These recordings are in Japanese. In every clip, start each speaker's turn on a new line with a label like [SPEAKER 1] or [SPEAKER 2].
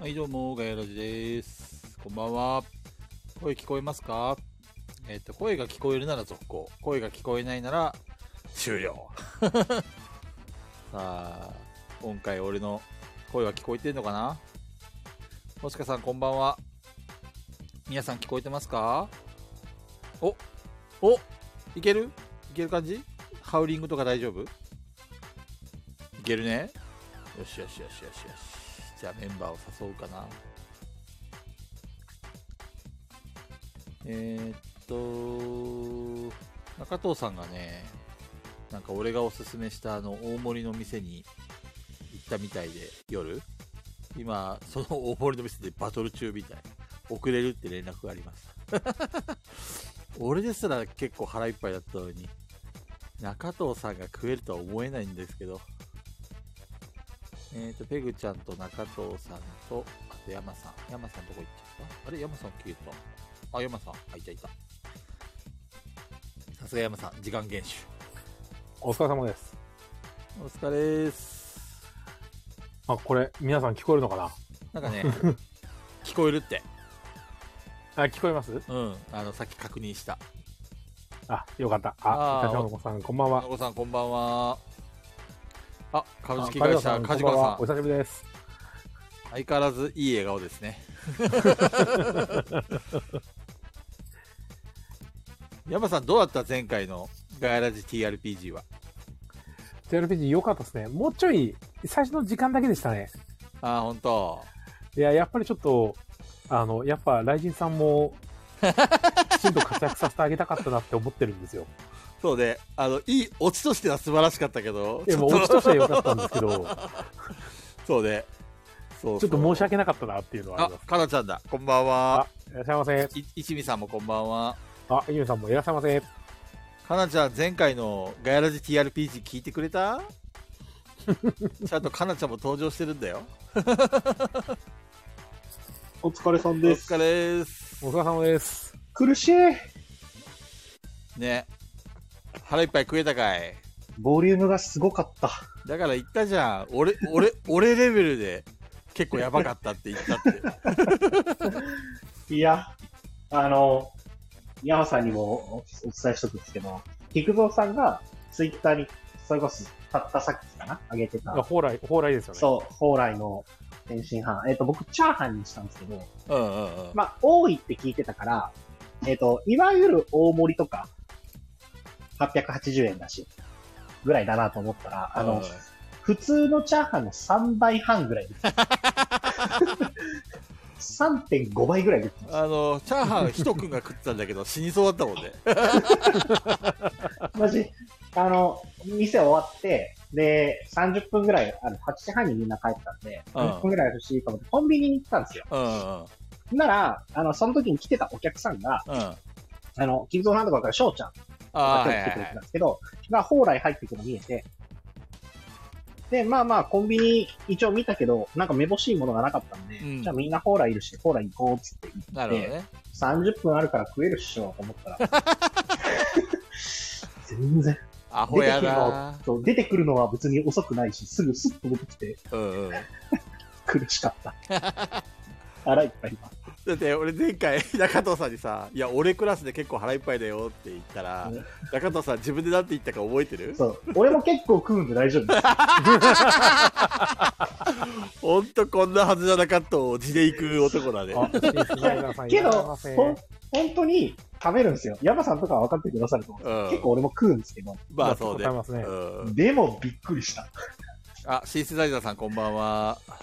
[SPEAKER 1] はい、どうも、ガヤラジです。こんばんは。声聞こえますかえっ、と、声が聞こえるなら続行。声が聞こえないなら終了。 さあ、今回俺の声は聞こえてんのかなもしかさん、こんばんは。皆さん聞こえてますかおおいけるいける感じハウリングとか大丈夫いけるねよしよしよしよしよしじゃあメンバーを誘うかなえーっと中藤さんがねなんか俺がおすすめしたあの大盛りの店に行ったみたいで夜今その大盛りの店でバトル中みたい遅れるって連絡がありました 俺ですら結構腹いっぱいだったのに中藤さんが食えるとは思えないんですけどえっ、と、ペグちゃんと中藤さんと、あと山さん。山さんどこ行っちゃったあれ山さん消えた。あ、山さん。あ、いたいた。さすが山さん。時間厳守。
[SPEAKER 2] お疲れ様です。
[SPEAKER 1] お疲れーす。
[SPEAKER 2] あ、これ、皆さん聞こえるのかな
[SPEAKER 1] なん かね、聞こえるって。
[SPEAKER 2] あ、聞こえます
[SPEAKER 1] うん。あの、さっき確認した。
[SPEAKER 2] あ、よかった。
[SPEAKER 1] あ
[SPEAKER 2] あ、
[SPEAKER 1] ー
[SPEAKER 2] 立花子さん、こんばん
[SPEAKER 1] ま
[SPEAKER 2] は。
[SPEAKER 1] こさん、こんばんは。あ、株式
[SPEAKER 2] あ
[SPEAKER 1] 会
[SPEAKER 2] 梶川さ
[SPEAKER 1] 社、
[SPEAKER 2] ん
[SPEAKER 1] 梶
[SPEAKER 2] こんばん
[SPEAKER 1] 川
[SPEAKER 2] は
[SPEAKER 1] さ
[SPEAKER 2] お
[SPEAKER 1] ん。
[SPEAKER 2] 久しぶりです。
[SPEAKER 1] 相変わらずいい笑顔です ね。山さん、どうだった前回のガヤラジ TRPG は。
[SPEAKER 2] TRPG 良かったですね。もうちょい、最初の時間だけでしたね。
[SPEAKER 1] ああ、本当。
[SPEAKER 2] いや、やっぱりちょっと、あの、やっぱ、雷神さん も、きちんと活躍させてあげたかったなって思ってるんですよ。
[SPEAKER 1] そうね、あの、いい、オチとしては素晴らしかったけど、
[SPEAKER 2] いや、も う、
[SPEAKER 1] ちょ
[SPEAKER 2] 落
[SPEAKER 1] っ
[SPEAKER 2] ち
[SPEAKER 1] と
[SPEAKER 2] としては良かったんです けど、ちょっ
[SPEAKER 1] そうね。そうそう
[SPEAKER 2] と申し訳なかったなっていうのはあ
[SPEAKER 1] あ
[SPEAKER 2] ります。、
[SPEAKER 1] かなちゃんだ。こんばんは。
[SPEAKER 2] いらっしゃいませ。
[SPEAKER 1] いいちみさんもこんばんは。
[SPEAKER 2] あ、ゆみさんもいらっしゃいませ。
[SPEAKER 1] かなちゃん、前回のガヤラジ TRPG 聞いてくれ たちゃんとかなちゃんも登場してるんだよ。
[SPEAKER 3] お疲れさん
[SPEAKER 1] お
[SPEAKER 3] です。
[SPEAKER 1] 疲れです。
[SPEAKER 2] お疲れ様です。
[SPEAKER 3] 苦しい。
[SPEAKER 1] ね。腹いっぱい食えたかい。
[SPEAKER 3] ボリュームがすごかった。
[SPEAKER 1] だから言ったじゃん。俺、俺、 俺レベルで結構やばかったって言 ったって。
[SPEAKER 3] いや、あの、山さんにもお伝えしとくんですけど、菊蔵さんがツイッターに、それこそ、たったさっきかな上げて
[SPEAKER 2] あ
[SPEAKER 3] た。
[SPEAKER 2] 蓬莱、蓬莱ですよね。
[SPEAKER 3] そう、蓬莱の天津飯。えっ、と、僕、チャーハンにしたんですけど、
[SPEAKER 1] うんうんうん。
[SPEAKER 3] まあ、多いって聞いてたから、えっ、と、いわゆる大盛りとか、880円だし、ぐらいだなと思ったら、あの、普通のチャーハンの3倍半ぐらいです。3.5倍ぐらいできまし
[SPEAKER 1] あの、チャーハンひとくんが食ってたんだけど、死にそうだったもんね。
[SPEAKER 3] た。マジ、あの、店終わって、で、30分ぐらい、あの、8時半にみんな帰ったんで、
[SPEAKER 1] うん
[SPEAKER 3] 30分ぐらい欲しいと思って、コンビニに行ったんですよ。
[SPEAKER 1] うんうん
[SPEAKER 3] なら、あの、その時に来てたお客さんが、
[SPEAKER 1] うん。あ
[SPEAKER 3] あの、キズさんとかから翔ちゃん
[SPEAKER 1] あー、
[SPEAKER 3] が
[SPEAKER 1] はい
[SPEAKER 3] 来
[SPEAKER 1] は
[SPEAKER 3] て
[SPEAKER 1] いは
[SPEAKER 3] くれて
[SPEAKER 1] い
[SPEAKER 3] たん。ですけど、が、蓬莱入ってくるの見えて、で、まあまあ、コンビニ一応見たけど、なんかめぼしいものがなかったんで、
[SPEAKER 1] うん
[SPEAKER 3] じゃあみんな蓬莱いるし、蓬莱行こうっつって
[SPEAKER 1] なるほどね。
[SPEAKER 3] 30分あるから食えるっしょと思ったら。 全然。
[SPEAKER 1] ア
[SPEAKER 3] 出
[SPEAKER 1] ホ
[SPEAKER 3] て
[SPEAKER 1] や
[SPEAKER 3] くるの
[SPEAKER 1] な。
[SPEAKER 3] そう、出てくるのは別に遅くないし、すぐスッと出てきて
[SPEAKER 1] うんうん。だ
[SPEAKER 3] 苦しかった。 腹いっぱい今。
[SPEAKER 1] って俺前回 中藤さんにさ「いや俺クラスで結構腹いっぱいだよ」って言ったら
[SPEAKER 3] うん
[SPEAKER 1] 中藤さん自分で何て言ったか覚えてる
[SPEAKER 3] そう、俺も結構食うんで大丈夫 です。
[SPEAKER 1] ほんとこんなはずじゃなかったを地で行く男だね
[SPEAKER 2] あ、新鮮な皆さんい
[SPEAKER 3] け
[SPEAKER 2] ら
[SPEAKER 3] ど、
[SPEAKER 2] っしゃいませ。
[SPEAKER 3] ほん本当に食べるんですよ。山さんとかは分かってくださると思う。
[SPEAKER 1] うん
[SPEAKER 3] 結構俺も食うんですけど、
[SPEAKER 1] まあそうね
[SPEAKER 2] ありがとうございますね
[SPEAKER 1] うん
[SPEAKER 3] でもびっくりした。
[SPEAKER 1] あシンセサイザーさんこんばんは
[SPEAKER 3] あ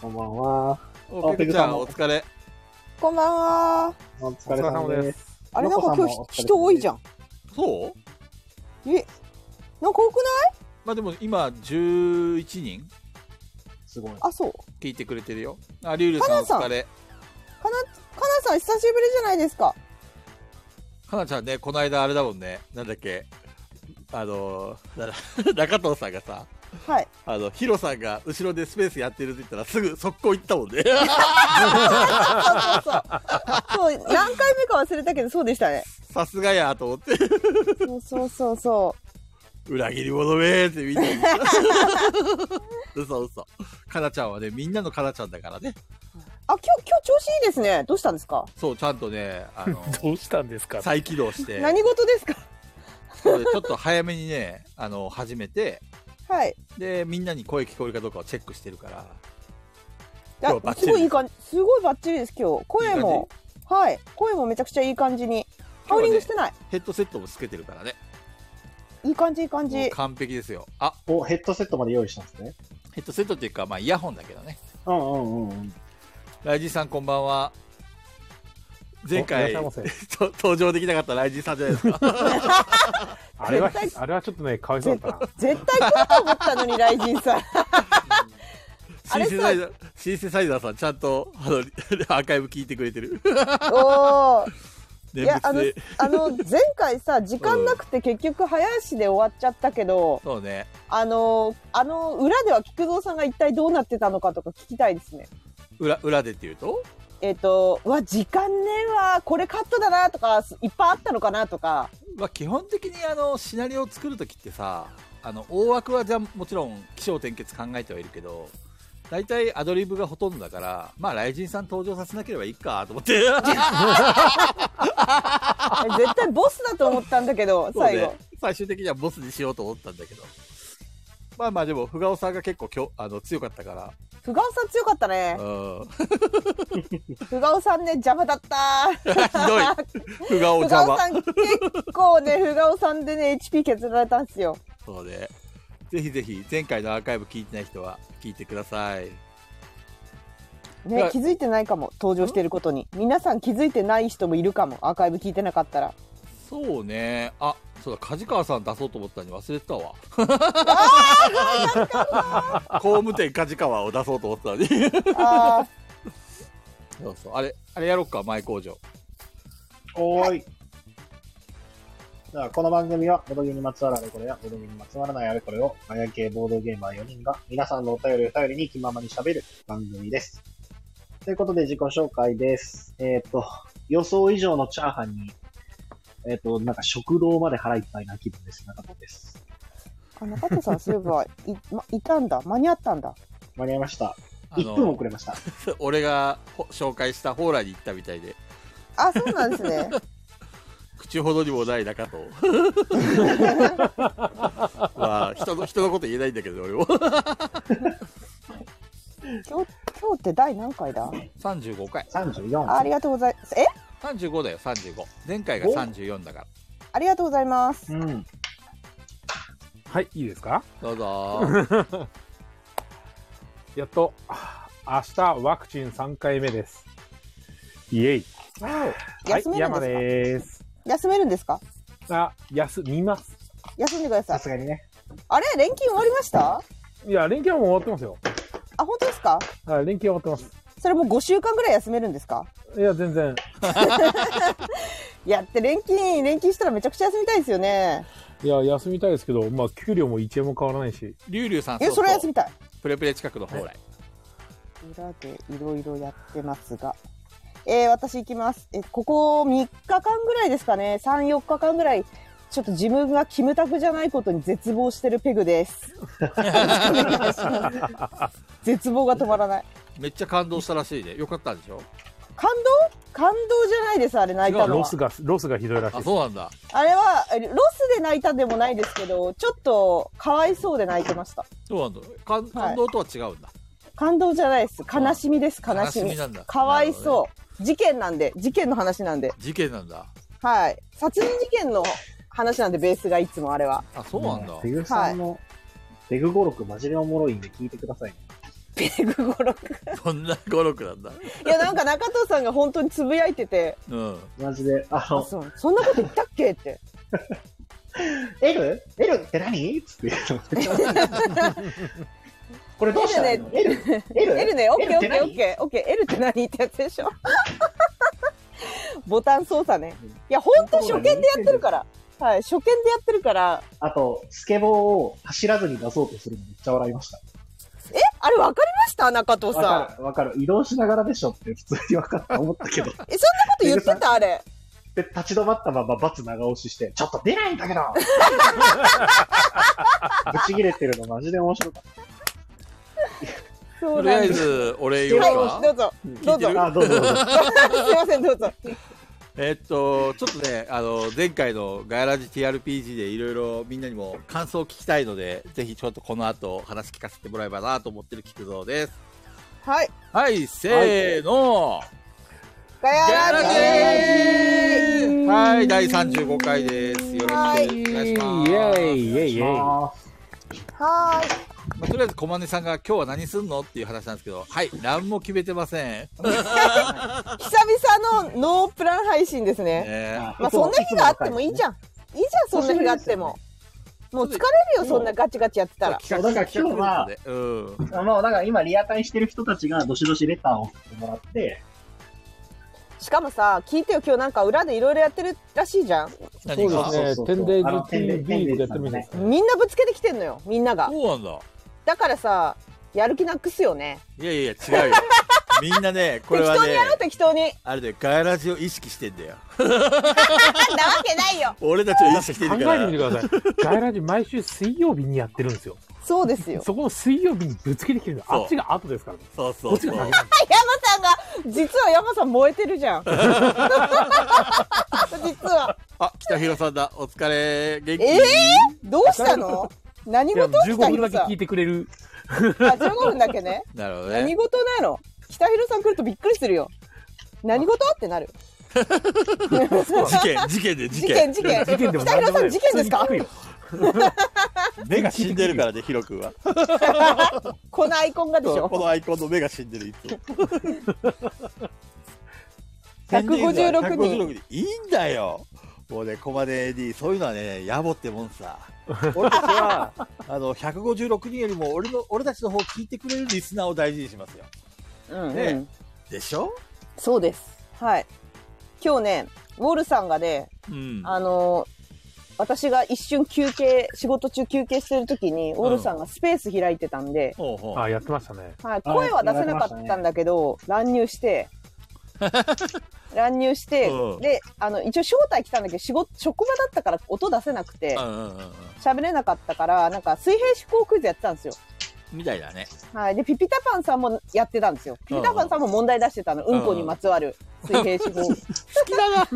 [SPEAKER 3] こんばんは。
[SPEAKER 1] お
[SPEAKER 3] あ
[SPEAKER 1] ペグちゃんお疲れ
[SPEAKER 4] こんばんは。
[SPEAKER 3] お疲れ様
[SPEAKER 2] お疲れ様
[SPEAKER 3] で。
[SPEAKER 2] です
[SPEAKER 4] あれ
[SPEAKER 3] ロ
[SPEAKER 4] なん
[SPEAKER 3] コさ
[SPEAKER 4] か
[SPEAKER 3] ん
[SPEAKER 4] 今
[SPEAKER 3] もお
[SPEAKER 4] 日
[SPEAKER 3] 疲れ様です
[SPEAKER 4] ひ人多いじゃん。
[SPEAKER 1] そう
[SPEAKER 4] え、なんか多くない？
[SPEAKER 1] まあでも今11人
[SPEAKER 3] すごい。
[SPEAKER 4] あ、そう。
[SPEAKER 1] 聞いてくれてるよあリュウリュウさんお
[SPEAKER 4] かなさん
[SPEAKER 1] 疲れ
[SPEAKER 4] かなかなさん久しぶりじゃないですか。
[SPEAKER 1] かなちゃんね、この間あれだもんね、なんだっけ、あのー、なん だ中藤さんがさ、
[SPEAKER 4] はい。
[SPEAKER 1] あの、ヒロさんが後ろでスペースやってるって言ったら、すぐ速攻行ったもんね。
[SPEAKER 4] そうそうそう。そう何回目か忘れたけどそうでしたね。
[SPEAKER 1] さすがやと思って。
[SPEAKER 4] そうそうそうそ
[SPEAKER 1] 裏切り者めーってみんな言った。 嘘嘘。かなちゃんはね、みんなのかなちゃんだからね。
[SPEAKER 4] 今日、今日調子いいですね。どうしたんですか
[SPEAKER 1] そう、ちゃんとね、あ の、
[SPEAKER 2] どうしたんですか
[SPEAKER 1] 再起動して、
[SPEAKER 4] 何事ですか
[SPEAKER 1] それでちょっと早めにね、あの、始めて、
[SPEAKER 4] はい。
[SPEAKER 1] で、みんなに声聞こえるかどうかをチェックしてるから、今日はバ
[SPEAKER 4] あ
[SPEAKER 1] ッチリ
[SPEAKER 4] すごいいい感じ。すごいバッチリです、今日。声も、はい。声もめちゃくちゃいい感じに。ハウリングしてない。
[SPEAKER 1] ヘッドセットもつけてるからね。
[SPEAKER 4] いい感じ、いい感
[SPEAKER 1] もう
[SPEAKER 4] じ。
[SPEAKER 1] 完璧ですよ。あ、
[SPEAKER 3] お、ヘッドセットまで用意したんですね。
[SPEAKER 1] ヘッドセットっていうか、まあ、イヤホンだけどね。
[SPEAKER 3] うんうんうんうん。
[SPEAKER 1] ライジンさんこんばんは。前
[SPEAKER 2] おい
[SPEAKER 1] 回、
[SPEAKER 2] ら っ
[SPEAKER 1] と
[SPEAKER 2] しゃいませ
[SPEAKER 1] 登場できなかったライジンさんじゃないですか。
[SPEAKER 2] あれは
[SPEAKER 4] 絶、
[SPEAKER 2] あれはちょっとね、かわいそうだ ったな。
[SPEAKER 4] 絶対来ると思ったのに、ライジンさん。
[SPEAKER 1] シ
[SPEAKER 4] あ
[SPEAKER 1] ン
[SPEAKER 4] れさ
[SPEAKER 1] セサイザー、シンセサイザーさん、ちゃんと、あの、アーカイブ聞いてくれてる。
[SPEAKER 4] おー。い
[SPEAKER 1] 念
[SPEAKER 4] や、
[SPEAKER 1] 仏
[SPEAKER 4] あの
[SPEAKER 1] で。、
[SPEAKER 4] あの、前回さ、時間なくて結局早足で終わっちゃったけど、
[SPEAKER 1] そうね。
[SPEAKER 4] あの、あの、裏では菊蔵さんが一体どうなってたのかとか聞きたいですね。
[SPEAKER 1] 裏、裏でっていうと
[SPEAKER 4] えっ、と、うわ、時間ねえわ、これカットだなとか、すいっぱいあったのかなとか、
[SPEAKER 1] まあ、基本的にあのシナリオを作るときってさあの大枠はじゃもちろん起承転結考えてはいるけど大体アドリブがほとんどだからまあ雷神さん登場させなければいいかと思って
[SPEAKER 4] 絶対ボスだと思ったんだけ ど、
[SPEAKER 1] そう
[SPEAKER 4] 最
[SPEAKER 1] ね
[SPEAKER 4] 後。
[SPEAKER 1] 最終的にはボスにしようと思ったんだけどまあまあでもふがおさんが結構きょあの強かったか
[SPEAKER 4] ふがおさん強かった
[SPEAKER 1] ら
[SPEAKER 4] ね
[SPEAKER 1] う。ん
[SPEAKER 4] ふがおさんね、邪魔だった。
[SPEAKER 1] ひどいふがお
[SPEAKER 4] ふ
[SPEAKER 1] 邪
[SPEAKER 4] がお
[SPEAKER 1] 魔
[SPEAKER 4] さん結構ね、ふがおさんでね、HP 削られたんですよ。
[SPEAKER 1] そうねぜひぜひ前回のアーカイブ聞いてない人は聞いてくださいい
[SPEAKER 4] ね
[SPEAKER 1] や、
[SPEAKER 4] 気づいてないかも、登場してることに。皆さん気づいてない人もいるかも、アーカイブ聞いてなかったら。
[SPEAKER 1] そうねあそうだ梶川さん出そうと思ったのに忘れてたわ工務店梶川を出そうと思ってたのに
[SPEAKER 4] あ
[SPEAKER 1] そうそうあれあれやろっか前工場
[SPEAKER 3] おーい。では、この番組は、ボードゲームにまつわるあれこれや、ボードゲームにまつわらないあれこれを、マヤ系ボードゲーマー4人が、皆さんのお便りを頼りに気ままに喋る番組です。ということで、自己紹介です。えっ、と、予想以上のチャーハンに、えっ、と、なんか食堂まで腹いっぱいな気分です。中野です。
[SPEAKER 4] ーあ、中田さん、そういえば、い、ま、いたんだ。間に合ったんだ。
[SPEAKER 3] 間に合いました。
[SPEAKER 1] あ
[SPEAKER 3] 1分遅
[SPEAKER 1] の
[SPEAKER 3] れました。
[SPEAKER 1] 俺がほ紹介した蓬莱に行ったみたいで
[SPEAKER 4] あ、そうなんですね。
[SPEAKER 1] 口ほどにもない 中とまあ人の人のこと言えないんだけど俺も
[SPEAKER 4] 今日、今日って第何回だ
[SPEAKER 1] 35回
[SPEAKER 4] ああ
[SPEAKER 3] 34。
[SPEAKER 4] りがとうございます。え
[SPEAKER 1] 35だよ35前回が
[SPEAKER 3] お
[SPEAKER 1] 34だから
[SPEAKER 4] ありがとうございます。
[SPEAKER 3] うん。
[SPEAKER 2] はい、いいですか
[SPEAKER 1] どう ぞ
[SPEAKER 2] やっと、あ明日ワクチン3回目です。イエイ。はい
[SPEAKER 4] 休、めるん
[SPEAKER 2] 山
[SPEAKER 4] ですか、
[SPEAKER 2] です。
[SPEAKER 4] 休めるんですか
[SPEAKER 2] あ、休みます。
[SPEAKER 4] 休んでくださ
[SPEAKER 3] さ
[SPEAKER 4] い
[SPEAKER 3] す。がにね。
[SPEAKER 4] あれ連勤終わりました
[SPEAKER 2] いや、連休はもう終わってますよ。
[SPEAKER 4] あ、本当ですか
[SPEAKER 2] はい、連休は終わってま
[SPEAKER 4] それもう5週間ぐらい休めるんですか
[SPEAKER 2] す。いや、全然。
[SPEAKER 4] いやって連勤、連勤したらめちゃくちゃ休みたいですよね。
[SPEAKER 2] いや、休みたいですけど、まあ、給料も1円も変わらないし。
[SPEAKER 1] リュウリュウさん
[SPEAKER 4] え、
[SPEAKER 1] そう
[SPEAKER 4] それは休
[SPEAKER 1] そう
[SPEAKER 4] みたい。
[SPEAKER 1] プレプレ近くの蓬莱、
[SPEAKER 4] 裏でいろいろやってますが。えー私行きます。え、ここ3日間ぐらいですかね。3、4日間ぐらい。ちょっと自分がキムタクじゃないことに絶望してるペグです。 よろしくお願いします絶望が止まらない。
[SPEAKER 1] めっちゃ感動したらしいねよかったんでしょ
[SPEAKER 4] 感動感動じゃないです、あれ泣いたの
[SPEAKER 2] ロ
[SPEAKER 4] は
[SPEAKER 2] ス。が、ロスがひどいらしい
[SPEAKER 1] あ
[SPEAKER 2] です。
[SPEAKER 1] そうなんだ
[SPEAKER 4] あれは、えロスで泣いたでもないですけど、ちょっとかわいそうで泣いてました。
[SPEAKER 1] そうなんだ感感動とは違うんだ、
[SPEAKER 4] 感動じゃないです。悲しみです、悲し
[SPEAKER 1] 悲し
[SPEAKER 4] み
[SPEAKER 1] み。なんだ
[SPEAKER 4] かわい
[SPEAKER 1] なるほどね
[SPEAKER 4] そう。事件なんで、事件の話なんで。
[SPEAKER 1] 事件なんだ
[SPEAKER 4] はい。殺人事件の話なんで、ベースがいつもあれは。
[SPEAKER 1] あそうなんだ
[SPEAKER 3] ペグさんの、ペグ語録マジでおもろいんで聞いてくださいね。
[SPEAKER 4] ペグ語録。
[SPEAKER 1] そんな語録なんだ
[SPEAKER 4] いや、なんか中藤さんが本当につぶやいてて、
[SPEAKER 1] うん
[SPEAKER 3] マジで、あ
[SPEAKER 4] あ
[SPEAKER 3] の、
[SPEAKER 4] そうそんなこと言ったっけって。
[SPEAKER 3] L? L って何つっ て。これどうしたらいいの ?L? L?
[SPEAKER 4] L ね、オッケーオ
[SPEAKER 3] L っ
[SPEAKER 4] ッ
[SPEAKER 3] て
[SPEAKER 4] ケー
[SPEAKER 3] 何
[SPEAKER 4] オッケー、オッケー、L って何ってやつでしょボタン操作ね。いや、本当初見でやってるから。はい、初見でやってるから、
[SPEAKER 3] あと、スケボーを走らずに出そうとするのめっちゃ笑いました。
[SPEAKER 4] えあれ分かりました中藤
[SPEAKER 3] わ
[SPEAKER 4] さ
[SPEAKER 3] かる、わかる。移動しながらでしょって普通に分かった思ったけ ど。
[SPEAKER 4] ん。え、そんなこと言ってたあれ。
[SPEAKER 3] で、立ち止まったままバツ長押しして、ちょっと出ないんだけどちぎれてるのマジで面白かっ
[SPEAKER 4] そ
[SPEAKER 1] と
[SPEAKER 4] う
[SPEAKER 1] りあ
[SPEAKER 4] なん
[SPEAKER 1] え
[SPEAKER 4] です。
[SPEAKER 1] ず、俺言う
[SPEAKER 4] は
[SPEAKER 1] か
[SPEAKER 4] い、。どうぞ。 ど
[SPEAKER 1] 聞い
[SPEAKER 4] うぞ
[SPEAKER 1] てる
[SPEAKER 3] た。あ、どうぞどうぞ。
[SPEAKER 4] すいません、どうぞ。
[SPEAKER 1] えっと、ちょっとね、あの、前回のガヤラジ TRPG でいろいろみんなにも感想を聞きたいので、ぜひちょっとこの後話聞かせてもらえばなと思ってる菊蔵です。
[SPEAKER 4] はい。
[SPEAKER 1] はい、せーの、
[SPEAKER 4] ガ
[SPEAKER 1] ガヤ
[SPEAKER 4] ヤラ
[SPEAKER 1] ラジ
[SPEAKER 4] ジー
[SPEAKER 1] はい、第35回です。よろしくお願いします。
[SPEAKER 2] イエイイエイイエイ。
[SPEAKER 4] はーい。
[SPEAKER 1] まあ、とりあえず、こまねさんが今日は何すんのっていう話なんですけど、はい、何も決めてません。
[SPEAKER 4] 久々のノープラン配信ですね。
[SPEAKER 1] ね
[SPEAKER 4] まあ、そんな日があってもいいじ
[SPEAKER 3] ゃん。
[SPEAKER 4] ゃん。いいじゃん、そんな日があっても。もう疲れるよ、そんなガチガチやってたら。
[SPEAKER 3] そうだから今日は
[SPEAKER 1] 企画ですのでうん。
[SPEAKER 3] あの、だから今リアタイしてる人たちがどしどしレターを送ってもらって、
[SPEAKER 4] しかもさ、聞いてよ、今日なんか裏でいろいろやってるらしいじゃん。
[SPEAKER 2] う
[SPEAKER 1] 何
[SPEAKER 2] ですね
[SPEAKER 1] が
[SPEAKER 3] そうそうそう
[SPEAKER 2] 10days
[SPEAKER 3] あの 10days
[SPEAKER 2] TV やってるみたいです
[SPEAKER 4] みんなぶつけてきてんのよ、みんなが。
[SPEAKER 1] そうなんだ。
[SPEAKER 4] だからさ、やる気なくすよね。
[SPEAKER 1] いやいやいや、違うよ。みんなね、これはね、
[SPEAKER 4] 適当に。
[SPEAKER 1] あれでガヤラジを意識してんだよ。
[SPEAKER 4] あんなわけないよ。
[SPEAKER 1] 俺たちを意識して
[SPEAKER 2] 考
[SPEAKER 1] る
[SPEAKER 2] え
[SPEAKER 1] から
[SPEAKER 2] てみ。てくだ さい。ガイラジ毎週水曜日にやってるんですよ。
[SPEAKER 4] そうですよ。
[SPEAKER 2] そこの水曜日にぶつけてきてるの
[SPEAKER 1] そう
[SPEAKER 2] あっちが後ですからね。
[SPEAKER 1] そうそ
[SPEAKER 2] こ
[SPEAKER 1] う
[SPEAKER 2] っち
[SPEAKER 1] そ
[SPEAKER 2] が
[SPEAKER 1] う。
[SPEAKER 2] 先なん
[SPEAKER 1] い
[SPEAKER 2] です
[SPEAKER 4] 山さんが、実は山さん燃えてるじゃ ん。実は。
[SPEAKER 1] あ、北広さんだ。お疲れ。元気。
[SPEAKER 4] えどうしたの何
[SPEAKER 2] いや
[SPEAKER 4] 事北
[SPEAKER 2] 15分だ
[SPEAKER 4] 広
[SPEAKER 2] け
[SPEAKER 4] さん
[SPEAKER 2] 聞い。てくれる。
[SPEAKER 4] あ、15分だけね。
[SPEAKER 1] なるほど
[SPEAKER 4] 何
[SPEAKER 1] ね。
[SPEAKER 4] 事なの北広さん来るとびっくりするよ。何事ってなる。
[SPEAKER 1] 事 件、事件で事
[SPEAKER 4] 事
[SPEAKER 1] 件
[SPEAKER 4] 件、。事件。
[SPEAKER 2] 事件でも何でもない。
[SPEAKER 4] 北広さん事件ですか
[SPEAKER 2] 普通に聞くよ
[SPEAKER 1] 目が死んでるからね、ヒロ君は。
[SPEAKER 4] このアイコンがでし
[SPEAKER 1] そうこ
[SPEAKER 4] ょ。
[SPEAKER 1] のアイコンの目が死んでる、いつも。
[SPEAKER 4] 156人
[SPEAKER 1] 156人。いいんだよ。もうね、コマネ AD、そういうのはね、野暮ってもんさ。俺たちは、 あの、156人よりも、俺の、俺たちの方を聞いてくれるリスナーを大事にしますよ。
[SPEAKER 4] うんう
[SPEAKER 1] ね
[SPEAKER 4] ん。
[SPEAKER 1] でしょ
[SPEAKER 4] そうです。はい。今日ね、ウォルさんがね、
[SPEAKER 1] うん
[SPEAKER 4] あのー私が一瞬休憩、仕事中休憩してる時に、ウォルさんがスペース開いてたんで、
[SPEAKER 1] ほうほう
[SPEAKER 2] あ、やってましたね。
[SPEAKER 4] はい、
[SPEAKER 3] あ
[SPEAKER 4] 声は出せなかったんだけど、乱 入して、乱入して
[SPEAKER 1] うん、
[SPEAKER 4] で、あの、一応招待来たんだけど、仕事、職場だったから音出せなくて
[SPEAKER 1] う、んうんうんうん。
[SPEAKER 4] 喋れなかったから、なんか水平思考クイズやってたんですよ。
[SPEAKER 1] みたいだね。
[SPEAKER 4] はい。で、ピピタパンさんもやってたんですよ。ピピタパンさんも問題出してたの。
[SPEAKER 1] ん
[SPEAKER 4] うんこにまつわる水平 思考。
[SPEAKER 1] 好きだな。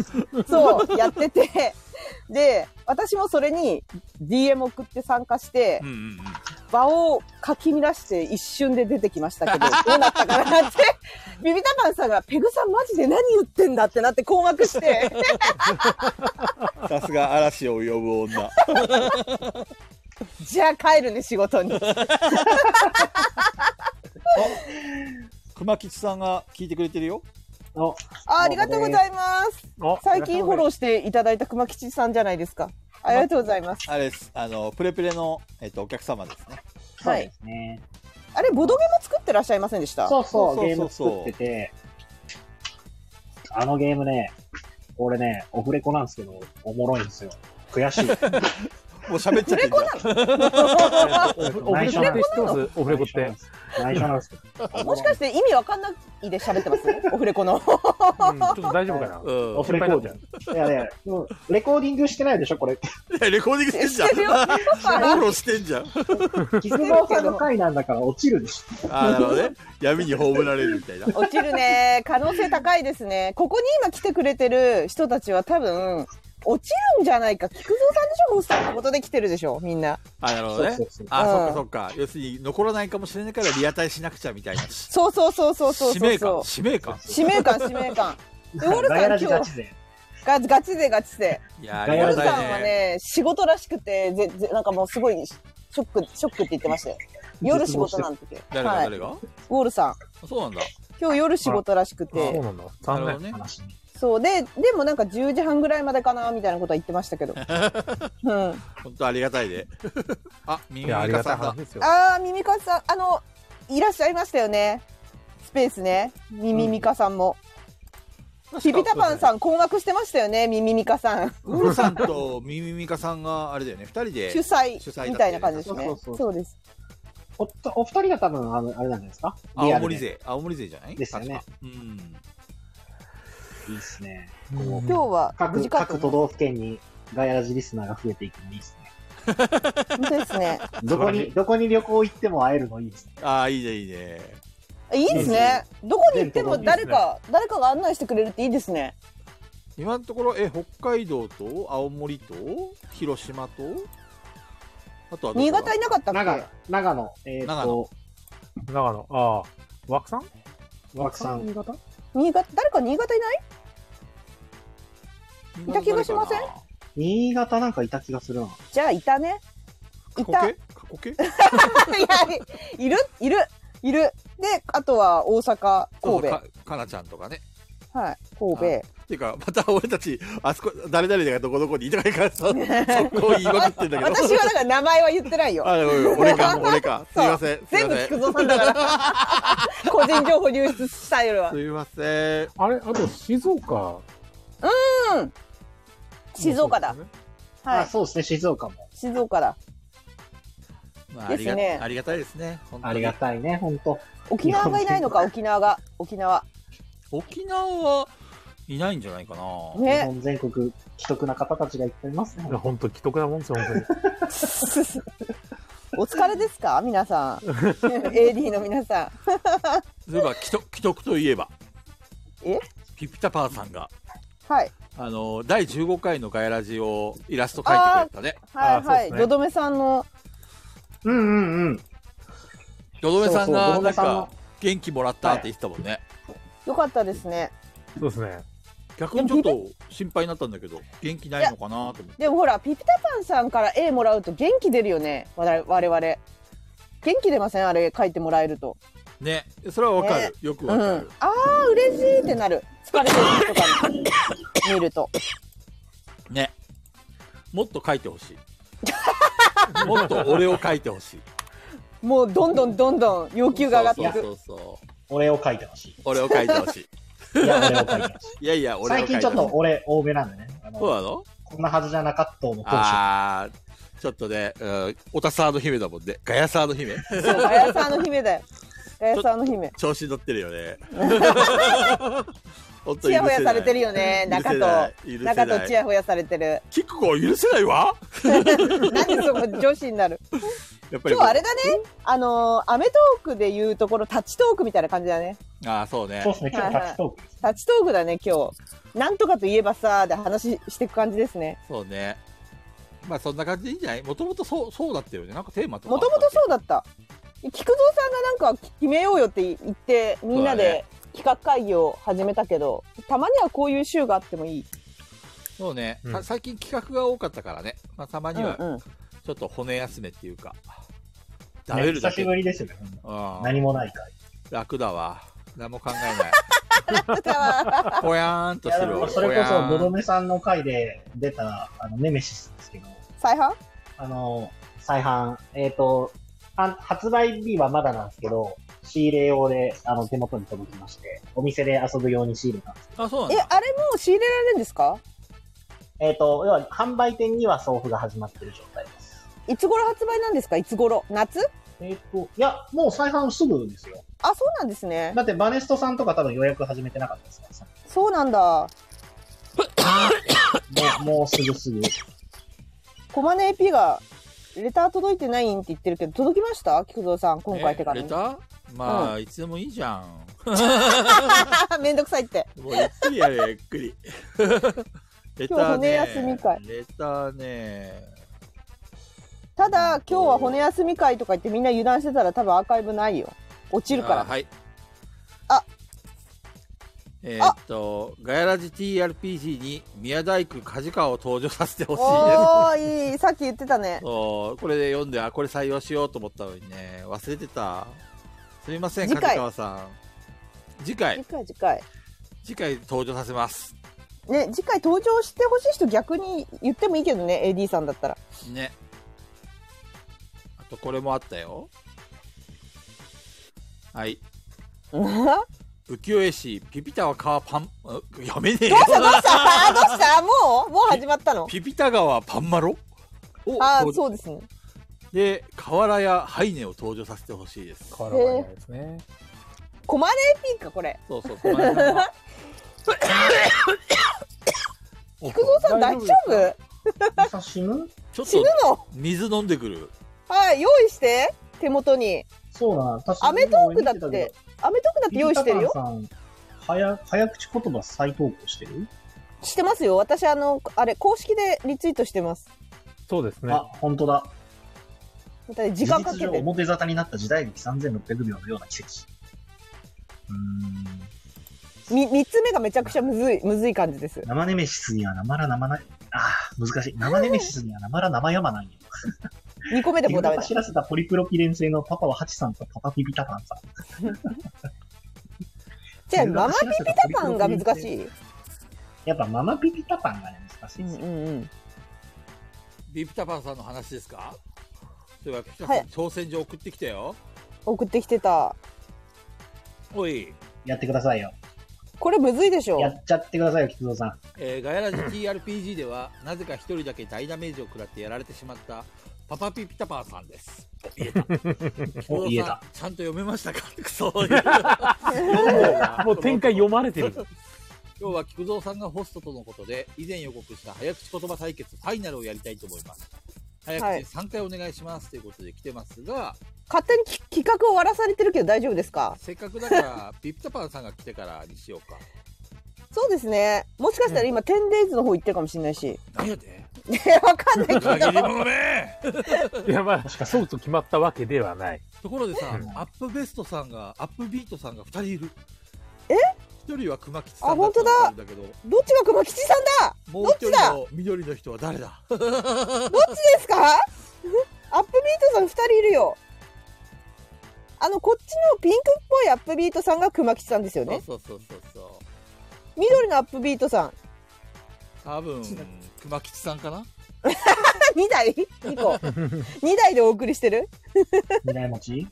[SPEAKER 4] そう、やってて。で、私もそれに DM 送って参加して
[SPEAKER 1] うん、うんうん。
[SPEAKER 4] 場をかき乱して一瞬で出てきましたけど、どうなったかな って、ビビタパンさんが、ペグさんマジで何言ってんだってなって困惑して、
[SPEAKER 1] さすが嵐を呼ぶ女。
[SPEAKER 4] じゃあ帰るね、仕事に。
[SPEAKER 1] 熊吉さんが聞いてくれてるよ。
[SPEAKER 3] お
[SPEAKER 4] あありがとうございます。
[SPEAKER 2] あ
[SPEAKER 4] 最近フォロ
[SPEAKER 2] ー。
[SPEAKER 4] ーしていただいた熊吉さんじゃないですか。ありがとうございます。
[SPEAKER 1] あれです。あの、プレプレの、えっと、お客様ですね。
[SPEAKER 3] そう
[SPEAKER 4] はい
[SPEAKER 3] で。すね。
[SPEAKER 4] あれ、ボドゲも作ってらっしゃいませんでした
[SPEAKER 3] そうそ、
[SPEAKER 1] そうう
[SPEAKER 3] ゲー
[SPEAKER 1] そ
[SPEAKER 3] ム
[SPEAKER 1] うそう
[SPEAKER 3] 作ってて、あのゲームね、俺ね、オフレコなんですけど、おもろいんですよ。悔しい。
[SPEAKER 1] もう喋っちゃってんだ。
[SPEAKER 2] オフレコって知ってますオフレコって。
[SPEAKER 3] 内緒なんですけど。
[SPEAKER 4] もしかして意味わかんないで喋 ってますオフレコの。
[SPEAKER 2] うんちょっと大丈夫かな
[SPEAKER 1] う
[SPEAKER 3] オフレコ
[SPEAKER 2] 心配になっち
[SPEAKER 3] いやいや、もうレコーディングしてないでしょ、これ。
[SPEAKER 1] ん。 レコーディングしてんじゃん。
[SPEAKER 4] してるよ
[SPEAKER 1] フォローしてんじゃん。
[SPEAKER 3] 菊蔵さんの回なんだから落ちるでしょ。
[SPEAKER 1] ああ、なるほどね。闇に葬られるみたいな。
[SPEAKER 4] 落ちるね可能性高いですねここに今来てくれてる人たちは多分落ちるんじゃないか菊蔵さんでしょホストのことで来てるでしょみんな
[SPEAKER 1] あなるほどね
[SPEAKER 3] そうそうそう。
[SPEAKER 1] あ、
[SPEAKER 4] うん
[SPEAKER 1] そっかそっか。要するに、残らないかもしれないから、リアタイしなくちゃみたいな。
[SPEAKER 4] そうそうそうそうそう
[SPEAKER 1] 使
[SPEAKER 4] そう
[SPEAKER 1] 命
[SPEAKER 4] そ
[SPEAKER 1] 感。
[SPEAKER 4] う
[SPEAKER 1] 使命感。
[SPEAKER 4] 使命感使命感でウォルさん
[SPEAKER 3] ガヤラジガチで。
[SPEAKER 4] ガガチでガチで
[SPEAKER 1] いやー、
[SPEAKER 4] ウ
[SPEAKER 1] あ
[SPEAKER 4] ォル
[SPEAKER 1] り
[SPEAKER 4] さ
[SPEAKER 1] が
[SPEAKER 4] ん
[SPEAKER 1] た
[SPEAKER 4] はい
[SPEAKER 1] ね。
[SPEAKER 4] ね仕事らしくてぜぜなんかもうすごいショックショックって言ってましたよ夜仕事なんてて
[SPEAKER 1] 誰が
[SPEAKER 4] はい、
[SPEAKER 1] 誰
[SPEAKER 4] ウ
[SPEAKER 1] が、
[SPEAKER 4] ォルさん
[SPEAKER 1] そうなんだ。
[SPEAKER 4] 今日夜仕事らしく
[SPEAKER 2] ゃう。そ
[SPEAKER 4] て
[SPEAKER 2] うなんだ。
[SPEAKER 1] なる
[SPEAKER 2] 残
[SPEAKER 1] ほど
[SPEAKER 2] 念。
[SPEAKER 1] ね。
[SPEAKER 3] 話に。
[SPEAKER 4] そうででもなんか10時半ぐらいまでかなみたいなことは言ってました けど、うん、
[SPEAKER 1] 本当ありがたいで。あ、ミ
[SPEAKER 2] い
[SPEAKER 1] ミ
[SPEAKER 2] や、あり
[SPEAKER 1] カ
[SPEAKER 2] がた
[SPEAKER 1] さ
[SPEAKER 2] い
[SPEAKER 1] んだ
[SPEAKER 2] 話。ですよ。
[SPEAKER 4] ああ、ミミカさん、あの、いらっしゃいましたよね。スペースね。ミミミカさんも。ピピタパンさん困惑してましたよね、ミミミカさん。
[SPEAKER 1] ウルさんとミミミカさんがあれだよね、二人で
[SPEAKER 4] 主催
[SPEAKER 1] 主催だって
[SPEAKER 4] みたいな感じです
[SPEAKER 3] そ
[SPEAKER 4] ね。そうう
[SPEAKER 3] そうそう
[SPEAKER 4] です。
[SPEAKER 3] おっとお二人が多分、あの、あれなんじゃないですかリア
[SPEAKER 1] 青
[SPEAKER 3] ルで
[SPEAKER 1] 森勢、青森勢じゃない
[SPEAKER 3] ですよね。
[SPEAKER 1] 確かうん。
[SPEAKER 3] いいっすね。
[SPEAKER 2] うん
[SPEAKER 4] 今日は
[SPEAKER 3] 各、
[SPEAKER 4] 短
[SPEAKER 3] 各
[SPEAKER 4] く。
[SPEAKER 3] 都道府県にガヤラジリスナーが増えていくのいいっすね。
[SPEAKER 4] 本当ですね。
[SPEAKER 3] ど
[SPEAKER 2] 素晴
[SPEAKER 3] こ
[SPEAKER 2] らし
[SPEAKER 3] に、
[SPEAKER 2] い
[SPEAKER 3] どこに旅行行っても会えるのいいですね。
[SPEAKER 1] ああ、いいね、いいね。
[SPEAKER 4] いいですね。どこに行っても
[SPEAKER 2] 全国
[SPEAKER 4] 誰か、誰かが案内してくれるっていいですね。
[SPEAKER 1] 今のところ、え、北海道と青森と広島と、あとはどこだ
[SPEAKER 4] 新潟いなかったっ
[SPEAKER 3] 長
[SPEAKER 4] け
[SPEAKER 3] 野、長野、えっ、
[SPEAKER 1] 長
[SPEAKER 3] と、
[SPEAKER 2] 長野、ああ、枠さん
[SPEAKER 3] 枠さん
[SPEAKER 2] 新潟
[SPEAKER 4] 新潟、誰か新潟いない
[SPEAKER 1] 新
[SPEAKER 4] い
[SPEAKER 1] 潟
[SPEAKER 4] た気がしません
[SPEAKER 1] 誰かな
[SPEAKER 3] 新潟なんかいた気がするな。
[SPEAKER 4] じゃあいたね。いた。い
[SPEAKER 1] 過去形
[SPEAKER 4] や、いる、いる、いる。で、あとは大阪、
[SPEAKER 1] そう
[SPEAKER 4] 神
[SPEAKER 1] そう
[SPEAKER 4] 戸。
[SPEAKER 1] かかなちゃんとかね。
[SPEAKER 4] はい、神
[SPEAKER 1] っ
[SPEAKER 4] 戸。
[SPEAKER 1] ていうか、また俺たち、あそこ、誰々がどこどこにいたからさ、そこを言いまくってんだけど。
[SPEAKER 4] 私はだから名前は言ってないよ。
[SPEAKER 1] あ、ごめんごめん俺か、俺か。すいません。すいま
[SPEAKER 4] 全部
[SPEAKER 1] せん
[SPEAKER 4] 菊蔵さんだか ら。個人情報流出スタイルは。
[SPEAKER 1] すいません。
[SPEAKER 2] あれ、あと静岡。
[SPEAKER 4] うん。静岡だ。は
[SPEAKER 3] あ、
[SPEAKER 4] い。
[SPEAKER 3] そうですね、静岡も。
[SPEAKER 4] 静岡だ。
[SPEAKER 1] まあ、ありが
[SPEAKER 4] ですね
[SPEAKER 1] ありがたいですね。本当に
[SPEAKER 3] ありがたいね、ほんと。
[SPEAKER 4] 沖縄がいないのか、沖縄が。沖縄。
[SPEAKER 1] 沖縄はいないんじゃないかな。
[SPEAKER 3] 日
[SPEAKER 4] ね。
[SPEAKER 3] 本全国、既得な方たちがいっぱいいますね
[SPEAKER 2] い。や本当、既得なもんですよ、本当に。
[SPEAKER 4] お疲れですか 皆さん。AD の皆さ
[SPEAKER 1] そういえば、既得既得といえば。
[SPEAKER 4] え
[SPEAKER 1] ピピタパーさんが、
[SPEAKER 4] ん。はい。
[SPEAKER 1] あの、第15回のガヤラジをイラスト描いてくれたね。
[SPEAKER 4] は
[SPEAKER 2] あ
[SPEAKER 4] い
[SPEAKER 2] ーそう
[SPEAKER 4] は
[SPEAKER 2] で
[SPEAKER 4] い。
[SPEAKER 2] すね
[SPEAKER 4] どどめさんの。
[SPEAKER 3] うんうんうん。
[SPEAKER 1] ドドメさんが、
[SPEAKER 3] そうそうドド
[SPEAKER 1] なん
[SPEAKER 3] メさんの
[SPEAKER 1] か、元気もらったって言ってたもんね。
[SPEAKER 4] よかったですね。
[SPEAKER 2] そうですね。
[SPEAKER 1] 逆にちょっと心配になったんだけど、元気ないのかなと思って。
[SPEAKER 4] でもほら、ピピタパンさんから A もらうと元気出るよね。我々我々。元気出ませんあれ書いてもらえると。
[SPEAKER 1] ね。それはわかる。
[SPEAKER 4] ね
[SPEAKER 1] よく
[SPEAKER 4] う
[SPEAKER 1] わ
[SPEAKER 4] ん。
[SPEAKER 1] か
[SPEAKER 4] あ
[SPEAKER 1] る。
[SPEAKER 4] あ、嬉しいってなる。疲れてる人とかに見ると。
[SPEAKER 1] ね。もっと書いてほしい。 もっと俺を書いてほしい。
[SPEAKER 4] もうどんどんどんどん要求が上がっていく。
[SPEAKER 1] そうそうそうそう。
[SPEAKER 3] 俺を書いてほし
[SPEAKER 1] 俺を書いてほしい。
[SPEAKER 3] い。いや、俺を書いてほしい。
[SPEAKER 1] いやいや、俺を書
[SPEAKER 3] 最
[SPEAKER 1] いてほしい。
[SPEAKER 3] 近ちょっと俺多めなんでね。あの
[SPEAKER 1] そうなの
[SPEAKER 3] こんなはずじゃなかったの当初。
[SPEAKER 1] ああ、ちょっとね、うん、オタサーの姫だもんね。ガヤサーの姫。
[SPEAKER 4] そう、ガヤさんの姫だよ。ガヤさんの姫。
[SPEAKER 1] 調子に乗ってるよね。 本当
[SPEAKER 4] チ
[SPEAKER 1] に
[SPEAKER 4] ヤ
[SPEAKER 1] 許
[SPEAKER 4] ホヤ
[SPEAKER 1] せな
[SPEAKER 4] さ
[SPEAKER 1] い
[SPEAKER 4] れてるよね、中
[SPEAKER 1] 許せ
[SPEAKER 4] と。
[SPEAKER 1] ない
[SPEAKER 4] 中
[SPEAKER 1] 許せな
[SPEAKER 4] とチ
[SPEAKER 1] い。
[SPEAKER 4] ヤホヤされてる。
[SPEAKER 1] キックが許せないわ。
[SPEAKER 4] 何そこ女子になる。
[SPEAKER 1] やっぱり
[SPEAKER 4] 今
[SPEAKER 1] もう
[SPEAKER 4] 日あれだね、あのーアメトークで言うところ、タッチトークみたいな感じだね。
[SPEAKER 1] ああ、そうね
[SPEAKER 3] そう。ですね、今日
[SPEAKER 4] はいは
[SPEAKER 3] タ
[SPEAKER 4] い
[SPEAKER 3] ッチトークです。
[SPEAKER 4] タッチトークだね、今日。なんとかといえばさ、で話していく感じですね。
[SPEAKER 1] そうね。まあそんな感じでいいんじゃないもともとそう、そうだったよね。なんかテーマとかあ
[SPEAKER 4] も
[SPEAKER 1] った
[SPEAKER 4] と
[SPEAKER 1] っけ。
[SPEAKER 4] もとそうだった。菊蔵さんがなんか決めようよって言って、みんなで企画会議を始めたけど、たまにはこういう週があってもいい。
[SPEAKER 1] そうね、
[SPEAKER 2] うん
[SPEAKER 1] さ最近企画が多かったからね。まあたま
[SPEAKER 4] う
[SPEAKER 1] に
[SPEAKER 4] ん
[SPEAKER 1] は
[SPEAKER 4] うん。
[SPEAKER 1] ちょっと骨休めっていうか。食べ
[SPEAKER 3] ね
[SPEAKER 1] る
[SPEAKER 3] 久
[SPEAKER 1] だ
[SPEAKER 3] し
[SPEAKER 1] け。
[SPEAKER 3] ぶりですよね。
[SPEAKER 1] うん。
[SPEAKER 3] 何もないから。
[SPEAKER 1] 楽だわ。何も考え ない。
[SPEAKER 4] だから
[SPEAKER 1] ぽやーんと
[SPEAKER 3] い
[SPEAKER 1] し
[SPEAKER 3] や
[SPEAKER 1] て
[SPEAKER 3] で
[SPEAKER 1] る
[SPEAKER 3] も
[SPEAKER 1] わ。
[SPEAKER 3] それ
[SPEAKER 1] ぽ
[SPEAKER 3] こ
[SPEAKER 1] やー
[SPEAKER 3] そ、
[SPEAKER 1] ん
[SPEAKER 3] ドドメさんの回で出た、あの、ネメシスですけど、
[SPEAKER 4] 再 販
[SPEAKER 3] あの、再販、えっ、とあ、発売日はまだなんですけど、仕入れ用で、あの、手元に届きまして、お店で遊ぶ用に仕入れたんですけど、
[SPEAKER 1] あ、そうなん
[SPEAKER 4] え、
[SPEAKER 1] だ。
[SPEAKER 4] あれもう仕入れられるんですか
[SPEAKER 3] えっ、と、要は、販売店には送付が始まってる状態です。
[SPEAKER 4] いつ頃発売なんですかいつ頃夏
[SPEAKER 3] えっ、と、いや、もう再販すぐですよ。
[SPEAKER 4] あ、そうなんですね。
[SPEAKER 3] だって、バネストさんとか多分予約始めてなかったですからさ
[SPEAKER 4] そうなんだ。
[SPEAKER 3] もう、もうすぐすぐ。
[SPEAKER 4] コマネ AP が、レター届いてないんって言ってるけど、届きました菊蔵さん、今回手
[SPEAKER 1] え
[SPEAKER 4] 紙
[SPEAKER 1] レ。ターまあ、いつでもいいじゃん。
[SPEAKER 4] めんどくさいって。
[SPEAKER 1] もうゆっくりやれ、ゆっく り。レタ
[SPEAKER 4] 今日
[SPEAKER 1] ー
[SPEAKER 4] 骨
[SPEAKER 1] ね。
[SPEAKER 4] 休み会
[SPEAKER 1] レターね。
[SPEAKER 4] ただ、今日は骨休み会とか言ってみんな油断してたら多分アーカイブないよ。落ちるか
[SPEAKER 1] あ
[SPEAKER 4] ら。
[SPEAKER 1] はい
[SPEAKER 4] あ
[SPEAKER 1] えーっとガヤラジ TRPG に宮大工梶川を登場させてほしいです
[SPEAKER 4] おー、いい。さっき言ってたね。
[SPEAKER 1] そうこれで読んであこれ採用しようと思ったのにね忘れてたすみません
[SPEAKER 4] 次
[SPEAKER 1] 梶
[SPEAKER 4] 回
[SPEAKER 1] 川さん次
[SPEAKER 4] 次
[SPEAKER 1] 回
[SPEAKER 4] 回、次回。
[SPEAKER 1] 次回登場させます
[SPEAKER 4] ね、次回登場してほしい人逆に言ってもいいけどね、AD さんだったら。
[SPEAKER 1] ねあとこれもあったよはい浮世絵師ピピタは川パンあやめねえよ
[SPEAKER 4] どうしたどうしたもうもう始まったの
[SPEAKER 1] ピピタ川パンマロを
[SPEAKER 4] あ
[SPEAKER 1] 登
[SPEAKER 4] あ、
[SPEAKER 1] 場
[SPEAKER 4] そうですね。
[SPEAKER 1] で、瓦やハイネを登場させてほしいです。
[SPEAKER 2] 変わらないですね。
[SPEAKER 4] コマネ AP か、これ。
[SPEAKER 1] そうそう、この間は
[SPEAKER 4] 菊蔵さん大丈夫
[SPEAKER 3] 朝死ぬ
[SPEAKER 1] ちょっ
[SPEAKER 4] 死ぬ
[SPEAKER 1] と
[SPEAKER 4] の
[SPEAKER 1] 水飲んでくる。
[SPEAKER 4] はい、用意して。手元に。
[SPEAKER 3] そうだな、私
[SPEAKER 4] アメトークだって、アメトークだって用意してるよ。
[SPEAKER 3] さん早、早口言葉再投稿してる、
[SPEAKER 4] してますよ。私、あの、あれ、公式でリツイートしてます。
[SPEAKER 2] そうですね
[SPEAKER 3] あ、。本当だ。
[SPEAKER 4] また時間かけ
[SPEAKER 3] 事実上
[SPEAKER 4] て。
[SPEAKER 3] 表沙汰になった時代劇3600秒のような奇跡。うー
[SPEAKER 4] み三つ目がめちゃくちゃむずい、むずい感じです
[SPEAKER 3] ん。。生ネメシスには生ら生ない。あー難しい。生ネメシスには生ら生やまないよ。
[SPEAKER 4] 二個目 でもうダメだ。
[SPEAKER 3] 知らせたポリプロピレン製のパパはハチさんとパパピピタパンさん。
[SPEAKER 4] じゃあ、ママピピタパンが難しい。
[SPEAKER 3] やっぱママピピタパンがね、難しい
[SPEAKER 4] うん
[SPEAKER 3] で
[SPEAKER 4] う
[SPEAKER 3] すよ。
[SPEAKER 4] んうん。
[SPEAKER 1] ビピタパンさんの話ですかというわけで、
[SPEAKER 4] はい
[SPEAKER 1] 挑戦状送ってきたよ。
[SPEAKER 4] 送ってきてた。
[SPEAKER 1] おい、
[SPEAKER 3] やってくださいよ。
[SPEAKER 4] これむずいでしょ
[SPEAKER 3] や。っちゃってくださいよ、菊蔵さん。
[SPEAKER 1] えーガヤラジ TRPG では、 なぜか一人だけ大ダメージを食らってやられてしまった、パパピピタパンさんです。言えた。
[SPEAKER 3] お言えた。
[SPEAKER 1] ちゃんと読めま したかそういう。読
[SPEAKER 2] もう展開読まれてる。
[SPEAKER 1] 今日は菊蔵さんがホストとのことで、以前予告した早口言葉対決ファイナルをやりたいと思います。早
[SPEAKER 4] はい
[SPEAKER 1] 口3回お願いしますということで来てますが、
[SPEAKER 4] 勝手にき企画終わらされてるけど大丈夫ですか
[SPEAKER 1] せっかくだ から、ピピタパンさんが来てからにしようか。
[SPEAKER 4] そうですね。もしかしたら今、10days の方行ってるかもしれないし。
[SPEAKER 1] なんやで
[SPEAKER 4] いやわかんないけ ど。
[SPEAKER 1] 裏切り者め
[SPEAKER 2] いや、まあ、そうと決まったわけではない。
[SPEAKER 1] ところでさ
[SPEAKER 2] うん、
[SPEAKER 1] アップベストさんが、アップビートさんが2人いる。
[SPEAKER 4] え
[SPEAKER 1] 一人は熊吉さ
[SPEAKER 4] あ
[SPEAKER 1] んだ
[SPEAKER 4] 本当だ
[SPEAKER 1] だけど、
[SPEAKER 4] どっちが熊吉さんだ
[SPEAKER 1] もう
[SPEAKER 4] どっ
[SPEAKER 1] 一
[SPEAKER 4] ち
[SPEAKER 1] 人
[SPEAKER 4] だ
[SPEAKER 1] の緑の人は誰だ
[SPEAKER 4] どっちですか アップビートさん2人いるよ。あの、こっちのピンクっぽいアップビートさんが熊吉さんですよ
[SPEAKER 1] そう
[SPEAKER 4] ね。
[SPEAKER 1] そうそうそうそう。
[SPEAKER 4] 緑のアップビートさん。
[SPEAKER 1] 多分、熊吉さんかな
[SPEAKER 4] 2台 ?2 個。2台でお送りしてる
[SPEAKER 3] 未来持ち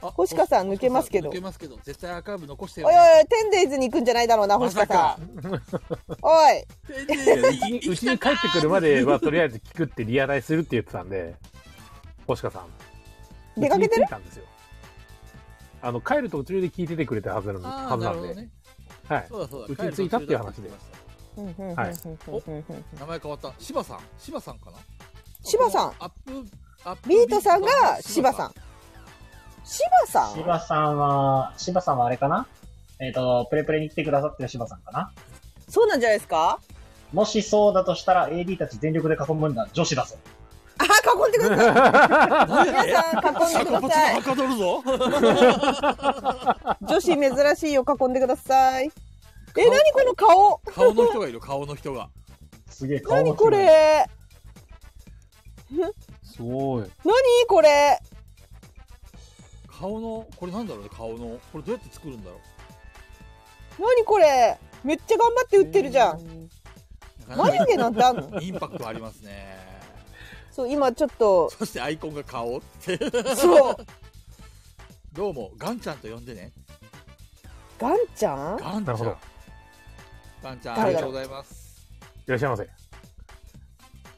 [SPEAKER 1] あ
[SPEAKER 4] 星香さん抜けますけど
[SPEAKER 1] 星香さん抜けますけど、絶対アーカイブ残して
[SPEAKER 4] おいおいおい、10days に行くんじゃないだろうな、
[SPEAKER 1] ま
[SPEAKER 4] 星
[SPEAKER 1] さ
[SPEAKER 4] 田さ
[SPEAKER 1] か
[SPEAKER 4] ん。。おい、
[SPEAKER 2] うちうちに帰ってくるまでは、とりあえず聞くってリアライするって言ってたんで、星香さん。
[SPEAKER 4] 出かけてる
[SPEAKER 2] うちに着いたんですよ。あの、帰る途中で聞いててくれたはずなんで、
[SPEAKER 1] ああ、
[SPEAKER 2] はず
[SPEAKER 1] な
[SPEAKER 2] な
[SPEAKER 1] る
[SPEAKER 2] ん
[SPEAKER 1] ほ
[SPEAKER 2] で。
[SPEAKER 1] どね。
[SPEAKER 2] はい。
[SPEAKER 1] そうだそうだ。
[SPEAKER 2] うちに着いたっていう話
[SPEAKER 1] 帰
[SPEAKER 2] で
[SPEAKER 1] る途中だって言ってま
[SPEAKER 2] はい
[SPEAKER 1] した名前変わった。柴さん。柴さんかな
[SPEAKER 4] 柴さん
[SPEAKER 1] このアップ、アップ
[SPEAKER 4] ビートさんが柴さん。柴さん
[SPEAKER 3] 芝さんは、芝さんはあれかなえっ、と、プレプレに来てくださってる芝さんかな
[SPEAKER 4] そうなんじゃないですか
[SPEAKER 3] もしそうだとしたら AD たち全力で囲むんだ女子だぞ。
[SPEAKER 4] あー、囲んでください。皆さん、囲んでください。
[SPEAKER 1] かどるぞ。
[SPEAKER 4] 女子珍しいよ、囲んでください。え、何この顔
[SPEAKER 1] 顔の人がいる、顔の人が。
[SPEAKER 3] すげえ顔
[SPEAKER 4] 何
[SPEAKER 3] の
[SPEAKER 4] こ
[SPEAKER 3] 広い
[SPEAKER 4] れ
[SPEAKER 2] すごい。
[SPEAKER 4] 何これ
[SPEAKER 1] 顔の、これなんだろうね、顔の。これどうやって作るんだろ
[SPEAKER 4] 何これめっちゃ頑張って打ってるじゃん。
[SPEAKER 1] う。
[SPEAKER 4] 眉毛なんてあんの
[SPEAKER 1] インパクトありますね。
[SPEAKER 4] そう、今ちょっと、
[SPEAKER 1] そしてアイコンが顔って。
[SPEAKER 4] そう、
[SPEAKER 1] どうも、ガンちゃんと呼んでね。
[SPEAKER 4] ガンちゃん
[SPEAKER 1] ガンち
[SPEAKER 2] な
[SPEAKER 1] ゃ
[SPEAKER 2] るほど
[SPEAKER 1] ん。ガンちゃん、あ
[SPEAKER 4] 誰
[SPEAKER 1] り
[SPEAKER 4] だ
[SPEAKER 1] が
[SPEAKER 4] ろ
[SPEAKER 1] とう
[SPEAKER 4] う
[SPEAKER 1] ございます。
[SPEAKER 2] いらっしゃいませ。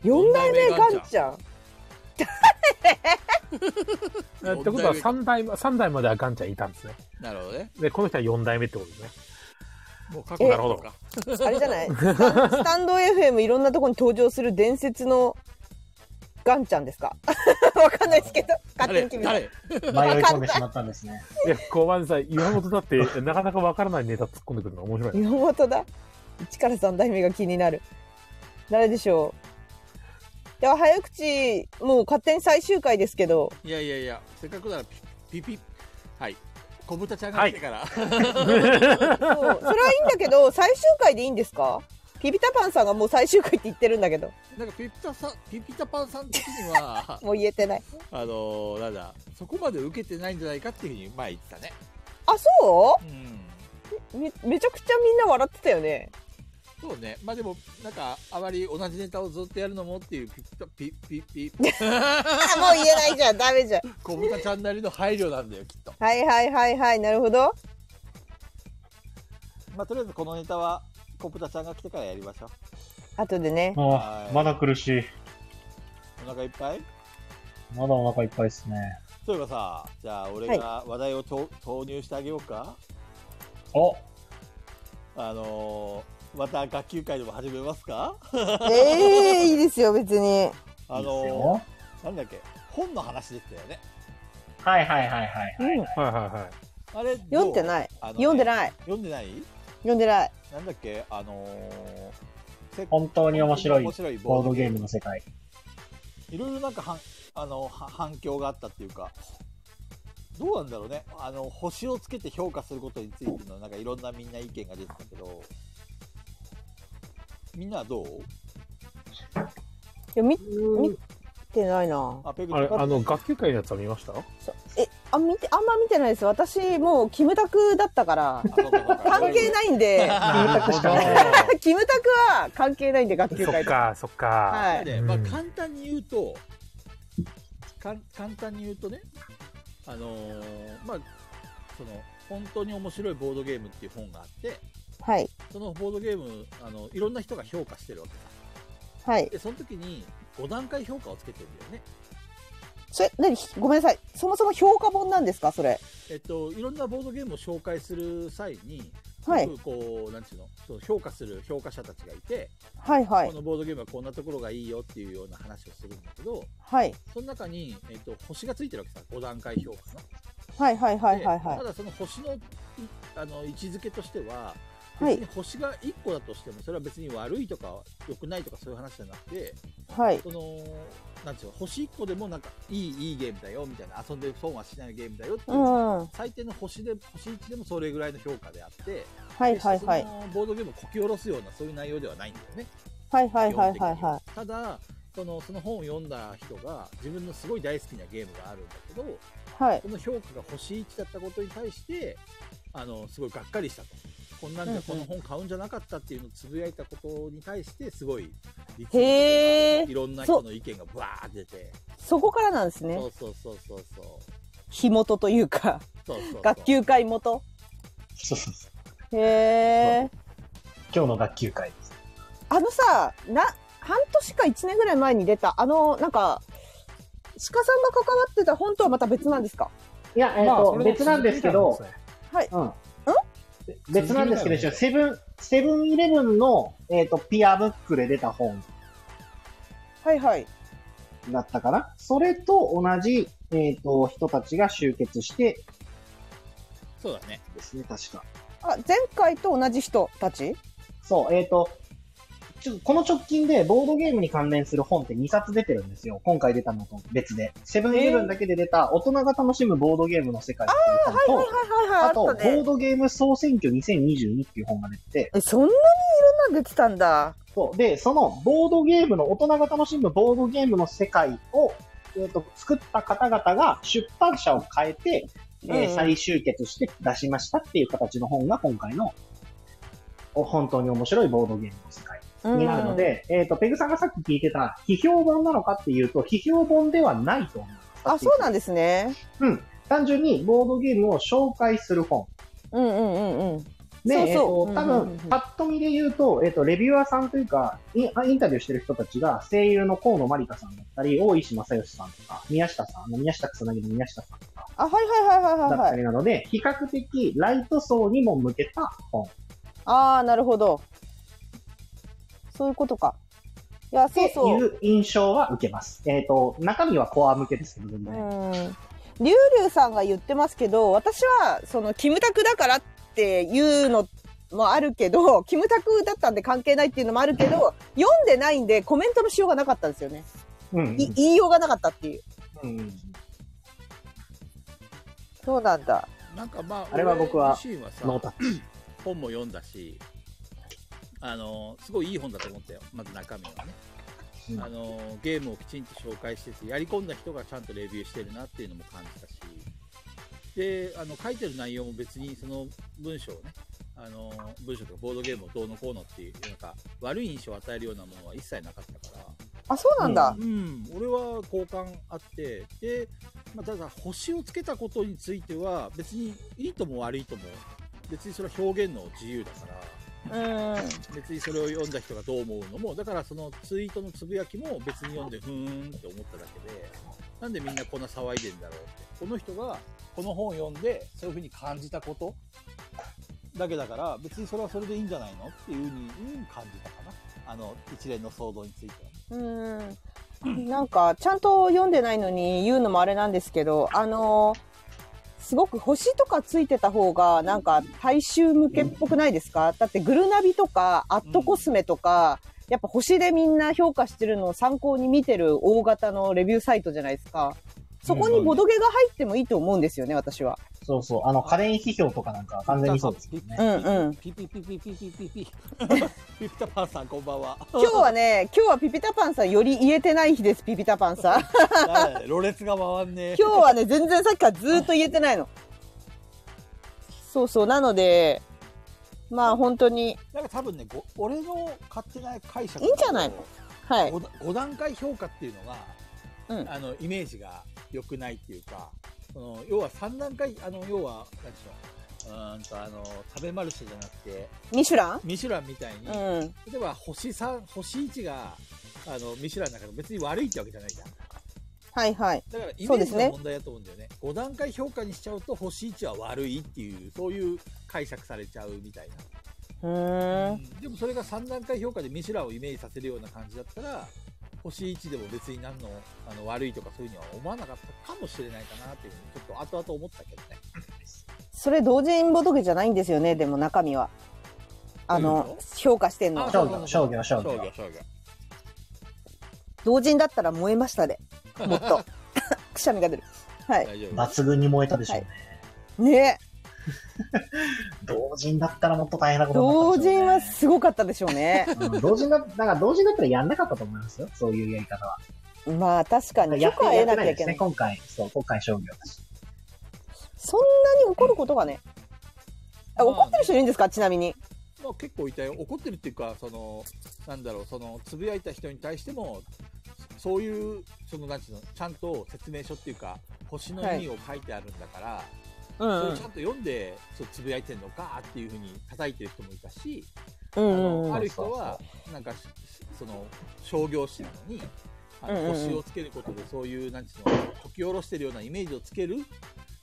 [SPEAKER 4] 四代目ガンちゃん。
[SPEAKER 2] えってことは3代ま、三代まではガンちゃんいたんですね。
[SPEAKER 1] なるほどね。
[SPEAKER 2] で、この人は4代目ってことですね。
[SPEAKER 1] もう過去
[SPEAKER 4] え
[SPEAKER 1] なるほどか。
[SPEAKER 4] あれじゃないスタンスタンド FM いろんなとこに登場する伝説のガンちゃんですか わかんないですけど、勝
[SPEAKER 1] 誰
[SPEAKER 4] 手に決めた。
[SPEAKER 1] 誰
[SPEAKER 3] 迷い込んでしまったんですね。
[SPEAKER 2] いや、こうまずさ、岩本だって、なかなかわからないネタ突っ込んでくるの面白いね。
[SPEAKER 4] 岩本だ。1から3代目が気になる。誰でしょう。では早口、もう勝手に最終回ですけど、
[SPEAKER 1] いやいやいや、せっかくならピピピ、はい。小豚ちゃんが来てから。
[SPEAKER 4] そうそれはいいんだけ ど、最終回でいいんですかピピタパンさんがもう最終回って言ってるんだけど、
[SPEAKER 1] なんかピピタさん、ピピタパンさん的には、
[SPEAKER 4] もう言えてない。
[SPEAKER 1] あのー、なんだ、そこまで受けてないんじゃないかっていうふうに前言ってたね。
[SPEAKER 4] あ、そ
[SPEAKER 1] うん。
[SPEAKER 4] うめめちゃくちゃみんな笑ってたよね。
[SPEAKER 1] そうね。まあでも、なんか、あまり同じネタをずっとやるのもっていう、ピッタピッ ピッピ、
[SPEAKER 4] あ、もう言えないじゃん、ダメじゃん。
[SPEAKER 1] 小豚ちゃんなりの配慮なんだよ、きっと。
[SPEAKER 4] はいはいはいはい、なるほど。
[SPEAKER 1] まあとりあえずこのネタは、小豚ちゃんが来てからやりましょう。
[SPEAKER 4] 後でね。
[SPEAKER 1] あーま
[SPEAKER 3] だ苦しい。
[SPEAKER 1] お腹いっぱい
[SPEAKER 3] まだお腹いっぱいですね。
[SPEAKER 1] そういえばさ、じゃあ俺が話題をと、投入してあげようか。
[SPEAKER 3] お
[SPEAKER 1] あのまた学級会でも始めますか
[SPEAKER 4] ええいいですよ、別に。
[SPEAKER 1] あ
[SPEAKER 3] いいです
[SPEAKER 1] の
[SPEAKER 3] よ
[SPEAKER 1] なんだっけ本の話できたよね
[SPEAKER 3] はいはいはいはい。
[SPEAKER 4] うん、
[SPEAKER 2] はいはいはい。
[SPEAKER 1] あれ
[SPEAKER 4] 読んでない。読んで
[SPEAKER 1] い
[SPEAKER 4] ない。
[SPEAKER 1] 読んでない
[SPEAKER 4] 読んでない。
[SPEAKER 1] なんだっけあのーせ
[SPEAKER 3] 本当に面白い
[SPEAKER 1] 面白いボ
[SPEAKER 3] ボー
[SPEAKER 1] ード
[SPEAKER 3] ド
[SPEAKER 1] ゲ
[SPEAKER 3] ゲ
[SPEAKER 1] ー
[SPEAKER 3] ー
[SPEAKER 1] ム
[SPEAKER 3] ムの世界。
[SPEAKER 1] いろいろなんかはんあのは反響があったっていうかどうなんだろうねあの星をつけて評価することについてのなんかいろんなみんな意見が出てたけどみんなはどう
[SPEAKER 4] いや、見てないな。
[SPEAKER 1] あペグ
[SPEAKER 2] あれ、
[SPEAKER 1] ちゃん
[SPEAKER 2] あの、学級会のやつは見ました
[SPEAKER 4] そうえ、あ、見て、あんま見てないです。私、もう、キムタクだっ たから、
[SPEAKER 1] あそうかそうか
[SPEAKER 4] 関係ないん で、
[SPEAKER 2] なるほど。
[SPEAKER 4] キムタクは関係ないんで、学級
[SPEAKER 2] そ
[SPEAKER 4] 会
[SPEAKER 2] っ
[SPEAKER 4] と。
[SPEAKER 2] か、そっか。
[SPEAKER 4] はい。
[SPEAKER 1] でまあ、
[SPEAKER 2] うん
[SPEAKER 1] 簡単に言うとかん簡単に言うとねあのーまあその本当に面白いボードゲームっていう本があって
[SPEAKER 4] はい。
[SPEAKER 1] そのボードゲームあのいろんな人が評価してるわけだ
[SPEAKER 4] はい。
[SPEAKER 1] でその時に5段階評価をつけてるんだよね
[SPEAKER 4] それ、何ごめんなさい。そもそも評価本なんですかそれ。
[SPEAKER 1] えっといろんなボードゲームを紹介する際に
[SPEAKER 4] はい
[SPEAKER 1] よくこうなんていうのその評価する評価者たちがいて、
[SPEAKER 4] はいはい
[SPEAKER 1] こ。のボードゲームはこんなところがいいよっていうような話をするんだけど
[SPEAKER 4] はい。
[SPEAKER 1] その中に、えっと、星がついてるわけさ5段階評価の
[SPEAKER 4] はいはいはいはい
[SPEAKER 1] でた
[SPEAKER 4] は
[SPEAKER 1] だその星のいあの位置づけとしては、
[SPEAKER 4] はい
[SPEAKER 1] 別に星が1個だとしてもそれは別に悪いとか良くないとかそういう話じゃなくて
[SPEAKER 4] い。はい。
[SPEAKER 1] そのなんていうの星1個でもなんかいいいいゲームだよみたいな遊んで損はしないゲームだよっていう
[SPEAKER 4] う、ん。は
[SPEAKER 1] 最低の星で星1でもそれぐらいの評価であって、
[SPEAKER 4] いはいは
[SPEAKER 1] 決して
[SPEAKER 4] い。
[SPEAKER 1] そのボードゲームをこき下ろすようなそういう内容ではないんだよね。
[SPEAKER 4] はいはいはいはい
[SPEAKER 1] 基本
[SPEAKER 4] は
[SPEAKER 1] 的にただそのその本を読んだ人が自分のすごい大好きなゲームがあるんだけど
[SPEAKER 4] い。はい。
[SPEAKER 1] その評価が星1だったことに対してあのすごいがっかりしたとこんなんじ
[SPEAKER 4] うんう
[SPEAKER 1] ゃ
[SPEAKER 4] ん
[SPEAKER 1] この本買うんじゃなかったっていうのをつぶやいたことに対してすごいリツイート
[SPEAKER 4] へえ
[SPEAKER 1] とかいろんな人の意見がバーって出て
[SPEAKER 4] そこからなんですね
[SPEAKER 1] そ。うそうそうそうそう
[SPEAKER 4] 日元というか、
[SPEAKER 1] そうそうそう
[SPEAKER 4] 学級会元。
[SPEAKER 3] そうそうそう。
[SPEAKER 4] へえ。
[SPEAKER 3] 今日の学級会です。
[SPEAKER 4] あのさ、な、半年か1年ぐらい前に出た、あの、なんか、鹿さんが関わってた本とはまた別なんですか
[SPEAKER 3] いや、えっ、
[SPEAKER 2] まあ
[SPEAKER 3] と、
[SPEAKER 2] それも
[SPEAKER 3] 別なんですけど、
[SPEAKER 2] 続きみたいなもんで
[SPEAKER 3] うん。
[SPEAKER 2] ん
[SPEAKER 3] 別なんですけど、一応セブン、セブンイレブンの、えっ、と、ピアブックで出た本
[SPEAKER 4] はいはい。
[SPEAKER 3] だったかなそれと同じ、えっ、と、人たちが集結して
[SPEAKER 1] そうだね
[SPEAKER 3] ですね、確か。
[SPEAKER 4] あ、前回と同じ人たち
[SPEAKER 3] そう、えっ、と、ちょっとこの直近でボードゲームに関連する本って2冊出てるんですよ。今回出たのと別で。セブンイレブンだけで出た大人が楽しむボードゲームの世界っていう本と、
[SPEAKER 4] はいは
[SPEAKER 3] あ
[SPEAKER 4] い
[SPEAKER 3] と、ボー。ドゲーム総選挙2022っていう本が出てて、
[SPEAKER 4] え、そんなにいろんなの出てたんだ。
[SPEAKER 3] そう。で、そのボードゲームの、大人が楽しむボードゲームの世界を、えっ、と、作った方々が出版社を変えて、えー
[SPEAKER 4] うん
[SPEAKER 3] 再集結して出しましたっていう形の本が今回の、お本当に面白いボードゲームの世界
[SPEAKER 4] うん
[SPEAKER 3] になるの。で、えっ、と、ペグさんがさっき聞いてた、批評本なのかっていうと、批評本ではないと思います。
[SPEAKER 4] あ、そうなん
[SPEAKER 3] で
[SPEAKER 4] ですね。
[SPEAKER 3] 単純にボードゲームを紹介する本。
[SPEAKER 4] うんうんうんうん。
[SPEAKER 3] で、
[SPEAKER 4] そうそう
[SPEAKER 3] えっ、と、多
[SPEAKER 4] うんうんうん
[SPEAKER 3] 分、パッと見で言うと、えっ、と、レビュアーさんというか、インあインタビューしてる人たちが、声優の河野まりかさんだったり、大石正義さんとか、宮下さん、あの宮下草薙の宮下さんとか、
[SPEAKER 4] あ、はいはいはいはい
[SPEAKER 3] だ
[SPEAKER 4] はい
[SPEAKER 3] っ
[SPEAKER 4] は
[SPEAKER 3] た
[SPEAKER 4] い。
[SPEAKER 3] りなので、比較的ライト層にも向けた本。
[SPEAKER 4] ああ、なるほど。そういうことか。いや、そう
[SPEAKER 3] って
[SPEAKER 4] そう。
[SPEAKER 3] いう印象は受けます。えっ、と、中身はコア向けですけど
[SPEAKER 4] う
[SPEAKER 3] ね。
[SPEAKER 4] ん。リュウリュウさんが言ってますけど、私は、その、キムタクだからっていうのもあるけど、キムタクだったんで関係ないっていうのもあるけど、読んでないんでコメントのしようがなかったんですよね。
[SPEAKER 3] うん。
[SPEAKER 4] い言いようがなかったっていう。
[SPEAKER 3] うんうん
[SPEAKER 4] そうなんだ。
[SPEAKER 1] なんかまあ
[SPEAKER 3] あれは僕は
[SPEAKER 1] 俺自身はさ
[SPEAKER 3] ノータッチ。
[SPEAKER 1] 本も読んだしあのすごいいい本だと思ったよまず中身はね、
[SPEAKER 3] うん
[SPEAKER 1] あのゲームをきちんと紹介しててやり込んだ人がちゃんとレビューしてるなっていうのも感じたしであの書いてる内容も別にその文章をねあの文章とかボードゲームをどうのこうのっていうなんか悪い印象を与えるようなものは一切なかったから
[SPEAKER 4] あ、そうなんだ。
[SPEAKER 1] うん、俺は好感あって、で、まあ、ただ、星をつけたことについては、別にいいとも悪いとも、別にそれは表現の自由だから、
[SPEAKER 4] うん。
[SPEAKER 1] 別にそれを読んだ人がどう思うのも、だからそのツイートのつぶやきも別に読んで、ふーんって思っただけで、なんでみんなこんな騒いでんだろうって、この人がこの本を読んで、そういうふうに感じたことだけだから、別にそれはそれでいいんじゃないのっていうふうにうん感じたかな。あの、一連の騒動については。
[SPEAKER 4] うんなんかちゃんと読んでないのに言うのもあれなんですけどあのすごく星とかついてた方がなんか大衆向けっぽくないですかだってグルナビとかアットコスメとか、やっぱ星でみんな評価してるのを参考に見てる大型のレビューサイトじゃないですかそこにボドゲが入ってもいいと思うんですよね私は
[SPEAKER 3] そうそう。あの、家電批評とかなんかは完全にそうですよね。
[SPEAKER 4] うんうん
[SPEAKER 1] ピピピピピピピ ピ。ピピタパンさん、こんばんは。
[SPEAKER 4] 今日はね今日はピピタパンさんより言えてない日ですピピタパンさん
[SPEAKER 1] 誰だよろれつが回んねえ。
[SPEAKER 4] 今日はね全然さっきからずーっと言えてないのそうそうなのでまあ本当に
[SPEAKER 1] なんか多分ね、ご俺の勝手な解釈だと。
[SPEAKER 4] いいんじゃないのはい
[SPEAKER 1] 5, 段階評価っていうのが、
[SPEAKER 4] うん
[SPEAKER 1] あのイメージが良くないっていうかその要は3段階あの要は何でしょううーんとあの食べマルシェじゃなくて
[SPEAKER 4] ミシュラン
[SPEAKER 1] ミシュランみたいに、
[SPEAKER 4] う
[SPEAKER 1] 例
[SPEAKER 4] ん
[SPEAKER 1] えば星3星1があのミシュランの中でも別に悪いってわけじゃないじゃん
[SPEAKER 4] はいはい
[SPEAKER 1] だからイメ
[SPEAKER 4] そう
[SPEAKER 1] ー
[SPEAKER 4] で
[SPEAKER 1] ジ
[SPEAKER 4] すね
[SPEAKER 1] の問題だと思うんだよね5段階評価にしちゃうと星1は悪いっていうそういう解釈されちゃうみたいな
[SPEAKER 4] うーん
[SPEAKER 1] でもそれが3段階評価でミシュランをイメージさせるような感じだったら星1でも別に何のあの悪いとかそういうのは思わなかったかもしれないかなっていうふうにちょっと後々思ったけどね。
[SPEAKER 4] それ同人ボトゲじゃないんですよねでも中身はあ
[SPEAKER 1] どういう
[SPEAKER 4] の
[SPEAKER 1] こ
[SPEAKER 4] 評価してんの
[SPEAKER 1] あ
[SPEAKER 4] は
[SPEAKER 3] 商業、商業、
[SPEAKER 1] 商
[SPEAKER 3] 商業
[SPEAKER 1] 業。商業
[SPEAKER 4] 同人だったら燃えましたでもっとくしゃみが出るはい
[SPEAKER 1] 大丈夫
[SPEAKER 3] 抜群に燃えたでしょうね。
[SPEAKER 4] ね
[SPEAKER 3] 同人だったらもっと大変なことになっ
[SPEAKER 4] 同
[SPEAKER 3] たでしょ
[SPEAKER 4] 人
[SPEAKER 3] うね
[SPEAKER 4] はすごかったでしょうね
[SPEAKER 3] うん同人だ、だから同人だったらやんなかったと思いますよ。そういうやり方は。
[SPEAKER 4] まあ確かに
[SPEAKER 3] や
[SPEAKER 4] 許
[SPEAKER 3] っ
[SPEAKER 4] 可
[SPEAKER 3] て
[SPEAKER 4] は
[SPEAKER 3] やっ
[SPEAKER 4] 得
[SPEAKER 3] て
[SPEAKER 4] な
[SPEAKER 3] な
[SPEAKER 4] き
[SPEAKER 3] い
[SPEAKER 4] ゃい
[SPEAKER 3] で
[SPEAKER 4] け
[SPEAKER 3] す
[SPEAKER 4] な
[SPEAKER 3] ね。
[SPEAKER 4] い
[SPEAKER 3] 今回、そう、今回商業だし。
[SPEAKER 4] そんなに怒ることがねあ怒ってる人いるんですかちなみに
[SPEAKER 1] まあ、結構いたよ怒ってるっていうかそのなんだろうそのつぶやいた人に対してもそういうそのなんていうのちゃんと説明書っていうか星の意味を書いてあるんだから、
[SPEAKER 4] うん
[SPEAKER 1] それ
[SPEAKER 4] うん
[SPEAKER 1] ちゃんと読んでそうつぶやいてんのかっていうふうに叩いてる人もいたし。
[SPEAKER 4] う
[SPEAKER 1] あ
[SPEAKER 4] んうん
[SPEAKER 1] の
[SPEAKER 4] う
[SPEAKER 1] あ
[SPEAKER 4] ん
[SPEAKER 1] る人はなんかしその商業誌なのにあ
[SPEAKER 4] うん
[SPEAKER 1] の
[SPEAKER 4] うんうん
[SPEAKER 1] 星をつけることでそういうなんていうのこき下ろしてるようなイメージをつける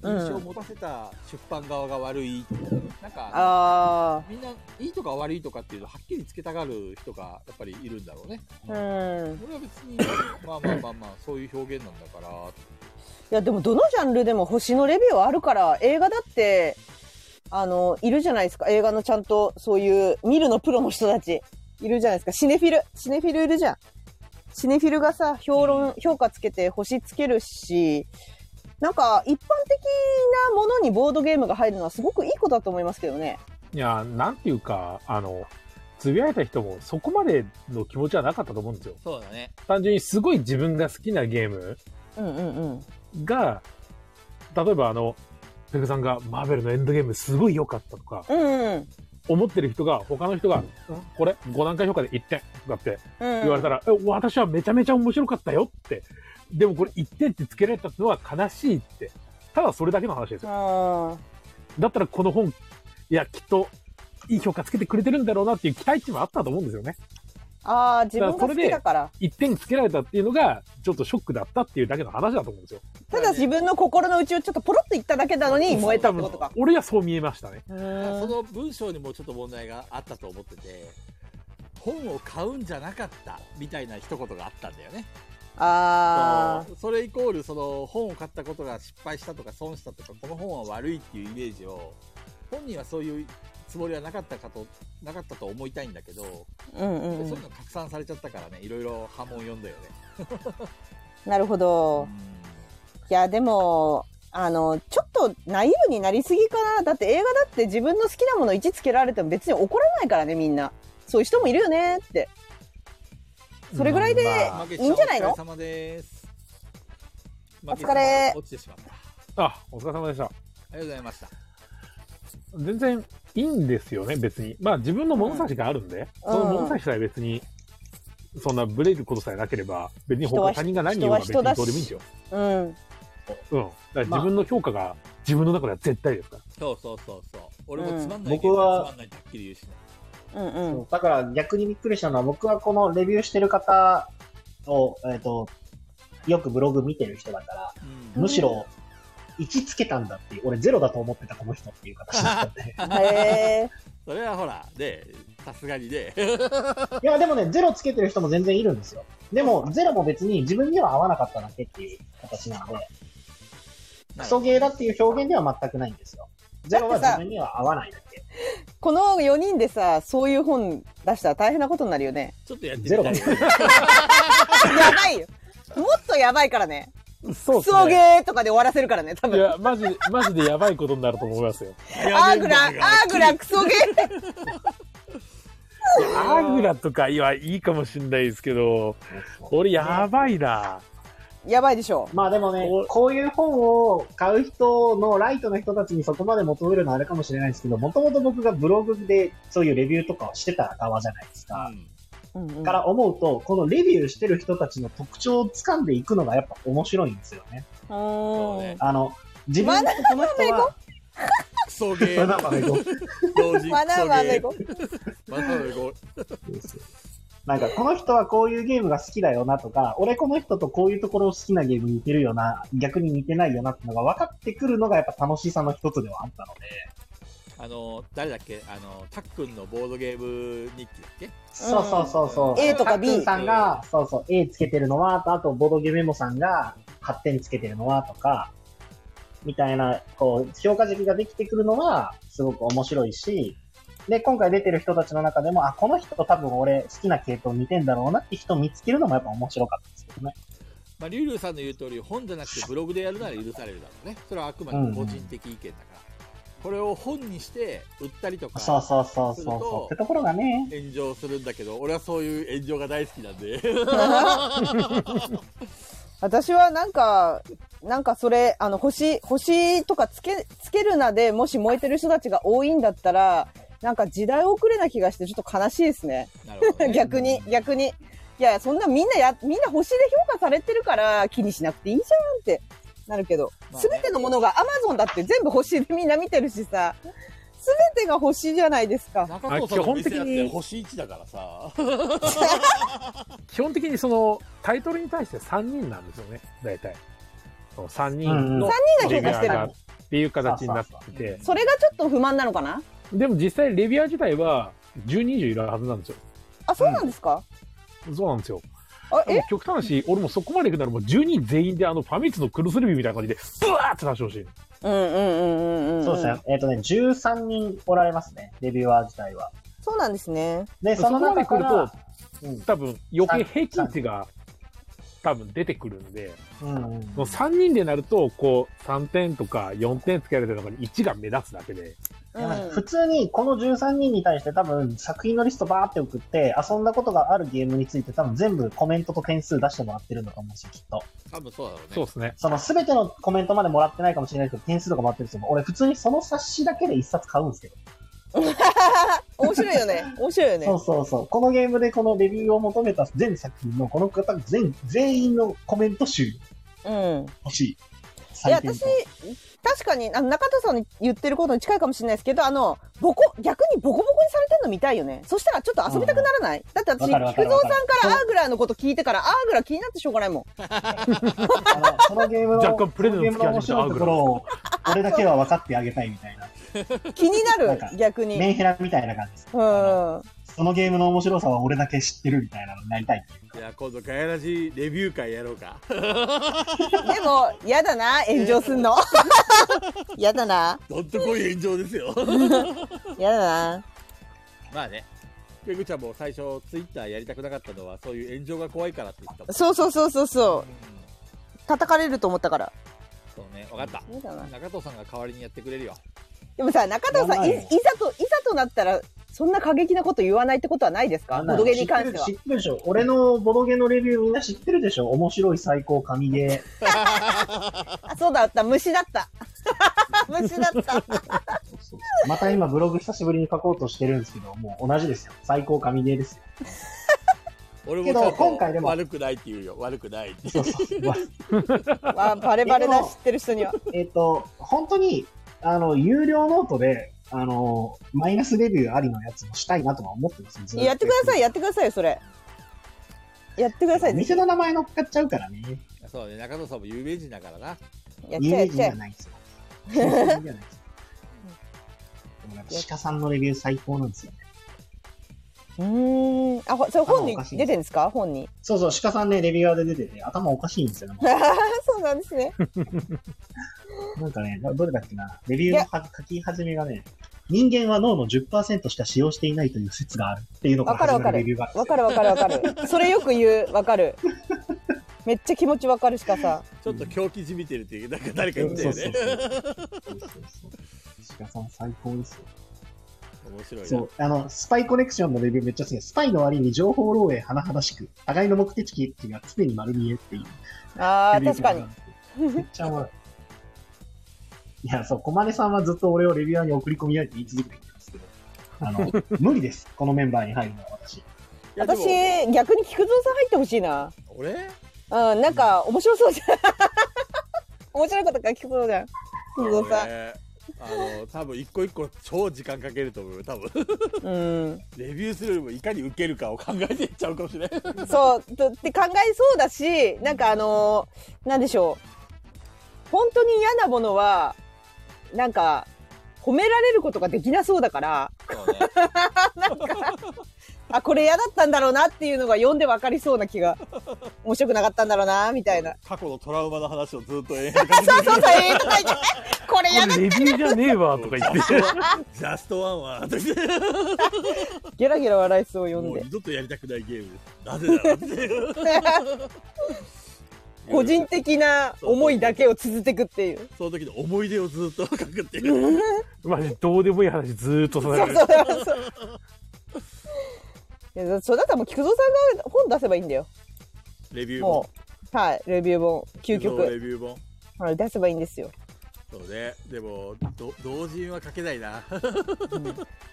[SPEAKER 1] 印象を持たせた出版側が悪いなんか
[SPEAKER 4] あ
[SPEAKER 1] みんないいとか悪いとかっていうのをはっきりつけたがる人がやっぱりいるんだろうね。
[SPEAKER 4] あうん
[SPEAKER 1] 俺は別 にまあまあまあまあそういう表現なんだから
[SPEAKER 4] いやでもどのジャンルでも星のレビューはあるから映画だってあのいるじゃないですか映画のちゃんとそういう見るのプロの人たちいるじゃないですかシネフィルシネフィルいるじゃんシネフィルがさ評論評価つけて星つけるしなんか一般的なものにボードゲームが入るのはすごくいいことだと思いますけどね
[SPEAKER 2] いや、なんていうか、あの、つぶやいた人もそこまでの気持ちはなかったと思うんですよ。
[SPEAKER 1] そうだね。
[SPEAKER 2] 単純にすごい自分が好きなゲーム
[SPEAKER 4] うんうんうん
[SPEAKER 2] が、例えばあの、ペグさんがマーベルのエンドゲームすごい良かったとか、
[SPEAKER 4] うんうん
[SPEAKER 2] 思ってる人が、他の人が、んこれ5段階評価で1点だって
[SPEAKER 4] うん
[SPEAKER 2] 言われたら、え私はめちゃめちゃ面白かったよって。でもこれ1点ってつけられたのは悲しいって。ただそれだけの話ですよ。
[SPEAKER 4] あー
[SPEAKER 2] だったらこの本、いや、きっといい評価つけてくれてるんだろうなっていう期待値もあったと思うんですよね。
[SPEAKER 4] あー自分が好きだから
[SPEAKER 2] 1点つけられたっていうのが、ちょっとショックだったっていうだけの話だと思うんですよ。
[SPEAKER 4] ただ自分の心の内をちょっとポロッと言っただけなのに燃えたってことか。
[SPEAKER 2] 俺はそう見えましたね。
[SPEAKER 4] う
[SPEAKER 1] そ
[SPEAKER 4] ーん
[SPEAKER 1] の文章にもちょっと問題があったと思ってて本を買うんじゃなかったみたいな一言があったんだよね。
[SPEAKER 4] あ
[SPEAKER 1] そのそれイコールその本を買ったことが失敗したとか損したとかこの本は悪いっていうイメージを本人はそういうつもりはなかったかとなかったと思いたいんだけど、
[SPEAKER 4] あ、うんうんう、
[SPEAKER 1] そういうんの拡散されちゃったからねいろいろ波紋読んだよね。
[SPEAKER 4] なるほど。いや、でも、あの、ちょっとナイーブになりすぎかな。だって映画だって自分の好きなもの位置つけられても別に怒らないからね、みんな。そういう人もいるよねって。それぐらいで
[SPEAKER 2] ま
[SPEAKER 1] うん
[SPEAKER 2] あ
[SPEAKER 1] 負け
[SPEAKER 4] いいんじゃないの
[SPEAKER 1] お疲れ様です。お
[SPEAKER 4] お疲れ
[SPEAKER 1] 落ちてしまった。あ
[SPEAKER 2] あ、お疲れ様でした。
[SPEAKER 1] りがとうございました。
[SPEAKER 2] 全然いいんですよね、別に。まあ自分の物差しがあるんで、その物差しさえ別に、そんなブレることさえなければ、別に
[SPEAKER 4] 人は
[SPEAKER 2] 他他人が何言おうが別
[SPEAKER 4] 人は人
[SPEAKER 2] に
[SPEAKER 4] だし
[SPEAKER 2] どうでもいいんですよ。
[SPEAKER 4] うん。
[SPEAKER 2] うん。だから自分の評価が自分の中では絶対ですから。
[SPEAKER 1] そうそうそうそう。俺もつまんない、
[SPEAKER 3] うん僕は
[SPEAKER 1] つまんないってはっきり言うしね。
[SPEAKER 4] うんうん。
[SPEAKER 3] だから逆にびっくりしたのは、僕はこのレビューしてる方を、えっ、と、よくブログ見てる人だから、
[SPEAKER 1] うん
[SPEAKER 3] むしろ、 1つけたんだっていう、俺ゼロだと思ってたこの人っていう形だったんで。
[SPEAKER 4] へえ。
[SPEAKER 1] それはほら、で、さすがにね。
[SPEAKER 3] いや、でもね、ゼロつけてる人も全然いるんですよ。でも、ゼロも別に自分には合わなかっただけっていう形なので、クソゲーだっていう表現では全くないんですよ。ゼロは自分には合わないだけ。
[SPEAKER 4] この4人でさ、そういう本出したら大変なことになる よね。
[SPEAKER 1] ちょっとやってみ
[SPEAKER 3] ゼロ
[SPEAKER 1] た
[SPEAKER 3] が
[SPEAKER 1] い
[SPEAKER 3] ね
[SPEAKER 1] ね。
[SPEAKER 4] やばいよ。もっとやばいからね。
[SPEAKER 2] そう
[SPEAKER 4] ク
[SPEAKER 2] です
[SPEAKER 4] ソ
[SPEAKER 2] ね。
[SPEAKER 4] ゲーとかで終わらせるからね、多
[SPEAKER 2] い
[SPEAKER 4] 分。
[SPEAKER 2] や、マジ、マジでやばいことになると思いますよ。
[SPEAKER 4] アーグラ、アーグラクソゲー。
[SPEAKER 2] アグラとか、いや、いいかもしんないですけど、俺やばいな。
[SPEAKER 4] やばいでしょ。
[SPEAKER 3] まあでもね
[SPEAKER 2] お、
[SPEAKER 3] こういう本を買う人のライトの人たちにそこまで求めるのはあれかもしれないですけど、もともと僕がブログでそういうレビューとかをしてた側じゃないです
[SPEAKER 1] う
[SPEAKER 3] か。
[SPEAKER 1] ん
[SPEAKER 4] うんうん
[SPEAKER 3] から思うと、このレビューしてる人たちの特徴を掴んでいくのがやっぱ面白いんですよね。
[SPEAKER 4] う
[SPEAKER 1] そう
[SPEAKER 4] ー
[SPEAKER 1] ね
[SPEAKER 4] ん。
[SPEAKER 3] あの、自分とこの人は、
[SPEAKER 1] クソゲ ー。
[SPEAKER 3] まだまだ行こ
[SPEAKER 1] 同時
[SPEAKER 4] マナーマナー行こ
[SPEAKER 1] マナーゴ
[SPEAKER 3] なんかこの人はこういうゲームが好きだよなとか、俺この人とこういうところ好きなゲーム似てるよな、逆に似てないよなってのが分かってくるのがやっぱ楽しさの一つではあったので、
[SPEAKER 1] あの、誰だっけあの、たっくんのボードゲーム日記だっけ
[SPEAKER 3] そうそうそうそう。
[SPEAKER 4] A とか B
[SPEAKER 3] タックンさんが、そうそう、A つけてるのは、あと、ボドゲメモさんが8点つけてるのは、とか、みたいな、こう、評価軸ができてくるのは、すごく面白いし、で、今回出てる人たちの中でも、あ、この人多分俺好きな系統似てんだろうなって人見つけるのもやっぱ面白かったですけどね。
[SPEAKER 1] まあ、リュウリュウさんの言う通り、本じゃなくてブログでやるなら許されるだろうね。それはあくまでも個人的意見だから。これを本にして売ったりとか、
[SPEAKER 3] そうそうそうそう
[SPEAKER 1] する
[SPEAKER 3] そう。
[SPEAKER 1] と
[SPEAKER 3] ってところがね、
[SPEAKER 1] 炎上するんだけど、俺はそういう炎上が大好きなん で。
[SPEAKER 4] 私はなんか、なんかそれ、あの、星、星とかつけ、つけるなで、もし燃えてる人たちが多いんだったら、なんか時代遅れな気がして、ちょっと悲しいですね。
[SPEAKER 1] なるほど、ね。
[SPEAKER 4] 逆に、逆に。いや、そんなみんなや、みんな星で評価されてるから気にしなくていいじゃんってなるけど、
[SPEAKER 1] まあ
[SPEAKER 4] す
[SPEAKER 1] ね
[SPEAKER 4] べ、てのものが Amazon だって全部星でみんな見てるしさ、すべてが星じゃないですか。
[SPEAKER 1] 中藤さんの店だって星1だからさ。
[SPEAKER 2] 基本的にその、タイトルに対して3人なんですよね、大体。その3人の
[SPEAKER 4] うん
[SPEAKER 2] レビュ
[SPEAKER 4] 三人が評価して
[SPEAKER 2] ア
[SPEAKER 4] る
[SPEAKER 2] がっていう形になってて、
[SPEAKER 4] それがちょっと不満なのかな
[SPEAKER 2] でも実際レビュアー自体は10人以上いるはずなんですよ。
[SPEAKER 4] あ、そうなんですか、
[SPEAKER 2] そうなんですよ。
[SPEAKER 4] あ、え
[SPEAKER 2] 極端だし、俺もそこまで行くならもう10人全員であのファミツのクルスレビューみたいな感じで、ブワーって出してほしい。
[SPEAKER 4] うんうんうんうんうん。
[SPEAKER 3] そうですね。。えっ、とね、13人おられますね、レビュアー自体は。
[SPEAKER 4] そうなんですね。
[SPEAKER 3] で、
[SPEAKER 2] そ
[SPEAKER 3] その
[SPEAKER 2] こまで
[SPEAKER 3] 中
[SPEAKER 2] 来
[SPEAKER 3] か
[SPEAKER 2] る
[SPEAKER 3] ら
[SPEAKER 2] と、、
[SPEAKER 3] うん
[SPEAKER 2] 多分余計平均値が多分出てくるんで、
[SPEAKER 3] うんうん
[SPEAKER 2] もう3人でなると、こう、3点とか4点つけられてる中に1が目立つだけで、
[SPEAKER 4] う
[SPEAKER 3] いやなんか
[SPEAKER 4] ん
[SPEAKER 3] 普通にこの13人に対して多分作品のリストバーって送って遊んだことがあるゲームについて多分全部コメントと点数出してもらってるんだと思うしきっと
[SPEAKER 1] 多分そうだろうね。
[SPEAKER 2] そうですね。
[SPEAKER 3] その全てのコメントまでもらってないかもしれないけど点数とかもらってるんですよ俺普通にその冊子だけで1冊買うんですけど、
[SPEAKER 4] 面白い よね。面白いよね
[SPEAKER 3] そ。うそうそうこのゲームでこのレビューを求めた全作品のこの方全全員のコメント集
[SPEAKER 4] うん。
[SPEAKER 3] 欲しい
[SPEAKER 4] いや
[SPEAKER 3] 採点
[SPEAKER 4] 私確かにあの中田さんの言ってることに近いかもしれないですけどあのボコ逆にボコボコにされてるの見たいよねそしたらちょっと遊びたくならない、だって
[SPEAKER 3] わ
[SPEAKER 4] 私
[SPEAKER 3] かるわか
[SPEAKER 4] 菊
[SPEAKER 3] る
[SPEAKER 4] 蔵
[SPEAKER 3] わ
[SPEAKER 4] さ
[SPEAKER 3] かる
[SPEAKER 4] んからアーグラのこと聞いてからアーグラ気になってしょうがないもん
[SPEAKER 3] あのそのゲームの
[SPEAKER 2] 若干プレゼントつき
[SPEAKER 3] そのゲームの
[SPEAKER 2] 始め
[SPEAKER 3] 面
[SPEAKER 2] た
[SPEAKER 3] 白いところを俺だけは分かってあげたいみたいな
[SPEAKER 4] 気にな
[SPEAKER 3] な
[SPEAKER 4] る
[SPEAKER 3] んか
[SPEAKER 4] 逆に、
[SPEAKER 3] メンヘラみたいな感じです
[SPEAKER 4] うん
[SPEAKER 3] そのゲームの面白さは俺だけ知ってるみたいなのになりたい。
[SPEAKER 1] いや、今度ガヤラジレビュー会やろうか。
[SPEAKER 4] でも嫌だな炎上す んの嫌だな
[SPEAKER 1] どんとこい炎上です よ。
[SPEAKER 4] 嫌だな
[SPEAKER 1] まあね。ペグちゃんも最初ツイッターやりたくなかったのはそういう炎上が怖いからって言ったもん。
[SPEAKER 4] そうそうそうそうそ
[SPEAKER 1] うん
[SPEAKER 4] う叩かれると思ったから
[SPEAKER 1] そうね、わかった。
[SPEAKER 4] 嫌だな
[SPEAKER 1] 中藤さんが代わりにやってくれるよ。
[SPEAKER 4] でもさ中藤さんいい
[SPEAKER 3] や
[SPEAKER 4] ざ
[SPEAKER 3] ばいね
[SPEAKER 4] といざとなったらそんな過激なこと言わないってことはないですかボドゲに関しては
[SPEAKER 3] 知ってる知ってるでしょ。俺のボドゲのレビューみんな知ってるでしょ。面白い最高神ゲ
[SPEAKER 4] あ、そうだった。虫だった。 虫だった。
[SPEAKER 3] ー。また今ブログ久しぶりに書こうとしてるんですけど、もう同じですよ。最高神ゲーですよ。
[SPEAKER 1] 俺も
[SPEAKER 3] け
[SPEAKER 1] ち
[SPEAKER 3] ど
[SPEAKER 1] ょっ
[SPEAKER 3] 今回で
[SPEAKER 1] と
[SPEAKER 3] も
[SPEAKER 1] 悪くないって言うよ。悪くないって。
[SPEAKER 3] そうそう。わ
[SPEAKER 4] わあ、バレバレだ、知ってる人には。
[SPEAKER 3] えっと、本当に、あの、有料ノートで、あの、マイナスレビューありのやつもしたいなとは思ってます。ずっと
[SPEAKER 4] やってください、やってくださいよ、それ。やってください。
[SPEAKER 3] お店の名前乗っかっちゃうからね。
[SPEAKER 1] そうね、中藤さんも有名人だからな。
[SPEAKER 4] やっ
[SPEAKER 3] 有
[SPEAKER 4] ちゃえや
[SPEAKER 3] 名
[SPEAKER 4] っ
[SPEAKER 3] 人
[SPEAKER 4] ち
[SPEAKER 3] じ
[SPEAKER 4] ゃ
[SPEAKER 3] ゃないですよ。有名人じゃ
[SPEAKER 4] え。
[SPEAKER 3] ないですよ。でもなんか鹿さんのレビュー最高なんですよね。
[SPEAKER 4] うーん。あ、ほそれ本
[SPEAKER 3] 頭お
[SPEAKER 4] に
[SPEAKER 3] かしい
[SPEAKER 4] 出てるんですか本に。
[SPEAKER 3] そうそう、鹿さんね、レビューアーで出てて、頭おかしいんですよね。
[SPEAKER 4] そうなんですね。
[SPEAKER 3] なんかね、どれだっけな、レビューのは書き始めがね、人間は脳の10%しか使用していないという説があるっていうのから
[SPEAKER 4] わかる
[SPEAKER 3] 始
[SPEAKER 4] わ
[SPEAKER 3] ま
[SPEAKER 4] か
[SPEAKER 3] る
[SPEAKER 4] る
[SPEAKER 3] レビューがあるんですよ
[SPEAKER 4] わかるわかるわかる。それよく言う。わかる。めっちゃ気持ちわかるしかさ。
[SPEAKER 1] ちょっと狂気じみてるっていう、なんか誰か言ってた
[SPEAKER 3] そ
[SPEAKER 1] よ
[SPEAKER 3] うそ
[SPEAKER 1] ね
[SPEAKER 3] う。そう。そうそうそう鹿さん最高ですよ。
[SPEAKER 1] 面白いな。
[SPEAKER 3] そう、あの、スパイコレクションのレビューめっちゃ好きです。スパイの割に情報漏洩甚だしく、互いの目的地が常に丸見えっていう。
[SPEAKER 4] ああ、確かに。。
[SPEAKER 3] めっちゃおもろい。いや、そう、駒根さんはずっと俺をレビュアーに送り込みやれって言い続けてるんですけど、あの、無理です。このメンバーに入るのは私。
[SPEAKER 1] いやでも
[SPEAKER 4] 私、逆に菊蔵さん入ってほしいな。
[SPEAKER 1] 俺
[SPEAKER 4] うん、なんか、面白そうじゃん。 面白いこと書きそうじゃん。菊蔵さん。
[SPEAKER 1] 俺あの、多分一個一個超時間かけると思うよ。多分。
[SPEAKER 4] うん。
[SPEAKER 1] レビューするよりもいかに受けるかを考えていっちゃうかもしれない。
[SPEAKER 4] そう、とって考えそうだし、なんかあのーなんでしょう。本当に嫌なものは、なんか、褒められることができなそうだから、
[SPEAKER 1] そうね。
[SPEAKER 4] あ、これ嫌だったんだろうなっていうのが読んで分かりそうな気が、面白くなかったんだろうな、み たいな。
[SPEAKER 1] 過去のトラウマの話をずっと延々と
[SPEAKER 4] そうそうそう、えーとか言ってこれ嫌だ、
[SPEAKER 2] レビューじゃねえわとか言っ て。
[SPEAKER 1] ジャストワンは私
[SPEAKER 4] ゲラゲラ笑いそう読
[SPEAKER 1] も
[SPEAKER 4] ん
[SPEAKER 1] う
[SPEAKER 4] で
[SPEAKER 1] 二。度とやりたくないゲームですなぜだろうって
[SPEAKER 4] 個人的な思いだけを綴ってくっていう。
[SPEAKER 1] その時の思い出をずっと書くっていう
[SPEAKER 2] マジどうでもいい話ずーっとされ
[SPEAKER 4] そう
[SPEAKER 2] る。
[SPEAKER 4] そうそうそう。いやそれだったらもう菊蔵さんが本出せばいいんだよ。
[SPEAKER 1] レビュー本
[SPEAKER 4] もう、はい、レビュー本、究
[SPEAKER 1] そうレ
[SPEAKER 4] 極、
[SPEAKER 1] ビュー本
[SPEAKER 4] はい、出せばいいんですよ。
[SPEAKER 1] そうねでもど同人は書けないな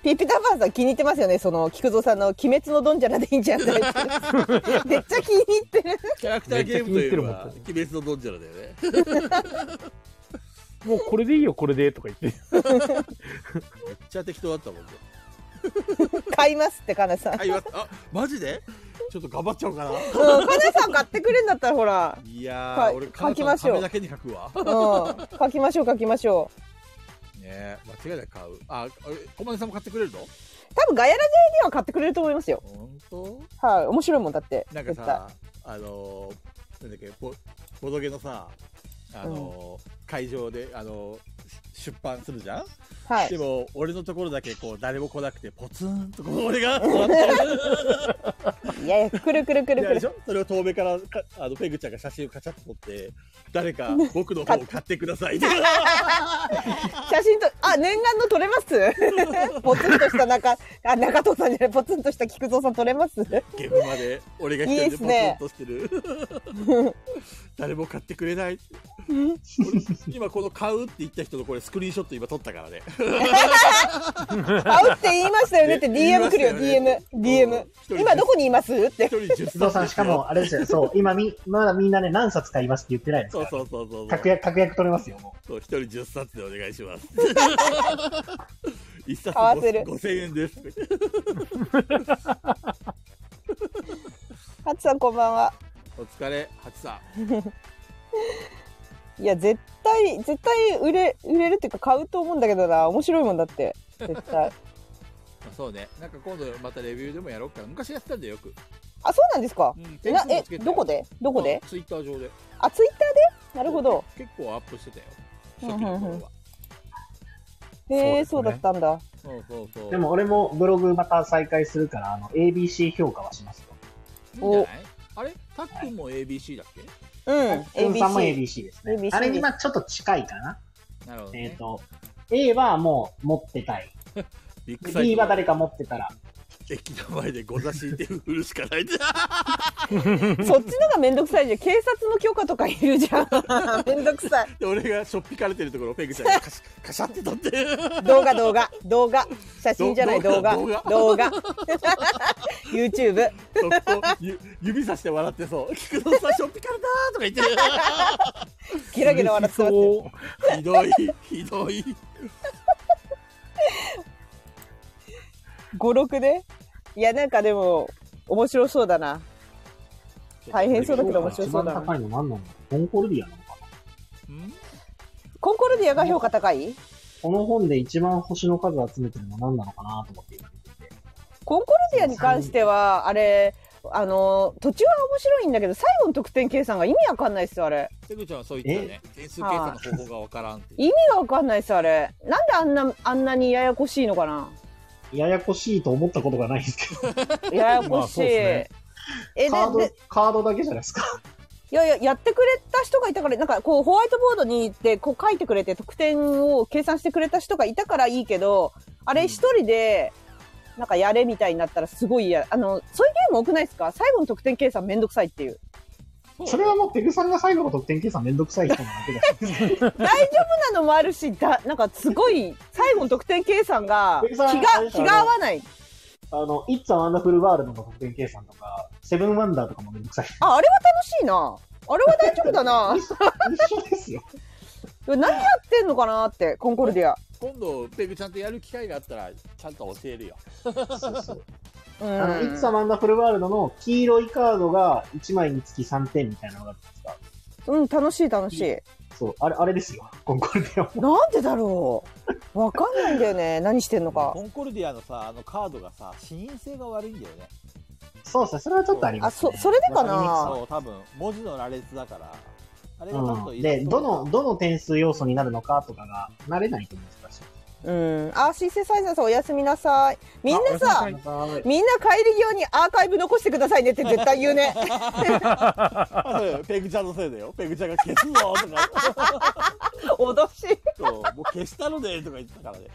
[SPEAKER 4] ピーピタパンさん気に入ってますよね、その、菊蔵さんの鬼滅のドンジャラでいいんじゃないめっちゃ気に入ってる。
[SPEAKER 1] キャラクターゲームといえば
[SPEAKER 2] めっ
[SPEAKER 1] 鬼滅のドンジャラだよね
[SPEAKER 2] もうこれでいいよ、これでとか言って。
[SPEAKER 1] めっちゃ適当だったもんね
[SPEAKER 4] 買いますって、かなさん。うん
[SPEAKER 1] あ、わあマジでちょっと頑張っちゃおうかな
[SPEAKER 4] かなさん買ってくれんだったら、ほら。
[SPEAKER 1] いやー、
[SPEAKER 4] はい
[SPEAKER 1] 俺
[SPEAKER 4] 書きましょ
[SPEAKER 1] 彼女のため
[SPEAKER 4] う
[SPEAKER 1] だけに書くわ
[SPEAKER 4] うん。書きましょう、書きましょう。
[SPEAKER 1] ね間違いなく買うああれ小金さんも買ってくれるの
[SPEAKER 4] 多分、ガヤラ JD は買ってくれると思いますよ。
[SPEAKER 1] 本当
[SPEAKER 4] はい、面白いもんだって。
[SPEAKER 1] なんか
[SPEAKER 4] 絶対
[SPEAKER 1] さ、あのー、なんだっけ、ボボドゲのさ、あのー会場で、あのーし出版するじゃん、
[SPEAKER 4] はい
[SPEAKER 1] で。も、俺のところだけ、こう、誰も来なくて、ポツンと、こう、俺 が座って
[SPEAKER 4] いやいや、くるくるくる
[SPEAKER 1] る
[SPEAKER 4] く
[SPEAKER 1] でし
[SPEAKER 4] る。
[SPEAKER 1] ょそれを遠目からか、あの、ペグちゃんが写真をカチャッと撮って、誰か僕の方を買ってくださ いって。
[SPEAKER 4] 写真と、あ、念願の撮れま すポツンとした中、あ、中藤さんじゃない、ポツンとした菊蔵さん撮れます
[SPEAKER 1] ゲームまで、俺が一
[SPEAKER 4] いい
[SPEAKER 1] 人
[SPEAKER 4] っ
[SPEAKER 1] ですポツン
[SPEAKER 4] ね
[SPEAKER 1] としてる。 誰も買ってくれない。俺今この買うって言った人のこれスクリーンショット今撮ったからね。
[SPEAKER 4] 会うって言いましたよねって
[SPEAKER 1] 言い
[SPEAKER 4] DM
[SPEAKER 1] ま
[SPEAKER 4] 来
[SPEAKER 1] し
[SPEAKER 4] る
[SPEAKER 1] た
[SPEAKER 4] よ
[SPEAKER 1] よね
[SPEAKER 4] DM、DM
[SPEAKER 1] うん
[SPEAKER 4] 今どこにいますって
[SPEAKER 1] 一人10冊
[SPEAKER 3] 須藤さん、しかも、あれですよ、そう、今み、 まだみんなね、何冊買いますって言ってないです
[SPEAKER 1] そ
[SPEAKER 3] か
[SPEAKER 1] う
[SPEAKER 3] ら。
[SPEAKER 1] そうそうそうそう
[SPEAKER 3] 確約、確約取れますよ、も
[SPEAKER 1] そう一人10冊でお願いします 一冊
[SPEAKER 4] 買わせる
[SPEAKER 1] 5000円です
[SPEAKER 4] ハチさんこんばんは
[SPEAKER 1] お疲れハチさん
[SPEAKER 4] いや絶対絶対売れ売れるっていうか買うと思うんだけどな面白いもんだって絶対
[SPEAKER 1] そうねなんか今度またレビューでもやろうか昔やってたんだよよく、
[SPEAKER 4] あそうなんですか
[SPEAKER 1] うん
[SPEAKER 4] なえどこでどこで
[SPEAKER 1] ツイッター上で
[SPEAKER 4] あツイッターでなるほど
[SPEAKER 1] 結構アップしてたよ初期の頃は
[SPEAKER 4] へえそ,、
[SPEAKER 2] そううです
[SPEAKER 4] だ
[SPEAKER 2] ね
[SPEAKER 4] ったんだ
[SPEAKER 1] そうそうそう
[SPEAKER 3] う。でも、俺もブログまた再開するから、あの、ABC 評価はしますよ。
[SPEAKER 1] いいんじゃないあれタックンも ABC だっけ、
[SPEAKER 4] うん
[SPEAKER 3] うんさんも
[SPEAKER 4] ABC
[SPEAKER 3] ABC ですね
[SPEAKER 4] ABC。
[SPEAKER 3] あれに、まあ、ちょっと近いかな。
[SPEAKER 1] なるほど、
[SPEAKER 3] え
[SPEAKER 1] ね
[SPEAKER 3] っと、A はもう持ってたい。
[SPEAKER 1] ビッグサイ
[SPEAKER 3] B
[SPEAKER 1] ト
[SPEAKER 3] は誰か持ってたら、
[SPEAKER 1] 駅の前でご座敷で振るしかない
[SPEAKER 4] そっちのがめんどくさいじゃん警察の許可とかいるじ ゃんめんどくさい
[SPEAKER 1] で俺がしょっぴかれてるところをペグちゃんがカシカシャって撮って
[SPEAKER 4] 動画動画動画写真じゃない
[SPEAKER 1] ど
[SPEAKER 4] 動画
[SPEAKER 1] 動画
[SPEAKER 4] 動画 YouTube
[SPEAKER 1] そこゆ指さして笑ってそう菊蔵さんしょっぴかれたーとか言ってる
[SPEAKER 4] ゲラゲラ笑ってます
[SPEAKER 2] そう
[SPEAKER 1] ひどい、ひどい。
[SPEAKER 4] 56でいやなんかでも面白そうだな大変そうだけど面白そうだな
[SPEAKER 3] 一番高いの何なんだろうコンコルディアなのかな
[SPEAKER 1] うん
[SPEAKER 4] コンコルディアが評価高い
[SPEAKER 3] この本で一番星の数集めてるのは何なのかなと思って今見てて。
[SPEAKER 4] コンコルディアに関しては、あれ、あの、途中は面白いんだけど、最後の得点計算が意味わかんないっすよ、あれ。
[SPEAKER 1] テグちゃんはそう言ってたよね。点数計算の方法がわからんって。
[SPEAKER 4] 意味がわかんないっすよ、あれ。なんであんな、あんなにややこしいのかな
[SPEAKER 3] ややこしいと思ったことがないんですけど、
[SPEAKER 4] ややこ
[SPEAKER 2] まあ
[SPEAKER 4] しい。
[SPEAKER 2] そうっすね
[SPEAKER 4] え、で、
[SPEAKER 3] カード
[SPEAKER 4] で、、
[SPEAKER 3] カードだけじゃないですか。
[SPEAKER 4] いやいや、やってくれた人がいたから、なんかこう、ホワイトボードに行って、こう書いてくれて、得点を計算してくれた人がいたからいいけど、あれ一人で、なんかやれみたいになったらすごい嫌。あの、そういうゲーム多くないですか最後の得点計算めんどくさいっていう。
[SPEAKER 3] それはもうペグさんが最後の得点計算めんどくさい人なだけだし、
[SPEAKER 4] 大丈夫なのもあるし、だ、なんかすごい、最後の得点計算が、
[SPEAKER 3] ペグ
[SPEAKER 4] 気
[SPEAKER 3] さんあ
[SPEAKER 4] が
[SPEAKER 3] れ、でし
[SPEAKER 4] 気
[SPEAKER 3] ょ
[SPEAKER 4] が合わない。
[SPEAKER 3] あの、It's a Wonderful World の得点計算とか、セブンワンダーとかもめんどくさい。
[SPEAKER 4] あ、あれは楽しいな。あれは大丈夫だな。
[SPEAKER 3] 一緒ですよ。
[SPEAKER 4] 何やってんのかなって、コンコルディア。
[SPEAKER 1] 今度、ペグちゃんとやる機会があったら、ちゃんと教えるよ。
[SPEAKER 3] そうそう
[SPEAKER 4] う
[SPEAKER 3] あの、It's a。
[SPEAKER 4] ん
[SPEAKER 3] Wonderful World の黄色いカードが1枚につき3点みたいなのがあるんですか。
[SPEAKER 4] うん、楽しい楽しい。
[SPEAKER 3] そう、あれ、あれですよ。コンコルディアも。
[SPEAKER 4] なんでだろう。わかんないんだよね。何してんのか
[SPEAKER 1] コ。ンコルディアのさ、あのカードがさ、視認性が悪いんだよね。
[SPEAKER 3] そうですね、それはちょっとあります、ね。
[SPEAKER 4] あそそれでかな
[SPEAKER 3] わりにくさ
[SPEAKER 1] そう、多分、文字の羅列だから、あれがちょっ
[SPEAKER 3] う
[SPEAKER 1] と
[SPEAKER 3] ん、
[SPEAKER 1] イラス
[SPEAKER 3] で、
[SPEAKER 1] ト
[SPEAKER 3] どの、どの点数要素になるのかとかが慣れないと難しい。
[SPEAKER 4] うん。あ、シンセサイザーさんおやすみなさい。みんな
[SPEAKER 2] あお
[SPEAKER 4] さ
[SPEAKER 2] やすみ、
[SPEAKER 4] みんな帰り際にアーカイブ残してくださいねって絶対言うね。
[SPEAKER 1] あそうよペグちゃんのせいだよ。ペグちゃんが消すぞとか。
[SPEAKER 4] 脅しい。
[SPEAKER 1] そう、もう消したのでとか言ってたからね。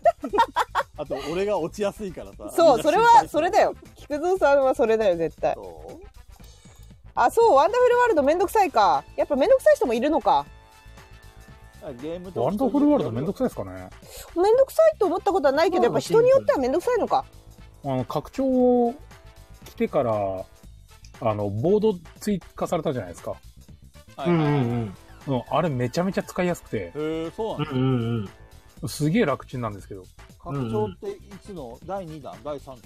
[SPEAKER 1] あと、俺が落ちやすいからさ。
[SPEAKER 4] そう、
[SPEAKER 1] みん
[SPEAKER 4] そ
[SPEAKER 1] な
[SPEAKER 4] れ
[SPEAKER 1] 心配す
[SPEAKER 4] は、
[SPEAKER 1] る
[SPEAKER 4] それだ。よ。菊蔵さんはそれだよ、絶対。
[SPEAKER 1] そう
[SPEAKER 4] あ、そう、ワンダフルワールドめんどくさいか。やっぱめんどくさい人もいるのか。
[SPEAKER 1] ゲームと
[SPEAKER 2] ワンダフルワールドめんどく
[SPEAKER 1] さ
[SPEAKER 2] さいですかね
[SPEAKER 4] めんどくさいと思ったことはないけど、やっぱ人によってはめんどくさいのか。
[SPEAKER 2] あの、拡張を着てから、あの、ボード追加されたじゃないですか。
[SPEAKER 1] はいはいはい。へ
[SPEAKER 3] ん。
[SPEAKER 2] うん、あれめちゃめちゃ使いやすくて、
[SPEAKER 1] え、そうなんだ。
[SPEAKER 3] うんうんうん。
[SPEAKER 2] すげえ楽ちんなんですけど、
[SPEAKER 1] 拡張っていつの第2弾、第3弾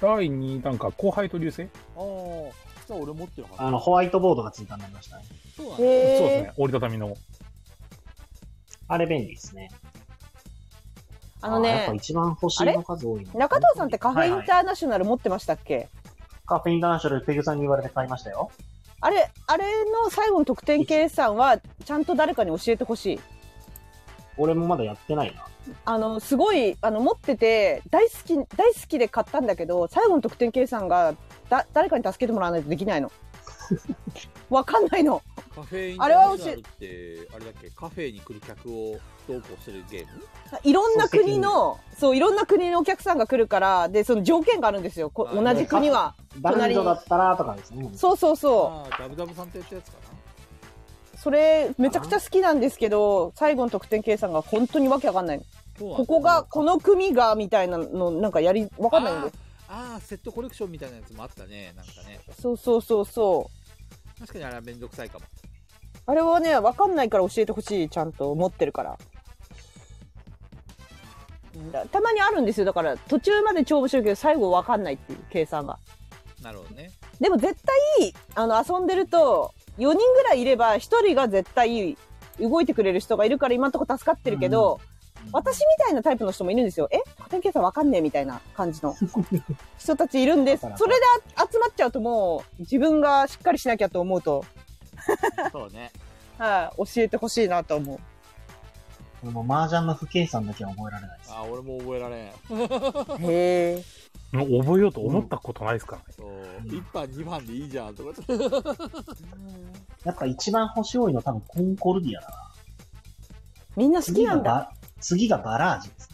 [SPEAKER 2] 第2弾か、後輩と流星
[SPEAKER 1] ああ、じゃあ俺持ってるはず。
[SPEAKER 3] あの、ホワイトボードが追加になりましたね。
[SPEAKER 1] そうなんだ。
[SPEAKER 2] そうです
[SPEAKER 4] へえ。
[SPEAKER 2] ね、折りたたみの。
[SPEAKER 3] あれ便利ですね。
[SPEAKER 4] あの
[SPEAKER 3] やっぱ
[SPEAKER 4] ね、
[SPEAKER 3] 一番星の数多いの。
[SPEAKER 4] 中藤さんってカフェイ
[SPEAKER 3] は
[SPEAKER 4] ン
[SPEAKER 3] いはい
[SPEAKER 4] ターナショナル持ってましたっけ
[SPEAKER 3] カフェインターナショナル、ペグさんに言われて買いましたよ。
[SPEAKER 4] あれ、あれの最後の得点計算は、ちゃんと誰かに教えてほしい。
[SPEAKER 3] 俺もまだやってないな。
[SPEAKER 4] あの、すごい、あの、持ってて、大好き、大好きで買ったんだけど、最後の得点計算が、だ、誰かに助けてもらわないとできないの。わかんないの。
[SPEAKER 1] カフェイン
[SPEAKER 4] あれは教え
[SPEAKER 1] って、あれだっけ、カフェに来る客をどうこうするゲーム
[SPEAKER 4] いろんな国の、そう、いろんな国のお客さんが来るから、で、その条件があるんですよ。こ
[SPEAKER 1] あ
[SPEAKER 4] 同じ国は。
[SPEAKER 3] 男女だったらとかですね。
[SPEAKER 4] そうそうそ
[SPEAKER 1] ああ、ダブダブさんとやったやつか
[SPEAKER 4] う。それ、めちゃくちゃ好きなんですけど、最後の得点計算が本当にわけわかんないの。
[SPEAKER 1] な
[SPEAKER 4] ここが、この組が、みたいなの、なんかやり、わかんないんで
[SPEAKER 1] ああ、セットコレクションみたいなやつもあったね、なんかね。
[SPEAKER 4] す。そうそうそうそう。
[SPEAKER 1] 確かにあれはめんどくさいかも。
[SPEAKER 4] あれはね、わかんないから教えてほしい、ちゃんと持ってるから。だたまにあるんですよ。だから、途中まで超面白いけど、最後わかんないっていう計算が。
[SPEAKER 1] なるほどね。
[SPEAKER 4] でも絶対、あの、遊んでると、4人ぐらいいれば、1人が絶対、動いてくれる人がいるから、今んとこ助かってるけど、私みたいなタイプの人もいるんですよ。え得点計算わかんねえみたいな感 じの人たちいるんです。そ
[SPEAKER 3] だ
[SPEAKER 4] れ
[SPEAKER 3] から
[SPEAKER 4] であ集まっちゃうともう、自分がしっかりしなきゃと思うと、
[SPEAKER 1] そうね。
[SPEAKER 4] はい、教えてほしいなと思う。
[SPEAKER 3] 俺も麻雀の不計算だけは覚えられないです。
[SPEAKER 1] ああ、俺も覚えられん。
[SPEAKER 4] へえ。
[SPEAKER 2] うん覚えようと思ったことないですからね。
[SPEAKER 1] そう。
[SPEAKER 3] ん
[SPEAKER 1] 一班、二班でいいじゃんとか。
[SPEAKER 3] やっぱ一番星多いの多分コンコルディアだな。
[SPEAKER 4] みんな好きなんだ。
[SPEAKER 3] 次がバ。次がバラージです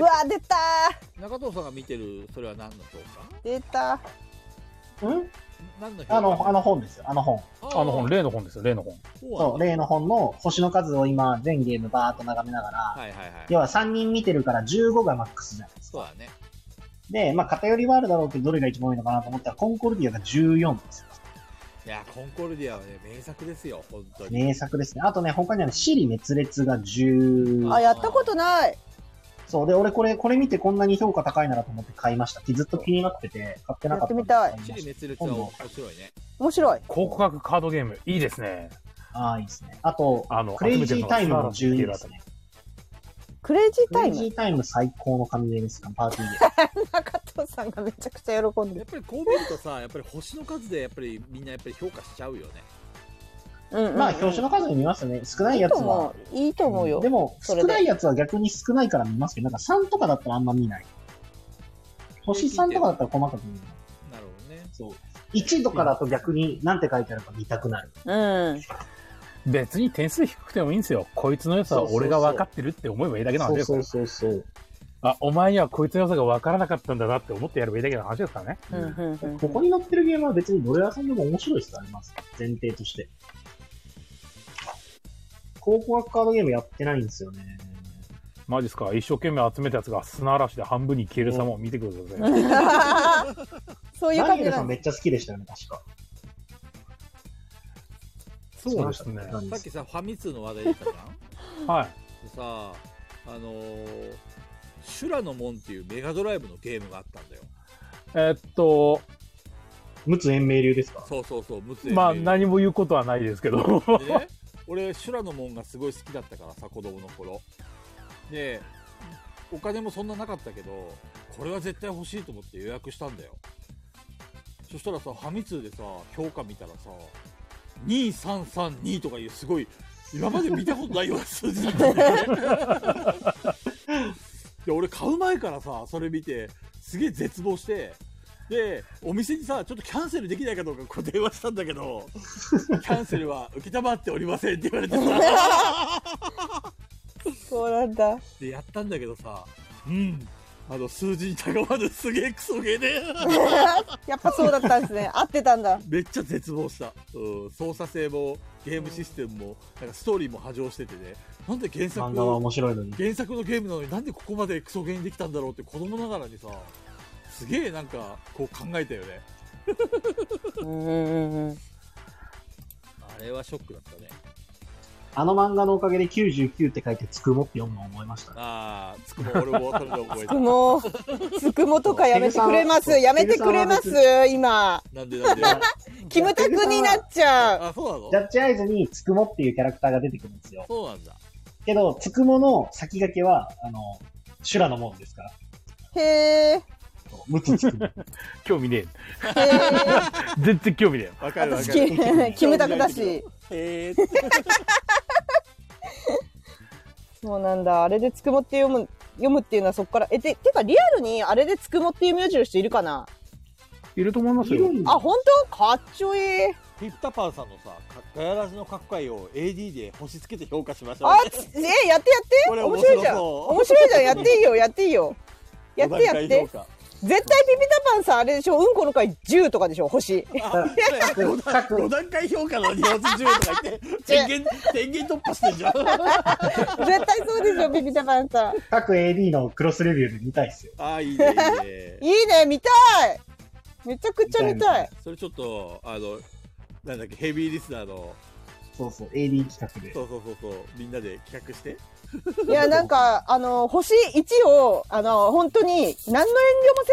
[SPEAKER 1] バ
[SPEAKER 4] うわ、出た
[SPEAKER 1] 中藤さんが見てる、それは何の評価
[SPEAKER 4] ー出た
[SPEAKER 3] うん
[SPEAKER 1] 何の評価
[SPEAKER 3] あの、あの本ですよ。あの本。
[SPEAKER 1] あ
[SPEAKER 2] あの本、例の本ですよ、例の本。
[SPEAKER 1] そ
[SPEAKER 3] そうう、
[SPEAKER 1] なんだ
[SPEAKER 3] 例の本の星の数を今、全ゲームバーっと眺めながら、
[SPEAKER 1] はいはいはい。
[SPEAKER 3] 要は3人見てるから15がマックスじゃないです
[SPEAKER 1] そう
[SPEAKER 3] か。
[SPEAKER 1] だね。
[SPEAKER 3] で、まあ偏りはあるだろうけど、どれが一番多いのかなと思ったら、コンコルディアが14ですよ。
[SPEAKER 1] いや、コンコルディアはね、名作ですよ、本当に。
[SPEAKER 3] 名作ですね。あとね、他にはね、シリ滅裂が10。
[SPEAKER 4] あ、やったことない。
[SPEAKER 3] そう。で、俺これ、これ見てこんなに評価高いならと思って買いました。ずっと気になってて、買ってなかったんですけど。
[SPEAKER 4] やって
[SPEAKER 1] 地理滅裂は面白いね。
[SPEAKER 4] 面白い。
[SPEAKER 2] 広告学カードゲーム、いいですね。
[SPEAKER 3] ああ、いいですね。あと、
[SPEAKER 2] あの
[SPEAKER 3] クレイジータイムも12ですね。
[SPEAKER 4] クレイジー
[SPEAKER 3] ク
[SPEAKER 4] タ
[SPEAKER 3] レ
[SPEAKER 4] イ
[SPEAKER 3] イジ
[SPEAKER 4] ム
[SPEAKER 3] ータイム最高の神ゲーですか、パーティーで。
[SPEAKER 4] 中藤さんがめちゃくちゃ喜んで
[SPEAKER 1] やっ
[SPEAKER 4] る。
[SPEAKER 1] ぱりこう見るとさ、やっぱり星の数でやっぱりみんなやっぱり評価しちゃうよね。
[SPEAKER 4] うんうんうん
[SPEAKER 3] まあ、表紙の数見ますね。少ない
[SPEAKER 4] いい
[SPEAKER 3] やつ
[SPEAKER 4] と
[SPEAKER 3] は
[SPEAKER 4] 思。う。いいと思うよ。
[SPEAKER 3] でも、
[SPEAKER 4] そ
[SPEAKER 3] 少
[SPEAKER 4] れで
[SPEAKER 3] ないやつは逆に少ないから見ますけど、なんか3とかだったらあんま見ない。星3とかだったら細かく見る。
[SPEAKER 1] なるほどね。
[SPEAKER 3] そう。1とかだと逆になんて書いてあるか見たくなる。
[SPEAKER 4] うん。
[SPEAKER 2] 別に点数低くてもいいんですよ。こいつの良さは俺が分かってるって思えばいいだけの話です
[SPEAKER 3] そ
[SPEAKER 2] よ
[SPEAKER 3] う。そうそう
[SPEAKER 2] あ、お前にはこいつの良さが分からなかったんだなって思ってやればいいだけの話ですからね。
[SPEAKER 4] うんうんう
[SPEAKER 3] そ
[SPEAKER 4] ん
[SPEAKER 3] う。ここに載ってるゲームは別にどれ屋さんでも面白いですあります。前提として。考古学カードゲームやってないんですよね。
[SPEAKER 2] マジっすか一生懸命集めたやつが砂嵐で半分に消える様を見てください。
[SPEAKER 4] そういう
[SPEAKER 3] ダ
[SPEAKER 4] 感
[SPEAKER 3] ニエ
[SPEAKER 4] じ
[SPEAKER 3] ル
[SPEAKER 4] な
[SPEAKER 3] さん
[SPEAKER 4] ん
[SPEAKER 3] め
[SPEAKER 4] で
[SPEAKER 3] っちゃ好きでしたよね、確か。
[SPEAKER 2] そうですね。
[SPEAKER 1] さっきさ、ファミ通の話題出たじゃん
[SPEAKER 2] はい。
[SPEAKER 1] でさ、あのー修羅の門っていうメガドライブのゲームがあったんだよ。
[SPEAKER 2] えっと、
[SPEAKER 3] 陸奥延命流ですか
[SPEAKER 1] そうそうそう、無痛
[SPEAKER 2] まあ何も言うことはないですけど。
[SPEAKER 1] でね、俺修羅の門がすごい好きだったからさ子供の頃でお金もそんななかったけどこれは絶対欲しいと思って予約したんだよそしたらさファミ通でさ評価見たらさ2332とかいうすごい今まで見たことないような数字だったんだよね で俺買う前からさそれ見てすげえ絶望してでお店にさちょっとキャンセルできないかどうかこう電話したんだけどキャンセルは承っておりませんって言われてさ
[SPEAKER 4] そうな んだ。
[SPEAKER 1] でやったんだけどさうんあの数字にたがわぬすげえクソゲーで
[SPEAKER 4] やっぱそうだったんですね。合ってたんだ。
[SPEAKER 1] めっちゃ絶望した、うん、操作性もゲームシステムもなんかストーリーも波状しててねなんで原
[SPEAKER 3] 漫
[SPEAKER 1] 作
[SPEAKER 3] 画は
[SPEAKER 1] を
[SPEAKER 3] 面白いのに。
[SPEAKER 1] 原作のゲームなのになんでここまでクソゲーにできたんだろうって子供ながらにさすげえなんかこう考えたよね
[SPEAKER 4] うんうんうんうん。
[SPEAKER 1] あれはショックだったね
[SPEAKER 3] あの漫画のおかげで99って書いてつくもって読むの思いました。
[SPEAKER 1] ああつくも俺もそれで覚えた
[SPEAKER 4] もう、つくもとかやめてくれます。
[SPEAKER 3] そう
[SPEAKER 4] やめてくれます
[SPEAKER 3] ペグさん。
[SPEAKER 4] 今。
[SPEAKER 1] なんでなんで
[SPEAKER 4] キムタクになっちゃう。
[SPEAKER 1] あそうなの
[SPEAKER 3] ジャッジアイズにつくもっていうキャラクターが出てくるんですよ。
[SPEAKER 1] そうなんだ
[SPEAKER 3] けど、つくもの先駆けは、あの、修羅のもんですから。
[SPEAKER 4] へーへ
[SPEAKER 3] むつつ くも。
[SPEAKER 2] 興味ね
[SPEAKER 4] ー
[SPEAKER 2] え。全然興味ねえ。
[SPEAKER 1] わかるわ
[SPEAKER 4] 私
[SPEAKER 1] か
[SPEAKER 4] キ
[SPEAKER 1] る
[SPEAKER 4] ム キムタクだし。
[SPEAKER 1] え
[SPEAKER 4] そうなんだ。あれでつくもって読む、読むっていうのはそこから。え、て、てかリアルにあれでつくもっていう名字の人いるかない
[SPEAKER 2] ると思います
[SPEAKER 3] いる
[SPEAKER 2] よ。
[SPEAKER 3] んだ
[SPEAKER 4] あ、本当かっちょいい。
[SPEAKER 1] ピッタパンさんのさ、かガヤラジの各回を AD で星つけて評価しましょう
[SPEAKER 4] あ、つえ、やってやって。
[SPEAKER 1] これ
[SPEAKER 4] 面白いじゃん。面
[SPEAKER 1] 面
[SPEAKER 4] 白いじゃん。やっていいよ、やっていいよ。やってやって。
[SPEAKER 1] 5段階評価
[SPEAKER 4] 絶対ピピタパンさんあれでしょうんこの回10とかでしょ星
[SPEAKER 3] でも各
[SPEAKER 1] 5段階評価の2発10とか 言って天元天元突破してんじゃん
[SPEAKER 4] 絶対そうでしょピピタパンさん
[SPEAKER 3] 各 AD のクロスレビューで見たいっすよ。
[SPEAKER 1] あーいいねいいね
[SPEAKER 4] いいね見たいめちゃくちゃ見たい
[SPEAKER 1] それちょっとあのなんだっけヘビーリスナーの
[SPEAKER 3] そうそう、AD 企画で。
[SPEAKER 1] そうそうそうそうみんなで企画して
[SPEAKER 4] いやなんかあの星1をあの本当に何の遠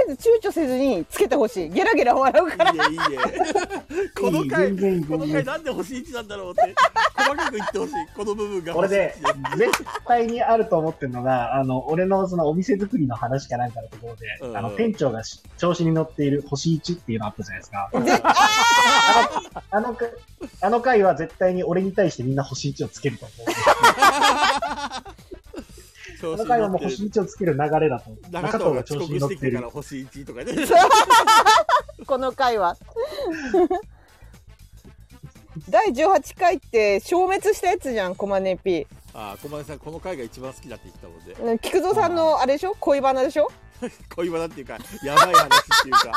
[SPEAKER 4] 慮もせず躊躇せずにつけてほしいゲラゲラ笑うから
[SPEAKER 1] いいねい いねこの
[SPEAKER 3] い
[SPEAKER 1] 回
[SPEAKER 3] い全然
[SPEAKER 1] この
[SPEAKER 3] 全
[SPEAKER 1] 回
[SPEAKER 3] 然。
[SPEAKER 1] なんで星1なんだろうって細かく言ってほしいこの部分が
[SPEAKER 3] 俺
[SPEAKER 1] 星一
[SPEAKER 3] で、絶対にあると思ってるのが、あの、俺のそのお店作りの話かなんかのところで、
[SPEAKER 1] うん
[SPEAKER 3] あの、店長がし調子に乗っている星1っていうのあったじゃないですか。
[SPEAKER 4] 絶対
[SPEAKER 3] あの回、あの回は絶対に俺に対してみんな星1をつけると思う。
[SPEAKER 1] 調
[SPEAKER 3] こ
[SPEAKER 1] 子に乗って
[SPEAKER 3] の回はもう星1をつける流れだと思う。
[SPEAKER 1] 中
[SPEAKER 3] 中
[SPEAKER 1] 藤
[SPEAKER 3] 藤
[SPEAKER 1] が
[SPEAKER 3] が
[SPEAKER 1] 遅
[SPEAKER 3] 調子
[SPEAKER 1] 刻
[SPEAKER 3] に乗っ
[SPEAKER 1] してき
[SPEAKER 3] て
[SPEAKER 1] て
[SPEAKER 3] る
[SPEAKER 1] から。星1とかね
[SPEAKER 4] この回は 第18回って消滅したやつじゃんコマネピ
[SPEAKER 1] ああ小林さんこの回が一番好きだって言ってたもんね
[SPEAKER 4] うん菊蔵さんのあれでしょ恋バナでしょ
[SPEAKER 1] 恋バナっていうかやばい話っていう か
[SPEAKER 4] あ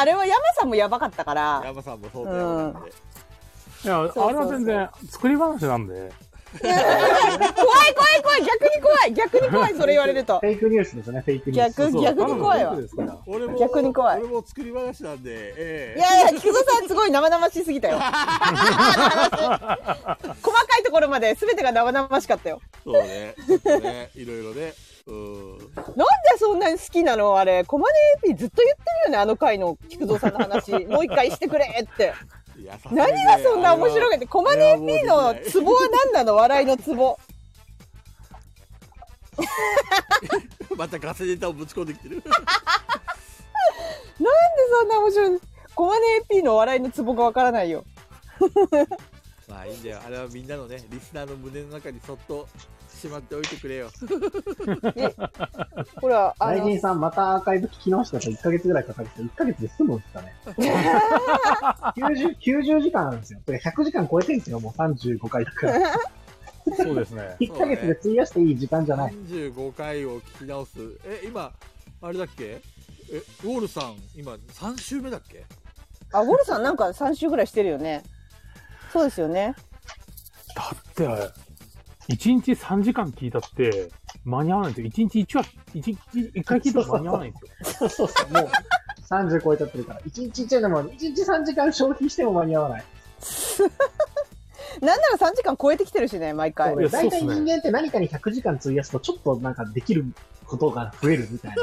[SPEAKER 4] あれは山さんもやばかったから
[SPEAKER 1] 山さんもそうだよなんで
[SPEAKER 2] いや、
[SPEAKER 4] そうそう
[SPEAKER 2] あれは全然作り話なん で。
[SPEAKER 4] 怖い怖い怖い逆に怖い逆に怖いそれ言われる と
[SPEAKER 3] フェイクニュースですね、フェイクニュース。
[SPEAKER 4] 逆
[SPEAKER 2] そう
[SPEAKER 4] 逆に怖いわ
[SPEAKER 2] あの僕ですから
[SPEAKER 1] 俺も
[SPEAKER 4] 逆に怖い
[SPEAKER 1] 俺も作り話なんでえ
[SPEAKER 4] い
[SPEAKER 1] え
[SPEAKER 4] やいや菊蔵さんすごい生々しす ぎたよ細かいところまで全てが生々しかったよ
[SPEAKER 1] そうねちょっとねいろいろねうん
[SPEAKER 4] なんでそんなに好きなのあれコマネエピずっと言ってるよねあの回の菊蔵さんの話もう一回してくれって
[SPEAKER 1] いやさすがにね
[SPEAKER 4] 何がそんな面白いって、コマネ
[SPEAKER 1] いや
[SPEAKER 4] P
[SPEAKER 1] もう
[SPEAKER 4] の
[SPEAKER 1] できない
[SPEAKER 4] ツボは何なの笑いのツボ。
[SPEAKER 1] またガセネタをぶち込んできてる
[SPEAKER 4] なんでそんな面白いコマネ P の笑いのツボがわからないよ。
[SPEAKER 1] まあいいんだよあれはみんなのねリスナーの胸の中にそっとしまっておいてくれよ
[SPEAKER 4] ほら、あ
[SPEAKER 3] 大
[SPEAKER 4] の
[SPEAKER 3] 臣、さん、またアーカイブ聞き直したら1ヶ月ぐらいかかるけど、1ヶ月で済むんですかね。90, 90時間なんですよ。それ100時間超えてるんですよ、もう35回だから。
[SPEAKER 2] そうですね。
[SPEAKER 3] 1ヶ月で費やしていい時間じゃない。
[SPEAKER 1] 35回を聞き直すえ今あれだっけえウォールさん今3週目だっけ
[SPEAKER 4] あ、ゴルさんなんか3週ぐらいしてるよね。そうですよね。
[SPEAKER 2] だって、1日3時間聞いたって、間に合わないんですよ。1日1話、1日1回聞いたら間に合わないんですよ。
[SPEAKER 3] そうそうそう、もう30超えちゃってるから。1日1でも、1日3時間消費しても間に合わない。
[SPEAKER 4] なんなら3時間超えてきてるしね、毎
[SPEAKER 3] そう。
[SPEAKER 4] 回
[SPEAKER 2] いや
[SPEAKER 3] ね、
[SPEAKER 2] そう
[SPEAKER 3] 大
[SPEAKER 2] っすね
[SPEAKER 3] 体人間って何かに100時間費やすと、ちょっとなんかできることが増えるみたい な。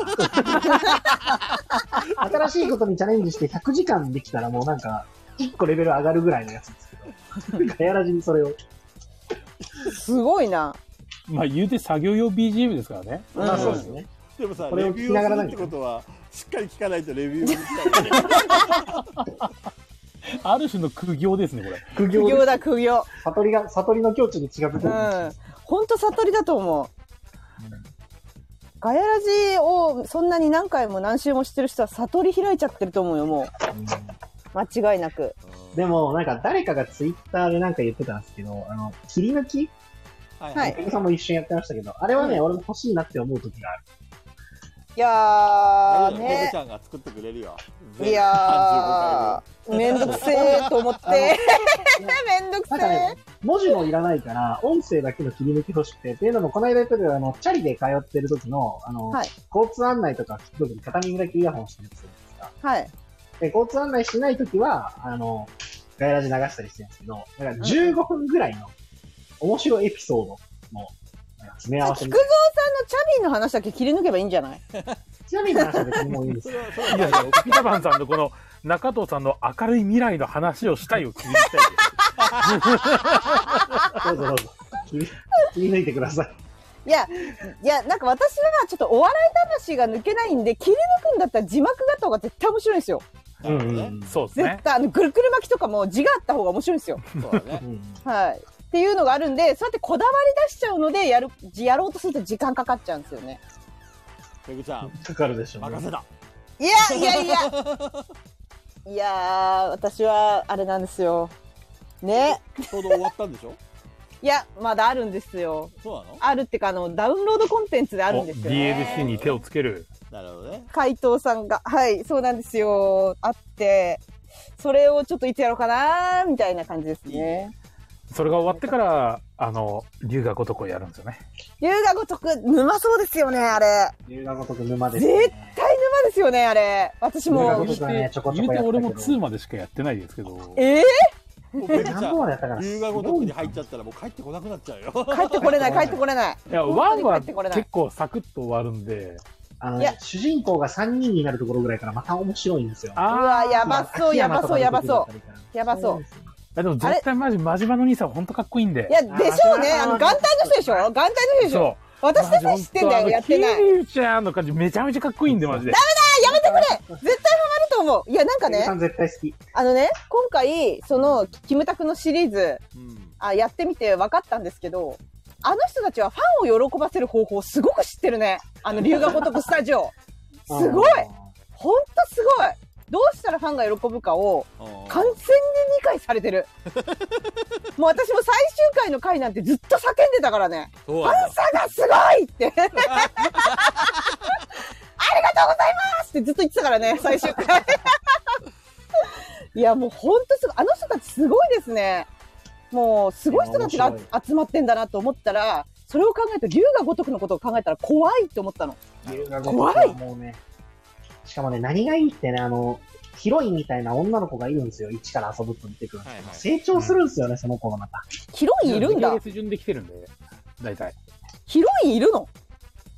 [SPEAKER 3] 新しいことにチャレンジして100時間できたらもうなんか、1個レベル上がるぐらいのやつですけど。ガヤラジにそれを。
[SPEAKER 4] すごいな。
[SPEAKER 2] まあ言うて作業用 BGM ですからね。
[SPEAKER 4] うん
[SPEAKER 3] まあそうですね。
[SPEAKER 1] でもさ
[SPEAKER 3] これを聞きながら何か
[SPEAKER 1] とはしっかり聞かないとレビューもしたいよね
[SPEAKER 2] ある種の苦行ですね、これ。
[SPEAKER 3] 苦
[SPEAKER 4] 苦
[SPEAKER 3] 行
[SPEAKER 4] 行
[SPEAKER 3] で
[SPEAKER 4] だ、苦行。
[SPEAKER 3] 悟りが、悟りの境地に近づく。
[SPEAKER 4] うん。ほんと悟りだと思う。ガヤラジをそんなに何回も何週もしてる人は悟り開いちゃってると思うよ、もう。間違いなく。
[SPEAKER 3] でも、なんか誰かがツイッターでなんか言ってたんですけど、あの、切り抜き
[SPEAKER 1] はい
[SPEAKER 4] はい
[SPEAKER 3] お客さんも一緒にやってましたけど、あれはね、
[SPEAKER 4] う
[SPEAKER 3] 俺も欲しいなって思う時がある。
[SPEAKER 4] いやー、
[SPEAKER 1] ペグ
[SPEAKER 4] ね
[SPEAKER 1] ち。ゃんが作ってくれるよ
[SPEAKER 4] いやー、めんどくせえと思って。 めんどく
[SPEAKER 3] な
[SPEAKER 4] せ
[SPEAKER 3] んか
[SPEAKER 4] え
[SPEAKER 3] ね。、文字もいらないから、音声だけの切り抜き欲しくて、っていうのも、この間言ったけど、あの、チャリで通ってる時の、あの、
[SPEAKER 4] はい
[SPEAKER 3] 交通案内とか聞く時に片耳だけイヤホンしてるんですか。
[SPEAKER 4] はい。
[SPEAKER 3] で、交通案内しない時は、あの、ガイラジ流したりしてるんですけど、だから15分ぐらいの面白いエピソードのなんか詰め合わせ
[SPEAKER 4] 菊
[SPEAKER 3] みた
[SPEAKER 4] 蔵
[SPEAKER 3] いな。
[SPEAKER 4] さんのチャビンの話だけ切り抜けばいいんじゃない
[SPEAKER 3] ちなみに話は別にもういいんです
[SPEAKER 1] そ れ
[SPEAKER 3] よ。
[SPEAKER 1] はそれはい
[SPEAKER 2] や、ピタパンさんのこの中藤さんの明るい未来の話をしたいを聞きたいです。
[SPEAKER 3] どうぞどうぞ。切り切り抜いてください。
[SPEAKER 4] いや、いや、なんか私はちょっとお笑い魂が抜けないんで、切り抜くんだったら字幕があった方が絶対面白いんですよ。
[SPEAKER 1] うんうん
[SPEAKER 2] そうです
[SPEAKER 4] 絶
[SPEAKER 2] ね。
[SPEAKER 4] 対、あの、ぐるぐる巻きとかも字があった方が面白いんですよ。
[SPEAKER 1] そうだね
[SPEAKER 3] うん
[SPEAKER 4] はい。っていうのがあるんで、そうやってこだわり出しちゃうので、やる、やろうとすると時間かかっちゃうんですよね。
[SPEAKER 1] ペグちゃん
[SPEAKER 3] かかるでしょう、
[SPEAKER 1] 任せた
[SPEAKER 4] いや、いやいや。 いやー、私は、あれなんですよ。ね。
[SPEAKER 1] ちょうど終わったんでしょ
[SPEAKER 4] いや、まだあるんですよ。
[SPEAKER 1] そうなの
[SPEAKER 4] あるってか、あの、ダウンロードコンテンツであるんですよ、ね。
[SPEAKER 2] DLC に手をつける。
[SPEAKER 1] なるほどね
[SPEAKER 4] 海藤さんが、はい、そうなんですよ。あって、それをちょっといつやろうかなみたいな感じですね。
[SPEAKER 2] それが終わってから、あの、龍が如くをやるんですよね。
[SPEAKER 4] 龍が如く、沼そうですよね、あれ。
[SPEAKER 3] 龍河如く沼です、
[SPEAKER 4] 絶対沼ですよね、あれ。私
[SPEAKER 3] 龍河
[SPEAKER 4] も
[SPEAKER 3] 如
[SPEAKER 2] 言
[SPEAKER 4] う、
[SPEAKER 2] う
[SPEAKER 3] 僕はね
[SPEAKER 2] て
[SPEAKER 3] ちょこちょ
[SPEAKER 2] 言
[SPEAKER 3] こ
[SPEAKER 2] う
[SPEAKER 3] や
[SPEAKER 2] て
[SPEAKER 3] ったけ
[SPEAKER 2] 俺
[SPEAKER 3] ど
[SPEAKER 2] も2までしかやってないですけど。
[SPEAKER 4] え
[SPEAKER 1] もうペグちゃ
[SPEAKER 3] 何本
[SPEAKER 1] ん
[SPEAKER 3] までやったかな
[SPEAKER 1] 龍が如くに入っちゃったらもう帰ってこなくなっちゃうよ
[SPEAKER 4] ー、帰ってこれない、帰ってこれない。
[SPEAKER 2] いや、1は
[SPEAKER 4] 帰ってこれない
[SPEAKER 2] 結構サクッと終わるんで。
[SPEAKER 3] あの
[SPEAKER 4] いや
[SPEAKER 3] ね、主人公が3人になるところぐらいからまた面白いんですよ。。
[SPEAKER 4] うわ、
[SPEAKER 2] ー
[SPEAKER 4] やばそう、やばそう、やばそうう。やばそう。
[SPEAKER 2] いやでも絶対マジ、真島の兄さんほんとかっこいいんで
[SPEAKER 4] い。や、でしょうね。あの、眼帯の人でしょ眼帯の人でしょ
[SPEAKER 2] う。
[SPEAKER 4] 私たちは知ってんだよ、やってない。
[SPEAKER 2] キリュウちゃんの感じめちゃめちゃかっこいいんで、マジで。
[SPEAKER 4] 絶対ハマると思う。いや、なんか
[SPEAKER 3] ペグ
[SPEAKER 4] ね
[SPEAKER 3] さ、ん絶対好き。
[SPEAKER 4] あのね、今回、その、キムタクのシリーズ、
[SPEAKER 1] うん
[SPEAKER 4] あやってみて分かったんですけどあの人たちはファンを喜ばせる方法をすごく知ってるねあの龍が如くスタジ オすごいほんとすごいどうしたらファンが喜ぶかを完全に理解されてるもう私も最終回の回なんてずっと叫んでたからね
[SPEAKER 1] そう
[SPEAKER 4] フ
[SPEAKER 1] なん
[SPEAKER 4] ァン
[SPEAKER 1] だ
[SPEAKER 4] さがすごいって ありがとうございますってずっと言ってたからね最終回いやもうほんとすごいあの人たちすごいですねもうすごい人たち
[SPEAKER 3] いや
[SPEAKER 4] が
[SPEAKER 3] 面
[SPEAKER 4] 集まってんだなと思ったらそれを考えると龍が如くのことを考えたら怖いと思ったの
[SPEAKER 3] 龍河如くはもうね。しかもね、何がいいってね、あの、ヒロインみたいな女の子がいるんですよ。一から遊ぶと出てくるんですけど、
[SPEAKER 1] はいはい
[SPEAKER 3] 成長するんですよね、その子がまた。
[SPEAKER 4] ヒロインいるん
[SPEAKER 2] 時
[SPEAKER 4] だ
[SPEAKER 2] 系列順で来てるんで、大体。
[SPEAKER 4] ヒロインいるの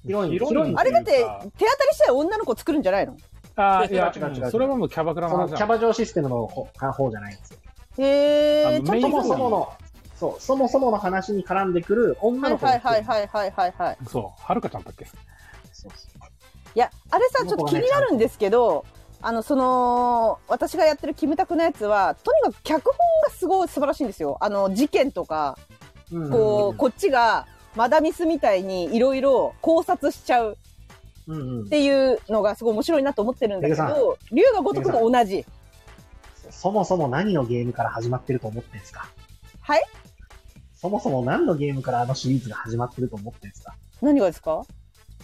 [SPEAKER 3] ヒロイン、
[SPEAKER 2] ヒロイン
[SPEAKER 3] ヒロイン
[SPEAKER 4] あれだって手
[SPEAKER 2] いる
[SPEAKER 4] 当
[SPEAKER 2] か
[SPEAKER 4] たりしたい女の子作るんじゃないの
[SPEAKER 2] あーいや、
[SPEAKER 3] 違う違う違う
[SPEAKER 2] うんそれはもうキャバクラ
[SPEAKER 3] そ
[SPEAKER 2] の
[SPEAKER 3] の
[SPEAKER 2] 話
[SPEAKER 3] キ
[SPEAKER 2] だ
[SPEAKER 3] ャバ嬢システムの方方じゃないんですよ。
[SPEAKER 4] へ
[SPEAKER 2] あ
[SPEAKER 4] え、
[SPEAKER 2] の
[SPEAKER 4] ちょっ
[SPEAKER 2] メイ
[SPEAKER 4] と
[SPEAKER 2] ン
[SPEAKER 3] そも
[SPEAKER 4] も
[SPEAKER 3] そもの、そう、そもそもの話に絡んでくる女
[SPEAKER 4] はい
[SPEAKER 3] の子
[SPEAKER 4] はい
[SPEAKER 3] の
[SPEAKER 4] はいはいはいはいはい。
[SPEAKER 2] そう、はるかちゃんだっけ
[SPEAKER 3] そうそう
[SPEAKER 4] いや、あれさ、ちょっと気になるんですけど、あの、その、私がやってるキムタクのやつは、とにかく脚本がすごい素晴らしいんですよ。あの、事件とか、
[SPEAKER 3] うん
[SPEAKER 4] こう、こっちが、マダミスみたいにいろいろ考察しちゃう
[SPEAKER 3] うんうん
[SPEAKER 4] っていうのがすごい面白いなと思ってるんだけ
[SPEAKER 3] めぐ
[SPEAKER 4] ど、竜が如くも同じ。
[SPEAKER 3] そもそも何のゲームから始まってると思ってんすか
[SPEAKER 4] はい
[SPEAKER 3] そもそも何のゲームからあのシリーズが始まってると思ってんすか
[SPEAKER 4] 何がですか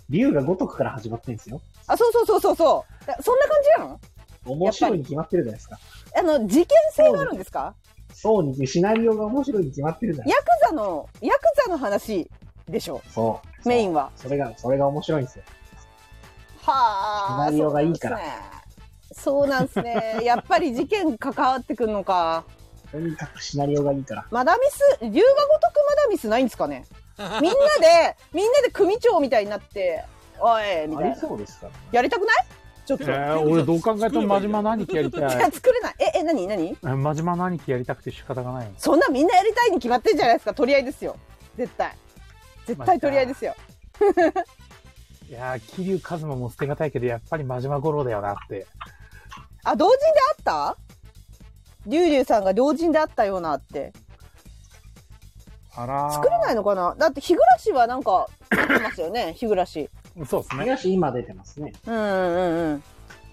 [SPEAKER 3] 竜が如くから始まってんすよ。
[SPEAKER 4] あ、そうそうそうそうそう。だそんな感
[SPEAKER 3] 面白いに決まってるじゃないですか。
[SPEAKER 4] じなのあの、事件性があるんですか
[SPEAKER 3] そうに、シナリオが面白いに決まってるじゃない
[SPEAKER 4] ヤクザの、ヤクザの話でしょ
[SPEAKER 3] そう。
[SPEAKER 4] メイ
[SPEAKER 3] ン。
[SPEAKER 4] ンは。
[SPEAKER 3] それが、それが面白いんですよ。
[SPEAKER 4] はあ。
[SPEAKER 3] シナリオがいいから
[SPEAKER 4] そうなんですね。そうなん ですね。やっぱり事件関わってくるのか。
[SPEAKER 3] とにかくシナリオがいいから。
[SPEAKER 4] マダミス、龍が如くマダミスないんですか ねみんなで、みんなで組長みたいになって、おい、み
[SPEAKER 3] あ
[SPEAKER 4] たい
[SPEAKER 3] り
[SPEAKER 4] な。
[SPEAKER 3] そうですからね。
[SPEAKER 4] やりたくないちょっと。
[SPEAKER 2] え
[SPEAKER 4] いや、
[SPEAKER 2] ー、俺どう考えても真島の兄貴やりたい。
[SPEAKER 4] 作れない。え、え、何何
[SPEAKER 2] 真島の兄貴やりたくて仕方がない。
[SPEAKER 4] そんなみんなやりたいに決まってんじゃないですか。取り合いですよ。絶対。絶対取り合いですよ。
[SPEAKER 2] いやー、桐生一馬も捨てがたいけど、やっぱり真島五郎だよなって。
[SPEAKER 4] あ、同人であった龍龍さんが同人であったようなって。
[SPEAKER 2] あらー
[SPEAKER 4] 作れないのかなだって日暮らしはなんか作ってますよね日暮らし
[SPEAKER 2] そうですね。
[SPEAKER 3] 東今出てますね。
[SPEAKER 4] うんうん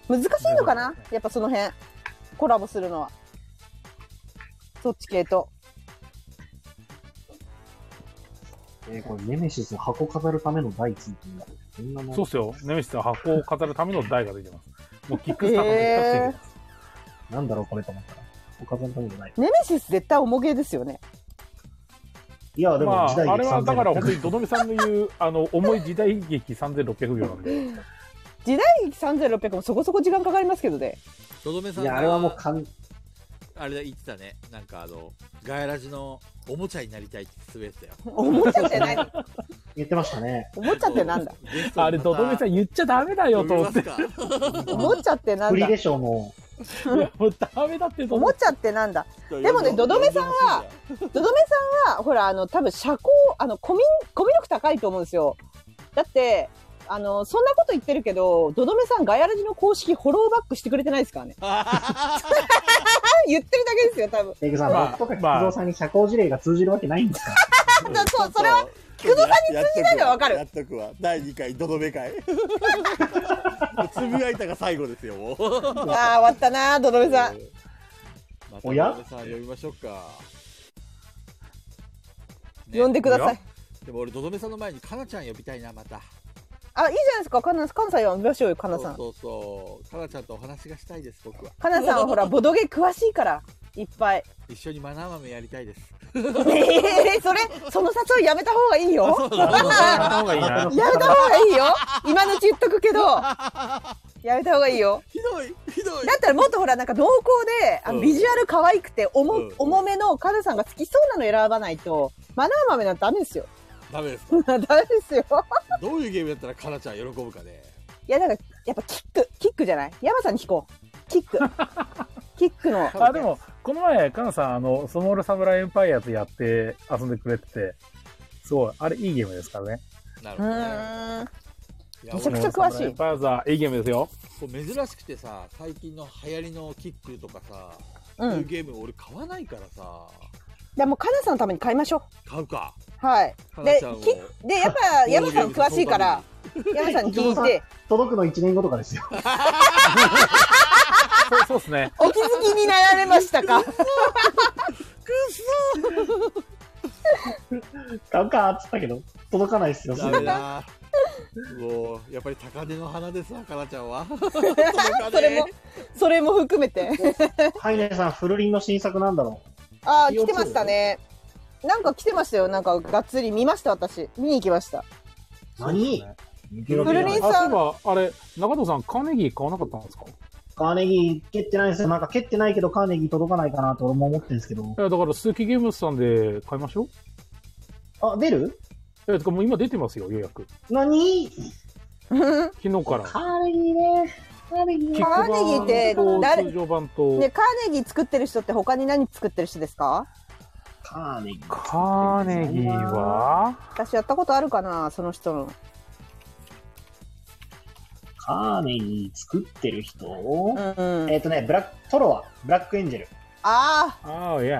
[SPEAKER 4] うん難しいのかなやっぱその辺コラボするのはそっち系と
[SPEAKER 3] えーこれ、ネメシス箱飾るための第一位ということでこんなもん
[SPEAKER 2] そうっすよ。ネメシスは箱を飾るための台が出てます。もうキックスタートの結果ついてます。
[SPEAKER 3] なんだろう、これと思ったら。箱飾るためのない。
[SPEAKER 4] ネメシス絶対重げですよね
[SPEAKER 3] いや、で
[SPEAKER 2] ま
[SPEAKER 3] も時代
[SPEAKER 2] あ、あれ
[SPEAKER 3] 劇
[SPEAKER 2] はだから本当
[SPEAKER 3] 3000
[SPEAKER 2] に、どのみさんの言う、あの、重い時代劇3600秒なんで、
[SPEAKER 4] 時代劇3600もそこそこ時間かかりますけどね
[SPEAKER 1] とどめさ
[SPEAKER 3] い
[SPEAKER 1] ん
[SPEAKER 3] や、
[SPEAKER 1] が
[SPEAKER 3] あれはもう完
[SPEAKER 1] あれだ言ってたねなんかあのガヤラジのおもちゃになりたいってつぶやいてたよ
[SPEAKER 4] おもちゃって 何
[SPEAKER 3] 言ってましたね。
[SPEAKER 4] おもちゃってなんだ
[SPEAKER 1] ゲストの方
[SPEAKER 2] あれ、どどめさん言っちゃダメだよと思って。い
[SPEAKER 1] 呼びますか
[SPEAKER 4] おもちゃってなん
[SPEAKER 3] 振り
[SPEAKER 4] だ
[SPEAKER 3] でしょう、も
[SPEAKER 2] や、もうダメだって、
[SPEAKER 4] お
[SPEAKER 2] どど
[SPEAKER 4] も
[SPEAKER 2] め
[SPEAKER 4] ちゃってなんだでもねどどめさんはドドメさんはほらあの多分社交あのコミコミュ力高いと思うんですよだってあのそんなこと言ってるけどドドメさんガヤラジの公式フォローバックしてくれてないですからね言ってるだけですよ多分
[SPEAKER 3] う、ペグさん、
[SPEAKER 2] まあ
[SPEAKER 3] 僕とか菊
[SPEAKER 2] まあ
[SPEAKER 3] 蔵さんに社交辞令が通じるわけないんですか
[SPEAKER 4] だ そうそれは
[SPEAKER 1] 菊蔵さんに通
[SPEAKER 4] じないのはわかる
[SPEAKER 1] やっとくわ第2回どどめ会もうつぶやいたが最後ですよもう
[SPEAKER 4] あー終わったなドドメさん
[SPEAKER 1] また
[SPEAKER 3] おや
[SPEAKER 1] どどめさん呼びましょうかね
[SPEAKER 4] 呼んでください
[SPEAKER 1] でも俺どどめさんの前にかなちゃん呼びたいなまた
[SPEAKER 4] あいいじゃないですかかな関西は見ましょうよかなさん
[SPEAKER 1] そうそうそうかなちゃんとお話がしたいです僕は
[SPEAKER 4] かなさんはほらボドゲ詳しいからいっぱい
[SPEAKER 1] 一緒にマナー豆やりたいです
[SPEAKER 4] えー、それその誘いやめた方がいいよ
[SPEAKER 2] た方がいい
[SPEAKER 3] ら
[SPEAKER 2] な。。
[SPEAKER 4] やめた方がいいよ今のうち言っとくけどやめた方がいいよ
[SPEAKER 1] ひどいひどい
[SPEAKER 4] だったらもっとほらなんか濃厚であの
[SPEAKER 1] うん
[SPEAKER 4] ビジュアル可愛くて重,、
[SPEAKER 1] うん
[SPEAKER 4] 重めのカズさんが好きそうなの選ばないとマナー豆なんてダメですよ
[SPEAKER 1] ダメですか
[SPEAKER 4] ダメですよ
[SPEAKER 1] どういうゲームやったらかなちゃん喜ぶかね
[SPEAKER 4] いやだからやっぱキックキックじゃない山さんに聞こうキ ックキックの
[SPEAKER 2] あ、でも、この前、カナさん、あの、スモールサムライエンパイアとやって遊んでくれてて、すごい、あれ、いいゲームですからね。
[SPEAKER 1] なる
[SPEAKER 4] う
[SPEAKER 1] ほどね
[SPEAKER 4] ーん
[SPEAKER 1] いや
[SPEAKER 4] めちゃく
[SPEAKER 1] 俺
[SPEAKER 4] ちゃ詳しい
[SPEAKER 2] スモールサムライエンパイアザー、いいゲームですよ。
[SPEAKER 1] こう珍しくてさ最近の流行りのキックとかさ、
[SPEAKER 4] う
[SPEAKER 1] そういうんゲーム俺買わないからさ
[SPEAKER 4] でもうカナさんのために買いましょ
[SPEAKER 1] 買うか
[SPEAKER 4] うはい
[SPEAKER 1] かな
[SPEAKER 4] で
[SPEAKER 1] ちゃんを
[SPEAKER 4] キックでや っぱ山さん詳しいから山さんに聞いて
[SPEAKER 3] 届くの1年後とかですよ。
[SPEAKER 2] そうそうですね。
[SPEAKER 4] お気づきになられましたか
[SPEAKER 3] 買うかーっつったけど、届かないっすよ、す
[SPEAKER 1] ダ
[SPEAKER 3] ぐ
[SPEAKER 1] メ
[SPEAKER 3] に。
[SPEAKER 1] だもうやっぱり高根の花ですわかなちゃんは
[SPEAKER 4] それもそれも含めて
[SPEAKER 3] ハイネさん、フルリンの新作なんだろ
[SPEAKER 4] ああ、来てましたね。なんか来てましたよ。なんかがっつり見ました私。見に行きました。
[SPEAKER 3] う。何
[SPEAKER 2] フ
[SPEAKER 4] フルリンさん
[SPEAKER 2] あ、そういえば、あれ、中藤さん、カーネギー買わなかったんですかい
[SPEAKER 3] カーネギー蹴ってないんですよ。なんか蹴ってないけど、カーネギー届かないかなと俺も思ってるんですけど。
[SPEAKER 2] や、だから、鈴木ゲームズさんで買いましょう。
[SPEAKER 3] あ、出る
[SPEAKER 2] え、てかもう今出てますよ、予約。
[SPEAKER 3] 何
[SPEAKER 2] 昨日から。
[SPEAKER 3] カーネギーね。ーネギ
[SPEAKER 2] キック
[SPEAKER 3] ー
[SPEAKER 4] 玉ねぎって
[SPEAKER 2] 版
[SPEAKER 4] 誰
[SPEAKER 2] と通常版と、
[SPEAKER 4] ね、カーネギー作ってる人って他に何作ってる人ですか
[SPEAKER 3] カーネギー。
[SPEAKER 2] カーネギーは、
[SPEAKER 4] 私やったことあるかなその人の。
[SPEAKER 3] カーネギー作ってる人、
[SPEAKER 4] うん、うん。
[SPEAKER 3] えっ、とね、ブラック、トロワ、ブラックエンジェル、
[SPEAKER 4] あ
[SPEAKER 2] ああ、いや、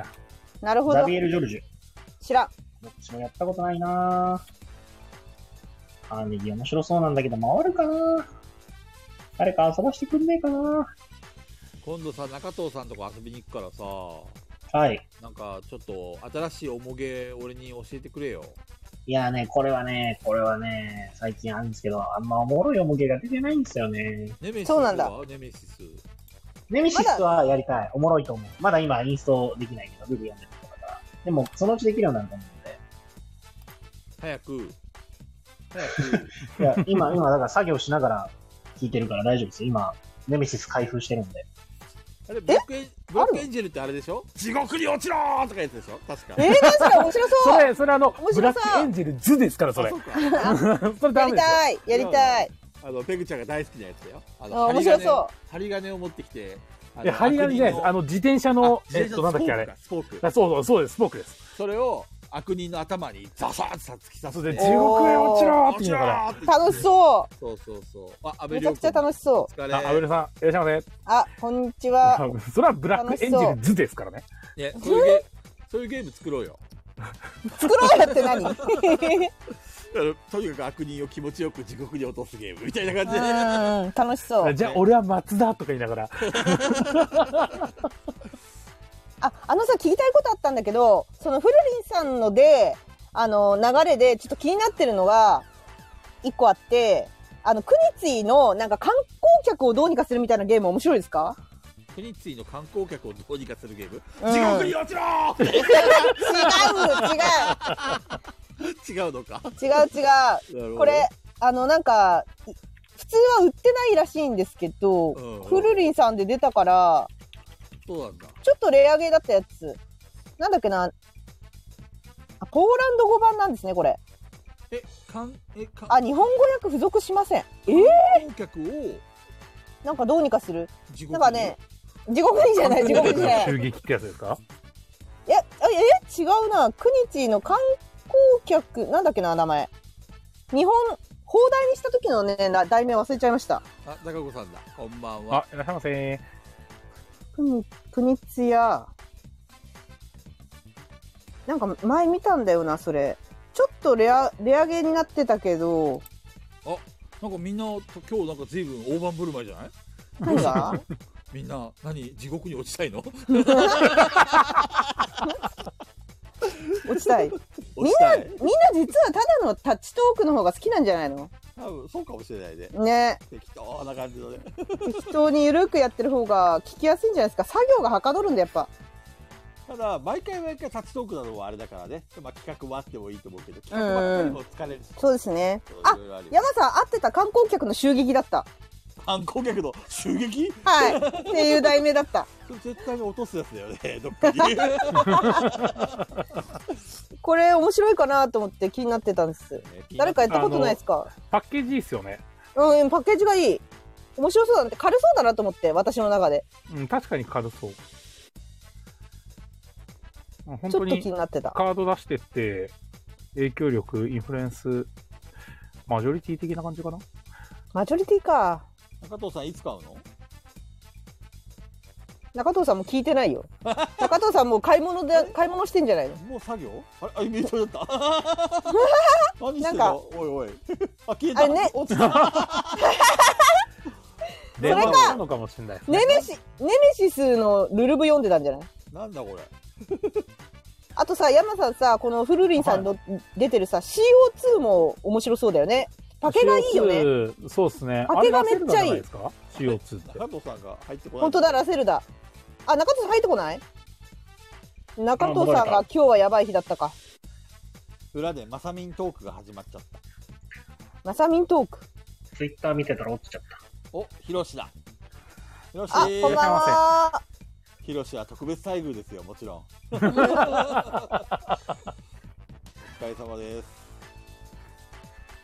[SPEAKER 4] あ、なるほ
[SPEAKER 3] ザ
[SPEAKER 4] ど
[SPEAKER 3] ビ。エル・ジョルジュ。
[SPEAKER 4] 知らん。
[SPEAKER 3] どっちもやったことないなぁカーネギー面白そうなんだけど、回るかな誰か遊ばしてくんねえかな
[SPEAKER 1] 今度さ、中藤さんとこ遊びに行くからさ、
[SPEAKER 3] はい。
[SPEAKER 1] なんかちょっと新しいおもげ俺に教えてくれよ。
[SPEAKER 3] いやね、これはね、これはね、最近あるんですけど、あんまおもろいおもげが出てないんですよね。
[SPEAKER 1] ネメシス
[SPEAKER 4] そうなんだ
[SPEAKER 1] はネメシス。
[SPEAKER 3] ネメシスはやりたい。おもろいと思う。まだ今インストできないけど、ルール読んでるとこだから。でも、そのうちできるようになると思うんで。
[SPEAKER 1] 早く、早く。
[SPEAKER 3] い や、今、今、だから作業しながら聞いてるから大丈夫ですよ。今、ネメシス開封してるんで。
[SPEAKER 1] あれ、ブロックエンブロックエンジェルってあれでしょ地獄に落ちろーとかやつでしょ確か。
[SPEAKER 4] えー、確かに面白
[SPEAKER 2] そ
[SPEAKER 4] そう
[SPEAKER 2] れ、それあの
[SPEAKER 4] 面白、そう
[SPEAKER 2] ブラックエンジェルズですから、そ
[SPEAKER 1] あ
[SPEAKER 2] れ
[SPEAKER 1] そ。うか。
[SPEAKER 2] それ
[SPEAKER 4] や
[SPEAKER 2] ダメで
[SPEAKER 4] り
[SPEAKER 2] すよ。
[SPEAKER 4] たいやりたい
[SPEAKER 1] あの、ペグちゃんが大好きなやつだよ。あ。
[SPEAKER 4] あ面白そう
[SPEAKER 1] 針金を持ってきて、あ
[SPEAKER 2] いや、針金じゃないです。あ
[SPEAKER 1] の
[SPEAKER 2] の、自転車
[SPEAKER 1] 悪人
[SPEAKER 2] の
[SPEAKER 1] あ、自
[SPEAKER 2] えっ
[SPEAKER 1] 転車
[SPEAKER 2] と、
[SPEAKER 1] のスポ
[SPEAKER 2] なんだっ
[SPEAKER 1] ー
[SPEAKER 2] け、
[SPEAKER 1] ク
[SPEAKER 2] あれ。
[SPEAKER 1] かスポーク。
[SPEAKER 2] あそうそう、そうです、スポークです。
[SPEAKER 1] それを悪人の頭にザサーッと突き刺
[SPEAKER 2] そ
[SPEAKER 1] す
[SPEAKER 2] れ
[SPEAKER 1] で
[SPEAKER 2] で、
[SPEAKER 4] お
[SPEAKER 2] 地獄へ落ちろーって言いながら。
[SPEAKER 1] ら
[SPEAKER 4] 楽しそ
[SPEAKER 1] そうそうそう。あ、安
[SPEAKER 4] う
[SPEAKER 1] 倍
[SPEAKER 4] めちゃ
[SPEAKER 1] 良
[SPEAKER 4] くちゃ楽しそ
[SPEAKER 1] お疲れ。
[SPEAKER 2] あ、アベルさん、いらっしゃいませ。
[SPEAKER 4] うあこんにちは
[SPEAKER 2] それはブラックエンジェルズですからね。
[SPEAKER 1] ね、そういうゲーそういうゲーム作ろうよ。
[SPEAKER 4] 作ろうやって何
[SPEAKER 1] あのとにかく悪人を気持ちよく地獄に落とすゲームみたいな感じで。
[SPEAKER 4] うん楽しそう
[SPEAKER 2] じゃあ、俺は松田とか言いながら。
[SPEAKER 4] ああのさ聞きたいことあったんだけどそのフルリンさんのであの流れでちょっと気になってるのが一個あってあのクニツィのなんか観光客をどうにかするみたいなゲーム面白いですか
[SPEAKER 1] フニッツィの観光客をどうにかするゲーム、
[SPEAKER 4] うん
[SPEAKER 1] 地獄に落ちろー
[SPEAKER 4] 違う
[SPEAKER 1] 違うのか
[SPEAKER 4] 違う違う違う
[SPEAKER 1] なるほど
[SPEAKER 4] これあのなんかい普通は売ってないらしいんですけど、
[SPEAKER 1] うん
[SPEAKER 4] フルリンさんで出たから
[SPEAKER 1] そうなんだ
[SPEAKER 4] ちょっとレアゲーだったやつなんだっけなあポーランド語版なんですねこれ
[SPEAKER 1] えかんえか
[SPEAKER 4] あ日本語訳付属しませんえー、
[SPEAKER 1] 観光客を
[SPEAKER 4] なんかどうにかする
[SPEAKER 1] 地獄
[SPEAKER 4] な
[SPEAKER 1] に
[SPEAKER 4] んかね地獄にじゃない地獄 にじゃない
[SPEAKER 2] 襲撃ってやつですか
[SPEAKER 4] いやあえ違うなクニチーの観光客なんだっけな名前日本放題にした時のねな題名忘れちゃいました
[SPEAKER 1] あ中子さんだこんばんは
[SPEAKER 2] あ、いらっしゃいませ。
[SPEAKER 4] くに、くにつや。なんか前見たんだよな、それ。ちょっとレア、レアゲーになってたけど、
[SPEAKER 1] なんかみんなと今日なんか随分大盤振る舞いじゃない
[SPEAKER 4] 何が
[SPEAKER 1] みんな何地獄に落ちたいの
[SPEAKER 4] 落ちたい。みん
[SPEAKER 1] 落ちたい
[SPEAKER 4] な実はただのタッチトークの方が好きなんじゃないの
[SPEAKER 1] 多分そうかもしれないね
[SPEAKER 4] ね。
[SPEAKER 1] 適当な感じのね
[SPEAKER 4] 適当にゆるくやってる方が聞きやすいんじゃないですか。作業がはかどるんだ、やっぱ。
[SPEAKER 1] ただ毎回毎回立ちトークなの はあれだからね、まあ、企画もあってもいいと思うけど企画ばっかりも疲れるし
[SPEAKER 4] そうですね。
[SPEAKER 1] そう
[SPEAKER 4] あ
[SPEAKER 1] い、ろいろあるよ
[SPEAKER 4] 山さん、会ってた観光客の襲撃だった。
[SPEAKER 1] 観光客の襲撃
[SPEAKER 4] はい。っていう題名だった。
[SPEAKER 1] それ絶対に落とすやつだよ ねどっかに
[SPEAKER 4] これ面白いかなと思って気になってたんです。誰かやったことないですか
[SPEAKER 2] パッケージいいっすよね。
[SPEAKER 4] うん、パッケージがいい。面白そうだなって、軽そうだなと思って、私の中で。
[SPEAKER 2] うん、確かに軽そう。うん本
[SPEAKER 4] ちょ
[SPEAKER 2] 当
[SPEAKER 4] っと気
[SPEAKER 2] に
[SPEAKER 4] になってた。
[SPEAKER 2] カード出してって、影響力、インフルエンス、マジョリティ的な感じかな
[SPEAKER 4] マジョリティか。
[SPEAKER 1] 中藤さんいつ買うの
[SPEAKER 4] 中藤さんも聞いてないよ。中藤さんもう買い物で、買い物してんじゃないの
[SPEAKER 1] もう作業あれあ、イメージ だった。何して
[SPEAKER 4] なんん
[SPEAKER 1] だ
[SPEAKER 4] か
[SPEAKER 1] おいおい。あ、消え
[SPEAKER 4] あ
[SPEAKER 1] た。
[SPEAKER 4] れね
[SPEAKER 1] 落ちた。
[SPEAKER 2] で
[SPEAKER 4] それか
[SPEAKER 2] まあなのかもしれないですね
[SPEAKER 4] ネメシ、ネメシスのルルブ読んでたんじゃない
[SPEAKER 1] なんだこれ。
[SPEAKER 4] あとさ、山さんさ、このフルリンさんの、出てるさ、CO2 も面白そうだよね。パケがいいよね。
[SPEAKER 2] CO2 そうですね。
[SPEAKER 4] パケがめっちゃい
[SPEAKER 2] あれラセルダじ
[SPEAKER 4] い
[SPEAKER 2] なですか ?CO2 って。
[SPEAKER 1] 中藤さんが入ってこない。
[SPEAKER 4] 本当だ、ラセルダ。あ、中藤さん入ってこない中藤さんが
[SPEAKER 2] あ戻
[SPEAKER 4] 今日はやばい日だったか。
[SPEAKER 1] 裏でマサミントークが始まっちゃった。
[SPEAKER 4] マサミントーク。
[SPEAKER 3] ツイッター見てたら落ちちゃった。
[SPEAKER 1] お、ヒロシだ。ヒロシ。
[SPEAKER 4] あ、こんばんは。
[SPEAKER 1] ヒロシは特別待遇ですよ、もちろん。 お疲れ様です。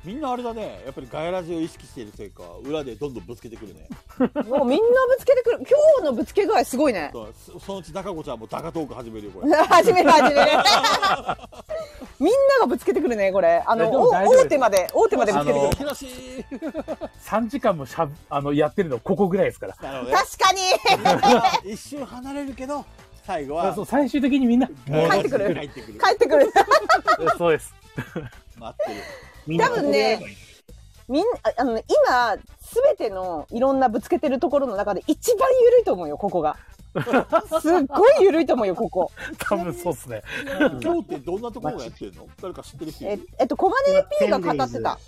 [SPEAKER 1] みんなあれだねやっぱりガヤラジを意識しているせいか裏でどんどんぶつけてくるね
[SPEAKER 4] もうみんなぶつけてくる。今日のぶつけ具合すごいね。
[SPEAKER 1] そうそそのうちダカ子ちゃんもダカトーク始めるよこれ
[SPEAKER 4] 始める始める。 みんながぶつけてくるね、これ。あの、
[SPEAKER 2] いやでも
[SPEAKER 4] お
[SPEAKER 2] 大丈夫です
[SPEAKER 4] 大手まで、大手までぶつけてくる。
[SPEAKER 1] ヒロシー
[SPEAKER 2] 3時間もしゃぶあのやってるのここぐらいですから
[SPEAKER 1] なるほどね
[SPEAKER 4] 確かに
[SPEAKER 1] 一瞬離れるけど最後
[SPEAKER 2] だから
[SPEAKER 1] は
[SPEAKER 2] そう最終的にみんな
[SPEAKER 1] ガ
[SPEAKER 4] 帰
[SPEAKER 1] ヤ
[SPEAKER 4] っ
[SPEAKER 1] ラ
[SPEAKER 4] て
[SPEAKER 1] ジ
[SPEAKER 4] くる
[SPEAKER 1] 帰ってくる
[SPEAKER 4] 帰ってくる。
[SPEAKER 2] そうです
[SPEAKER 1] 待ってる
[SPEAKER 3] みんな
[SPEAKER 4] 多分ねみんああのね、今、すべてのいろんなぶつけてるところの中で一番ゆるいと思うよ、ここが。すっごいゆるいと思うよ、ここ。
[SPEAKER 2] 多分そうですね
[SPEAKER 1] 今日ってどんなところがやってるの誰か知ってる人い
[SPEAKER 4] え
[SPEAKER 1] る
[SPEAKER 4] えっと、コマネリ P が語ってた。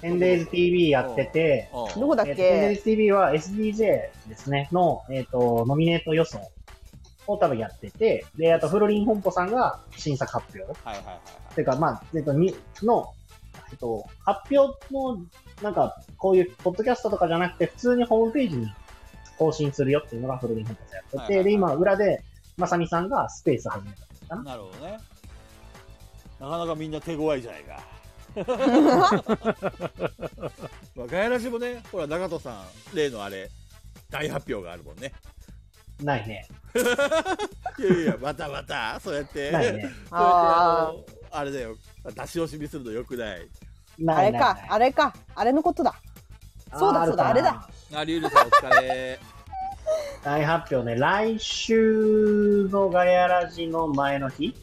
[SPEAKER 3] テンデイズ TV やってて、
[SPEAKER 1] ああ
[SPEAKER 4] どこだっ
[SPEAKER 3] えーテンデイ
[SPEAKER 4] け
[SPEAKER 3] ズ TV は SDJ ですね、の、えっ、と、ノミネート予想を多分やってて、で、あと、フロリン本舗さんが審査発表。
[SPEAKER 1] はいはいはい
[SPEAKER 3] ていうか、まあ、えっと、に、の、えっと、発表の、なんか、こういう、ポッドキャストとかじゃなくて、普通にホームページに更新するよっていうのがフルリンフォンやってて、
[SPEAKER 1] はいはいはい
[SPEAKER 3] で、今、裏で、まさみさんがスペース始めた。
[SPEAKER 1] はいなるほどねなかなかみんな手強いじゃないか まあガヤラジもねほら長戸さん例のあれ大発表があるもんね
[SPEAKER 3] ないね。
[SPEAKER 1] いやいやまたまたそうやって
[SPEAKER 3] ないね。
[SPEAKER 1] そうやって
[SPEAKER 4] あ
[SPEAKER 1] あのあれだよ出し惜しみするのよくない
[SPEAKER 4] あ
[SPEAKER 3] ないな
[SPEAKER 4] れ
[SPEAKER 3] い
[SPEAKER 4] か、あれか、あれのことだ。そうだそうだあ
[SPEAKER 3] ー
[SPEAKER 4] れ。
[SPEAKER 3] る
[SPEAKER 4] だ
[SPEAKER 3] か
[SPEAKER 1] ありうるさんお疲れ
[SPEAKER 3] な大発表ね、来週のガヤラジの前の 日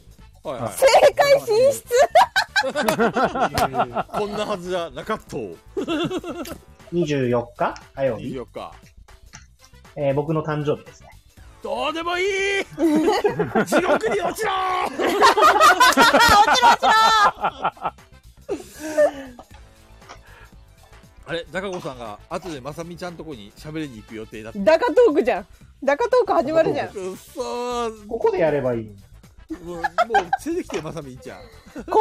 [SPEAKER 1] はい、 は
[SPEAKER 4] 正解進出
[SPEAKER 1] い、こんなはずじゃなかった
[SPEAKER 3] 24日火曜日、
[SPEAKER 1] 24日
[SPEAKER 3] えー僕の誕生日ですね。
[SPEAKER 1] どうでもいい地獄に落ちろあれ高子さんが後でまさみちゃんとこに喋りに行く予定だった
[SPEAKER 4] ダカトークじゃん。ダカトーク始まるじゃん。
[SPEAKER 1] くっそー
[SPEAKER 3] ここでやればいい。
[SPEAKER 1] もうもう連れてきてまさみちゃん
[SPEAKER 4] こんなと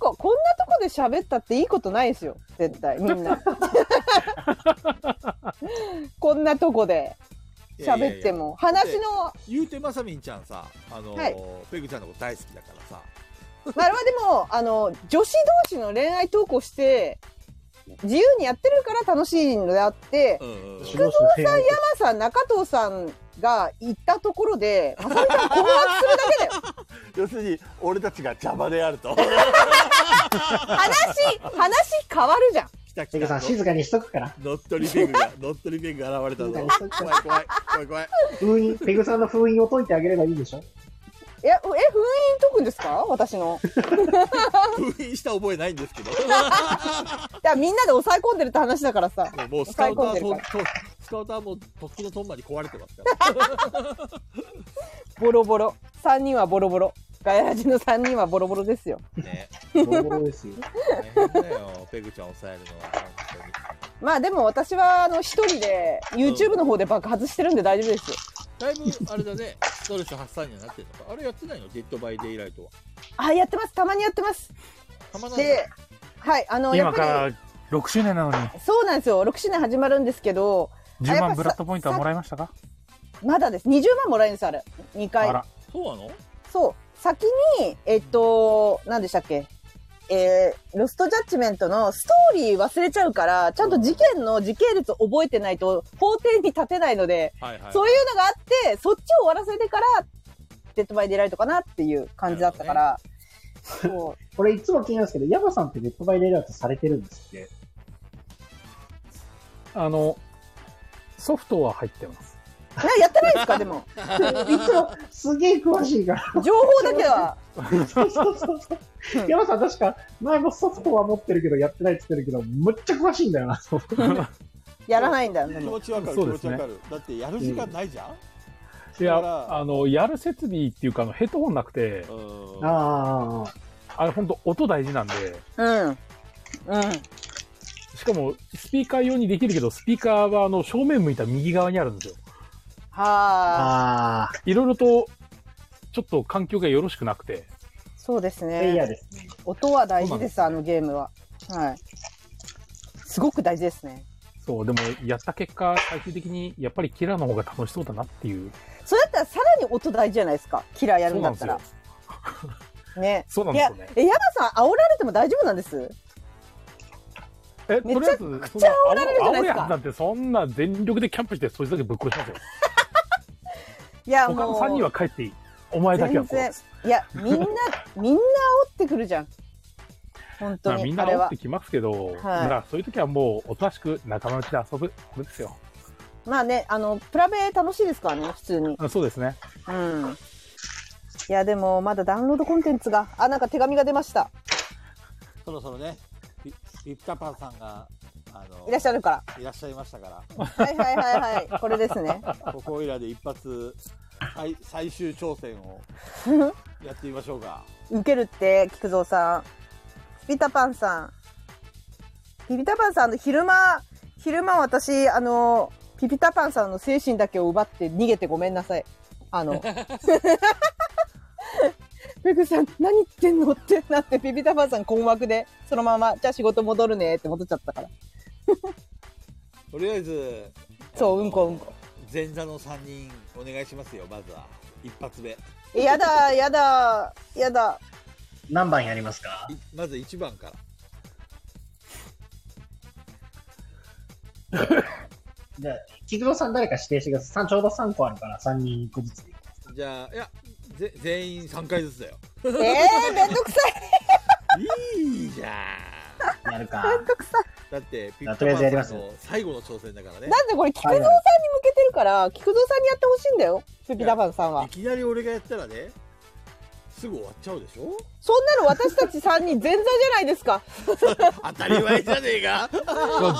[SPEAKER 4] こ、こんなとこで喋ったっていいことないですよ。絶対、み んな。こんなとこで喋っても。
[SPEAKER 1] いやいや
[SPEAKER 4] 話
[SPEAKER 1] いや
[SPEAKER 4] の、
[SPEAKER 1] 言うてまさみんちゃんさあのー、
[SPEAKER 4] はい
[SPEAKER 1] ペグちゃんのこと大好きだからさ
[SPEAKER 4] まあ、あれはでも、あの、女子同士の恋愛トークをして、自由にやってるから楽しいのであって、
[SPEAKER 1] うんうんうん
[SPEAKER 3] 菊蔵さん山
[SPEAKER 4] 今さ、中藤さんが行ったところで、まさみちゃん困惑するだけだよ。
[SPEAKER 1] 要するに俺たちが邪魔である と
[SPEAKER 4] 話、話変わるじゃん。
[SPEAKER 1] 来た
[SPEAKER 3] ペ
[SPEAKER 1] 来
[SPEAKER 3] グさ
[SPEAKER 1] た
[SPEAKER 3] ん静かにしとくから。
[SPEAKER 1] 乗っ取りペグが 乗っ取りペグが現れたぞ
[SPEAKER 3] 静か
[SPEAKER 1] 怖
[SPEAKER 3] にしとくから。
[SPEAKER 1] い怖い怖い怖い
[SPEAKER 3] 封 印、ペグさんの封印を解いてあげればいいでしょ
[SPEAKER 4] いや、え、封印解くんですか私の。
[SPEAKER 1] 封印した覚えないんですけ ど
[SPEAKER 4] だからみんなで抑え込んでるって話だからさ。
[SPEAKER 1] もうスカウターは
[SPEAKER 4] 抑え込んでる
[SPEAKER 1] ととスカウターはもうとっくのとんまに壊れてますから
[SPEAKER 4] ボロボロ。3人はボロボロ。ガヤラジの3人はボロボロですよ。
[SPEAKER 1] ね
[SPEAKER 3] ボロボロですよ。
[SPEAKER 1] 大変だよペグちゃん抑えるのは本当に
[SPEAKER 4] まあでも私は、あの、一人で、YouTube の方で爆発してるんで大丈夫ですよ。
[SPEAKER 1] だいぶあれだねストレス発散にはなってるのかあれやってないのデッドバイデイライトは
[SPEAKER 4] あ、やってます。たまにやってます。
[SPEAKER 1] たまない
[SPEAKER 4] で、はい、あの、や
[SPEAKER 2] 今
[SPEAKER 4] っ
[SPEAKER 2] か
[SPEAKER 4] ぱ
[SPEAKER 2] ら6周年なのに
[SPEAKER 4] り、そうなんですよ。6周年始まるんですけど、
[SPEAKER 2] 10万ブラッドポイントはもらいましたか
[SPEAKER 4] まだです。20万もらえるんです、あれ。2
[SPEAKER 2] あ
[SPEAKER 4] 回。
[SPEAKER 2] ら
[SPEAKER 1] そうなの
[SPEAKER 4] そう。先に、えっと、何でしたっけえー、ロストジャッジメントのストーリー忘れちゃうから、ちゃんと事件の時系列を覚えてないと法廷に立てないので、
[SPEAKER 1] はいはい
[SPEAKER 4] そういうのがあって、そっちを終わらせてから、デッドバイデイライトかなっていう感じだったから、そ
[SPEAKER 3] これいつも気になるんですけど、ヤマさんってネットバイレイアウトされてるんですって。
[SPEAKER 2] あのソフトは入ってます
[SPEAKER 4] う。なやってないですか、でも。
[SPEAKER 3] 一応、すげえ詳しい から。
[SPEAKER 4] 情報だけは。
[SPEAKER 3] そうそうそうそう。ヤマさん確か、前もソフトは持ってるけど、やってないって言ってるけど、むっちゃ詳しいんだよな。
[SPEAKER 4] やらないんだよ、で
[SPEAKER 1] 気
[SPEAKER 4] も
[SPEAKER 1] 持ちわかる、
[SPEAKER 2] そう
[SPEAKER 1] 気
[SPEAKER 2] で
[SPEAKER 1] 持
[SPEAKER 2] す
[SPEAKER 1] ち
[SPEAKER 2] ね
[SPEAKER 1] わかるだってやる時間ないじゃん、
[SPEAKER 2] い
[SPEAKER 1] だから
[SPEAKER 2] やあのやる設備っていうかあのヘッドホンなくて
[SPEAKER 1] うん
[SPEAKER 3] あ
[SPEAKER 2] あれ本当音大事なんで
[SPEAKER 4] うん。うん。
[SPEAKER 2] しかもスピーカー用にできるけどスピーカーはあの正面向いた右側にあるんですよ
[SPEAKER 3] あ。
[SPEAKER 4] は
[SPEAKER 3] あ
[SPEAKER 4] あ、
[SPEAKER 3] あ。
[SPEAKER 2] いろいろとちょっと環境がよろしくなくて
[SPEAKER 4] そうです
[SPEAKER 3] プレイヤー
[SPEAKER 4] ね。
[SPEAKER 3] ですね。
[SPEAKER 4] 音は大事です、
[SPEAKER 2] そう
[SPEAKER 4] あ
[SPEAKER 2] な
[SPEAKER 4] のゲームは。はい。すごく大事ですね。
[SPEAKER 2] そうでもやった結果最終的にやっぱりキラーの方が楽しそうだなっていう
[SPEAKER 4] それだったらさらに音大事じゃないですか。キラーやるんだったら。ね。
[SPEAKER 2] そうなん
[SPEAKER 4] い
[SPEAKER 2] です
[SPEAKER 4] や
[SPEAKER 2] よね、
[SPEAKER 4] え、ヤマさん、煽られても大丈夫なんです
[SPEAKER 2] え、とりあえず、そん
[SPEAKER 4] めちゃくちゃ煽られるじゃないです
[SPEAKER 2] 青
[SPEAKER 4] か
[SPEAKER 2] やんだってそんな全力でキャンプして、そいつだけぶっ殺しますよ。
[SPEAKER 4] いや
[SPEAKER 2] 他の3人は帰っていい。お前だけはこう。
[SPEAKER 4] 全いやみんな みんな煽ってくるじゃん本当
[SPEAKER 2] まあ、み
[SPEAKER 4] に
[SPEAKER 2] ん
[SPEAKER 4] あ
[SPEAKER 2] な
[SPEAKER 4] れ
[SPEAKER 2] 煽
[SPEAKER 4] は
[SPEAKER 2] ってきますけど、まあそういう時はもうおとなしく仲間内で遊ぶこれですよ
[SPEAKER 4] まあねあのプラベ楽しいですからね普通に
[SPEAKER 2] あそうですね
[SPEAKER 4] うんいやでもまだダウンロードコンテンツがあなんか手紙が出ました
[SPEAKER 1] そろそろね、ピピピタパンさんが、あの、
[SPEAKER 4] いらっしゃるか
[SPEAKER 1] いらっしゃいましたから。
[SPEAKER 4] らはいはいはいはいこれですね
[SPEAKER 1] ここいらで一発最最終挑戦を やってみましょうか。
[SPEAKER 4] 受けるって菊蔵さんピピタパンさんピピタパンさんの昼間昼間私あのピピタパンさんの精神だけを奪って逃げてごめんなさいあのペグさん何言ってんのってなってピピタパンさん困惑でそのままじゃあ仕事戻るねって戻っちゃったから
[SPEAKER 1] とりあえず、
[SPEAKER 4] そ
[SPEAKER 1] あ
[SPEAKER 4] う
[SPEAKER 1] の
[SPEAKER 4] うんこうんこ。
[SPEAKER 1] 前座の3人お願いしますよ、まずは。一発目。い
[SPEAKER 4] えやだやだやだ
[SPEAKER 3] 何番やりますか
[SPEAKER 1] まず1番から。
[SPEAKER 3] じゃあ、菊蔵さん誰か指定してください。さんちょうど3個あるから3人1個ずつで。
[SPEAKER 1] じゃあ、いや、ぜ全員3回ずつだよ。
[SPEAKER 4] えー、めんどくさい
[SPEAKER 1] いいじゃん。
[SPEAKER 3] やるか。
[SPEAKER 1] だって、ピ
[SPEAKER 3] とりあえずやり
[SPEAKER 1] タパ
[SPEAKER 3] ま
[SPEAKER 1] ン
[SPEAKER 3] す
[SPEAKER 1] さんの最後の挑戦だからね
[SPEAKER 4] だ。ってこれ菊蔵さんに向けてるから菊蔵さんにやってほしいんだよピピタパンさんはい
[SPEAKER 1] きなり俺がやったらね、すぐ終わっちゃうでしょ
[SPEAKER 4] そんなの私たち3人前座じゃないですか。
[SPEAKER 1] 当たり前じゃねえ か。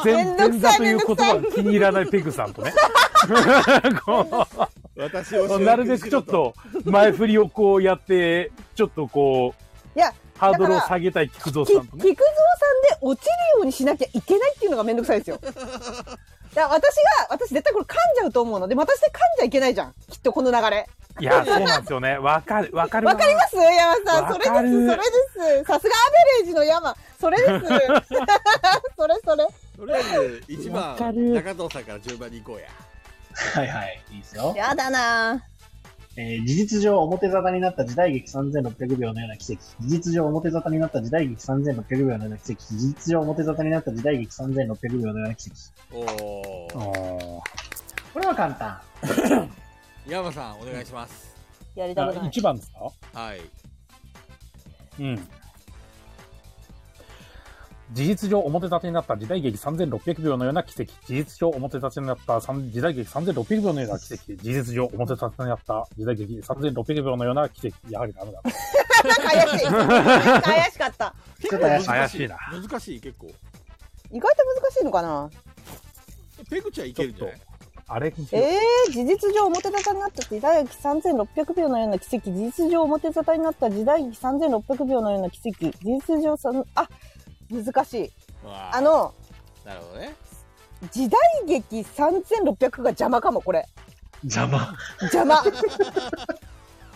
[SPEAKER 2] 全
[SPEAKER 4] めんどく
[SPEAKER 2] 然
[SPEAKER 4] さ
[SPEAKER 2] 座
[SPEAKER 4] い
[SPEAKER 2] という言葉が気に入らないペグさんと ねこ
[SPEAKER 1] 私を
[SPEAKER 2] うなるべくちょっ。と前振りをこうやってちょっとこ
[SPEAKER 4] いや、
[SPEAKER 2] うハードルを下げたい菊蔵
[SPEAKER 4] き菊
[SPEAKER 2] さん
[SPEAKER 4] 蔵さ
[SPEAKER 2] と
[SPEAKER 4] ん
[SPEAKER 2] ね
[SPEAKER 4] で落ちるようにしなきゃいけないっていうのがめんどくさいですよ。だから私が、私絶対これ噛んじゃうと思うので、私で噛んじゃいけないじゃん。きっとこの流れ。
[SPEAKER 2] いやそうなんですよねわかるわかる
[SPEAKER 4] わかります山さん。そ
[SPEAKER 2] わ
[SPEAKER 4] れです、
[SPEAKER 2] かる
[SPEAKER 4] それです。さすがアベレージの山。それです。 それそれ。
[SPEAKER 1] とりあえず、1
[SPEAKER 2] わかる
[SPEAKER 1] 番、中藤さんから順番に行こうや。
[SPEAKER 3] はいはい。いいですよ。
[SPEAKER 4] やだなぁ
[SPEAKER 3] えー事実上表沙汰になった時代劇3600秒のような奇跡。事実上表沙汰になった時代劇3600秒のような奇跡。事実上表沙汰になった時代劇3600秒のような奇跡。
[SPEAKER 1] おおー。
[SPEAKER 2] お
[SPEAKER 3] これは簡単。
[SPEAKER 1] 山さん、お願いします。
[SPEAKER 4] やりた くない。
[SPEAKER 2] 1番ですか
[SPEAKER 1] はい。
[SPEAKER 2] うん事実上表立てになった時代劇3600秒のような奇跡。事実上表立てになった三時代劇3600秒のような奇跡。事実上表立てになった時代劇3600秒のような奇跡。やはりダメだ。
[SPEAKER 4] 怪し い。なんか怪しかった。
[SPEAKER 1] ち
[SPEAKER 3] ょっと怪しい
[SPEAKER 2] 怪しいな
[SPEAKER 1] 難しい、結構。
[SPEAKER 4] 意外と難しいのかな
[SPEAKER 1] ペグちゃんいけるんじゃない
[SPEAKER 2] あれにしよう
[SPEAKER 4] えー、事実上表沙汰になった時代劇3600秒のような奇跡事実上表沙汰になった時代劇3600秒のような奇跡事実上さんあ難しい
[SPEAKER 1] あ
[SPEAKER 4] あ、の
[SPEAKER 1] なるほどね。
[SPEAKER 4] 時代劇3600が邪魔かもこれ
[SPEAKER 3] 邪魔。
[SPEAKER 4] 邪 魔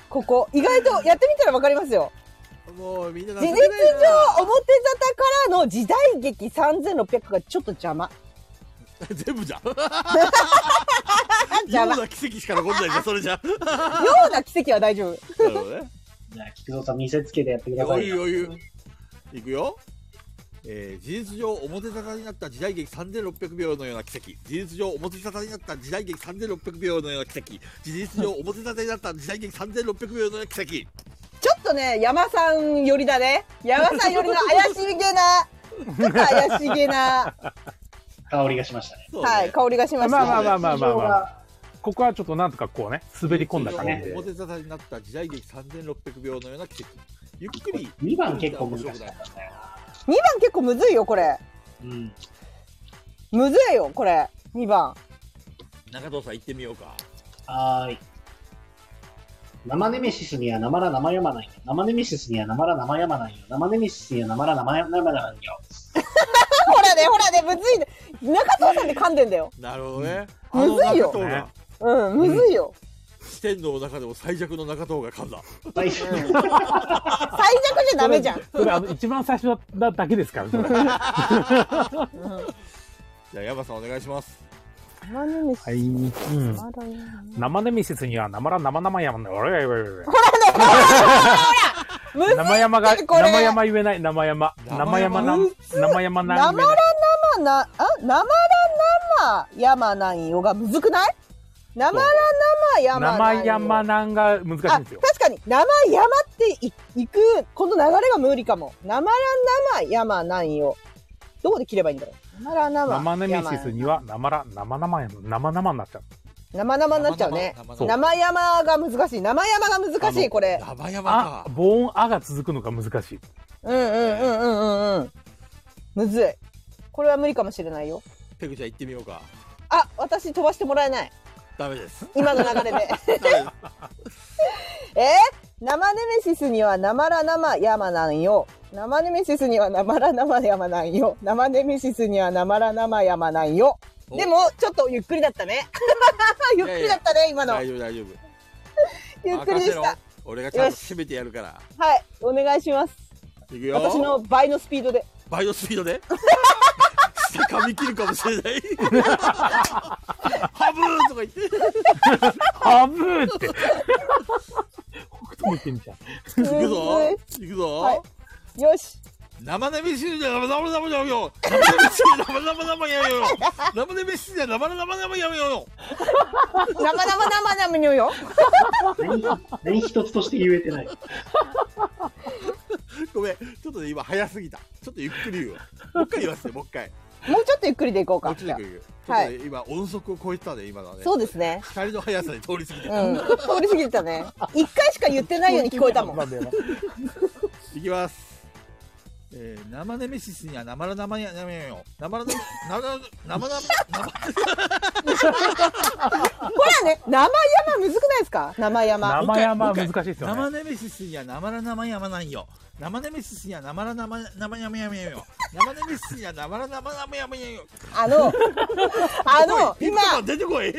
[SPEAKER 4] ここ意外とやってみたら分かりますよ
[SPEAKER 1] もうみんな
[SPEAKER 4] 事実上
[SPEAKER 1] 情
[SPEAKER 4] 表沙汰からの時代劇3600がちょっと邪魔
[SPEAKER 1] 全部じゃん。
[SPEAKER 4] 邪
[SPEAKER 1] よ
[SPEAKER 4] 魔
[SPEAKER 1] う
[SPEAKER 4] よ
[SPEAKER 1] な奇跡しか残んないじゃん、それじゃ。
[SPEAKER 4] うな奇跡は大丈夫
[SPEAKER 1] なるほどね。
[SPEAKER 3] じゃあ、菊蔵さん見せつけてやってくださ
[SPEAKER 1] 余
[SPEAKER 3] い
[SPEAKER 1] 裕。余裕。いくよ。えー、事実上表沙汰になった時代劇3600秒のような奇跡事実上表沙汰になった時代劇3600秒のような奇跡事実上表沙汰になった時代劇3600秒のような奇跡
[SPEAKER 4] ちょっとね、山さん寄りだね。山さん寄りの怪しげな、ちょっと怪しげな、
[SPEAKER 3] 香りがしましたね。
[SPEAKER 1] そうね
[SPEAKER 4] はい、香りがしました。
[SPEAKER 2] まあまあまあまあまあま
[SPEAKER 3] 通常
[SPEAKER 2] あ。
[SPEAKER 3] は
[SPEAKER 2] ここはちょっとなんとかこうね、滑り込んだ感じ
[SPEAKER 3] そう
[SPEAKER 2] で。
[SPEAKER 1] 表沙汰になった時代劇3600秒のような奇跡ゆっくり
[SPEAKER 3] 2番結構難しかったんだよな。
[SPEAKER 4] 2番結構むずいよ、これ。
[SPEAKER 3] うん。
[SPEAKER 4] むずいよ、これ。2番。
[SPEAKER 1] 中藤さん行ってみようか
[SPEAKER 3] はーい。生ネメシスには生ら生読まないよ。生ネメシスには生ら生読まないよ。生ネメシスには生ら生読まないよ。
[SPEAKER 4] あほらね、ほらね、むずいね。中藤さんで噛んでんだよ。
[SPEAKER 1] なるほどね、
[SPEAKER 4] うんむずい
[SPEAKER 1] あの
[SPEAKER 4] よ
[SPEAKER 1] 中藤が
[SPEAKER 4] うん、むずいよ。
[SPEAKER 1] 四天王の中でも最弱の中藤が神だ
[SPEAKER 3] 最初に
[SPEAKER 4] 最弱じゃダメじゃん。
[SPEAKER 2] それあの一番最初だだけですから、ね、
[SPEAKER 1] じゃあ山さんお願いします
[SPEAKER 4] 生ネメシス
[SPEAKER 2] うん。
[SPEAKER 4] まだいいな
[SPEAKER 2] 生ネミシスには生ら生生やまんね。おらおらおらおら
[SPEAKER 4] むむず
[SPEAKER 2] 生山が、
[SPEAKER 4] ってこれ
[SPEAKER 2] 生山言えない、生山。生
[SPEAKER 1] 生
[SPEAKER 2] 山
[SPEAKER 1] 山
[SPEAKER 2] な
[SPEAKER 4] うんっ、
[SPEAKER 2] 生山
[SPEAKER 4] 生
[SPEAKER 2] な
[SPEAKER 4] ら
[SPEAKER 2] ん言えない。
[SPEAKER 4] 生な、あ生ら生山なんよがむずくない生ら生山なんよ
[SPEAKER 2] 生山なんが難しい
[SPEAKER 4] あ
[SPEAKER 2] んですよ。
[SPEAKER 4] 確かに生山ってい行くこの流れが無理かも生ら生山なんよどこで切ればいいんだろう生ら生
[SPEAKER 2] 生ネメシスには生ら、生生や、生生になっちゃう。
[SPEAKER 4] 生々になっちゃうね
[SPEAKER 1] 生々
[SPEAKER 2] そう
[SPEAKER 4] 生山が難しい生山が難し
[SPEAKER 1] あ
[SPEAKER 4] い
[SPEAKER 1] の
[SPEAKER 4] これ
[SPEAKER 1] 生山
[SPEAKER 2] あ
[SPEAKER 1] か、。
[SPEAKER 2] ボーンあが続くのが難しい。
[SPEAKER 4] うんうんうんうんうんうんむずいこれは無理かもしれないよ
[SPEAKER 1] ペグちゃん行ってみようか。
[SPEAKER 4] あ私飛ばしてもらえない
[SPEAKER 1] ダメです。
[SPEAKER 4] 今の流れでえー、生ネメシスには生ら生山なんよ。生ネメシスには生ら生山なんよ。生ネメシスには生ら生山なんよ。
[SPEAKER 1] お
[SPEAKER 4] でも、ちょっとゆっくりだったね。ゆっくりだったね、今の
[SPEAKER 1] 大。丈夫大丈夫。
[SPEAKER 4] ゆっくりで
[SPEAKER 1] 任せ
[SPEAKER 4] した。
[SPEAKER 1] ろ
[SPEAKER 4] は
[SPEAKER 1] 俺がちゃんと攻めてやるから。
[SPEAKER 4] い、お願いします。
[SPEAKER 1] いくよ。
[SPEAKER 4] 私の倍のスピードで。
[SPEAKER 1] バイオスピードで下噛み切るかもしれないハブーとか言って
[SPEAKER 2] あぶーって。北斗見てみちゃう。
[SPEAKER 4] す
[SPEAKER 1] 行くぞ
[SPEAKER 4] ごい
[SPEAKER 1] 行くぞ、
[SPEAKER 4] はいよ し。
[SPEAKER 1] 生で飯じゃ生生生やめよう生で飯じゃ生生生やめよう生で飯じゃ生生生やめよ
[SPEAKER 4] 生々生々によ。
[SPEAKER 3] 全全一つとして言えてない。
[SPEAKER 1] うごめんちょっとね今早すぎたちょっとゆっくり言うわもう一回言わせてもう一回
[SPEAKER 4] もうちょっとゆっくりでいこう
[SPEAKER 1] も
[SPEAKER 4] か
[SPEAKER 1] う。ちょっとゆっくり言う、
[SPEAKER 4] はい
[SPEAKER 1] ちょっとね今音速を超えてたね今のはね
[SPEAKER 4] そうですね。
[SPEAKER 1] 二人の速さで通り過ぎて
[SPEAKER 4] う
[SPEAKER 1] た、
[SPEAKER 4] ん。通り過ぎてたね。一回しか言ってないように聞こえたもん。
[SPEAKER 2] なんだよな。
[SPEAKER 1] いきます。えー、生ネメシスには生ら生や、生やよ。生ら生、生ら、生ら、
[SPEAKER 4] ほらね、生山むずくないですか生山。
[SPEAKER 2] 生山
[SPEAKER 1] も
[SPEAKER 2] は
[SPEAKER 1] う一回
[SPEAKER 2] 難しいですよ
[SPEAKER 1] 生
[SPEAKER 2] ね。
[SPEAKER 1] ネメシスには生ら生やまないよ。生ネメシスには生ら生、生やめやめよ。生ネメシスには生ら生やめやめよ。
[SPEAKER 4] あの、あの、
[SPEAKER 1] ピク
[SPEAKER 4] 今、
[SPEAKER 1] さん出てこい。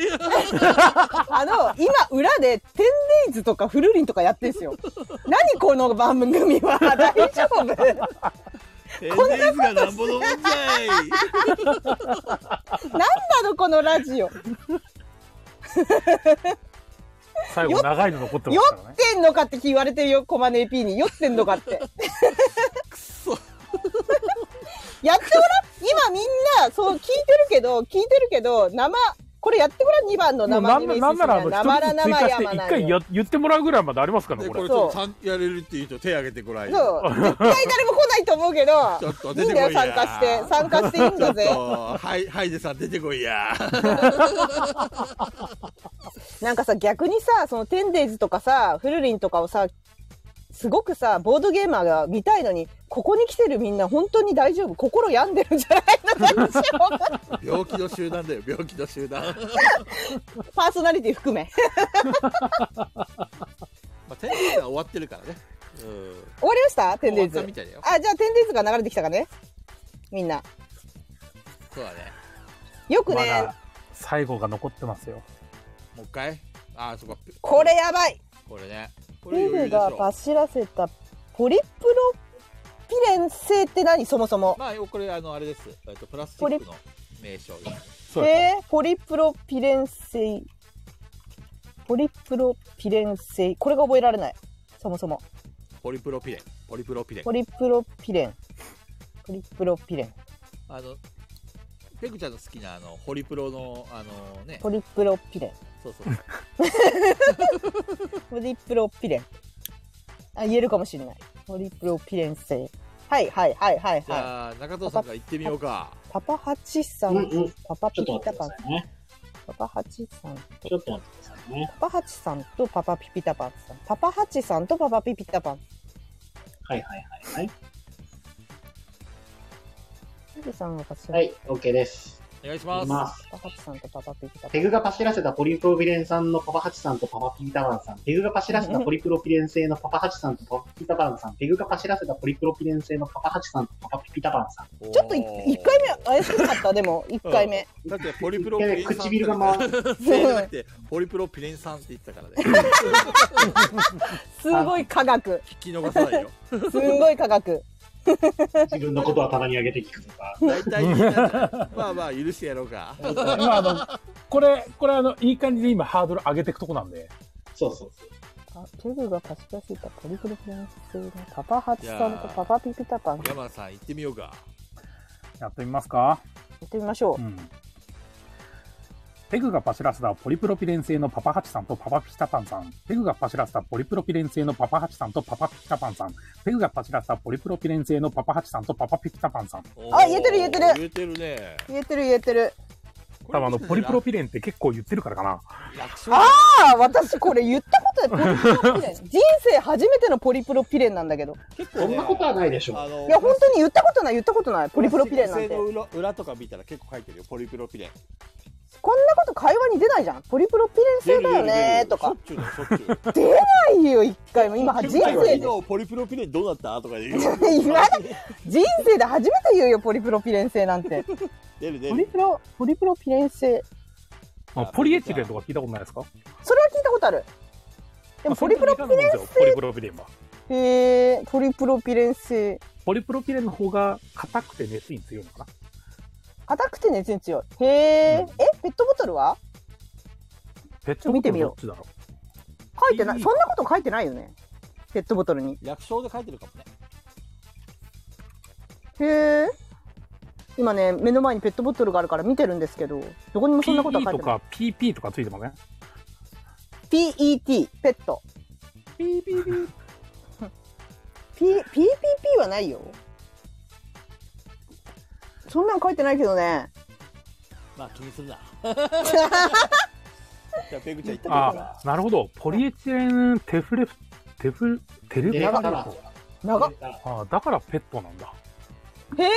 [SPEAKER 4] あの、今、裏で、テンデイズとかフルリンとかやってんすよ。何この番組は 大丈夫
[SPEAKER 1] エンデイズがなんぼのもんじゃい。
[SPEAKER 4] 何なのこのラジオ。
[SPEAKER 2] 最後長いの残ってま
[SPEAKER 4] 酔
[SPEAKER 2] すから
[SPEAKER 4] っ
[SPEAKER 2] ね。
[SPEAKER 4] てんのかって言われてるよ、コマネ AP に。酔ってんのか って。
[SPEAKER 1] く そ。
[SPEAKER 4] やってごらん今みんな、そう聞いてるけど、聞いてるけど、生、これやってごらん、2番の
[SPEAKER 2] もうな
[SPEAKER 4] 生
[SPEAKER 2] んな
[SPEAKER 4] ネメシス
[SPEAKER 2] なんならあの、
[SPEAKER 4] 生
[SPEAKER 2] 一
[SPEAKER 4] ら
[SPEAKER 2] つ追
[SPEAKER 4] 生
[SPEAKER 2] 加して
[SPEAKER 4] 山
[SPEAKER 2] 一
[SPEAKER 4] なん
[SPEAKER 2] 回
[SPEAKER 4] よ
[SPEAKER 2] や言ってもらうぐらいまでありますからね、
[SPEAKER 1] で、
[SPEAKER 2] こ
[SPEAKER 1] これ
[SPEAKER 2] れ。
[SPEAKER 1] ちょっとさんやれるっていう人手挙げてこない。
[SPEAKER 4] そう。絶対誰も来ないと思う け
[SPEAKER 1] ちょっと
[SPEAKER 4] ど、い
[SPEAKER 1] 出
[SPEAKER 4] い
[SPEAKER 1] て
[SPEAKER 4] ん
[SPEAKER 1] こい
[SPEAKER 4] だ
[SPEAKER 1] や
[SPEAKER 4] よ、参加して。参加していいん
[SPEAKER 1] ちょ
[SPEAKER 4] だ
[SPEAKER 1] っ
[SPEAKER 4] ぜ。
[SPEAKER 1] と、はい、ハイデさん出てこいや。
[SPEAKER 4] なんかさ逆にさそのテンデイズとかさフルリンとかをさすごくさボードゲーマーが見たいのにここに来てるみんな本当に大丈夫心病んでるんじゃないの大丈 夫
[SPEAKER 1] 病気の集団だよ、病気の集 団。
[SPEAKER 4] パーソナリティ含め終
[SPEAKER 1] まあ、テンデイズは終わってるからね。うん。
[SPEAKER 4] わりましたテンデイズ
[SPEAKER 1] 終わったみたいだよ
[SPEAKER 4] あじゃあテンデイズが流れてきたかねみんな
[SPEAKER 1] そうだね。
[SPEAKER 4] よく
[SPEAKER 2] ま
[SPEAKER 4] ね、
[SPEAKER 2] だ最後が残ってますよ。
[SPEAKER 1] もう一回。あー、そっか。
[SPEAKER 4] これ。やばい
[SPEAKER 1] これね。これ
[SPEAKER 4] ペ
[SPEAKER 1] 余
[SPEAKER 4] グ
[SPEAKER 1] 裕でし
[SPEAKER 4] が
[SPEAKER 1] ょ。
[SPEAKER 4] 走らせたポリプロピレン製って何そもそも
[SPEAKER 1] まあ、これ、あの、あれです。えっと、プラスチックの名称です。
[SPEAKER 2] そうです
[SPEAKER 4] えー、ポリプロピレンセイポリプロピレンセイこれが覚えられないそもそも
[SPEAKER 1] ポリプロピレン。ポリプロピレン
[SPEAKER 4] ポ。リプロピレンポリプロピレン
[SPEAKER 1] あの、ペグちゃんの好きな、あの、ホリプロの、あのね
[SPEAKER 4] ポ、リプロピレン
[SPEAKER 1] そうそう。
[SPEAKER 4] ポリプロピレンあ言えるかもしれないポリプロピレンセイはいはいはいはい
[SPEAKER 1] じ
[SPEAKER 4] は
[SPEAKER 1] ゃあ、中藤さんから行ってみようか。
[SPEAKER 4] いパパハチさん、
[SPEAKER 3] うんうん
[SPEAKER 4] パパ
[SPEAKER 3] ちょ
[SPEAKER 4] ピ
[SPEAKER 3] っと
[SPEAKER 4] ピ
[SPEAKER 3] 待
[SPEAKER 4] タ
[SPEAKER 3] ってく
[SPEAKER 4] パ
[SPEAKER 3] だ
[SPEAKER 4] ン
[SPEAKER 3] さいね。
[SPEAKER 4] パパハチさん
[SPEAKER 3] ちょっと待ってくださいね。
[SPEAKER 4] パパハチさんとパパピピタパンさんパパハチさんとパパピピタパン
[SPEAKER 3] はいはいはいはい。
[SPEAKER 4] ペグさんが走る、
[SPEAKER 3] はい、OK です。
[SPEAKER 1] お願いし
[SPEAKER 3] い
[SPEAKER 1] ま
[SPEAKER 3] き
[SPEAKER 1] す。
[SPEAKER 3] ます。
[SPEAKER 4] パパハチさんとパパピピタパ
[SPEAKER 3] ペ
[SPEAKER 4] ン
[SPEAKER 3] グが走らせたポリプロピレンさんのパパハチさんとパパピータバンさん。ペグが走らせたポリプロピレン製のパパハチさんとパパピータバンさん。ペグが走らせたポリプロピレン製のパパハチさんとパパピータバンさん。
[SPEAKER 1] ち
[SPEAKER 4] ちょっとい一回目怪しくなかったでも一回目。
[SPEAKER 1] だって、ポリプロピ
[SPEAKER 3] 一
[SPEAKER 1] レ
[SPEAKER 3] 回
[SPEAKER 1] ン
[SPEAKER 3] ね
[SPEAKER 1] 酸って
[SPEAKER 3] 唇が回る。
[SPEAKER 1] そうじゃなくて、ポリプロピレン酸って言ってたからね。
[SPEAKER 4] すごい科学。
[SPEAKER 1] 聞き逃さないよ。
[SPEAKER 4] すんごい科学。
[SPEAKER 3] 自分のことは棚に上げて聞くとか。
[SPEAKER 1] 大体言えたんじゃない、まあまあ、許してやろうか。
[SPEAKER 2] 今あの、これ、これあの、いい感じで今ハードル上げていくとこなんで、
[SPEAKER 3] そうそうそう。
[SPEAKER 4] あペグが貸し出していたポリグルフランス製のパパハチさんとパパピピタパンや
[SPEAKER 1] 山田さん行ってみようか
[SPEAKER 2] やってみますか
[SPEAKER 4] ってみましょ
[SPEAKER 2] う
[SPEAKER 4] う。
[SPEAKER 2] ん。ペグがパシラスだポリプロピレン製のパパハチさんとパパピタパンさん。ペグがパシラスだポリプロピレン製のパパハチさんとパパピタパンさん。ペグがパシラスだポリプロピレン製のパパハチさんとパパピタパンさん。
[SPEAKER 4] あ言えてる言えてる
[SPEAKER 1] 言えてるね
[SPEAKER 4] 言えてる言えてる。
[SPEAKER 2] 多分あの、ポリプロピレンって結構言ってるからかな。
[SPEAKER 1] 楽勝
[SPEAKER 4] ああ、私これ言ったことない。ポリプロピレン。人生初めてのポリプロピレンなんだけど。
[SPEAKER 1] 結
[SPEAKER 3] そんなことはないでしょう
[SPEAKER 1] あの
[SPEAKER 4] いや、本当に言ったことない、言ったことない。ポリプロピレンなん
[SPEAKER 1] プ
[SPEAKER 4] て。
[SPEAKER 1] ラ
[SPEAKER 4] こ
[SPEAKER 1] ス
[SPEAKER 4] ん
[SPEAKER 1] チック製の裏裏とか見たら結構書いてるよポリプロピレン
[SPEAKER 4] なこと会話に出ないじゃん。ポリプロピレン製だよねーとか。
[SPEAKER 1] 出る出る出るしょっちゅうだよしょっちゅう
[SPEAKER 4] 出ないよ、一回も。今、人
[SPEAKER 1] 今
[SPEAKER 4] 生
[SPEAKER 1] 回
[SPEAKER 4] で。
[SPEAKER 1] のポリプロピレンどうだったとか 言う
[SPEAKER 4] 言わ ない人生で初めて言うよ、ポリプロピレン製なんて。
[SPEAKER 1] 出る出
[SPEAKER 4] ポリ
[SPEAKER 1] る
[SPEAKER 4] プロ、ポリプロピレン製。
[SPEAKER 2] あポリエチレンとか聞いたことないですか
[SPEAKER 4] それは聞いたことある。でも、ポリプロピレン
[SPEAKER 2] ンポリプロピレンは。
[SPEAKER 4] へえ、ポリプロピレン製。
[SPEAKER 2] ポリプロピレンの方が硬くて熱に強いのかな
[SPEAKER 4] 硬くて熱に強い。へえ、
[SPEAKER 2] うん
[SPEAKER 4] え、ペットボトルは
[SPEAKER 2] ペットボトル
[SPEAKER 4] 見てみよう
[SPEAKER 2] どっちだろ
[SPEAKER 4] 書いてない。そんなこと書いてないよね。ペットボトルに。
[SPEAKER 1] 略称で書いてるかもね
[SPEAKER 4] へえ。今ね、目の前にペットボトルがあるから見てるんですけど、どこにも
[SPEAKER 2] う
[SPEAKER 4] そんなことは
[SPEAKER 2] PE
[SPEAKER 4] 書い
[SPEAKER 2] と
[SPEAKER 4] てない。
[SPEAKER 2] か PP とかついてますね。
[SPEAKER 4] PET、ペット。
[SPEAKER 2] PPP。
[SPEAKER 4] P、PPP はないよ。そんなん書いてないけどね。
[SPEAKER 1] まあ気にするなじゃあペグちゃん行ってみよう
[SPEAKER 2] あ
[SPEAKER 1] か、
[SPEAKER 2] なるほど。ポリエチレンテフレフ、テフ、テレビ
[SPEAKER 3] デ
[SPEAKER 2] ア
[SPEAKER 3] ー
[SPEAKER 2] ラ
[SPEAKER 3] タ
[SPEAKER 2] ル
[SPEAKER 3] だな
[SPEAKER 2] ト。
[SPEAKER 4] 長っ。
[SPEAKER 2] あだからペットなんだ。
[SPEAKER 4] へえ。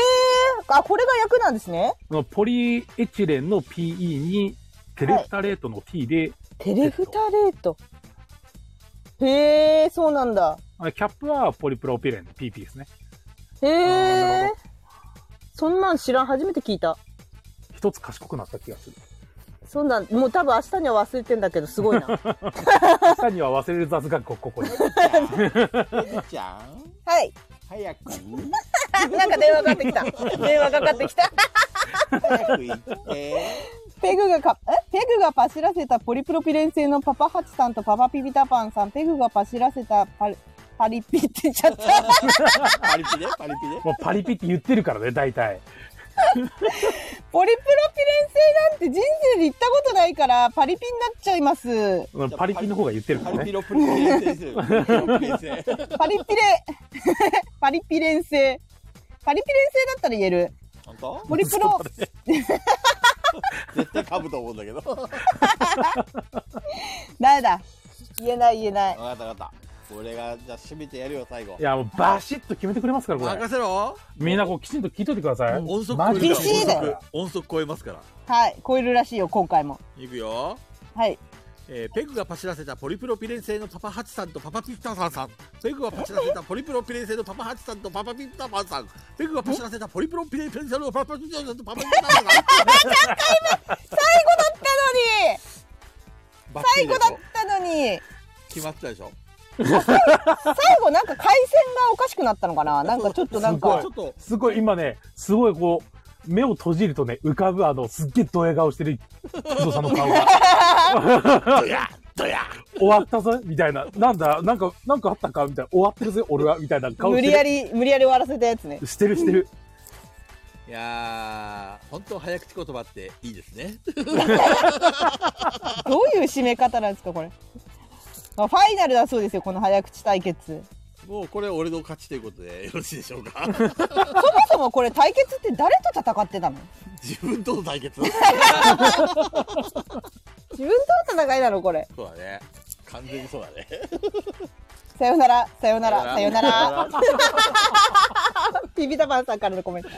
[SPEAKER 4] あ、これが役なんですね。
[SPEAKER 2] あのポリエチレンの PE にテレフタレートの T で、
[SPEAKER 4] テレフタレート。へえ、そうなんだ。
[SPEAKER 2] あキャップはポリプロピレンの PP ですね。
[SPEAKER 4] へ
[SPEAKER 2] あーな
[SPEAKER 4] え
[SPEAKER 2] る。
[SPEAKER 4] そんなん知らん、初めて聞いた。
[SPEAKER 2] 一つ賢くなった気がする。
[SPEAKER 4] そんなん、もう多分明日には忘れてんだけど、すごい な。
[SPEAKER 2] 下には忘れる雑学をここに。
[SPEAKER 1] ペグちゃん
[SPEAKER 4] はい。
[SPEAKER 1] 早く
[SPEAKER 4] なんか電話かかってきた。 電話かかってきた。
[SPEAKER 1] 早く行って
[SPEAKER 4] ペグがか、えペグがパシらせたポリプロピレン製のパパハチさんとパパピピタパンさん。ペグがパシらせたパリ、パリピって言っちゃ った。
[SPEAKER 1] パリピでパリピで
[SPEAKER 2] もうパリピって言ってるからね、大体。
[SPEAKER 4] ポリプロピレン製なんて人生で行ったことないから、パリピになっちゃいます。
[SPEAKER 2] あのパリピの方が言ってるか
[SPEAKER 1] パ
[SPEAKER 2] ら
[SPEAKER 1] リピ
[SPEAKER 2] ね。
[SPEAKER 1] ロプリレン先生パリピロプリレン先生
[SPEAKER 4] パリピレ、 パリピレン製。パリピレン製だったら言える。
[SPEAKER 1] 本当
[SPEAKER 4] ポリプロ、
[SPEAKER 1] 絶対噛むと思うんだけどわか
[SPEAKER 4] ダメだ。言えない言えない。
[SPEAKER 1] ったわかった俺がじゃあ締めてやるよ最後
[SPEAKER 2] いや、もうバシッと決めてくれますから、これ。
[SPEAKER 1] 任せろ
[SPEAKER 2] みんなこうきちんと聞いといてください。
[SPEAKER 1] 音速
[SPEAKER 2] マジ
[SPEAKER 4] 厳しいね
[SPEAKER 1] 音速超えますから
[SPEAKER 4] はい。超えるらしいよ、今回も。
[SPEAKER 1] いくよ
[SPEAKER 4] はい。
[SPEAKER 1] えーペグがパシらせたポリプロピレン製のパパハチさんとパパピッタパンさんペグがパシらせたポリプロピレン製のパパハチさんとパパピッタパンさんペグがパシらせたポリプロピレン製のパパピッタパンさんとパパピッタパンさん
[SPEAKER 4] 最後だったのに最後
[SPEAKER 1] バッチリ
[SPEAKER 4] だ
[SPEAKER 1] でしょ
[SPEAKER 4] ったのに
[SPEAKER 1] 決まってたでしょ
[SPEAKER 4] 最後なんか回線がおかしくなったのかななんかちょっとなん
[SPEAKER 2] すご
[SPEAKER 4] か
[SPEAKER 2] い
[SPEAKER 1] ちょっと
[SPEAKER 2] すごい、今ね、すごいこう、目を閉じるとね、浮かぶあの、すっげえドヤ顔してる、工藤さんの顔が、
[SPEAKER 1] ドヤドヤ
[SPEAKER 2] 終わったぞみたいな、なんだ、なんか、なんかあったかみたいな、終わってるぜ、俺は、みたいな顔
[SPEAKER 4] 無
[SPEAKER 2] して
[SPEAKER 4] 理や
[SPEAKER 2] る。
[SPEAKER 4] り無理やり終わらせたやつね
[SPEAKER 2] してるしてる。
[SPEAKER 1] いやー本当早口言葉っていいですね
[SPEAKER 4] どういう締め方なんですかこれ、まあ、ファイナルだそうですよこの早口対決
[SPEAKER 1] もうこれ俺の勝ちということでよろしいでしょうか
[SPEAKER 4] そもそもこれ対決って誰と戦ってたの
[SPEAKER 1] 自分との対決
[SPEAKER 4] 自分との戦いなのこれ
[SPEAKER 1] そうだね完全にそうだね
[SPEAKER 4] さよならさよならさよ
[SPEAKER 1] さ
[SPEAKER 4] なら
[SPEAKER 1] よなら
[SPEAKER 4] ビビタパンさんからのコメント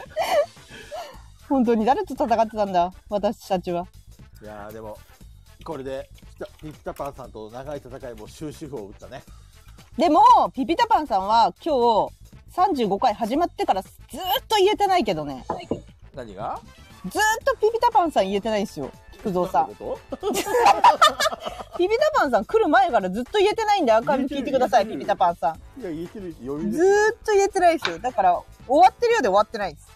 [SPEAKER 4] 本当に誰と戦ってたんだ私たちはい
[SPEAKER 1] やーでもこれでピタピタパンさんと長い戦いも終止符を打ったね
[SPEAKER 4] でもピピタパンさんは今日35回始まってからずーっと言えてないけどね
[SPEAKER 1] 何が
[SPEAKER 4] ずーっとピピタパンさん言えてないんですよ菊蔵さん
[SPEAKER 1] ど
[SPEAKER 4] ピピタパンさん来る前からずっと言えてないんでアーカイブ聞いてください
[SPEAKER 1] 言えてる
[SPEAKER 4] ピピタパンさん
[SPEAKER 1] ういうこといや言ってる余裕
[SPEAKER 4] ず
[SPEAKER 1] で
[SPEAKER 4] ーっと言えてないですよだから終わってるようで終わってないです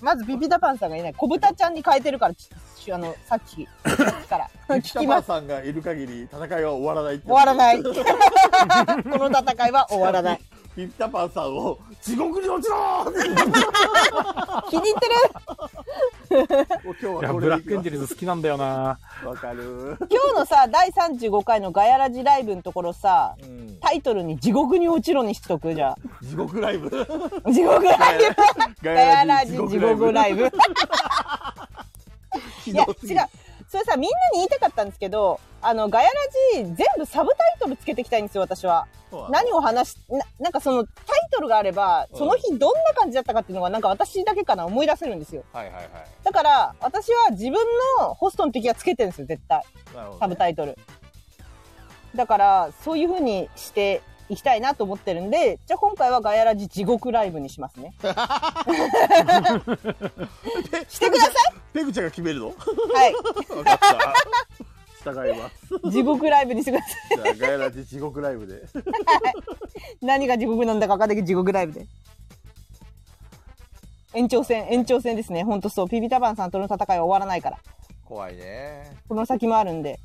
[SPEAKER 4] まずピピタパンさんがいない小豚ちゃんに変えてるからちき、あの、さっき、さっきから、
[SPEAKER 5] ゆき
[SPEAKER 4] 聞
[SPEAKER 5] た
[SPEAKER 4] き
[SPEAKER 5] ば
[SPEAKER 4] ま
[SPEAKER 5] あ
[SPEAKER 4] す。
[SPEAKER 5] さんがいる限り戦いは終わらないって
[SPEAKER 4] 終わらない。この戦いは終わらない。
[SPEAKER 5] ピピタパンさんを地獄に落ちろーって
[SPEAKER 4] 気に入ってる
[SPEAKER 5] も
[SPEAKER 2] い
[SPEAKER 5] う今日
[SPEAKER 2] や、
[SPEAKER 5] はこ
[SPEAKER 2] ブ
[SPEAKER 5] れ
[SPEAKER 2] ラ
[SPEAKER 5] でい
[SPEAKER 2] ックエンジェルズ好きなんだよな。
[SPEAKER 5] くわわかる
[SPEAKER 4] 今日のさ、第35回のガヤラジライブのところさ、
[SPEAKER 5] うん
[SPEAKER 4] タイトルに地獄に落ちろにしとくじゃ
[SPEAKER 5] 地獄ライブ
[SPEAKER 4] ん。地獄ライブガ
[SPEAKER 5] ガ
[SPEAKER 4] ヤラジ地獄ライブ。
[SPEAKER 5] ひ
[SPEAKER 4] いや
[SPEAKER 5] ど、すぎ
[SPEAKER 4] 違
[SPEAKER 5] る
[SPEAKER 4] う。それさ、みんなに言いたかったんですけど、あの、ガヤラジ全部サブタイトルつけていきたいんですよ、私は。
[SPEAKER 5] そうなの
[SPEAKER 4] 何を話し、ななんかそのタイトルがあれば、その日どんな感じだったかっていうのが、なんか私だけかな思い出せるんですよ。
[SPEAKER 5] はいはいはい
[SPEAKER 4] だから、私は自分のホストの時はつけてるんですよ、絶対。
[SPEAKER 5] なるほどね
[SPEAKER 4] サブタイトル。だから、そういう風にしていきたいなと思ってるんで、じゃあ今回はガヤラジ地獄ライブにし ますね。してくださ
[SPEAKER 5] ペグちゃんが決めるの
[SPEAKER 4] い。はい。
[SPEAKER 5] わかった従います
[SPEAKER 4] 地獄ライブにしてください。
[SPEAKER 5] じゃあガヤラジ地獄ライブで
[SPEAKER 4] 何が地獄なんだか分かんないけど地獄ライブで延長戦延長戦ですねほんとそうピピタパンさんとの戦いは終わらないから
[SPEAKER 5] 怖いね
[SPEAKER 4] この先もあるんで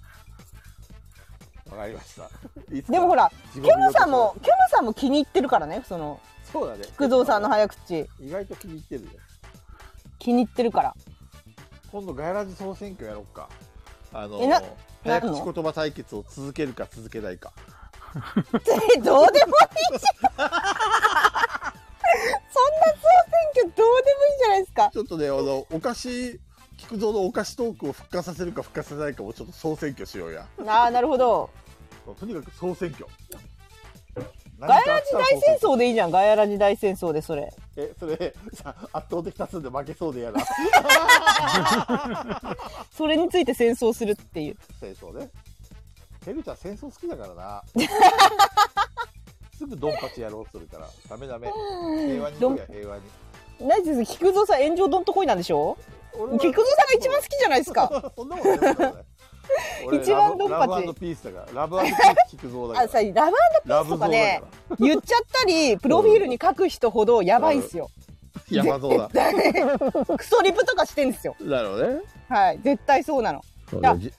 [SPEAKER 5] わかりましたいつか
[SPEAKER 4] でもほらキ
[SPEAKER 5] 地獄
[SPEAKER 4] ョ
[SPEAKER 5] に落
[SPEAKER 4] ムさ
[SPEAKER 5] とそうん
[SPEAKER 4] もキョムさんも気に入ってるからねその
[SPEAKER 5] そうだね
[SPEAKER 4] 工藤さんの早口
[SPEAKER 5] 意外と気に入ってるね
[SPEAKER 4] 気に入ってるから
[SPEAKER 5] 今度ガヤラジ総選挙やろうかあの
[SPEAKER 4] えな
[SPEAKER 5] 早
[SPEAKER 4] な
[SPEAKER 5] 口
[SPEAKER 4] んの
[SPEAKER 5] 言葉対決を続けるか続けないか
[SPEAKER 4] えど うでもいいじゃんそんな総選挙どうでもいいじゃないですか
[SPEAKER 5] ちょっとねあのお菓子菊蔵のお菓子トークを復活させるか復活させないかをちょっと総選挙しようや
[SPEAKER 4] ああなるほど
[SPEAKER 5] とにかく総選挙
[SPEAKER 4] ガヤラジ大戦争でいいじゃんガヤラジ大戦争でそれ
[SPEAKER 5] えそれさ圧倒的多数で負けそうでや な
[SPEAKER 4] それについて戦争するっていう
[SPEAKER 5] 戦争ねペグちゃん戦争好きだから なすぐドンパチやろうとするからダメダ メ平和に行こうや平和に
[SPEAKER 4] 何です菊蔵さん炎上どんとこいなんでしょ
[SPEAKER 5] 俺は
[SPEAKER 4] 菊蔵さんが一番好きじゃないですか
[SPEAKER 5] そんなことないそんなことない俺
[SPEAKER 4] 一番ドンパチ
[SPEAKER 5] ラブラブピースだからラブピース菊蔵だから
[SPEAKER 4] あさラブ
[SPEAKER 5] ラブ像だから
[SPEAKER 4] ピースと言っちゃったりプロフィールに書く人ほどやばいんすよ、
[SPEAKER 5] 山蔵だ
[SPEAKER 4] クソリプとかしてんですよ
[SPEAKER 5] だろうね
[SPEAKER 4] はい絶対そうなの
[SPEAKER 5] そう
[SPEAKER 4] いや
[SPEAKER 5] ねじ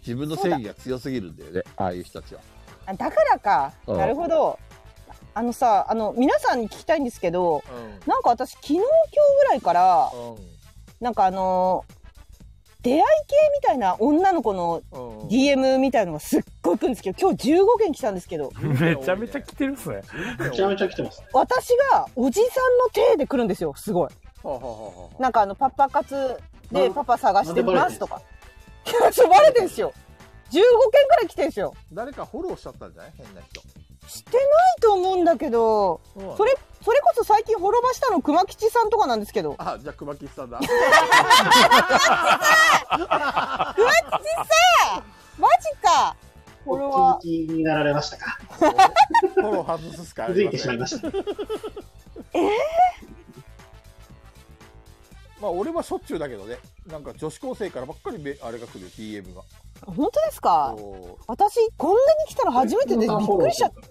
[SPEAKER 5] 自分の正義が強すぎるんだよねああいう人たちは
[SPEAKER 4] あだからか
[SPEAKER 5] うん
[SPEAKER 4] なるほどあのさあの皆さんに聞きたいんですけど
[SPEAKER 5] う
[SPEAKER 4] なんか私昨日今日ぐらいから
[SPEAKER 5] ん
[SPEAKER 4] なんかあの出会い系みたいな女の子の
[SPEAKER 5] うん
[SPEAKER 4] DM みたいのがすっごい来るんですけど今日15件来たんですけど
[SPEAKER 2] めちゃめちゃ来てるっすね。
[SPEAKER 3] めちゃめちゃ来てます。
[SPEAKER 4] 私がおじさんの手で来るんですよすごい
[SPEAKER 5] はあはあはあは
[SPEAKER 4] なんかあのパパ活で
[SPEAKER 3] な
[SPEAKER 4] パパ探して
[SPEAKER 3] な
[SPEAKER 4] ま
[SPEAKER 3] んです
[SPEAKER 4] とか。 そうバレてんすよ。15件くらい来てんすよ。
[SPEAKER 5] 誰かフォローしちゃったんじゃない変な人
[SPEAKER 4] してないと思うんだけど、それ、それこそ最近滅ばしたの熊吉さんとかなんですけど。
[SPEAKER 5] あじゃあ熊吉さんだ
[SPEAKER 4] マジかフォロ
[SPEAKER 3] お
[SPEAKER 4] ワ
[SPEAKER 3] 気に気になられましたか
[SPEAKER 5] フォロー外すしかあ
[SPEAKER 3] 気
[SPEAKER 5] り
[SPEAKER 3] づい
[SPEAKER 5] ま
[SPEAKER 3] てし
[SPEAKER 5] せ
[SPEAKER 3] まい
[SPEAKER 5] ん
[SPEAKER 3] ました。
[SPEAKER 5] まあ俺はしょっちゅうだけどねなんか女子高生からばっかりめあれが来るよ DM が
[SPEAKER 4] ー。本当ですか
[SPEAKER 5] そう
[SPEAKER 4] 私、こんなに来たの初めてでびっくりしちゃった。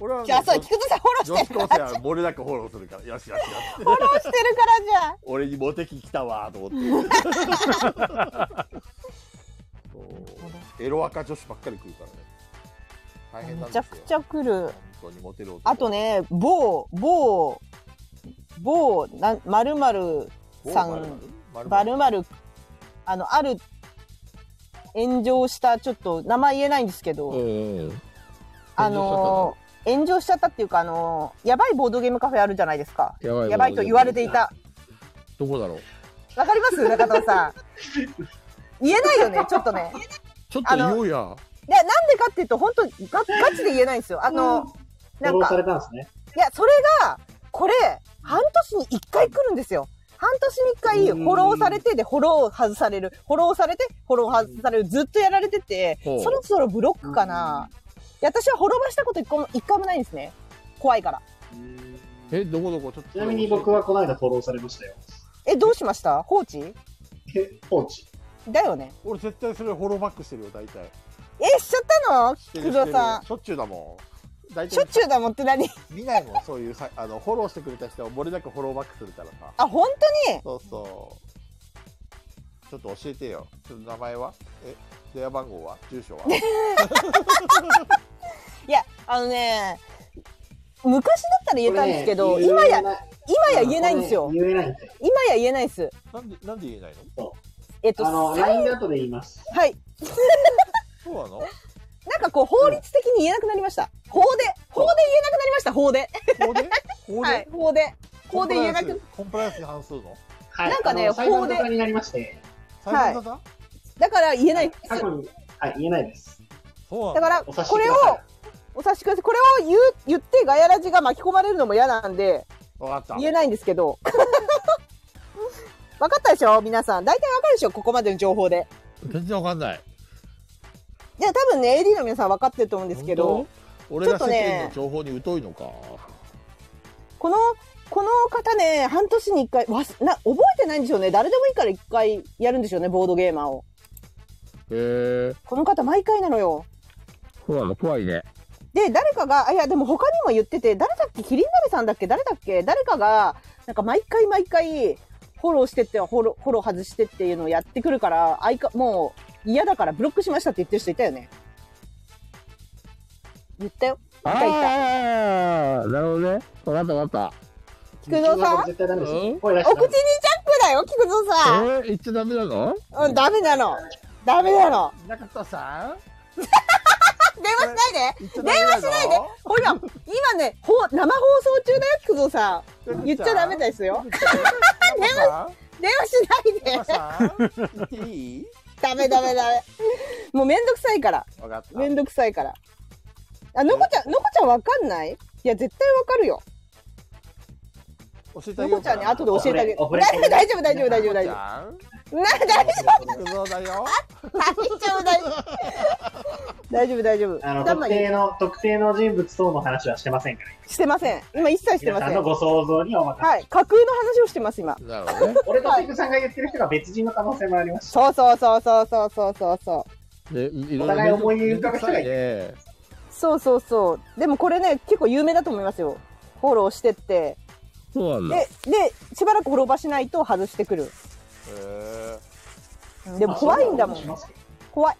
[SPEAKER 5] 俺は
[SPEAKER 4] じゃあ、そう、
[SPEAKER 5] 女
[SPEAKER 4] 菊池さんフォロー
[SPEAKER 5] 女
[SPEAKER 4] して
[SPEAKER 5] 子
[SPEAKER 4] る
[SPEAKER 5] 高生は漏れなくフォローするからよしよしよし
[SPEAKER 4] フォローしてるからじゃあ。
[SPEAKER 5] 俺にモテ期来たわーと思 ってそうエロアカ女子ばっかり来るからね大変なん
[SPEAKER 4] め
[SPEAKER 5] です
[SPEAKER 4] ちゃ
[SPEAKER 5] よ
[SPEAKER 4] くちゃ来る
[SPEAKER 5] 本。当にモテる男
[SPEAKER 4] あとね、某、某、某、な、まるまるさんま
[SPEAKER 5] バル
[SPEAKER 4] る
[SPEAKER 5] バ
[SPEAKER 4] ま
[SPEAKER 5] ル
[SPEAKER 4] るあのある炎上したちょっと名前言えないんですけど、あのー炎上しちゃったっていうかあのーやばいボードゲームカフェあるじゃないですか
[SPEAKER 5] やば
[SPEAKER 4] やばいと言われていた
[SPEAKER 5] どこだろう
[SPEAKER 4] わかります中藤さん言えないよねちょっとね
[SPEAKER 5] ちょっ
[SPEAKER 4] と言お
[SPEAKER 5] うや
[SPEAKER 4] でなんでかっていうと本当ガガチで言えないんですよあのな
[SPEAKER 3] フォロ
[SPEAKER 4] ん
[SPEAKER 3] ー
[SPEAKER 4] か
[SPEAKER 3] されたんですね。
[SPEAKER 4] いやそれがこれ半年に1回来るんですよ半年に1回
[SPEAKER 3] うん
[SPEAKER 4] フォローされてでフォロー外されるフォローされてフォロー外されるずっとやられてて
[SPEAKER 5] ほう
[SPEAKER 4] そろそろブロックかな、いや私は滅ばしたこと一個も一回もないんですね怖いから
[SPEAKER 5] えどこどこちょっと
[SPEAKER 3] ちなみに僕はこの間フォローされましたよ。
[SPEAKER 4] えどうしました放置
[SPEAKER 3] え放置。
[SPEAKER 4] だよね
[SPEAKER 5] 俺絶対それフォローバックしてるよ大体
[SPEAKER 4] えしちゃったの
[SPEAKER 5] して
[SPEAKER 4] 工
[SPEAKER 5] るして
[SPEAKER 4] 藤
[SPEAKER 5] る
[SPEAKER 4] さ
[SPEAKER 5] しょっちゅうだもん大
[SPEAKER 4] んしょ
[SPEAKER 5] 体
[SPEAKER 4] っちゅうだもんって何
[SPEAKER 5] 見ないもんそういうさあのフォローしてくれた人は漏れなくフォローバックするからさ
[SPEAKER 4] あ本当に
[SPEAKER 5] そうそうちょっと教えてよ。ちょっと名前はえ、電話番号は 住所は
[SPEAKER 4] いや、あのね、昔だったら言えたんですけど、
[SPEAKER 3] これね
[SPEAKER 4] 今や、
[SPEAKER 3] 言
[SPEAKER 4] 今や言えないんですよ。
[SPEAKER 3] 言えないんですよ。
[SPEAKER 4] 今や言えないです。
[SPEAKER 5] なんで、なんで言えないの
[SPEAKER 4] えっと、
[SPEAKER 3] あの、
[SPEAKER 4] さ
[SPEAKER 3] LINE だとで言います。
[SPEAKER 4] はい。
[SPEAKER 5] そう なの
[SPEAKER 4] なんかこう、法律的に言えなくなりました。法で、法で言えなくなりました、法で。
[SPEAKER 5] 法で法で、
[SPEAKER 4] はい、法で。
[SPEAKER 5] コ
[SPEAKER 4] 法
[SPEAKER 5] ン
[SPEAKER 4] で
[SPEAKER 5] プラ
[SPEAKER 4] 言
[SPEAKER 5] イ
[SPEAKER 4] え
[SPEAKER 5] アン
[SPEAKER 4] な
[SPEAKER 5] ス
[SPEAKER 4] く、
[SPEAKER 5] コンプライアンスに反するの
[SPEAKER 3] はい。
[SPEAKER 4] なんかね
[SPEAKER 3] あの裁判
[SPEAKER 4] 法で
[SPEAKER 3] 沙汰になりまして、
[SPEAKER 5] 裁判沙汰
[SPEAKER 4] だから言えないんです
[SPEAKER 3] 過去に、はい、言えないです。
[SPEAKER 5] そう
[SPEAKER 4] だ
[SPEAKER 5] なの
[SPEAKER 4] から、
[SPEAKER 3] お察し
[SPEAKER 4] こ
[SPEAKER 3] く
[SPEAKER 4] れ
[SPEAKER 3] だ
[SPEAKER 4] を
[SPEAKER 3] さい。、
[SPEAKER 4] お察しください。これを言う、言って、ガヤラジが巻き込まれるのも嫌なんで、
[SPEAKER 5] わかった。
[SPEAKER 4] 言えないんですけど。 分かったでしょ皆さん。大体分かるでしょここまでの情報で。
[SPEAKER 1] 全然わかんない。
[SPEAKER 4] いや、多分ね、AD の皆さん分かってると思うんですけど。
[SPEAKER 5] 本当俺
[SPEAKER 4] ち
[SPEAKER 5] が世
[SPEAKER 4] ょっとね
[SPEAKER 5] 間の情報に疎いのか。
[SPEAKER 4] この、この方ね、半年に一回、わすな、覚えてないんでしょうね。誰でもいいから一回やるんでしょうね、ボードゲーマーを。
[SPEAKER 5] へえ。
[SPEAKER 4] この方毎回なのよ。
[SPEAKER 5] そうなの怖いね。
[SPEAKER 4] で、誰かが、あいや、でも他にも言ってて、誰だっけキリン鍋さんだっけ誰だっけ誰かが、なんか毎回毎回、フォローしてって、フォロー、フォロー外してっていうのをやってくるから、あいか、もう嫌だからブロックしましたって言ってる人いたよね。言ったよ。いたいた。
[SPEAKER 5] ああ、なるほどね。わかったわかっ
[SPEAKER 4] 菊蔵さん
[SPEAKER 3] 絶対ダメです
[SPEAKER 5] う
[SPEAKER 3] よ
[SPEAKER 5] ん。
[SPEAKER 3] 声出し
[SPEAKER 4] お
[SPEAKER 3] た
[SPEAKER 4] 口にジャンプだよ、菊蔵さん。
[SPEAKER 5] えー、言っちゃダメなの
[SPEAKER 4] うん、ダメなの。ダメなの。
[SPEAKER 5] 中田さん
[SPEAKER 4] 電話しないで。
[SPEAKER 5] 言っちゃダメ
[SPEAKER 4] 電
[SPEAKER 5] なの
[SPEAKER 4] 話しないで。ほら、今ね、ほ生放送中だよ、菊蔵さん。言っちゃダメですよ。
[SPEAKER 5] 電話
[SPEAKER 4] 電話しないで。
[SPEAKER 5] さん中田さん言っていい
[SPEAKER 4] ダメダメダメ。もうめんどくさいから。
[SPEAKER 5] わかった。
[SPEAKER 4] めんどくさいから。あ、のこちゃん、のこちゃんわかんないいや、絶対わかるよ。
[SPEAKER 5] 教えてあ
[SPEAKER 4] の
[SPEAKER 5] げよ
[SPEAKER 4] こ
[SPEAKER 5] う
[SPEAKER 4] ちゃ
[SPEAKER 5] か
[SPEAKER 4] ん
[SPEAKER 5] な。
[SPEAKER 4] に後で教えてあげる。
[SPEAKER 3] オフ
[SPEAKER 4] 大
[SPEAKER 3] レ
[SPEAKER 4] 丈
[SPEAKER 3] オフ
[SPEAKER 4] 夫、
[SPEAKER 3] レ
[SPEAKER 4] 大丈夫、大丈夫、大丈夫、大
[SPEAKER 5] ち
[SPEAKER 4] 丈
[SPEAKER 5] ゃん
[SPEAKER 4] 夫。な、大丈
[SPEAKER 5] 行くぞだよ。
[SPEAKER 4] 夫、大丈夫。大丈夫、大丈夫。
[SPEAKER 3] あの、
[SPEAKER 4] だ
[SPEAKER 3] 特定の、特定の人物等の話はしてませんから。
[SPEAKER 4] してません。今一切して
[SPEAKER 3] 皆
[SPEAKER 4] ま
[SPEAKER 3] さ
[SPEAKER 4] せ
[SPEAKER 3] ん
[SPEAKER 4] ん。
[SPEAKER 3] の
[SPEAKER 4] は
[SPEAKER 3] ご想像にお任せ。
[SPEAKER 4] い。架空の話をしてます、今。
[SPEAKER 5] なるほどね。
[SPEAKER 3] 俺とテクさんが言ってる人が別人の可能性もありますし。
[SPEAKER 4] そうそうそうそうそうそうそうそう。
[SPEAKER 5] で、いろ
[SPEAKER 3] お互い思い浮かべたらいい
[SPEAKER 5] ね。
[SPEAKER 4] そうそうそう。でもこれね、結構有名だと思いますよ。フォローしてって。
[SPEAKER 5] そうなんだ。
[SPEAKER 4] で、で、しばらくフォローばしないと外してくる。
[SPEAKER 5] へ
[SPEAKER 4] でも怖いんだも
[SPEAKER 3] まあそ
[SPEAKER 4] ん。
[SPEAKER 3] なことしますけど
[SPEAKER 4] 怖い。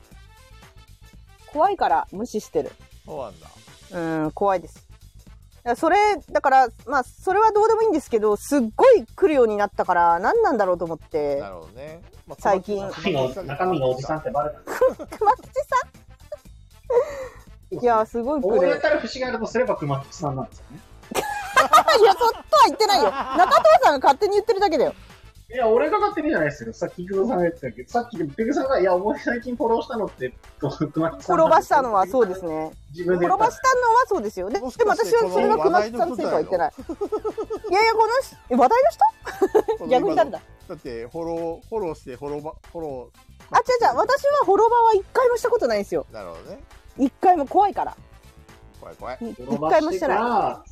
[SPEAKER 4] 怖いから無視してる。
[SPEAKER 5] ーそうなんだ。
[SPEAKER 4] うん、怖いです。だからそれ、だから、まあ、それはどうでもいいんですけど、すっごい来るようになったから、何なんだろうと思って
[SPEAKER 5] な。るほどね。まあ
[SPEAKER 4] 最近
[SPEAKER 3] 中身の、中身のおじさんってバレた。
[SPEAKER 4] 熊吉さんいや、すごい来
[SPEAKER 3] 思い
[SPEAKER 4] る。い
[SPEAKER 3] 当たる節があるとすれば熊吉さんなんですよね。
[SPEAKER 4] や、そっとは言ってないよ。中藤さんが勝手に言ってるだけだよ。
[SPEAKER 3] いや、俺が勝手にじゃないですよ。さっき、菊蔵さんが言ってたけど、さっき、ペグさんが、いや、お前最近フォローしたのって、と熊木さん
[SPEAKER 4] 転ばしたのはそうです。ね。
[SPEAKER 3] 自分で言
[SPEAKER 4] 転
[SPEAKER 3] った
[SPEAKER 4] ばしたのはそうですよね。でも
[SPEAKER 5] もしかして
[SPEAKER 4] 私はそれが熊木さんのせいとは言ってない。いやいや、この人え話題の人逆に誰だ
[SPEAKER 5] だって、フォロー、フォローして、フォローば、フォロー。
[SPEAKER 4] あ、違う違う、私はフォロワーは一回もしたことないんですよ。
[SPEAKER 5] なるほどね。
[SPEAKER 4] 一回も怖いから。
[SPEAKER 5] 怖い怖い。
[SPEAKER 4] い
[SPEAKER 3] フォロ
[SPEAKER 4] 一
[SPEAKER 3] ー
[SPEAKER 4] 回
[SPEAKER 3] バ
[SPEAKER 4] も
[SPEAKER 3] ーし
[SPEAKER 4] してて
[SPEAKER 3] か
[SPEAKER 4] ない。
[SPEAKER 3] ら、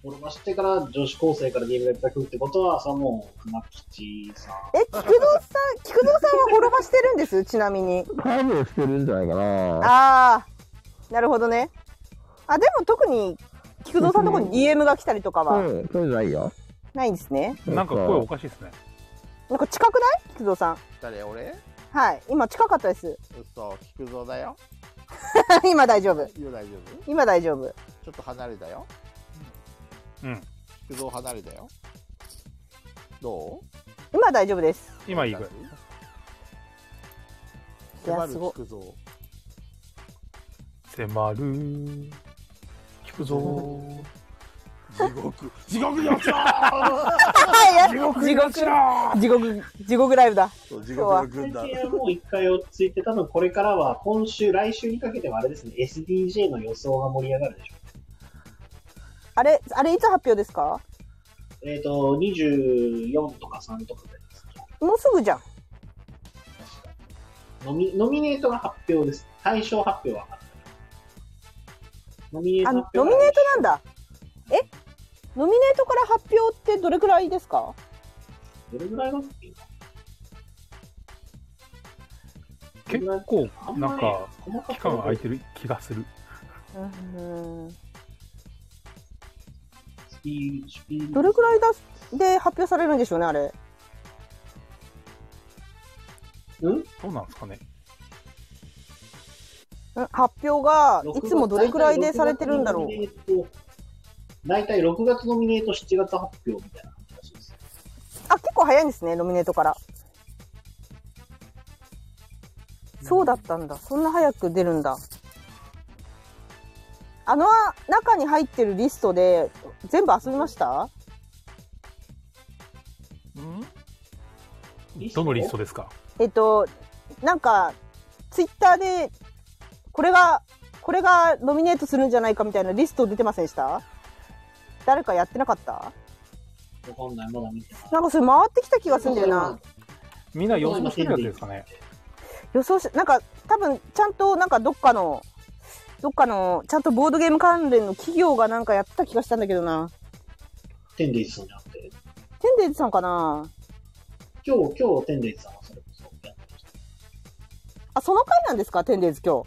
[SPEAKER 3] フォローバーしてから女子高生から DM がいっぱい来るってことは、さ、もう、熊吉さん。
[SPEAKER 4] え、菊蔵さん、菊蔵さんはフォロワーしてるんですちなみに。
[SPEAKER 5] カーブをしてるんじゃないかな。
[SPEAKER 4] ああ、なるほどね。あ、でも特に、菊蔵さんのとこに DM が来たりとかは
[SPEAKER 5] ん、そうじゃないよ。
[SPEAKER 4] ないんですね。
[SPEAKER 2] なんか声おかしいですね。
[SPEAKER 4] なんか近くない菊蔵さん。
[SPEAKER 5] 誰俺
[SPEAKER 4] はい。今近かったです。
[SPEAKER 5] 嘘、菊蔵だよ。
[SPEAKER 4] 今大丈夫。
[SPEAKER 5] 今大丈夫
[SPEAKER 4] 今大丈夫。
[SPEAKER 5] ちょっと離れたよ。
[SPEAKER 2] うん。
[SPEAKER 5] 菊蔵離れたよ。どう
[SPEAKER 4] 今大丈夫です。
[SPEAKER 2] 今いいぐらい。
[SPEAKER 4] いや
[SPEAKER 5] 迫る
[SPEAKER 4] すごい
[SPEAKER 5] 菊蔵。
[SPEAKER 2] 迫るー。聞くぞ
[SPEAKER 5] 地獄。地獄に落ちろ
[SPEAKER 4] はい、や地獄、地獄、地獄ライブだ。
[SPEAKER 5] そう地
[SPEAKER 4] 獄の
[SPEAKER 5] 軍
[SPEAKER 3] 最近はもう一回落ち着いて、多分これからは、今週、来週にかけてはあれですね、SDJ の予想が盛り上がるでしょ
[SPEAKER 4] あれ、あれいつ発表ですか
[SPEAKER 3] う。えっ、と、24とか3とかで
[SPEAKER 4] もうすぐじゃん。
[SPEAKER 3] ノミノミネートが発表です。対象発表は分かったノミネート
[SPEAKER 4] あ、ノ
[SPEAKER 3] 発表
[SPEAKER 4] ミネートなんだ。えノミネートから発表ってどれくらいですか
[SPEAKER 3] どれぐらいだっけ
[SPEAKER 2] 結構
[SPEAKER 3] あ、ん
[SPEAKER 2] な
[SPEAKER 3] ま
[SPEAKER 2] ん
[SPEAKER 3] り
[SPEAKER 2] か、
[SPEAKER 3] 細か
[SPEAKER 2] 期間が空い
[SPEAKER 3] く
[SPEAKER 2] てる気がする。
[SPEAKER 4] うん。
[SPEAKER 3] スピースピー
[SPEAKER 4] どれくらいだで発表されるんでしょうね、あれ。
[SPEAKER 3] うん
[SPEAKER 2] どうなんですかね。
[SPEAKER 4] うん発表がいつもどれくらいでされてるんだろう。
[SPEAKER 3] う。大体6月ノミネート、7月発表みたいな感じらしいです。
[SPEAKER 4] あ、結構早いんですね、ノミネートから。そうだったんだ。そんな早く出るんだ。あの中に入ってるリストで全部遊びました
[SPEAKER 2] どのリストですか
[SPEAKER 4] えっと、なんか、ツイッターで、これが、これがノミネートするんじゃないかみたいなリスト出てませんでした誰かやってなかった
[SPEAKER 3] わかんない、まだ見てない。
[SPEAKER 4] なんかそれ回ってきた気がするんだよな。
[SPEAKER 2] みんな予想してるやつですかね。
[SPEAKER 4] 予想し、なんか多分ちゃんとなんかどっかの、どっかの、ちゃんとボードゲーム関連の企業がなんかやってた気がしたんだけどな。
[SPEAKER 3] テンデイズさんじゃなくて。
[SPEAKER 4] テンデイズさんかな
[SPEAKER 3] 今日、今日、テンデイズさんはそれこそやってました。
[SPEAKER 4] あ、その回なんですかテンデイズ今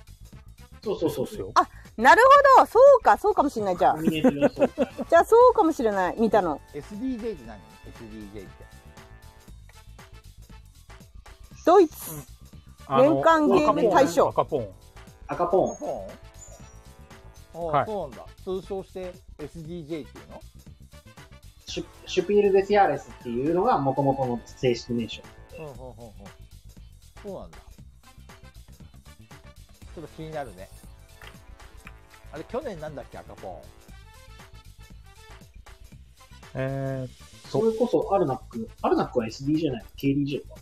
[SPEAKER 3] そうそうそう
[SPEAKER 2] で
[SPEAKER 3] そ
[SPEAKER 2] す
[SPEAKER 3] う。
[SPEAKER 2] よ。
[SPEAKER 4] 日。なるほどそうか、そうかもしれない、じゃあ
[SPEAKER 3] ノ。ミネート予想会。
[SPEAKER 4] じゃあそうかもしれない、見たの。
[SPEAKER 5] SDJ って何 ?SDJ って。
[SPEAKER 4] ドイツ。
[SPEAKER 2] あの
[SPEAKER 4] 年間ゲーム
[SPEAKER 3] 大
[SPEAKER 4] 賞
[SPEAKER 2] 赤ポーン赤ポ
[SPEAKER 3] 赤ポ
[SPEAKER 5] そうなんあ、
[SPEAKER 2] はい
[SPEAKER 5] そうなんだ。通称して SDJ っていう
[SPEAKER 3] ー
[SPEAKER 5] の
[SPEAKER 3] ン、シュシュピール・デス・ヤーレスっていうのが元々の正式名称。
[SPEAKER 5] うんうんうんうん。そうなんだ。ちょっと気になるね。あれ、去年なんだっけ、赤ポ
[SPEAKER 2] ンえー、
[SPEAKER 3] それこそアルナック、アルナックは SDJ ないの ?KDJ か。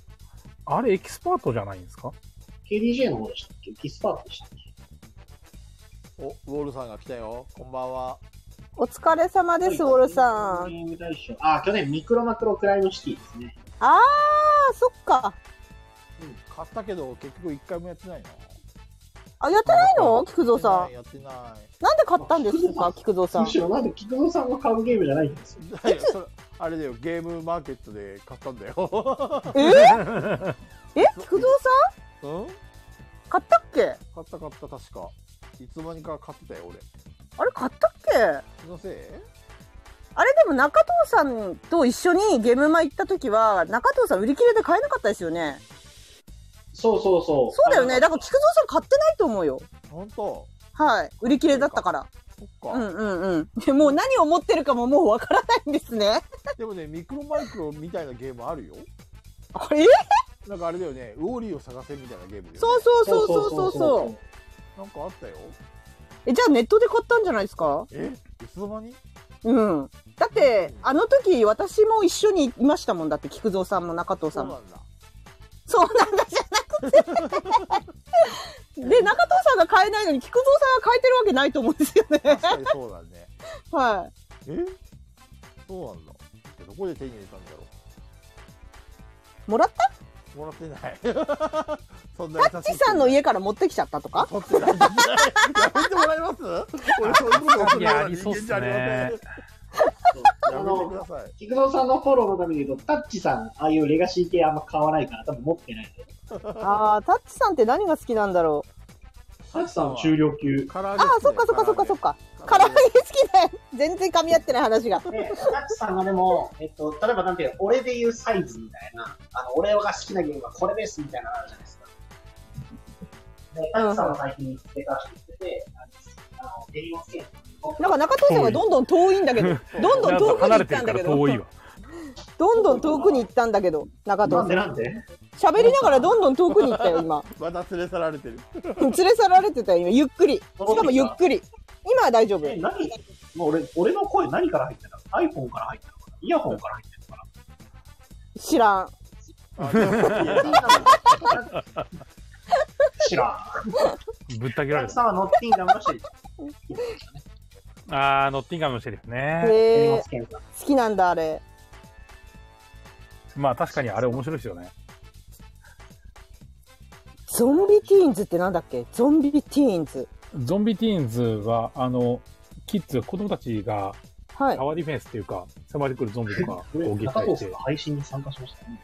[SPEAKER 2] あれエキスパートじゃないんですか
[SPEAKER 3] KDJ の方でしたっけエキスパートでしたっけ
[SPEAKER 5] ン。お、ウォールさんが来たよ。こんばんは。
[SPEAKER 4] お疲れ様です、ウォルさん。
[SPEAKER 3] ゲーム大賞。あ、去年ミクロマクロクライムシティですね。
[SPEAKER 4] あー、そっか。
[SPEAKER 5] 買ったけど、結局一回もやってないな。
[SPEAKER 4] あ、やってないの菊蔵さん。
[SPEAKER 5] やってな
[SPEAKER 4] なんで買ったんですか菊蔵さん
[SPEAKER 3] む。しろなんで菊蔵さんが買うゲームじゃないんですよ。
[SPEAKER 5] い。やってない。いや それあれだよ、ゲームマーケットで買ったんだよ。
[SPEAKER 4] ええ菊蔵さ
[SPEAKER 5] うん
[SPEAKER 4] ん買ったっけ
[SPEAKER 5] 買った買った、確か。いつの間にか買ってたよ、俺。
[SPEAKER 4] あれ買ったっけ
[SPEAKER 5] 気のせい
[SPEAKER 4] あれでも中藤さんと一緒にゲームマ行った時は、中藤さん売り切れで買えなかったですよね。
[SPEAKER 3] そうそうそう。
[SPEAKER 4] そうだよね。だから菊蔵さん買ってないと思うよ。
[SPEAKER 5] 本当
[SPEAKER 4] はい。売り切れだったから。
[SPEAKER 5] そっ
[SPEAKER 4] う
[SPEAKER 5] か。
[SPEAKER 4] んうんうんで。もう何を持ってるかももうわからないんですね。
[SPEAKER 5] でもね、ミクロマイクロみたいなゲームあるよ。
[SPEAKER 4] あれ
[SPEAKER 5] なんかあれだよね、ウォーリーを探せみたいなゲームだよね
[SPEAKER 4] そうそうそうそうそうそう。
[SPEAKER 3] う。
[SPEAKER 5] なんかあったよ。
[SPEAKER 4] え、じゃあネットで買ったんじゃないですか
[SPEAKER 5] えいつの間に
[SPEAKER 4] うん。だって、あの時、私も一緒にいましたもんだって、菊蔵さんも中藤さ
[SPEAKER 5] そうん
[SPEAKER 4] も。
[SPEAKER 5] なんだ。
[SPEAKER 4] そうなんだじ ゃなくて。で、中藤さんが買えないのに、菊蔵さんが買えてるわけないと思うんですよね。
[SPEAKER 5] 確かにそうだね。
[SPEAKER 4] は
[SPEAKER 5] えそうなんだ。どこで手に入れたんだろ
[SPEAKER 4] い。もらった
[SPEAKER 5] うもらってない。 そんな優しい人
[SPEAKER 4] ちさんの家から持ってきちゃったとか
[SPEAKER 5] そっちなんだねやめてもらえます 俺そういうことをするような人間じゃありません。
[SPEAKER 3] あ
[SPEAKER 5] やめてく
[SPEAKER 3] の
[SPEAKER 5] だ、さい。
[SPEAKER 3] 菊蔵さんのフォローのために言うと、タッチさん、ああいうレガシー系あんま買わないから、多分持ってないんだよ。
[SPEAKER 4] ああ、タッチさんって何が好きなんだろう。
[SPEAKER 3] タッチさんは中量級。
[SPEAKER 5] 唐揚げ
[SPEAKER 4] ああ、そっかそっかそっかそっか。唐揚げ好きだよ。全然噛み合ってない話が。
[SPEAKER 3] で、タッチさんがでも、えっと、例えばなんていうの俺で言うサイズみたいな、あの、俺が好きなゲームはこれですみたいなのあるじゃないですか。で、タッチさんは最近、デカして言ってて、あの、デリオンスケール
[SPEAKER 4] なんか中藤さんがどんどん遠いんだ けど、どんどん遠くに行ったんだけど、
[SPEAKER 2] 遠いわ。
[SPEAKER 4] どんどん遠くに行ったんだけど、中
[SPEAKER 3] なん
[SPEAKER 4] 藤
[SPEAKER 3] で
[SPEAKER 4] さん。
[SPEAKER 3] なんで
[SPEAKER 4] 喋りながらどんどん遠くに行ったよ、 今。
[SPEAKER 5] また連れ去られてる。
[SPEAKER 4] 連れ去られてたよ、今。ゆっくり。しかもゆっくり。今は大丈夫。
[SPEAKER 3] え、何もう俺、俺の声何から入ってたの ?iPhone から入ったのかなイヤホンから入ってたのか
[SPEAKER 4] 知らん。
[SPEAKER 5] あでも
[SPEAKER 3] な知らん。
[SPEAKER 2] ぶった切
[SPEAKER 3] お
[SPEAKER 2] られ
[SPEAKER 3] 客
[SPEAKER 2] た。
[SPEAKER 3] さんは乗っていいんだましてる。
[SPEAKER 2] あー、ノッティンガムのシェリフね。
[SPEAKER 3] 手荷
[SPEAKER 4] へ
[SPEAKER 3] 物
[SPEAKER 4] え、
[SPEAKER 3] 検査
[SPEAKER 4] 好きなんだ、あれ。
[SPEAKER 2] まあ確かにあれ面白いですよね。
[SPEAKER 4] ゾンビティーンズってなんだっけゾンビティーンズ。
[SPEAKER 2] ゾンビティーンズは、あの、キッズ、子供たちが
[SPEAKER 4] はい
[SPEAKER 2] タ。ワーディフェンスっていうか、迫り来るゾンビとかを撃
[SPEAKER 3] 中
[SPEAKER 2] 退
[SPEAKER 3] 藤
[SPEAKER 2] し
[SPEAKER 3] さん
[SPEAKER 2] て
[SPEAKER 3] が、配信に参加しましたね。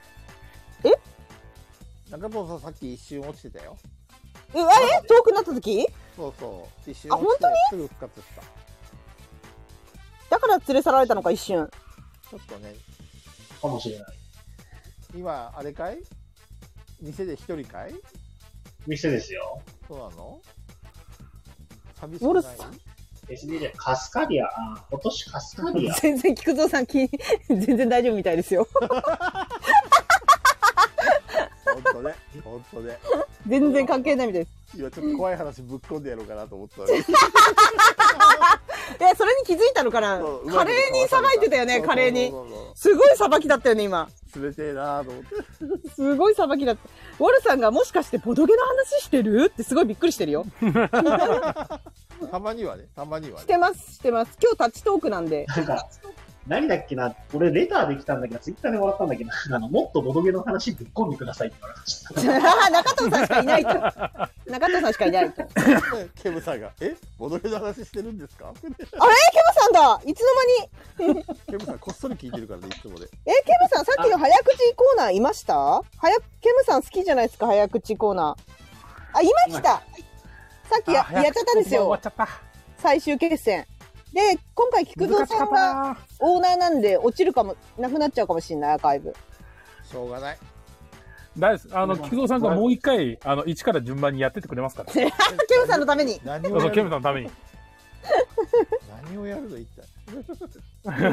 [SPEAKER 5] 中藤さんさっき一瞬落ちてたよ。
[SPEAKER 4] うわ、え遠くなった時
[SPEAKER 5] そうそう。一瞬
[SPEAKER 4] あ
[SPEAKER 5] 落ちてすぐ復活した。
[SPEAKER 4] だから連れ去られたのか、一瞬。
[SPEAKER 5] ちょっとね、
[SPEAKER 3] かもしれない。
[SPEAKER 5] 今、あれかい店で一人かい
[SPEAKER 3] 店ですよ。
[SPEAKER 5] そうなの寂し
[SPEAKER 4] ウォ
[SPEAKER 5] く
[SPEAKER 4] ル
[SPEAKER 5] ない
[SPEAKER 4] さん。
[SPEAKER 3] SD じゃカスカリア、あー今年カスカリア
[SPEAKER 4] 全然菊蔵さん気に 全然大丈夫みたいですよ
[SPEAKER 5] 本当ね。本当ね。
[SPEAKER 4] 全然関係ないみたいです
[SPEAKER 5] 今ちょっと怖い話ぶっ込んでやろうかなと 思ったのに。
[SPEAKER 4] えそれに気づいたのかな
[SPEAKER 5] そう
[SPEAKER 4] 華麗にさばいてたよね
[SPEAKER 5] そうそうそうそう
[SPEAKER 4] 華麗にすごいさばきだったよね今
[SPEAKER 5] 冷てえなと思って。
[SPEAKER 4] すごいさばきだったウォルさんがもしかしてボドゲの話してるってすごいびっくりしてるよ
[SPEAKER 5] たまにはね、たまには
[SPEAKER 4] し
[SPEAKER 5] ね。
[SPEAKER 4] てますしてます今日タッチトークなん で
[SPEAKER 3] なんか、何だっけな、俺レターできたんだけど、ツイッターでもらったんだけど、あの、もっとボドゲの話ぶっ込んでくださいって言われました。
[SPEAKER 4] 中藤さんしかいないと中藤さんしかいないとあれケ
[SPEAKER 5] ケムさんが、えボドゲの話してるんですかケ
[SPEAKER 4] ムさんだいつの間に
[SPEAKER 5] ムさんこっそり聞いてるからね、いつもね。
[SPEAKER 4] えケムさんさっきの早口コーナーいました早ケムさん好きじゃないですか早口コーナーあ今来たさっきや
[SPEAKER 2] あ
[SPEAKER 4] やっちゃったんです
[SPEAKER 2] 終わ
[SPEAKER 4] よ
[SPEAKER 2] っちゃった。
[SPEAKER 4] 最終決戦で今回菊蔵
[SPEAKER 2] 難しか
[SPEAKER 4] さ
[SPEAKER 2] っ
[SPEAKER 4] ん
[SPEAKER 2] た
[SPEAKER 4] が
[SPEAKER 2] な。
[SPEAKER 4] オーナーなんで落ちるかもなくなっちゃうかもしれないアーカイブ
[SPEAKER 5] しょうがない。
[SPEAKER 2] 大です。あの、菊蔵さんがもう一回、あの、一から順番にやってってくれますから。
[SPEAKER 4] ケムさんのために
[SPEAKER 5] 何
[SPEAKER 2] そう
[SPEAKER 5] を
[SPEAKER 2] そう、
[SPEAKER 5] や
[SPEAKER 2] ケ
[SPEAKER 5] る
[SPEAKER 2] ム
[SPEAKER 5] の
[SPEAKER 2] さんのために。
[SPEAKER 5] 何をやるの一体。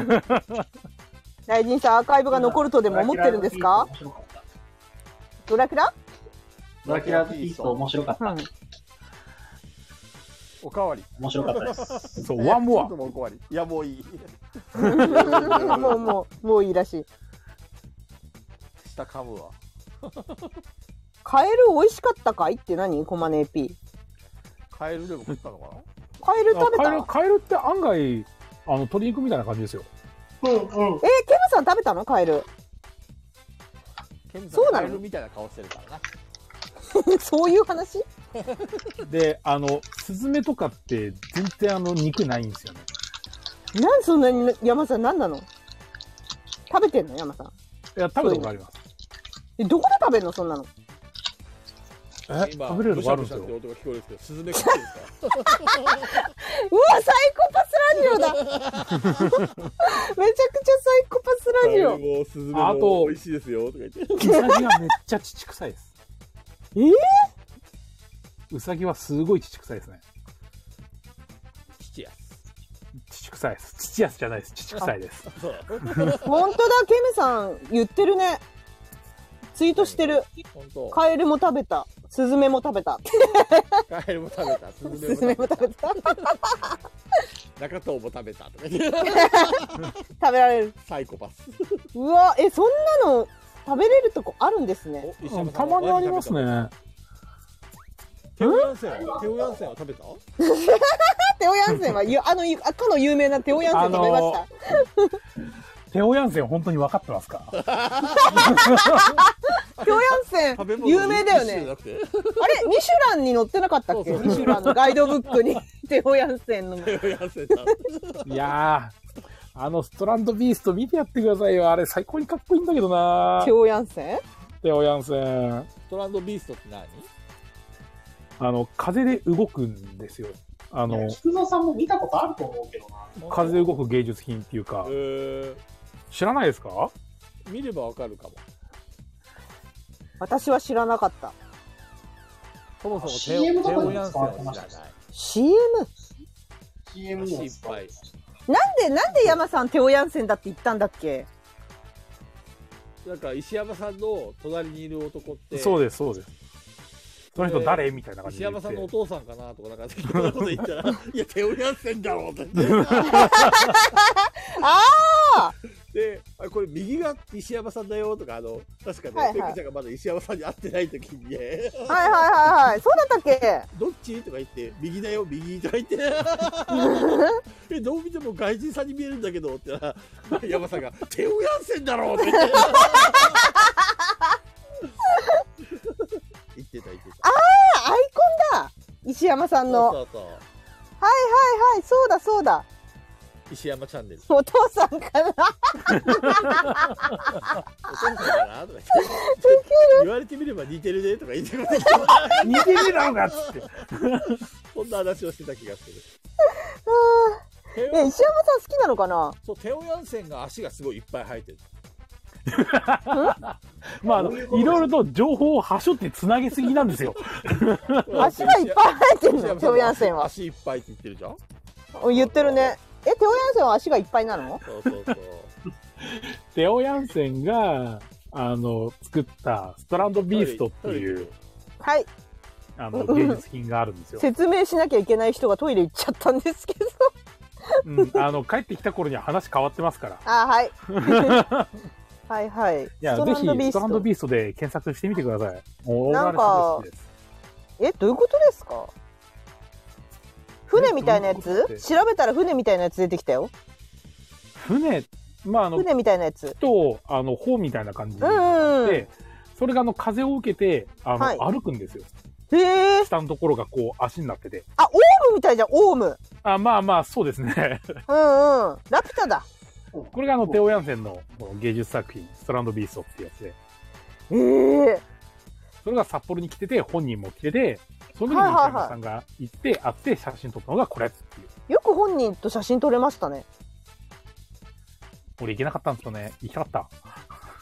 [SPEAKER 4] 大臣さんアーカイブが残るとでも思ってるんですかドラキュラ
[SPEAKER 3] ドラキュラのピースト面白かった。
[SPEAKER 5] おかわり。
[SPEAKER 3] 面白かったです。
[SPEAKER 2] そう、ワンモ
[SPEAKER 5] ちょっともうおかわり。いや、も ういい。
[SPEAKER 4] もうもうもういいらしい
[SPEAKER 5] 下噛むわ。
[SPEAKER 4] カエル美味しかったかいって何コマネ AP
[SPEAKER 5] カエルでも食ったのかな
[SPEAKER 4] カエル食
[SPEAKER 2] ア。
[SPEAKER 4] べた
[SPEAKER 2] カエル、カエルって案外、あの、鶏肉みたいな感じですよ。
[SPEAKER 3] うんうん。
[SPEAKER 4] えーケムさん食べたのカエル
[SPEAKER 5] ケムさ
[SPEAKER 4] そうんな
[SPEAKER 5] カ
[SPEAKER 4] の
[SPEAKER 5] エルみたいな顔してるからな。
[SPEAKER 4] そういう話
[SPEAKER 2] で、あの、スズメとかって、全然あの、肉ないんですよね。
[SPEAKER 4] なんでそんなに山さん何なの食べてんの山さん
[SPEAKER 2] いや、食べたことあります。
[SPEAKER 4] えどこで食べんのそんなの
[SPEAKER 2] え、食べれるのがあるんですよ。
[SPEAKER 5] 音が聞こえるんですけど、スズメ食ってるんですか
[SPEAKER 4] うわサイコパスラジオだめちゃくちゃサイコパスラジオ
[SPEAKER 5] もスズメ
[SPEAKER 2] もあと美
[SPEAKER 5] 味しいですよとか言って。
[SPEAKER 2] ウサギはめっちゃ乳臭いです。
[SPEAKER 4] えー
[SPEAKER 2] ウサギはすごい乳臭いですね。
[SPEAKER 5] 父や。
[SPEAKER 2] 乳臭いです。乳安じゃないです。乳臭いです。
[SPEAKER 5] そう。
[SPEAKER 4] 本当だケムさん言ってるねツイートしてる
[SPEAKER 5] 本当。
[SPEAKER 4] カエルも食べたスズメも食べた
[SPEAKER 5] カエルも食べた。スズ
[SPEAKER 4] スズ
[SPEAKER 5] メ
[SPEAKER 4] メ
[SPEAKER 5] も
[SPEAKER 4] も
[SPEAKER 5] 食べ
[SPEAKER 4] 食べた食
[SPEAKER 5] た。中藤も食べた。とか言って
[SPEAKER 4] べられる
[SPEAKER 5] サイコパス。
[SPEAKER 4] うわえそんなの食べれるとこあるんですね
[SPEAKER 5] お
[SPEAKER 2] うんたまにありますね。。
[SPEAKER 5] テオヤンセン、テオヤンセンは食べた？
[SPEAKER 4] テオヤンセ ンはゆあのゆあかの有名なテオヤンセン食べました、
[SPEAKER 2] あテオヤンセン本当に分かってますか
[SPEAKER 4] テオヤンセン有名だよ ねあれ、ミシュランに載ってなかったっけ
[SPEAKER 5] そうそう
[SPEAKER 4] ミシュランのガイドブックに、 テオヤンセ ンの。
[SPEAKER 5] テオヤンセンだ。
[SPEAKER 2] いやー、あのストランドビースト見てやってくださいよ。あれ最高にかっこいいんだけどな
[SPEAKER 4] テオヤンセン
[SPEAKER 2] テオヤンセン。
[SPEAKER 5] ストランドビーストって何？
[SPEAKER 2] あの、風で動くんですよ。あの、
[SPEAKER 3] 菊蔵さんも見たことあると思うけどな。
[SPEAKER 2] 風で動く芸術品っていうか
[SPEAKER 5] え、ー
[SPEAKER 2] 知らないですか
[SPEAKER 5] 見ればわかるかも。
[SPEAKER 4] 私は知らなかった。
[SPEAKER 5] そもそもテ
[SPEAKER 3] CM
[SPEAKER 5] オ
[SPEAKER 3] と
[SPEAKER 5] テ
[SPEAKER 3] かに
[SPEAKER 5] オ
[SPEAKER 3] も
[SPEAKER 5] ヤンセ
[SPEAKER 3] 使
[SPEAKER 5] ン
[SPEAKER 3] われて
[SPEAKER 5] は
[SPEAKER 3] ま
[SPEAKER 5] 知
[SPEAKER 3] し
[SPEAKER 5] ら
[SPEAKER 3] たし
[SPEAKER 5] ない。
[SPEAKER 4] CM?
[SPEAKER 3] CM にも使われてました
[SPEAKER 4] なんで、なんで山さんテオヤンセンだって言ったんだっけ
[SPEAKER 5] なんか石山さんの隣にいる男って。
[SPEAKER 2] そうです、そうです。その人誰みたいな感じ
[SPEAKER 5] 石
[SPEAKER 2] で言
[SPEAKER 5] 山
[SPEAKER 2] って。
[SPEAKER 5] さんのお父さんかなとかなんか適当なこと言 ったら「いや手をやんせんだろ」 って言って
[SPEAKER 4] あ
[SPEAKER 5] であこれ右が石山さんだよとかあの確かね、
[SPEAKER 4] はいはい
[SPEAKER 5] ペグちゃんがまだ石山さんに会ってない時にね
[SPEAKER 4] あはいはいはいはい。そうだったっけ
[SPEAKER 5] どっちとか言って、右だよ、右とか 言って、え、どう見ても外人さんに見えるんだけどってな、山さんが、手をやんせんだろうって言って。言ってた、言ってた。
[SPEAKER 4] あ、アイコンだ石山さんの。はい
[SPEAKER 5] そうそうそう
[SPEAKER 4] はい、そうだそうだ。
[SPEAKER 5] 石山チャンネル。
[SPEAKER 4] お父さんかな
[SPEAKER 5] お父さんだ なとか言って、言われてみれば似てるねとか言ってくれて、
[SPEAKER 2] 似てねえだろうがっつって。
[SPEAKER 5] こんな話をしてた気がする。
[SPEAKER 4] あ
[SPEAKER 5] テ
[SPEAKER 4] ーえ、石
[SPEAKER 5] オ
[SPEAKER 4] 山さん好きなのかな
[SPEAKER 5] そう、テオヤンセンが足がすごいいっぱい生えてる。
[SPEAKER 2] まあ、あの、いろいろと情報を端折って繋げすぎなん ですよ。
[SPEAKER 4] 足がいっぱい生えてるの、テオヤンセンは。
[SPEAKER 5] 足いっぱいって言ってるじゃん
[SPEAKER 4] 言ってるね。え、テオヤンセンは足がいっぱいなの
[SPEAKER 5] そうそう そう
[SPEAKER 2] テオヤンセンが、あの、作った、ストランドビーストっていう、
[SPEAKER 4] はい。
[SPEAKER 2] あの、芸術品があるんですよ。
[SPEAKER 4] 説明しなきゃいけない人がトイレ行っちゃったんですけど。
[SPEAKER 2] うん、あの、帰ってきた頃には話変わってますから。
[SPEAKER 4] あ、はい。はいはい。
[SPEAKER 2] いや、
[SPEAKER 4] スト
[SPEAKER 2] ぜ
[SPEAKER 4] ラ
[SPEAKER 2] ひ、
[SPEAKER 4] ンドビー
[SPEAKER 2] ス
[SPEAKER 4] ス
[SPEAKER 2] トラン
[SPEAKER 4] ト
[SPEAKER 2] ド。ビーストで検索してみてください。もう、
[SPEAKER 4] な
[SPEAKER 2] 大金
[SPEAKER 4] んか
[SPEAKER 2] さん好きです。
[SPEAKER 4] え、どういうことですか船みたいな
[SPEAKER 2] え
[SPEAKER 4] や
[SPEAKER 2] どういうことっ
[SPEAKER 4] つ
[SPEAKER 2] て
[SPEAKER 4] 調べたら船みたいなやつ出てきたよ。
[SPEAKER 2] 船、まあ、あの、
[SPEAKER 4] 船みたいなやつ。
[SPEAKER 2] と、あの、砲みたいな感じ
[SPEAKER 4] うんうんうん。
[SPEAKER 2] で、それがあの、風を受けて、あの、
[SPEAKER 4] はい
[SPEAKER 2] 歩くんですよ。
[SPEAKER 4] へえ。
[SPEAKER 2] 下のところがこう、足になってて。
[SPEAKER 4] あ、オウムみたいじゃん、オウム。
[SPEAKER 2] あ、まあまあ、そうですね。
[SPEAKER 4] うんうん。ラピュタだ。
[SPEAKER 2] これがあの、テオヤンセンのこの芸術作品、ストランドビーストっていうやつで。
[SPEAKER 4] ええ
[SPEAKER 2] それが札幌に来てて、本人も来てて、その時に
[SPEAKER 4] はいはいは
[SPEAKER 2] 三
[SPEAKER 4] い
[SPEAKER 2] 山さんが行って、会って写真撮ったのがこれっていう。
[SPEAKER 4] よく本人と写真撮れましたね。
[SPEAKER 2] 俺行けなかったんですよね。行きたかっ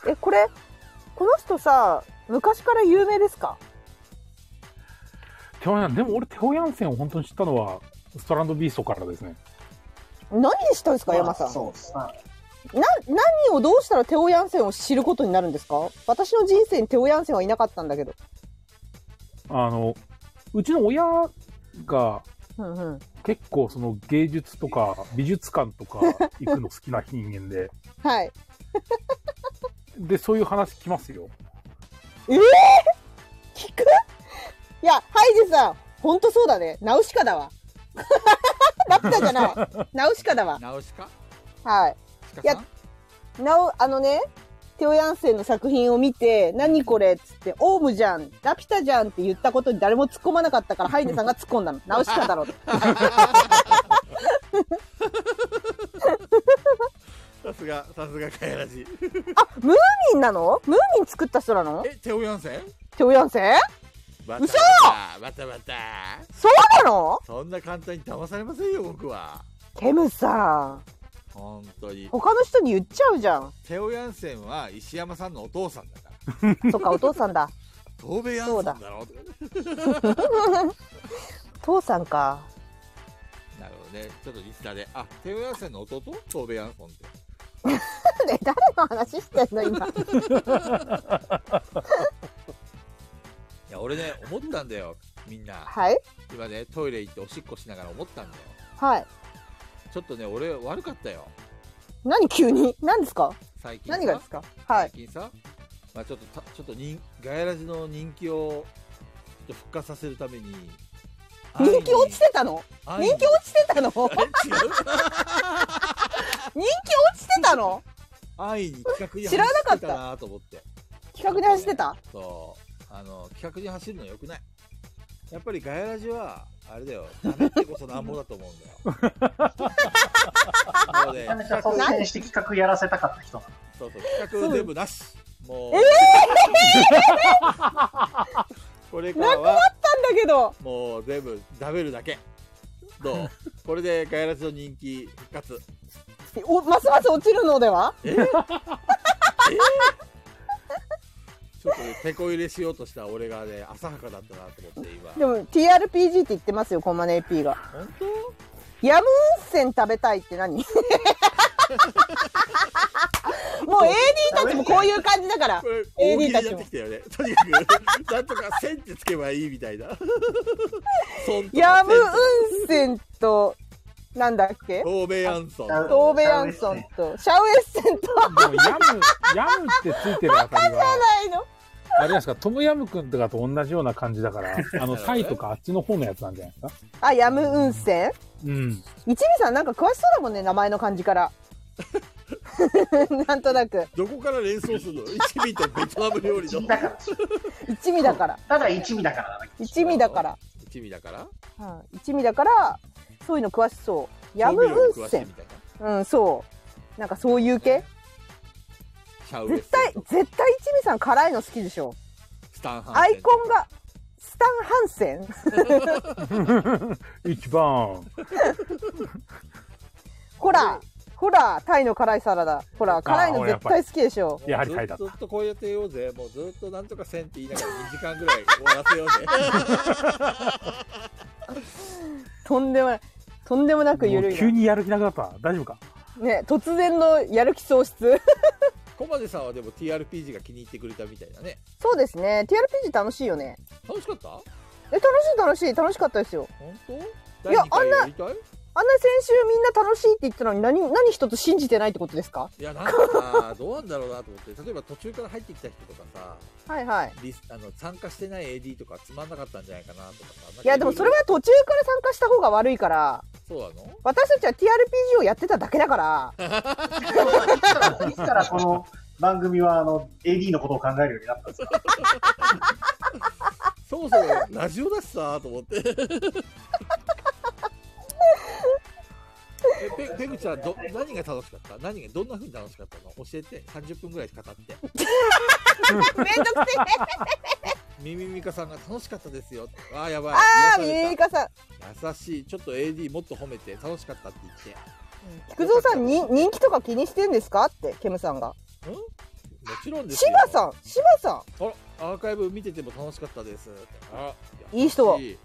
[SPEAKER 2] た。
[SPEAKER 4] え、これ、この人さ、昔から有名ですか
[SPEAKER 2] テオヤン、でも俺テオヤンセンを本当に知ったのは、ストランドビーストからですね。
[SPEAKER 4] 何でしたんですか、山さん。
[SPEAKER 3] そうですね。
[SPEAKER 4] な、何をどうしたらテオヤンセンを知ることになるんですか私の人生にテオヤンセンはいなかったんだけど。
[SPEAKER 2] あの、うちの親が
[SPEAKER 4] うんうん。
[SPEAKER 2] 結構その芸術とか美術館とか行くの好きな人間で、
[SPEAKER 4] はい。
[SPEAKER 2] で、そういう話来ますよ。
[SPEAKER 4] 聞くいや、ハイジさん、ほんとそうだね。ナウシカだわ。ラピュタじゃない。ナウシカだわ。
[SPEAKER 1] ナウシカ
[SPEAKER 4] はい。
[SPEAKER 1] シカ
[SPEAKER 4] いや
[SPEAKER 1] さん
[SPEAKER 4] なお、あのね、テオヤンセンの作品を見て、何これっつって、オウムじゃん、ラピュタじゃんって言ったことに誰も突っ込まなかったから、ハイネさんが突っ込んだの。直し方だろうって。
[SPEAKER 5] さすがさすがかやらじ
[SPEAKER 4] あ、ムーミンなのムーミン作った人なの
[SPEAKER 5] えテオヤンセン
[SPEAKER 4] テオヤンセン
[SPEAKER 5] ま
[SPEAKER 4] 嘘
[SPEAKER 5] またまた
[SPEAKER 4] そうなの
[SPEAKER 5] そんな簡単に騙されませんよ僕は
[SPEAKER 4] ケムさん、
[SPEAKER 5] 本当に
[SPEAKER 4] 他の人に言っちゃうじゃん。
[SPEAKER 5] テオヤンセンは石山さんのお父さんだから
[SPEAKER 4] そっか、お父さんだ。
[SPEAKER 5] 東米ヤンセンだろ
[SPEAKER 4] 父さんか。
[SPEAKER 5] なるほどねちょっとリスナーであテオヤンセンの弟東米ヤンソンって
[SPEAKER 4] ね、誰の話してんの今。
[SPEAKER 5] いや俺ね思ったんだよみんな
[SPEAKER 4] はい
[SPEAKER 5] 今ねトイレ行っておしっこしながら思ったんだよ
[SPEAKER 4] はい。
[SPEAKER 5] ちょっとね俺悪かったよ
[SPEAKER 4] 何急に何ですか
[SPEAKER 5] 最近さ
[SPEAKER 4] 何がですかはい
[SPEAKER 5] 最。近さ、まあ、ちょっとたちょっと人ガヤラジの人気をちょっと復活させるために
[SPEAKER 4] 人気落ちてたの
[SPEAKER 5] 安易に
[SPEAKER 4] 人気落ちてたの 人
[SPEAKER 5] あれ違う
[SPEAKER 4] 気落ちてたの
[SPEAKER 5] 安易に企画に
[SPEAKER 4] 知らなか
[SPEAKER 5] 走
[SPEAKER 4] っ
[SPEAKER 5] ったてたなと思って
[SPEAKER 4] 企画に走ってた
[SPEAKER 5] そうあの企画に走るのよくないやっぱりガヤラジはあれだ よ黙ってこそなんぼだと思うん だよもうね
[SPEAKER 3] めちゃめちゃ
[SPEAKER 5] 企
[SPEAKER 3] 率
[SPEAKER 5] 画
[SPEAKER 3] 先して企画やらせたかった人なの
[SPEAKER 5] そうそう企画全部なしもう、これからは
[SPEAKER 4] なんだけど
[SPEAKER 5] もう全部食べるだけどうこれでガヤラジの人気復活
[SPEAKER 4] おますます落ちるのでは
[SPEAKER 5] ちょっとね手こ入れしようとした俺がね浅はかだったなと思って今
[SPEAKER 4] でも TRPG って言ってますよコンマネ AP が
[SPEAKER 5] 本当
[SPEAKER 4] ヤム温泉食べたいって 何もう AD たちもこういう感じだから
[SPEAKER 5] これ
[SPEAKER 4] AD
[SPEAKER 5] 大喜利になってきたよねとにかくなんとか線ってつけばいいみたいなそんとか
[SPEAKER 4] ヤム温泉となんだっけ
[SPEAKER 5] 透明アンソン
[SPEAKER 3] あ
[SPEAKER 5] と
[SPEAKER 4] 東米アンソンとシャウエッセンと
[SPEAKER 2] でも、ヤム、ヤムってついてるあたりは、
[SPEAKER 4] ないの
[SPEAKER 2] あれじゃないですか、トムヤムくんとかと同じような感じだ から、あの、タイとかあっちの方のやつなんじゃないですか。
[SPEAKER 4] あヤム温泉
[SPEAKER 2] うん。
[SPEAKER 4] 一味さんなんか詳しそうだもんね名前の感じからなんとなく
[SPEAKER 5] どこから連想するの一味とベトナム料理
[SPEAKER 3] 一味
[SPEAKER 5] の
[SPEAKER 3] だから。
[SPEAKER 4] 一味だから
[SPEAKER 3] ただ一味だからなん だけ
[SPEAKER 4] 一味だから
[SPEAKER 5] 一味だから
[SPEAKER 4] はい、一味だからそういうの詳しそうヤム
[SPEAKER 5] 調味料に
[SPEAKER 4] 温
[SPEAKER 5] 詳しいみ
[SPEAKER 4] 泉
[SPEAKER 5] たいな
[SPEAKER 4] うんそうなんかそういう系
[SPEAKER 5] シャウエッ
[SPEAKER 4] 絶
[SPEAKER 5] セ
[SPEAKER 4] 対
[SPEAKER 5] ンと
[SPEAKER 4] 絶対一味さん辛いの好きでしょ
[SPEAKER 5] スタンハン
[SPEAKER 4] ア
[SPEAKER 5] セン
[SPEAKER 4] イ
[SPEAKER 5] と
[SPEAKER 4] コンがスタン・ハンセン
[SPEAKER 2] 一番。
[SPEAKER 4] ほらほら、タイの辛いサラダ。ほら、辛いの絶対好きでしょ。
[SPEAKER 2] やはり書いてあった
[SPEAKER 1] ずっとこうやって言おうぜ。もうずっとなんとかせんって言いながら2時間ぐらい終わらせよ うぜ。
[SPEAKER 4] とんでもない。とんでもな
[SPEAKER 2] も
[SPEAKER 4] く緩
[SPEAKER 2] う急
[SPEAKER 4] い
[SPEAKER 2] にやる気なくなった。大丈夫か
[SPEAKER 4] な。ね、突然のやる気喪失。
[SPEAKER 1] 小出さんはでも TRPG が気に入ってくれたみたいだね。
[SPEAKER 4] そうですね。TRPG 楽しいよね。
[SPEAKER 1] 楽しかった
[SPEAKER 4] え、楽しい楽しい。楽しかったですよ。
[SPEAKER 1] 本当
[SPEAKER 4] い
[SPEAKER 1] 第
[SPEAKER 4] や
[SPEAKER 1] 2回やりたい
[SPEAKER 4] あんな先週みんな楽しいって言ってたのに何、何一つ信じてないってことですか
[SPEAKER 1] いやなんかさどうなんだろうなと思って例えば途中から入ってきた人とかさ
[SPEAKER 4] はいはい。
[SPEAKER 1] リスあの参加してない AD とかつまんなかったんじゃないかなとかさなんか
[SPEAKER 4] いや、でもそれは途中から参加した方が悪いから、
[SPEAKER 1] そうなの
[SPEAKER 4] 私たちは TRPG をやってただけだから、
[SPEAKER 3] いつからこの番組は、あの、AD のことを考えるようになったんですか
[SPEAKER 1] そもそもラジオだしさと思って えペペグちゃんど何が楽しかった何がどんな風に楽しかったの教えて30分ぐらい語って
[SPEAKER 4] めんどくせえ。
[SPEAKER 1] ミミミカさんが楽しかったですよあーやばい
[SPEAKER 4] あー、
[SPEAKER 1] 癒され
[SPEAKER 4] ミミ
[SPEAKER 1] た
[SPEAKER 4] ミカさん。
[SPEAKER 1] 優しいちょっと AD もっと褒めて楽しかったって言って
[SPEAKER 4] 菊蔵さんに人気とか気にしてんですかって、ケムさんが。
[SPEAKER 1] んもちろんです
[SPEAKER 4] 芝さん、芝さ
[SPEAKER 1] あらアーカイブ見てても楽しかったですあ
[SPEAKER 4] いい人だ
[SPEAKER 1] 優しい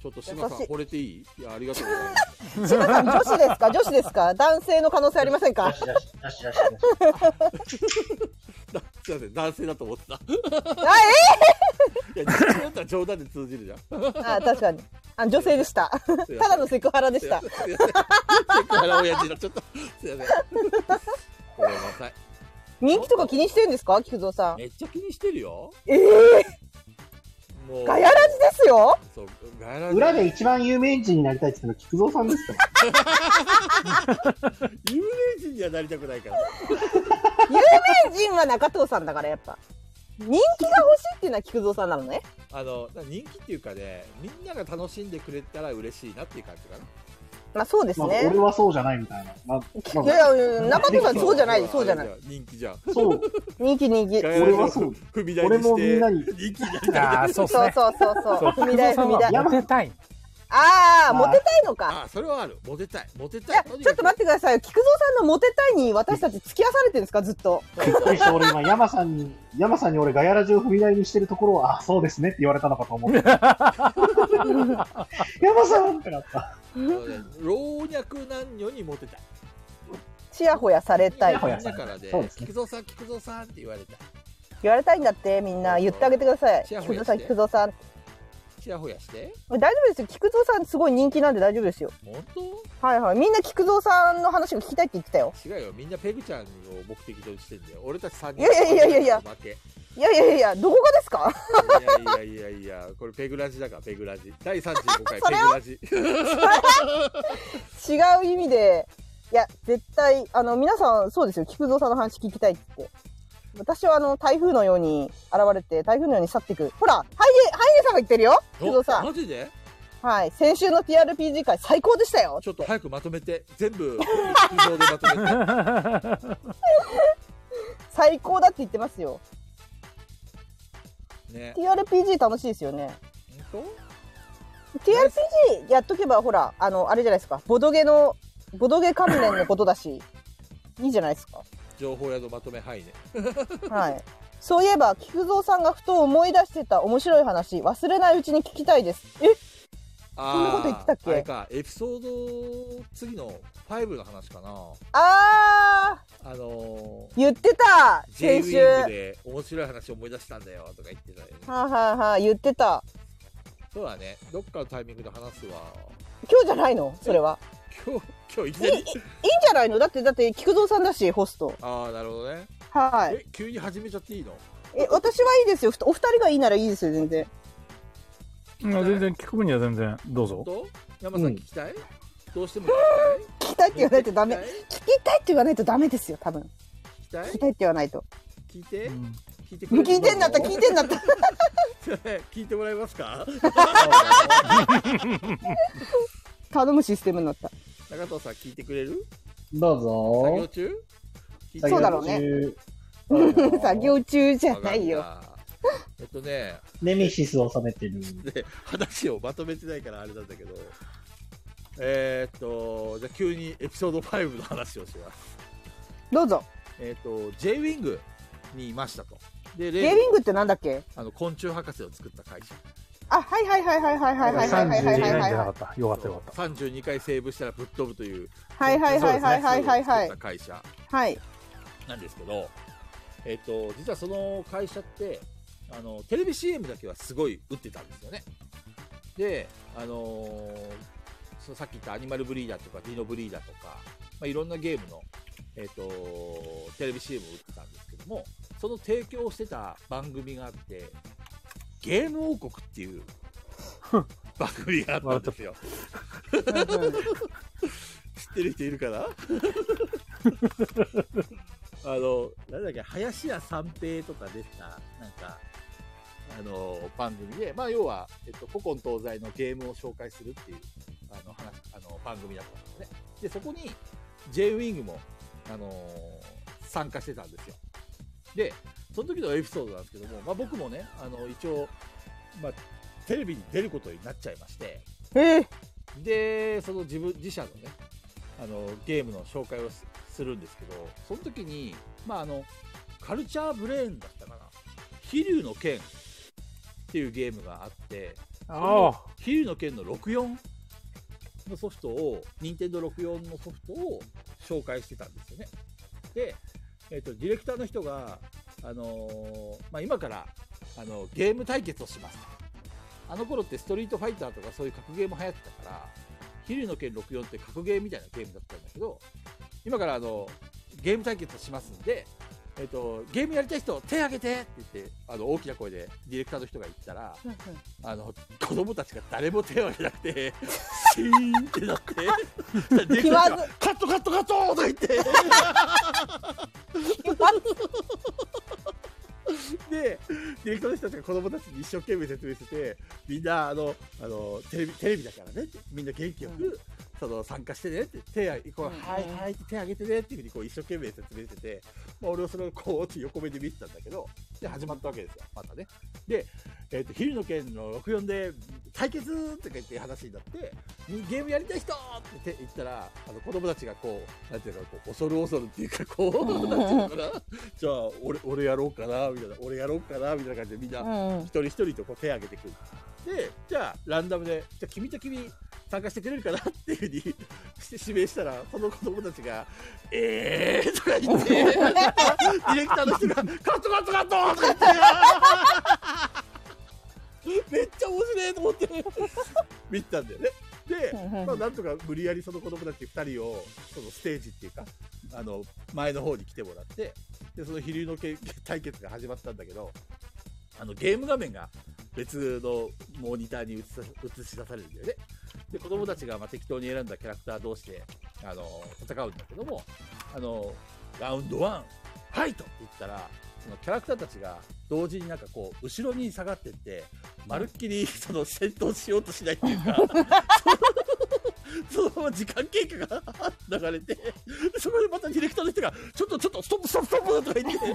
[SPEAKER 1] ちょっと志麻さん
[SPEAKER 4] 優しい
[SPEAKER 1] 惚れていいいやありがとうございま す
[SPEAKER 4] ん、芝さん女子ですか女子ですか男性の可能性ありません
[SPEAKER 3] よ
[SPEAKER 4] か
[SPEAKER 3] しよしよしよしよし。
[SPEAKER 1] だすいません男性だと思ってたい
[SPEAKER 4] あ、
[SPEAKER 1] や女性だったら冗談で通じる じゃんた
[SPEAKER 4] えー、あ、確かに。あ、女性でした。ただのセクハラでした。
[SPEAKER 1] すいませんセクハラ親父のちょっとすいませんごめんなさい
[SPEAKER 4] 人気とか気にしてんですか菊蔵さん。
[SPEAKER 1] めっちゃ気にしてるよ
[SPEAKER 4] ええ
[SPEAKER 1] もう
[SPEAKER 4] ー、ガヤラジですよ
[SPEAKER 1] そうガヤラジ
[SPEAKER 3] 裏で一番有名人になりたいって言ったのは菊蔵さんですから。
[SPEAKER 1] 有名人にはなりたくないから
[SPEAKER 4] 有名人は中藤さんだからやっぱ。人気が欲しいっていうのは菊蔵さんなのね。
[SPEAKER 1] あの人気っていうかねみんなが楽しんでくれたら嬉しいなっていう感じかな
[SPEAKER 4] まあそうです
[SPEAKER 3] まあ、
[SPEAKER 4] ね
[SPEAKER 3] 俺。はそうじゃないみたいな。まあ、
[SPEAKER 4] きい
[SPEAKER 3] まあ
[SPEAKER 4] やいや、中藤さんそうじゃない、そうじゃない。
[SPEAKER 1] 人気じゃん
[SPEAKER 3] そう、
[SPEAKER 4] 人気人気。
[SPEAKER 1] ガヤラジ
[SPEAKER 3] 俺はそう。
[SPEAKER 1] 踏み台に
[SPEAKER 3] 俺
[SPEAKER 1] して
[SPEAKER 3] もみんなに。
[SPEAKER 1] 人気になり
[SPEAKER 2] ああ、そうっす
[SPEAKER 4] そう
[SPEAKER 2] ね。
[SPEAKER 4] そうそうそう。踏み台
[SPEAKER 2] さ
[SPEAKER 4] 踏
[SPEAKER 2] ん
[SPEAKER 4] み
[SPEAKER 2] は
[SPEAKER 4] 台。
[SPEAKER 2] モテたい。
[SPEAKER 4] ああ、モテたいのか。
[SPEAKER 1] あそれはあるモテたいモテ
[SPEAKER 4] い
[SPEAKER 1] た
[SPEAKER 4] や、
[SPEAKER 1] い
[SPEAKER 4] ちょっと待ってください。菊蔵さんのモテたいに私たち付き合わされてるんですか、ずっと。
[SPEAKER 3] びっくりした。俺今、山さんに、山さんに俺ガヤラジを踏み台にしてるところを、あ、そうですねって言われたのかと思っ て。山さんってなった。
[SPEAKER 1] そうね老若男女にモテたい
[SPEAKER 4] ちやほやされた
[SPEAKER 3] ち
[SPEAKER 4] い
[SPEAKER 3] や。ほや
[SPEAKER 1] みんなからで
[SPEAKER 3] そうですね
[SPEAKER 1] 菊蔵さん菊蔵さんって言われたい
[SPEAKER 4] 言われたいんだって、みんな。言ってあげてください。
[SPEAKER 1] ちや
[SPEAKER 4] 菊
[SPEAKER 1] ほやし
[SPEAKER 4] 蔵
[SPEAKER 1] て
[SPEAKER 4] さん、菊蔵さん。
[SPEAKER 1] ちやほやして
[SPEAKER 4] 大丈夫ですよ。菊蔵さんすごい人気なんで大丈夫ですよ。
[SPEAKER 1] 本当
[SPEAKER 4] はいはい。みんな菊蔵さんの話を聞きたいって言ってたよ。
[SPEAKER 1] 違うよみんなペグちゃんを目的としてんだよ俺たち3人
[SPEAKER 4] いやいやいやいや
[SPEAKER 1] 負け
[SPEAKER 4] いやいやいや、どこがですか
[SPEAKER 1] いやいやいやいやこれペグラジだからペグラジ第35回ペ
[SPEAKER 4] そ
[SPEAKER 1] グ
[SPEAKER 4] れは
[SPEAKER 1] ラジ
[SPEAKER 4] 違う意味で。いや、絶対、あの、皆さん、そうですよ。菊蔵さんの話聞きたいって言って。私はあの、台風のように現れて、台風のように去っていく。ほら、ハイネ、ハイネさんが言ってるよ菊蔵さ
[SPEAKER 1] お
[SPEAKER 4] ん。
[SPEAKER 1] マジで
[SPEAKER 4] はい。先週の TRPG 会最高でしたよ
[SPEAKER 1] ちょっと早くまとめて全部菊蔵でまとめて
[SPEAKER 4] 最高だって言ってますよ。
[SPEAKER 1] ね
[SPEAKER 4] TRPG 楽しいですよね。
[SPEAKER 1] 本
[SPEAKER 4] TRPG やっとけば、ほら、あの、あれじゃないですか。ボドゲの、ボドゲ関連のことだし、いいじゃないですか。
[SPEAKER 1] 当情報屋のまとめ範囲ね
[SPEAKER 4] はい。そういえば、菊蔵さんがふと思い出してた面白い話、忘れないうちに聞きたいです。え
[SPEAKER 1] あ
[SPEAKER 4] んなこと言ってたっけ
[SPEAKER 1] ーあれかエピソード次の5の話かな
[SPEAKER 4] あ
[SPEAKER 1] あの
[SPEAKER 4] ー、言ってた
[SPEAKER 1] ー、J ウ
[SPEAKER 4] 先週。
[SPEAKER 1] ィング
[SPEAKER 4] はい
[SPEAKER 1] で面白い話思い出したんだよとか言ってたよね
[SPEAKER 4] はいはい、言ってた。
[SPEAKER 1] そうだねどっかのタイミングで話すわ
[SPEAKER 4] 今日じゃないのそれは。
[SPEAKER 1] 今日今日いき
[SPEAKER 4] いい、
[SPEAKER 1] ない
[SPEAKER 4] い
[SPEAKER 1] り
[SPEAKER 4] いんじゃないのだって、だって、菊蔵さんだし、ホスト。
[SPEAKER 1] ああなるほどね
[SPEAKER 4] はい。
[SPEAKER 1] え急に始めちゃっていいの
[SPEAKER 4] え、私はいいですよ。ふとお二人がいいならいいですよ、全然。
[SPEAKER 2] うん全然、聞く分には全然、どうぞ。
[SPEAKER 1] と山さん
[SPEAKER 3] うん
[SPEAKER 1] 聞きたい、どうしても
[SPEAKER 4] 聞きたいって
[SPEAKER 1] 聞きたい
[SPEAKER 4] 言わないとダメ。
[SPEAKER 1] 聞
[SPEAKER 4] 聞きたいって言わないとダメですよ、多分。
[SPEAKER 1] きたい
[SPEAKER 4] 聞きたいって言わないと。
[SPEAKER 1] 聞いて
[SPEAKER 2] うん
[SPEAKER 1] 聞いてくれる
[SPEAKER 4] 聞いてんだった、聞いてんだった。
[SPEAKER 1] 聞いてもらえます か
[SPEAKER 4] 頼むシステムになった。
[SPEAKER 1] 中藤さん聞いてくれる
[SPEAKER 3] どう
[SPEAKER 1] 作業
[SPEAKER 3] ぞ。
[SPEAKER 1] 中聞いて
[SPEAKER 4] そうだろうね
[SPEAKER 3] 作業中。
[SPEAKER 4] 作業中じゃない
[SPEAKER 1] わ
[SPEAKER 4] よ。
[SPEAKER 1] かん なえっとね
[SPEAKER 3] ネメシスを収めてる。
[SPEAKER 1] で話をまとめてないからあれなんだけどええーっと、じゃあ急にエピソード5の話をします。
[SPEAKER 4] どうぞ。
[SPEAKER 1] えーっと、J ウィングにいましたと。で、
[SPEAKER 4] ゲー
[SPEAKER 1] 例の
[SPEAKER 4] リングってなんだっけ
[SPEAKER 1] あの昆虫博士を作った会社。
[SPEAKER 4] あ、はいはいはいはいはいはいはいはいはいはい
[SPEAKER 2] 32じ
[SPEAKER 4] はいはい
[SPEAKER 2] ゃ
[SPEAKER 4] は
[SPEAKER 2] ないかった。よかったよかった。
[SPEAKER 1] 32回セーブしたらぶっ飛ぶという、
[SPEAKER 4] はいはいはいはいはいは
[SPEAKER 1] そう
[SPEAKER 4] いは
[SPEAKER 1] ですねそういうのを作っ
[SPEAKER 4] い
[SPEAKER 1] た会社
[SPEAKER 4] はい
[SPEAKER 1] なんですけど、えっと、実はその会社って、あの、テレビ CM だけはすごい打ってたんですよね。で、あのーそのさっき言ったアニマルブリーダーとかディノブリーダーとか、まあ、いろんなゲームの、えっと、テレビ CM を打ってたんですけども、その提供をしてた番組があって、ゲーム王国っていう番組があったんですよ。
[SPEAKER 4] うんうん
[SPEAKER 1] 知ってる人いるかな あの、なんだっけ、林家三平とか出てた、なんか、あの、番組で、まあ、要は、えっと、古今東西のゲームを紹介するっていう、あの、話、あの、番組だったんですね。で、そこに、J ウィングも、あの参加してたんですよ。で、その時のエピソードなんですけども、まあ、僕もね、あの、一応、まあ、テレビに出ることになっちゃいまして、
[SPEAKER 4] えー
[SPEAKER 1] でその自分自社のねあのゲームの紹介をすするんですけどその時にまああのカルチャーブレーンだったかな「飛竜の剣」っていうゲームがあって
[SPEAKER 2] ああ。
[SPEAKER 1] 飛竜の剣の64のソフトを任天堂64のソフトを紹介してたんですよねで、えっとディレクターの人が、あのーまあ、今から、あのゲーム対決をしますあの頃ってストリートファイターとかそういう格ゲーも流行ってたから飛竜の剣64って格ゲーみたいなゲームだったんだけど今からあのゲーム対決をしますんで、えっとゲームやりたい人手挙げてって言ってあの大きな声でディレクターの人が言ったらあの子供たちが誰も手を挙げなくて、 シーンってなって、ディレクターがカットカットカットとか言って、で、ディレクターの人たちが子供たちに一生懸命説明してて、みんなあのあのテレビテレビだからねって、みんな元気よく、
[SPEAKER 4] う
[SPEAKER 1] その参加してねって、手あこう、
[SPEAKER 4] うん
[SPEAKER 1] はいはいって手挙げてねっていうふうにこう一生懸命説明してて、まあ、俺はそれをこうやって横目で見てたんだけど、で、始まったわけですよ、またね。で、えっ、と、昼の剣の64で対決とか言って話になって、ゲームやりたい人って言ったら、あの子供たちがこう、なんていうのか、こう恐る恐るっていうか、こう、なんていうのかな、じゃあ俺、俺やろうかな、みたいな、俺やろうかな、みたいな感じでみんな、
[SPEAKER 4] うんうん
[SPEAKER 1] 一人一人とこう手を挙げてくる。で、じゃあ、ランダムで、じゃあ、君と君、参加してくれるかなっていうふうにして指名したら、その子供たちが、えーとか言って、ディレクターの人が、カットカットカットとか言って、めっちゃ面白いと思って、見てたんだよね。で、まあ、なんとか無理やりその子供たち2人を、そのステージっていうか、あの、前の方に来てもらって、で、その飛竜のけ対決が始まったんだけど、あの、ゲーム画面が別のモニターに映さ映し出されるんだよね。で、子供たちがまあ適当に選んだキャラクター同士で、あの、戦うんだけども、あの、ラウンド1、はいと言ったら、そのキャラクターたちが同時になんかこう、後ろに下がってって、まるっきりその戦闘しようとしないっていうか、 そのそのまま時間経過が流れて、そこでまたディレクターの人が、ちょっとちょっと、ストップストップストップとか言って、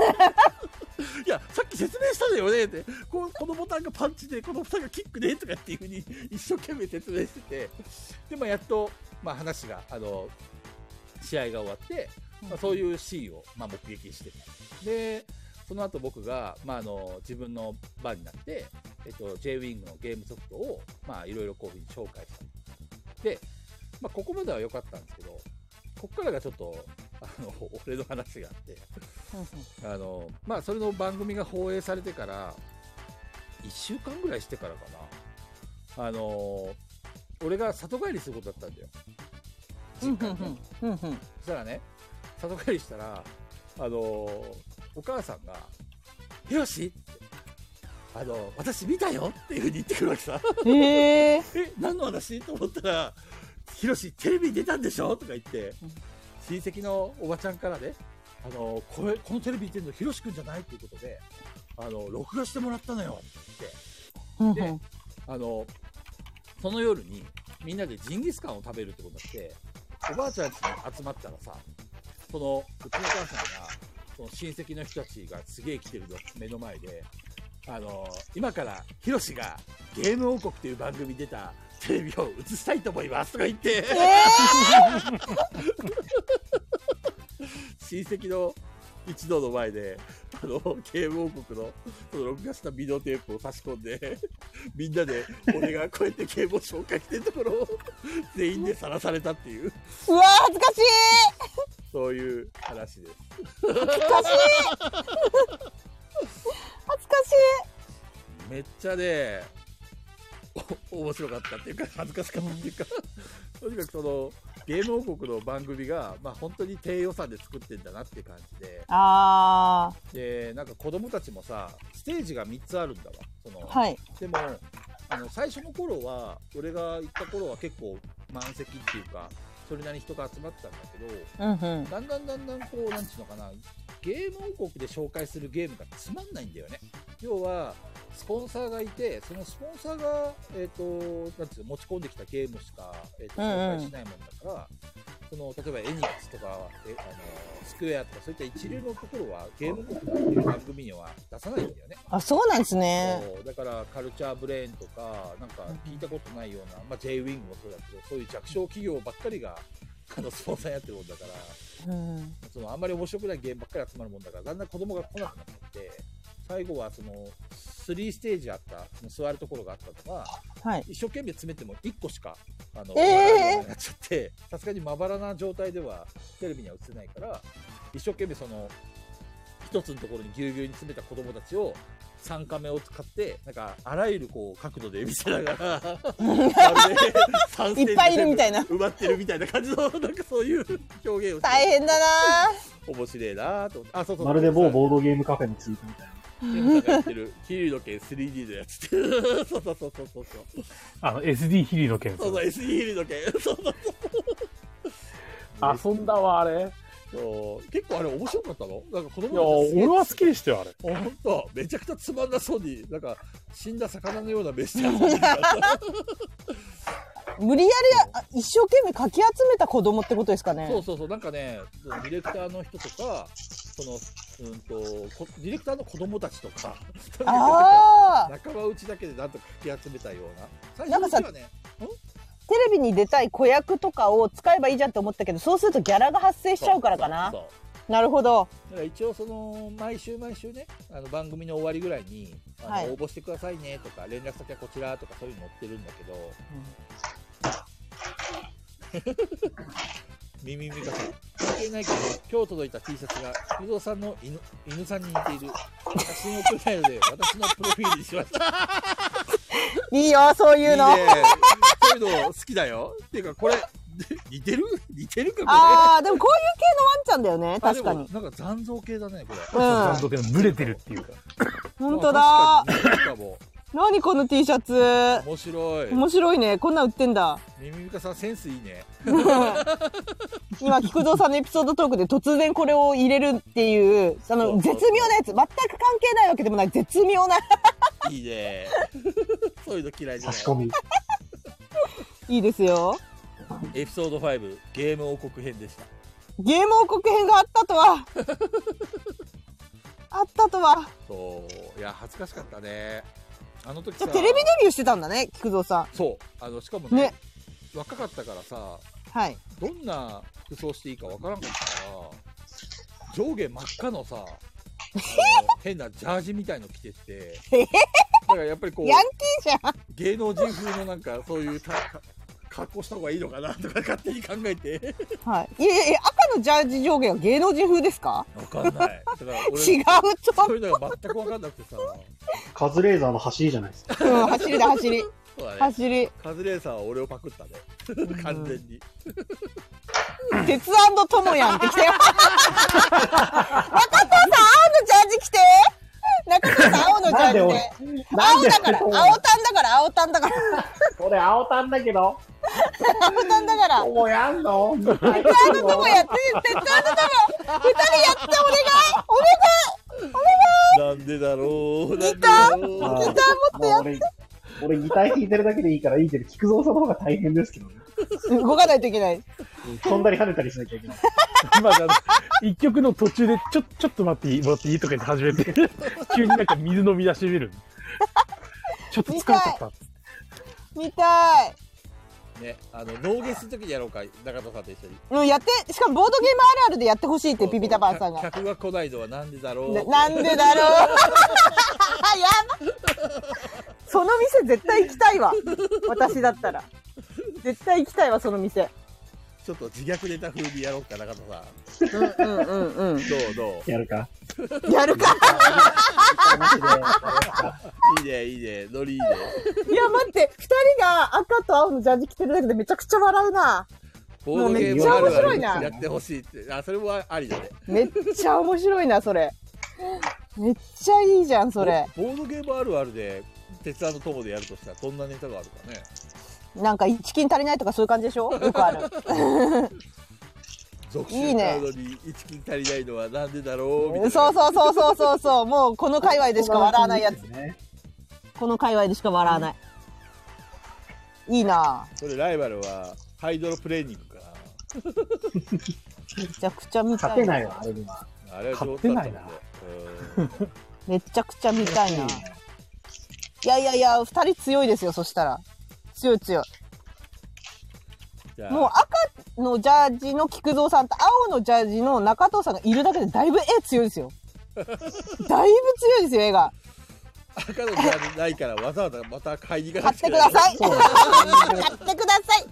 [SPEAKER 1] いや、さっき説明したのよねって、ここのボタンがパンチで、このボタンがキックでとかっていうふうに一生懸命説明してて、で、まあ、やっと、まあ、話が、あの、試合が終わって、まあ、そういうシーンを、まあ、目撃しててで、その後僕が、まあ、あの、自分の番になって、えっと、J-Wing のゲームソフトを、まあ、いろいろこういうふうに紹介した。で、まあ、ここまでは良かったんですけど、こっからがちょっと、あの、 俺の話があって、あの、まあ、それの番組が放映されてから、1週間ぐらいしてからかな。あの、俺が里帰りすることだったんだよ。実家にね
[SPEAKER 4] うんうんうん
[SPEAKER 1] そしたらね、里帰りしたら、あのーお母さんが、ヒロシってあのー私見たよっていうふうに言ってくるわけさ。
[SPEAKER 4] うんへえ
[SPEAKER 1] え、何の話と思ったら、ヒロシ、テレビに出たんでしょとか言って
[SPEAKER 4] うん、
[SPEAKER 1] 親戚のおばちゃんからね、あのーこれ、このテレビに出るのヒロシくんじゃないっていうことで、あのー録画してもらったのよって言って、
[SPEAKER 4] うん
[SPEAKER 1] で
[SPEAKER 4] うん
[SPEAKER 1] あの、その夜にみんなでジンギスカンを食べるってことになって、おばあちゃんちに集まったらさ、その、うちのお母さんが、その親戚の人たちがすげえ来てるの目の前で、あの、今から、ヒロシがゲーム王国っていう番組に出たテレビを映したいと思いますとか言って
[SPEAKER 4] え
[SPEAKER 1] 親戚の一同の前で、あの、ゲーム王国の、その録画したビデオテープを差し込んで、みんなで、俺がこうやってゲームを紹介してるところを、全員でさらされたっていう、
[SPEAKER 4] ー、うわー恥ずかしい
[SPEAKER 1] そういう話です。
[SPEAKER 4] 恥ずかし
[SPEAKER 1] めっちゃね、お面白かったっていうか、恥ずかしかったっていうか、とにかくその、ゲーム王国の番組が、まあ本当に低予算で作ってんだなっていう感じで、
[SPEAKER 4] いあ
[SPEAKER 1] で、なんか子供たちもさ、ステージが3つあるんだわ。その、
[SPEAKER 4] ーはい
[SPEAKER 1] でもあの最初の頃は俺が行った頃は結構満席っていうかそれなりに人が集まってたんだけど
[SPEAKER 4] うんうん
[SPEAKER 1] だんだんだんだんこうなんていうのかなゲーム王国で紹介するゲームがつまんないんだよね要はスポンサーがいてそのスポンサーが、えー、となんていうの持ち込んできたゲームしか、えーと
[SPEAKER 4] うんうん
[SPEAKER 1] 紹介しないもんだから、その例えばエニックスとかえあのスクエアとかそういった一流のところはゲーム王国っていう番組には出さないんだよね
[SPEAKER 4] あそうなんですね
[SPEAKER 1] そうだからカルチャーブレーンとかなんか聞いたことないような、まあ、J ウィングもそうだけどそういう弱小企業ばっかりがあのスポンサーやってるもんだから
[SPEAKER 4] うん
[SPEAKER 1] そのあんまり面白くないゲームばっかり集まるもんだからだんだん子供が来なくなってきて最後はその3ステージあったその座るところがあったのが
[SPEAKER 4] はい
[SPEAKER 1] 一生懸命詰めても1個しかあの、
[SPEAKER 4] ええ
[SPEAKER 1] 回らないようになっちゃってさすがにまばらな状態ではテレビには映せないから一生懸命その一つのところにぎゅうぎゅうに詰めた子供たちを3カメを使ってなんかあらゆるこう角度で見せながらまるで三線
[SPEAKER 4] いっぱいいるみたいな
[SPEAKER 1] 埋まってるみたいな感じのなんかそういう表現をして
[SPEAKER 4] 大変だな
[SPEAKER 1] 面白いなと思ってあそうそう
[SPEAKER 3] まるで某ボードゲームカフェのツイートみたいな。
[SPEAKER 1] ゲームさんがやってる「キリュウの剣 3D」のやつって そうそうそうそうそうそう
[SPEAKER 2] あの、SD ヒリの件。
[SPEAKER 1] そうそう SD キリュウの剣そうそう
[SPEAKER 2] 遊んだわ、あれ。いや、
[SPEAKER 1] そう結構あれ面白かったのなんか子供たちすげえ
[SPEAKER 2] 俺 は好きでしたよ、あれ。
[SPEAKER 1] ほんとめちゃくちゃつまんなそうになんか死んだ魚のような飯で遊んでるから
[SPEAKER 4] 無理やりあ一生懸命かき集めた子供ってことですかね
[SPEAKER 1] そうそうそうなんかねそのディレクターの人とかそのうんとこディレクターの子供たちとか
[SPEAKER 4] ああ
[SPEAKER 1] 仲間内だけでなんとかかき集めたような最
[SPEAKER 4] なん
[SPEAKER 1] 初
[SPEAKER 4] か
[SPEAKER 1] の
[SPEAKER 4] さ
[SPEAKER 1] 時はね
[SPEAKER 4] テレビに出たい子役とかを使えばいいじゃんって思ったけどそうするとギャラが発生しちゃうからかな
[SPEAKER 1] そうそうそう
[SPEAKER 4] なるほど
[SPEAKER 1] だから一応その毎週毎週ねあの番組の終わりぐらいにあの、
[SPEAKER 4] はい
[SPEAKER 1] 応募してくださいねとか連絡先はこちらとかそういうの載ってるんだけど、 耳みかさん関係ないけど今日届いた T シャツが菊蔵さんの犬犬さんに似ている写真を送りたいので私のプロフィールにしました
[SPEAKER 4] いいよそういうの
[SPEAKER 1] いいねそういうの好きだよっていうかこれ 似てる似てるかこれ
[SPEAKER 4] ああでもこういう系のワンちゃんだよね
[SPEAKER 1] あで
[SPEAKER 4] 確
[SPEAKER 1] も
[SPEAKER 4] かに
[SPEAKER 1] なんか残像系だねこれ
[SPEAKER 4] うん
[SPEAKER 2] の件、ブレてるっていうか。
[SPEAKER 4] 本当だ
[SPEAKER 1] あ確かに似てるかも
[SPEAKER 4] 何この T シャツ
[SPEAKER 1] 面白い
[SPEAKER 4] 面白いねこんなん売って んだ
[SPEAKER 1] 耳みかさんセンスいいね
[SPEAKER 4] 今菊蔵さんのエピソードトークで突然これを入れるっていうあ
[SPEAKER 1] そう
[SPEAKER 4] の
[SPEAKER 1] そうそ
[SPEAKER 4] 絶
[SPEAKER 1] う
[SPEAKER 4] 妙なやつ全く関係ないわけでもない絶妙ない
[SPEAKER 1] い ねそういうの嫌いじゃ
[SPEAKER 3] 差
[SPEAKER 1] ない
[SPEAKER 3] し込み。
[SPEAKER 4] いいですよ
[SPEAKER 1] エピソード5ゲーム王国編でした
[SPEAKER 4] ゲーム王国編があったと はあったとは
[SPEAKER 1] そういや恥ずかしかったねあの時
[SPEAKER 4] じ
[SPEAKER 1] さ
[SPEAKER 4] ゃあテレビデビューしてたんだね菊蔵さん
[SPEAKER 1] そうあのしかもね
[SPEAKER 4] ね
[SPEAKER 1] 若かったからさ
[SPEAKER 4] はい
[SPEAKER 1] どんな服装していいかわからんかったから上下真っ赤 のさあの変なジャージみたいの着てって
[SPEAKER 4] えへへ
[SPEAKER 1] だからやっぱりこう
[SPEAKER 4] ヤンキーじゃん
[SPEAKER 1] 芸能人風のなんかそういうたか格好した方がいいのかなとか勝手に考えて
[SPEAKER 4] はい。いやいやいや赤のジャージ上下は芸能人風ですか
[SPEAKER 1] わかんないだから俺
[SPEAKER 4] 違うと
[SPEAKER 1] そういうのが全くわかんなくてさ
[SPEAKER 3] カズレーザーの走りじゃないですか。
[SPEAKER 4] うん、走りだ、走り。
[SPEAKER 1] そうだね
[SPEAKER 4] 走り。
[SPEAKER 1] カズレーザーは俺をパクったね。完全に。
[SPEAKER 4] 鉄ともやんってきてよ。中藤さん、青のジャージ着て中藤さん、青のジャ
[SPEAKER 3] なんで
[SPEAKER 4] ージ
[SPEAKER 3] 俺
[SPEAKER 4] で。、
[SPEAKER 3] なん
[SPEAKER 4] 青
[SPEAKER 3] で
[SPEAKER 4] だから、青
[SPEAKER 3] 俺
[SPEAKER 4] タンだから、青タンだから、
[SPEAKER 3] これ青たんだけど、
[SPEAKER 4] 青タンだから。
[SPEAKER 3] もうやんの
[SPEAKER 4] 鉄腕のともやって、鉄腕のとも、二人やって、
[SPEAKER 1] なんでだろう。なんでだ
[SPEAKER 3] あ
[SPEAKER 1] ろ
[SPEAKER 3] ー
[SPEAKER 1] う。
[SPEAKER 3] もう俺、俺ギター弾いてるだけでいいからいいけど、菊蔵さんの方が大変ですけどね。
[SPEAKER 4] お願い動かないといけない。
[SPEAKER 3] 飛んだり跳ねたりしなきゃいけない。
[SPEAKER 2] 今、あの、一曲の途中で、ちょ、ちょっと待っていいもらっていいとか言って始めて、 急になんか水飲み出してみる。ちょっと疲れちゃった。
[SPEAKER 4] 見たい。
[SPEAKER 1] ね、あの、ノーゲスの時にやろうか、中田さんと一緒に。
[SPEAKER 4] うん、やって、しかもボードゲームあるあるでやってほしいって、ピピタパンさんが。
[SPEAKER 1] 客が来ないのはなんでだろう。
[SPEAKER 4] ななんでだろう やばその店絶対行きたいわ私だったら絶対行きたいわその店
[SPEAKER 1] ちょっと自虐ネタ風にやろうか、中田さん。
[SPEAKER 4] うんうんうんう
[SPEAKER 1] どうど
[SPEAKER 3] やるか。
[SPEAKER 4] んやるか
[SPEAKER 1] う。いいね、いいね、ノリいいね。
[SPEAKER 4] いや待って2人が赤と青のジャージ着てるだけでめちゃくちゃ笑うな
[SPEAKER 1] ボードゲーム
[SPEAKER 3] も
[SPEAKER 1] あ
[SPEAKER 3] うめっ
[SPEAKER 1] る
[SPEAKER 3] ちゃ面白
[SPEAKER 1] あ
[SPEAKER 3] い
[SPEAKER 1] る
[SPEAKER 3] な
[SPEAKER 1] やってほしいって。あ、それもありだね。
[SPEAKER 4] めっちゃ面白いなそれめっちゃいいじゃんそれ
[SPEAKER 1] ボボードゲームあるあるで、鉄腕の友でやるとしたら、こんなネタがあるかね。
[SPEAKER 4] なんか一金足りないとかそういう感じでしょよくある
[SPEAKER 1] 属
[SPEAKER 4] い
[SPEAKER 1] 州
[SPEAKER 4] いね
[SPEAKER 1] カードに一金足りないのはなんでだろうみたいな。
[SPEAKER 4] そうそうそうそうそうそうもうこの界隈でしか笑わないやつ
[SPEAKER 3] ね。
[SPEAKER 4] この界隈でしか笑わないいいな
[SPEAKER 1] それライバルは、ハイドロプレーニングか
[SPEAKER 4] めちゃくちゃ見た
[SPEAKER 3] 勝
[SPEAKER 4] い
[SPEAKER 3] てないわ、あれには。
[SPEAKER 1] な。あれは上手だったもんね
[SPEAKER 3] 勝
[SPEAKER 1] うん
[SPEAKER 4] めちゃくちゃ見たいな。いやいやいや、二人強いですよ、そしたら。強い強い。
[SPEAKER 1] じゃあ
[SPEAKER 4] もう赤のジャージの菊蔵さんと青のジャージの中藤さんがいるだけでだいぶ絵強い ですよ。だいぶ強いですよ、絵が。
[SPEAKER 1] 赤のジャージないからわざわざまた買いに行か
[SPEAKER 4] 買
[SPEAKER 1] なき
[SPEAKER 4] って
[SPEAKER 1] ゃい
[SPEAKER 4] く
[SPEAKER 1] けな
[SPEAKER 4] ださい。
[SPEAKER 3] そう
[SPEAKER 4] 買
[SPEAKER 3] だ
[SPEAKER 4] ってください。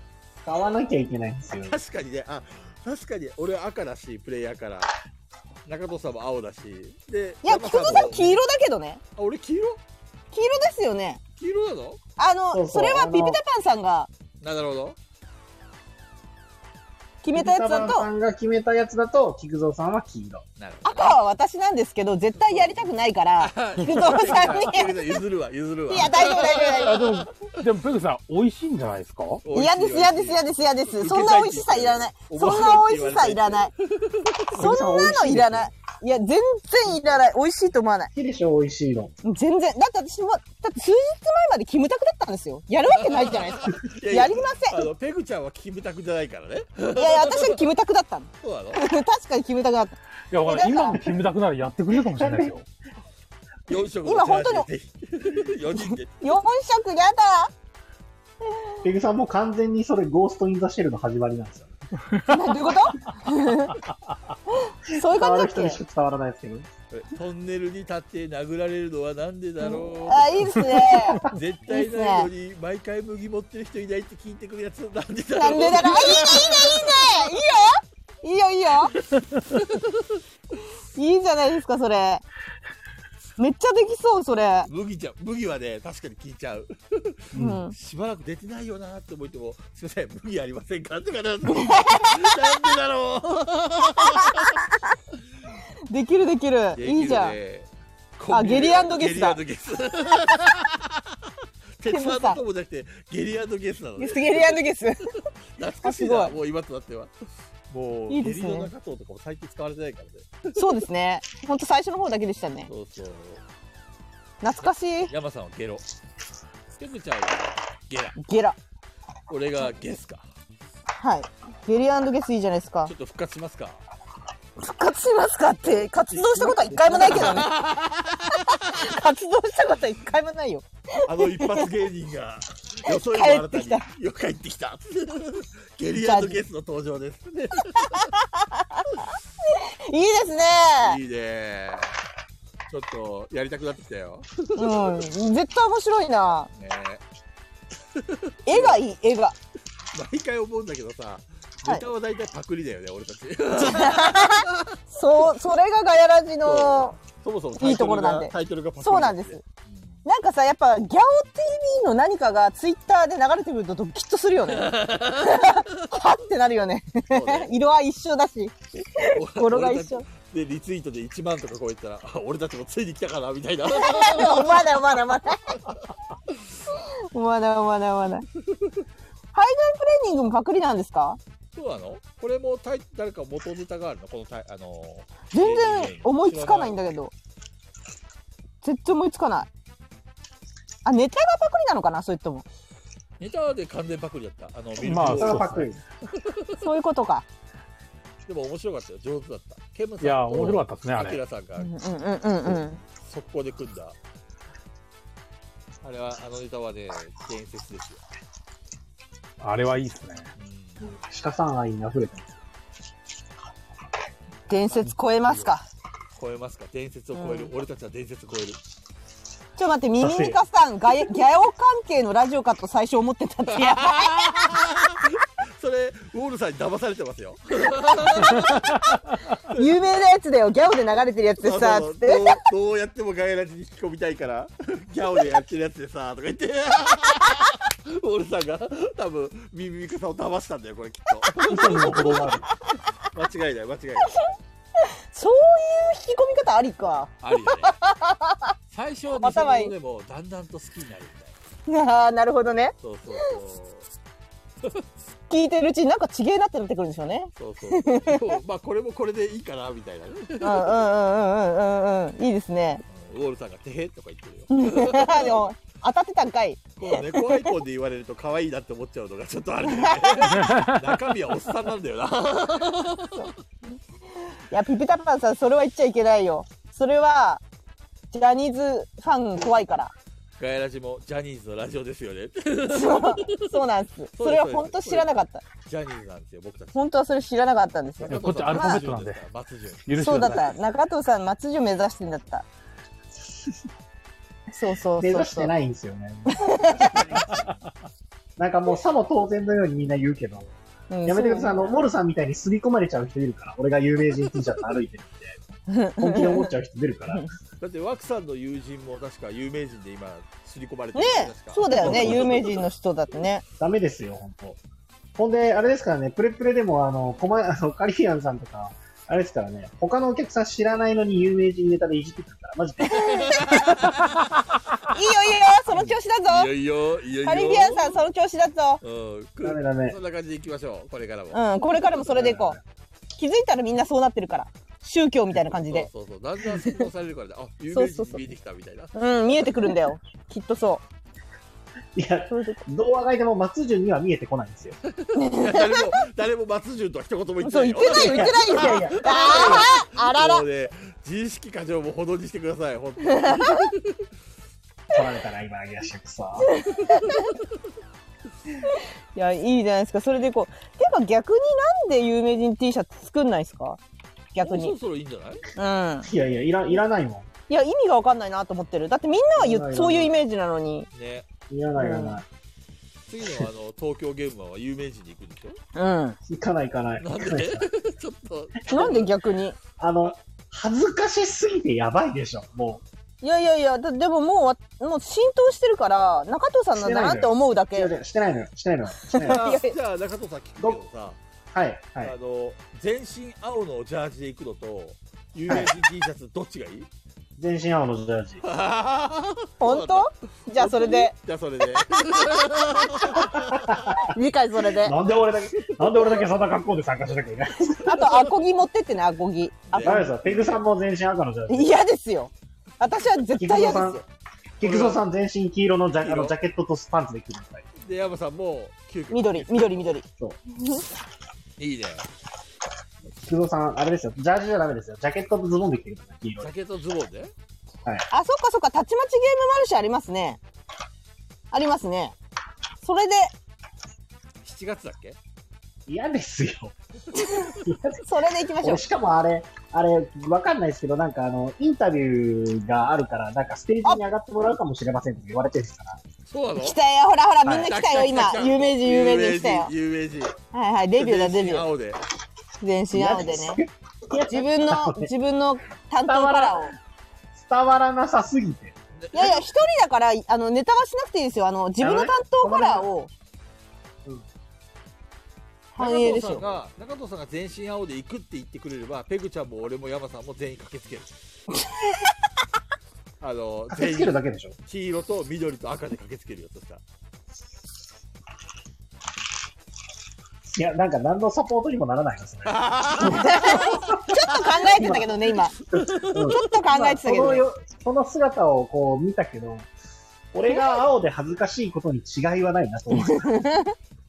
[SPEAKER 3] 買わなきゃいけないんですよ。
[SPEAKER 1] 確かにねあ確かに俺は赤だしプレイヤーから中藤さんも青だしで
[SPEAKER 4] いや、
[SPEAKER 1] 中
[SPEAKER 4] 菊蔵さん
[SPEAKER 1] も
[SPEAKER 4] 黄色だけどね。
[SPEAKER 1] あ俺黄色
[SPEAKER 4] 黄色ですよね。
[SPEAKER 1] 黄色なの
[SPEAKER 4] あの、
[SPEAKER 3] そうそう
[SPEAKER 4] それはビビタパンさんが
[SPEAKER 1] ななるほど
[SPEAKER 4] 決めたやつだ
[SPEAKER 3] ピタパン
[SPEAKER 4] と
[SPEAKER 3] さ、んが決めたやつだと、菊蔵さんは黄色。
[SPEAKER 1] なるほど
[SPEAKER 4] 赤は私なんですけど、絶対やりたくない から、菊蔵さ ん
[SPEAKER 1] あ
[SPEAKER 4] に。
[SPEAKER 1] 譲るわ譲るわ
[SPEAKER 4] いや、大丈夫大丈夫大丈夫
[SPEAKER 2] あ。でも、でも、ペグさん、美味しいんじゃないですか
[SPEAKER 1] 美味し
[SPEAKER 4] 嫌
[SPEAKER 1] い
[SPEAKER 4] です嫌です嫌です嫌ですそんな美味しさいらないそんな 美味しさいらないそんなのいらないいや全然いらない美味しいと思わない
[SPEAKER 3] 好きでしょ、美味しいの。
[SPEAKER 4] 全然だって私もだって数日前までキムタクだったんですよやるわけないじゃ ないですか
[SPEAKER 1] いい
[SPEAKER 4] やりません
[SPEAKER 1] あのペグちゃんはキムタクじゃないからね
[SPEAKER 4] いやいや私はキムタクだったの
[SPEAKER 1] そうなの
[SPEAKER 4] 確かにキムタクだった
[SPEAKER 2] いや、わかんない今のキムタクならやってくれるかもしれないですよ。
[SPEAKER 1] 四色の
[SPEAKER 4] 今本当に
[SPEAKER 1] ジャー ジで四人で
[SPEAKER 4] 4色や
[SPEAKER 3] ペグさんもう完全にそれゴーストインザシェルの始まりなんですよ。
[SPEAKER 4] だなどういうこと そういう
[SPEAKER 3] 伝わ
[SPEAKER 4] 感
[SPEAKER 3] る
[SPEAKER 4] じ
[SPEAKER 3] 人
[SPEAKER 4] だ
[SPEAKER 3] に
[SPEAKER 4] っ
[SPEAKER 3] し
[SPEAKER 4] け
[SPEAKER 3] か伝わらないですけど。
[SPEAKER 1] トンネルに立って殴られるのはなんでだろ
[SPEAKER 4] あいいですね
[SPEAKER 1] う絶対ないのに毎回麦持ってる人いないって聞いてくるやつなんでだろう
[SPEAKER 4] なんでだろうあいいねいいねいいねいいよいいよいいよいいじゃないですかそれめっちゃできそうそれ
[SPEAKER 1] 麦ちゃん麦はね確かに聞いちゃう
[SPEAKER 4] うん
[SPEAKER 1] しばらく出てないよなって思ってもすいません麦ありませんかとかななんでだろ
[SPEAKER 4] できるできる
[SPEAKER 1] う
[SPEAKER 4] いいじゃん
[SPEAKER 1] できるね
[SPEAKER 4] あゲリアンドゲスだ
[SPEAKER 1] ゲリアンド ゲス鉄腕の友じゃなくてゲリアンドゲスなのね
[SPEAKER 4] ゲスゲリアンドゲス
[SPEAKER 1] 懐かしいな
[SPEAKER 4] あすごい
[SPEAKER 1] もう今となってはもう
[SPEAKER 4] いいですね
[SPEAKER 1] ゲリラ中藤とかも最近使われてないからね
[SPEAKER 4] そうですねほんと最初の方だけでしたね
[SPEAKER 1] そうそう
[SPEAKER 4] 懐かしい
[SPEAKER 1] 山さんはゲロペグちゃんはゲラ
[SPEAKER 4] ゲラ
[SPEAKER 1] 俺がゲスか
[SPEAKER 4] はいゲリアンドゲスいいじゃないですか
[SPEAKER 1] ちょっと復活しますか
[SPEAKER 4] 復活しますかって活動したことは一回もないけ どね活動したことは一回もないよ
[SPEAKER 1] あの一発芸人 が、よそいの新たに、よ帰ってきた。ゲリアンドゲスの登場です。
[SPEAKER 4] いいですね
[SPEAKER 1] いいね。ちょっとやりたくなってきたよ。
[SPEAKER 4] うん絶対面白いな
[SPEAKER 1] ね、
[SPEAKER 4] 絵がいい絵が
[SPEAKER 1] 毎回思うんだけどさ、
[SPEAKER 4] い
[SPEAKER 1] ネタは大体パクリだよね、俺たち。
[SPEAKER 4] そう、それがガヤラジの、
[SPEAKER 1] そもそもタイトルが
[SPEAKER 4] いいところなんで
[SPEAKER 1] タイトルがパクリ
[SPEAKER 4] そうなんです。なんかさ、やっぱ、ギャオ TV の何かがツイッターで流れてくるとドキッとするよね。はってなるよね。
[SPEAKER 1] そうね
[SPEAKER 4] 色は一緒だし、語呂が一緒。
[SPEAKER 1] で、リツイートで1万とか超えたら、あ俺たちもついに来たかな、みたいな。
[SPEAKER 4] 思わない思わない思わない。思わない思わない思わない。ハイドルプレーニングもパクリなんですか
[SPEAKER 1] そうなのこれもタイ誰か元ネタがあるのこのタイ、あの
[SPEAKER 4] 全然思いつかないんだけど。絶対思いつかない。あ、ネタがパクリなのかなそれとも。
[SPEAKER 1] ネタで完全パクリだった。あの、ミルクボーイ
[SPEAKER 2] まあ
[SPEAKER 3] それはパクリ。
[SPEAKER 4] そういうことか。
[SPEAKER 1] でも面白かったよ、上手だった。ケムさん
[SPEAKER 2] いや、面白かったですね、あ
[SPEAKER 1] アキ
[SPEAKER 2] れ。
[SPEAKER 1] ラさんが
[SPEAKER 4] うんうんうんうんうん。
[SPEAKER 1] 速攻で組んだ。あれは、あのネタはね、伝説ですよ。
[SPEAKER 2] あれはいいですね。
[SPEAKER 3] 鹿さん愛に溢れてます。
[SPEAKER 4] 伝説超えますか。
[SPEAKER 1] 超えますか伝説を超える、俺たちは伝説を超える
[SPEAKER 4] ちょっと待って、ミミミカさん、ガヤギャオ関係のラジオかと最初思ってたってやばい。
[SPEAKER 5] それウォールさんに騙されてますよ
[SPEAKER 4] 有名なやつだよ、ギャオで流れてるやつでさ、
[SPEAKER 5] ど
[SPEAKER 4] つ
[SPEAKER 5] う
[SPEAKER 4] って。
[SPEAKER 5] どうやってもガイラジに引き込みたいから ギャオでやってるやつでさとか言って ウォールさんが多分ミミミカさんを騙したんだよこれきっ
[SPEAKER 3] 嘘にも程がある。
[SPEAKER 5] と間違いない間違いない
[SPEAKER 4] そういう引き込み方ありか。
[SPEAKER 1] ありだね最初は偽
[SPEAKER 4] 頭いい
[SPEAKER 1] 物でもだんだんと好きになるみたいな
[SPEAKER 4] ああ、なるほどね。
[SPEAKER 1] そうそう
[SPEAKER 4] 聞いてるうちになんかちげえなってなってくるんでしょうね。
[SPEAKER 1] そうそうそうそうでもまあこれもこれでいいかなみたいなね
[SPEAKER 4] うんうんうんうんうんうん。いいですね。
[SPEAKER 1] ウォールさんが「てへ」とか言ってるよ
[SPEAKER 4] でも当たってたんかい。
[SPEAKER 5] この猫アイコンで言われると可愛いなって思っちゃうのがちょっとあれ だよね中身はおっさんなんだよない
[SPEAKER 4] や、ピピタパンさん、それは言っちゃいけないよ。それは、ジャニーズファン怖いから。
[SPEAKER 1] ガヤラジもジャニーズのラジオですよね
[SPEAKER 4] そうそうなんです。それは本当知らなかった。
[SPEAKER 1] ジャニーズなんですよ僕たち
[SPEAKER 4] 本当はそれ知らなかったんですよ。
[SPEAKER 2] やこっちアルファベットなんで
[SPEAKER 1] 松潤
[SPEAKER 2] 許して
[SPEAKER 4] そう
[SPEAKER 2] く
[SPEAKER 4] だ
[SPEAKER 2] だ
[SPEAKER 4] っ
[SPEAKER 2] さい。
[SPEAKER 4] た。中藤さん、松潤目指してん だった。そうそうそうそう。
[SPEAKER 3] 目指してないんですよね。 なんかもうさも当然のようにみんな言うけど、
[SPEAKER 4] うん
[SPEAKER 3] やめてください。あ
[SPEAKER 4] そう
[SPEAKER 3] の、モルさんみたいに刷り込まれちゃう人いるから、俺が有名人 T シャツ歩いてる って、本気で思っちゃう人出るから、
[SPEAKER 1] だってワクさんの友人も確か有名人で今刷り込まれて
[SPEAKER 4] ね
[SPEAKER 1] る
[SPEAKER 4] え
[SPEAKER 1] 確か
[SPEAKER 4] そうだよ ね。有名人の人だってね。
[SPEAKER 3] ダメですよ、本当ほんで、あれですからね、プレプレでも、あの、コマ、 あの、カリアンさんとか、あれですからね、他のお客さん知らないのに有名人ネタでいじってくるから、マジで。
[SPEAKER 4] いいよいいよ、その調子だ
[SPEAKER 5] い
[SPEAKER 4] ぞ。
[SPEAKER 5] やいやいやいや
[SPEAKER 4] カリビアンさん、その調子だぞ。
[SPEAKER 5] うんく
[SPEAKER 3] ダメダメ
[SPEAKER 5] そんな感じでいきましょうこれからも
[SPEAKER 4] うん、これからもそれでいこう。気づいたらみんなそうなってるから。宗教みたいな感じで。
[SPEAKER 5] そうそうそうだんだん洗脳されるからね あ有名人に見えてきたみたいな
[SPEAKER 4] うん、見えてくるんだよ。きっとそ
[SPEAKER 3] いや、
[SPEAKER 4] う。
[SPEAKER 3] どうあがいても松潤には見えてこないんですよ。
[SPEAKER 5] いや誰も誰も松潤とは一言も言って
[SPEAKER 4] そう、
[SPEAKER 5] ない
[SPEAKER 4] 言っ
[SPEAKER 5] よ
[SPEAKER 4] てないよ、言ってないよ。
[SPEAKER 3] いやいや
[SPEAKER 4] ああ、あらら
[SPEAKER 5] も。うね自意識過剰もほどにしてください本当に
[SPEAKER 3] 取られたら今、あげ足くさ。
[SPEAKER 4] いや、いいじゃないですか。それでいこう。てか逆になんで有名人 T シャツ作んないですか逆に。う
[SPEAKER 1] も
[SPEAKER 4] ん
[SPEAKER 1] う。そろそろいいんじゃない
[SPEAKER 3] いやいや、いら、いらないも
[SPEAKER 4] いや、意味がわかんないなと思ってる。だってみんなは言
[SPEAKER 3] いやいやいや
[SPEAKER 4] そういうイメージなのに。
[SPEAKER 1] ね
[SPEAKER 3] ん。いらない、いらない。
[SPEAKER 1] 次のあの東京ゲームマンは有名人に行くんでしょ
[SPEAKER 4] うん。
[SPEAKER 3] 行かない行かない。
[SPEAKER 1] なんでちょっと
[SPEAKER 4] なんで逆に
[SPEAKER 3] あの、恥ずかしすぎてやばいでしょ、も
[SPEAKER 4] いやいやいや、だでももうわ、もう浸透してるから、中藤さんなんだなって思うだ
[SPEAKER 3] う。
[SPEAKER 4] け。
[SPEAKER 3] いや
[SPEAKER 4] う
[SPEAKER 3] い
[SPEAKER 4] ん。
[SPEAKER 3] やしてないのよ、してないのよ。してないのよ
[SPEAKER 4] いやいや
[SPEAKER 1] じゃあ中藤さん聞くけどさ、
[SPEAKER 3] はい、はい
[SPEAKER 1] あ。の全身青のジャージで行くのと有名人 T シャツどっちがいい
[SPEAKER 3] 全身青のジャージ。
[SPEAKER 4] 本当じゃあそれで、
[SPEAKER 1] じゃあそれで
[SPEAKER 4] 次回それで。
[SPEAKER 3] なんで俺 だけ、なんで俺だけそんな格好で参加しなきゃいけない
[SPEAKER 4] あと、アコギ持ってってね、アコギ。アコ
[SPEAKER 3] ダメですよ。ペグさんも全身赤のジャージ。
[SPEAKER 4] 嫌ですよ。私は絶
[SPEAKER 3] 菊
[SPEAKER 4] 対
[SPEAKER 3] 蔵
[SPEAKER 4] 嫌で
[SPEAKER 3] さ
[SPEAKER 4] す
[SPEAKER 3] ん
[SPEAKER 4] よ。、
[SPEAKER 3] 菊蔵さん全身黄色のジ
[SPEAKER 1] 黄
[SPEAKER 3] ャ
[SPEAKER 1] 色
[SPEAKER 3] あのジャケットとスパンツで来るみたい。
[SPEAKER 1] で山さんも急遽
[SPEAKER 4] 緑、緑、緑。
[SPEAKER 1] いいね
[SPEAKER 3] 菊蔵さん、あれですよ。ジャージじゃダメですよ。ジャケットとズボンで来てください。黄色
[SPEAKER 1] ジ
[SPEAKER 3] い
[SPEAKER 1] ャ。ケットズボンで
[SPEAKER 4] あ、そっかそっか、たちまちゲームマルシェありますね。ありますね。それで、
[SPEAKER 1] 7月だっけ
[SPEAKER 3] 嫌ですよ。
[SPEAKER 4] それで行きましょう
[SPEAKER 3] 俺。しかもあれ、あれ、わかんないですけど、なんかあの、インタビューがあるから、なんかステージに上がってもらうかもしれませんって言われてるんですから。
[SPEAKER 1] そうなの
[SPEAKER 4] 来たよ、ほらほら、みんな来たよ、
[SPEAKER 1] はい
[SPEAKER 4] 今。有名人、有名人来たよ。
[SPEAKER 1] 有名人有名人
[SPEAKER 4] はいはい、デビューだ、デビ
[SPEAKER 1] 全身
[SPEAKER 4] ュー。
[SPEAKER 1] 青で
[SPEAKER 4] 全身青でね。
[SPEAKER 3] いや
[SPEAKER 4] 自分の、自分の担当カラーを。
[SPEAKER 3] 伝わらなさすぎて。
[SPEAKER 4] いやいや、一人だから、あの、ネタはしなくていいですよ。あの、自分の担当カラーを
[SPEAKER 3] うん。
[SPEAKER 4] 反
[SPEAKER 1] 中
[SPEAKER 4] 映
[SPEAKER 1] 藤
[SPEAKER 4] でし
[SPEAKER 1] さん
[SPEAKER 4] ょ。
[SPEAKER 1] が中藤さんが全身青で行くって言ってくれればペグちゃんも俺も山さんも全員駆 けつけるあの
[SPEAKER 3] 駆け
[SPEAKER 1] 全
[SPEAKER 3] つける
[SPEAKER 1] 員
[SPEAKER 3] だけでしょ。
[SPEAKER 1] 黄色と緑と赤で駆けつけるよとしたら
[SPEAKER 3] いや、なんか何のサポートにもならないですね。
[SPEAKER 4] ちょっと考えてたけどね、今。ちょ
[SPEAKER 3] うん
[SPEAKER 4] っと考
[SPEAKER 3] ま
[SPEAKER 4] えてたけ
[SPEAKER 3] あそ
[SPEAKER 4] ど
[SPEAKER 3] の
[SPEAKER 4] ね。
[SPEAKER 3] よその姿をこう見たけど、俺が青で恥ずかしいことに違いはないなと思って。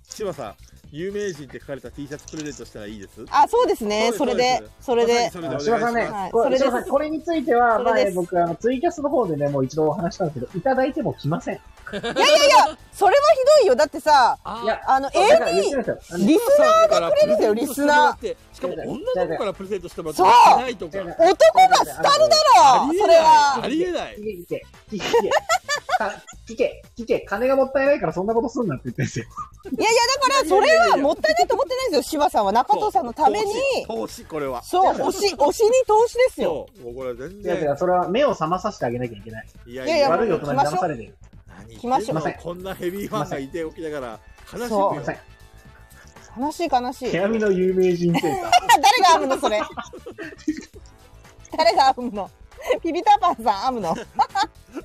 [SPEAKER 5] 千葉さん
[SPEAKER 1] 有名人って書かれた T シャツプレゼントしたらいいです。
[SPEAKER 4] あ、そうですね。
[SPEAKER 1] そ
[SPEAKER 4] そうれ
[SPEAKER 1] です
[SPEAKER 4] で、それで。
[SPEAKER 1] それでお願いし
[SPEAKER 3] 柴
[SPEAKER 1] ま
[SPEAKER 3] 田さん
[SPEAKER 1] す。
[SPEAKER 3] ね
[SPEAKER 4] はい、
[SPEAKER 3] こ
[SPEAKER 4] そ
[SPEAKER 3] れ
[SPEAKER 4] れです
[SPEAKER 3] 柴田さんこれについては、
[SPEAKER 4] それで
[SPEAKER 3] 前
[SPEAKER 4] す
[SPEAKER 3] 僕、あの、ツイキャスの方でね、もう一度お話したんですけど、いただいても来ません。
[SPEAKER 4] いやいやいや、それはひどいよ。だってさ、
[SPEAKER 1] あ
[SPEAKER 3] いや、
[SPEAKER 4] あの、
[SPEAKER 3] だから言って
[SPEAKER 4] AV、
[SPEAKER 3] ましたよあの
[SPEAKER 4] リスナー
[SPEAKER 1] ーが
[SPEAKER 4] くれるんだよリスナ
[SPEAKER 1] ー。しかも女の子からプレゼントしてもらって
[SPEAKER 4] そう
[SPEAKER 1] しないとか。
[SPEAKER 4] 男がスタルだろそれ
[SPEAKER 1] あ
[SPEAKER 4] は。
[SPEAKER 1] りえない。
[SPEAKER 3] 聞け、聞け、聞け、か聞け、聞け、金がもったいないからそんなことすんなって言ってんすよ。
[SPEAKER 4] いやいや、だからそれはもったいないと思ってないんですよ。柴さんは中藤さんのために。
[SPEAKER 1] 投資これは。
[SPEAKER 4] そう、推し、推しに投資ですよ。
[SPEAKER 1] そう。もうこれは全
[SPEAKER 3] いやい
[SPEAKER 1] 然。
[SPEAKER 3] や、それは目を覚まさせてあげなきゃいけない。
[SPEAKER 1] いや
[SPEAKER 4] いや
[SPEAKER 3] 悪い大人に騙されてる。
[SPEAKER 1] 何
[SPEAKER 4] 来ましょ
[SPEAKER 3] う
[SPEAKER 1] こんなヘビーファンがいておきながら悲しい
[SPEAKER 3] す
[SPEAKER 4] そ
[SPEAKER 3] い
[SPEAKER 1] よ
[SPEAKER 3] ません。
[SPEAKER 4] 悲しい悲し
[SPEAKER 3] 手
[SPEAKER 4] い。誰
[SPEAKER 3] 編みの有名人というか、
[SPEAKER 4] が編むのそれ。 誰が編むのピピタパンさん編むのそう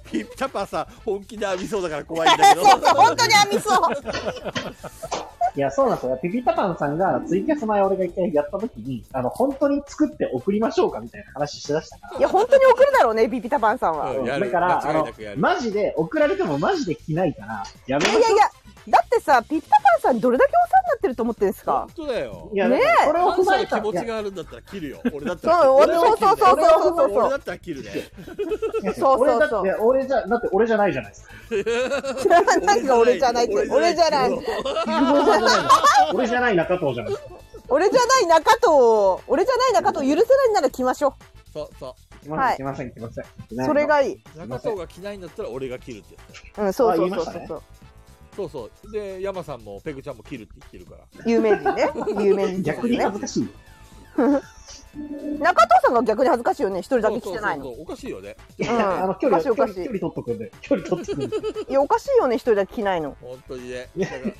[SPEAKER 1] ピッタパさ本気で浴びそうだから怖いんだけど
[SPEAKER 4] そう、本当に編みそう。
[SPEAKER 3] いや、そうなんですよ。ピピタパンさんがツイキャス前俺が一回やった時に、あの、本当に作って送りましょうかみたいな話して出したから。
[SPEAKER 4] いや、本当に送るだろうね、ピピタパンさんは。
[SPEAKER 1] うんやる
[SPEAKER 3] だから、あ
[SPEAKER 1] 間違い
[SPEAKER 3] の
[SPEAKER 1] なくや、る
[SPEAKER 3] マジで、送られてもマジで着ないから、やめ
[SPEAKER 4] い
[SPEAKER 3] ま
[SPEAKER 4] や
[SPEAKER 3] しょ
[SPEAKER 4] いやいや、だってさ、ピッタパンさんどれだけお世話になってると思ってるんですか
[SPEAKER 1] 本当だよ
[SPEAKER 3] う。いや、
[SPEAKER 4] ねえ
[SPEAKER 3] それを
[SPEAKER 1] 感
[SPEAKER 3] 踏まえ
[SPEAKER 1] 謝
[SPEAKER 3] た
[SPEAKER 1] の気持ち
[SPEAKER 3] いや
[SPEAKER 1] があるんだったら切るよ。俺だった
[SPEAKER 4] そう
[SPEAKER 1] ら切る。
[SPEAKER 4] そうそうそうそうそう
[SPEAKER 1] 俺
[SPEAKER 4] そ
[SPEAKER 1] だ
[SPEAKER 4] う。
[SPEAKER 1] ったら切るね。
[SPEAKER 3] いや
[SPEAKER 4] そうそう
[SPEAKER 3] 俺だ
[SPEAKER 4] そう
[SPEAKER 3] っていや、俺じゃ、だって俺じゃないじゃないですか。
[SPEAKER 4] 何が俺じゃないって、俺じゃない。
[SPEAKER 3] 俺じゃない中藤じゃないですか。
[SPEAKER 4] 俺じゃない中藤を、俺じゃない中藤を許せないなら来ましょ
[SPEAKER 1] そうそ
[SPEAKER 3] 来ません、来ません、来ません。
[SPEAKER 4] う。それがいい。
[SPEAKER 1] う。中藤が着ないんだったら俺が切るって言ってたよ
[SPEAKER 4] うん、そう
[SPEAKER 3] あ
[SPEAKER 4] そ
[SPEAKER 3] 言
[SPEAKER 4] う
[SPEAKER 3] いま
[SPEAKER 4] そう
[SPEAKER 3] した
[SPEAKER 4] そ
[SPEAKER 3] ね
[SPEAKER 4] うそう。
[SPEAKER 1] そうそう。で、山さんもペグちゃんも切るって言ってるから。
[SPEAKER 4] 有名 人ね。有名人です
[SPEAKER 3] 逆に
[SPEAKER 4] ね
[SPEAKER 3] 恥。ずかしいよ。
[SPEAKER 4] 中藤さんが逆に恥ずかしいよね。一人だけ来てない
[SPEAKER 1] そ
[SPEAKER 4] の
[SPEAKER 1] う。そうそうおかしいよね。
[SPEAKER 3] いや
[SPEAKER 4] うん
[SPEAKER 3] あの距離
[SPEAKER 4] おかしい
[SPEAKER 3] 距
[SPEAKER 4] おか
[SPEAKER 3] 離
[SPEAKER 4] しい
[SPEAKER 3] 距離取っとくんで、距離取っとくんで。
[SPEAKER 4] いや、おかしいよね。一人だけ来ないの。
[SPEAKER 1] 本当にね。だから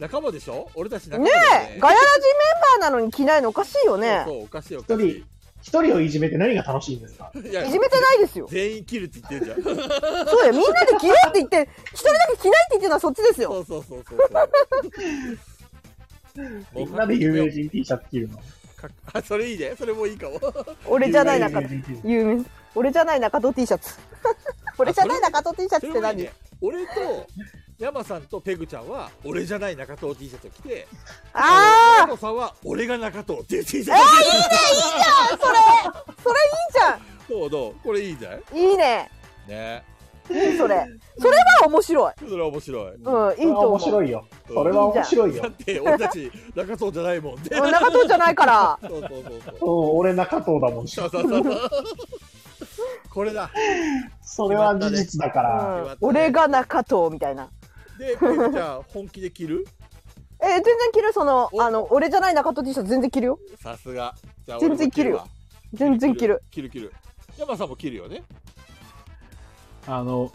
[SPEAKER 1] 仲間でしょ俺たち仲間
[SPEAKER 4] ね
[SPEAKER 1] だよ
[SPEAKER 4] え、ガヤラジメンバーなのに着ないのおかしいよね
[SPEAKER 1] そ。うそう、おかしいおかし
[SPEAKER 3] 一人
[SPEAKER 1] い。、
[SPEAKER 3] 一人をいじめて何が楽しいんですか
[SPEAKER 1] いや
[SPEAKER 4] いじめてないですよ。
[SPEAKER 1] 全員切るって言ってるじゃん。
[SPEAKER 4] そうや、みんなで着ようって言って、一人だけ着ないって言ってるのはそっちです
[SPEAKER 1] そ
[SPEAKER 4] よ。
[SPEAKER 1] うそうそうそう
[SPEAKER 3] み
[SPEAKER 1] そう。
[SPEAKER 3] んなで有名人 T シャツ着るの。
[SPEAKER 1] かあ、それいいね。それもいいかも。
[SPEAKER 4] 俺じゃない中
[SPEAKER 3] 有
[SPEAKER 4] 藤。
[SPEAKER 3] 名人 T シャツ
[SPEAKER 4] 有名。俺じゃない中藤 T シ ャツ。俺じゃない中藤 T シャ
[SPEAKER 1] そ
[SPEAKER 4] ツ
[SPEAKER 1] れも
[SPEAKER 4] って
[SPEAKER 1] いい
[SPEAKER 4] 何
[SPEAKER 1] ね。俺と、山さんとペグちゃんは、俺じゃない中藤 T シャツを着て、
[SPEAKER 4] あ
[SPEAKER 1] 山さんは、俺が中藤っていう T シャ
[SPEAKER 4] ああ
[SPEAKER 1] ツ
[SPEAKER 4] いいねいいじゃんそれそれい
[SPEAKER 1] どうどうこれいいんじゃない
[SPEAKER 4] いじゃんいいね
[SPEAKER 1] ね
[SPEAKER 4] いいそれそれは面白い
[SPEAKER 1] それは面白い。
[SPEAKER 4] うんいい
[SPEAKER 3] それは
[SPEAKER 4] と
[SPEAKER 3] 面
[SPEAKER 4] 思う
[SPEAKER 3] 白いよ。それは面白い
[SPEAKER 1] だっ
[SPEAKER 3] よ。
[SPEAKER 1] て、俺たち中藤じゃないもんね。
[SPEAKER 4] うん中藤じゃないから
[SPEAKER 1] そうそうそうそう。
[SPEAKER 3] うん、俺中藤だもん。
[SPEAKER 1] そうそうそう。これだ。
[SPEAKER 3] それは事実だから。
[SPEAKER 4] うん俺が中藤みたいな
[SPEAKER 1] で、ペグちゃん、本気で着る
[SPEAKER 4] え全然着るその
[SPEAKER 1] お
[SPEAKER 4] あの俺じゃない中藤 T シャツ全然着るよ
[SPEAKER 1] さすが。じゃあ
[SPEAKER 4] 全然着るよ。
[SPEAKER 1] 俺も
[SPEAKER 4] 全然着る。
[SPEAKER 1] 着る着る。山さんも着るよね。
[SPEAKER 2] あの、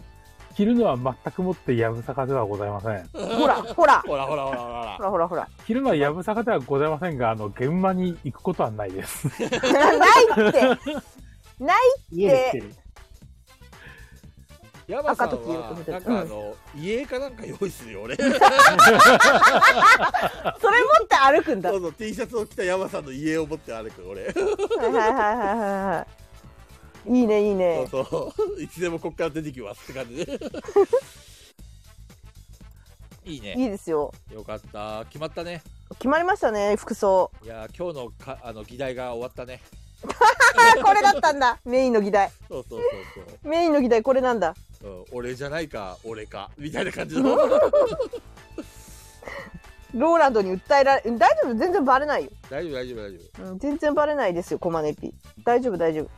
[SPEAKER 2] 着るのは全くもってやぶさかではございません。
[SPEAKER 4] ほらほら
[SPEAKER 1] ほらほらほらほら
[SPEAKER 4] ほ。らほらほら
[SPEAKER 2] 着るのはやぶさかではございませんが、あの、現場に行くことはないです。
[SPEAKER 4] ないってない
[SPEAKER 3] 家で着てる。
[SPEAKER 1] 山さん
[SPEAKER 4] 赤と黄色と
[SPEAKER 1] は
[SPEAKER 4] 緑
[SPEAKER 1] なんかあの、家かなんか用意するよ俺そう
[SPEAKER 4] それ持って歩くんだは
[SPEAKER 1] そう T シャツを着た山さんの家を持って歩く俺
[SPEAKER 4] いはいはいはいはいいいねいいね
[SPEAKER 1] そうそうい つでもこっから出てきますって感じで いいね
[SPEAKER 4] いいですよ
[SPEAKER 1] よかった決まったね
[SPEAKER 4] 決まりましたね服装
[SPEAKER 1] いやー今日のかあの議題が終わったね
[SPEAKER 4] あこれだったんだ メインの議題
[SPEAKER 1] そうそうそう
[SPEAKER 4] メインの議題これなんだ
[SPEAKER 1] そう、うん、俺じゃないか俺かみたいな感 じの
[SPEAKER 4] ローランドに訴えられ大丈夫全然バレないよ、
[SPEAKER 1] 大丈夫大丈夫大丈夫
[SPEAKER 4] うん、全然バレないですよコマネピ大丈夫大丈夫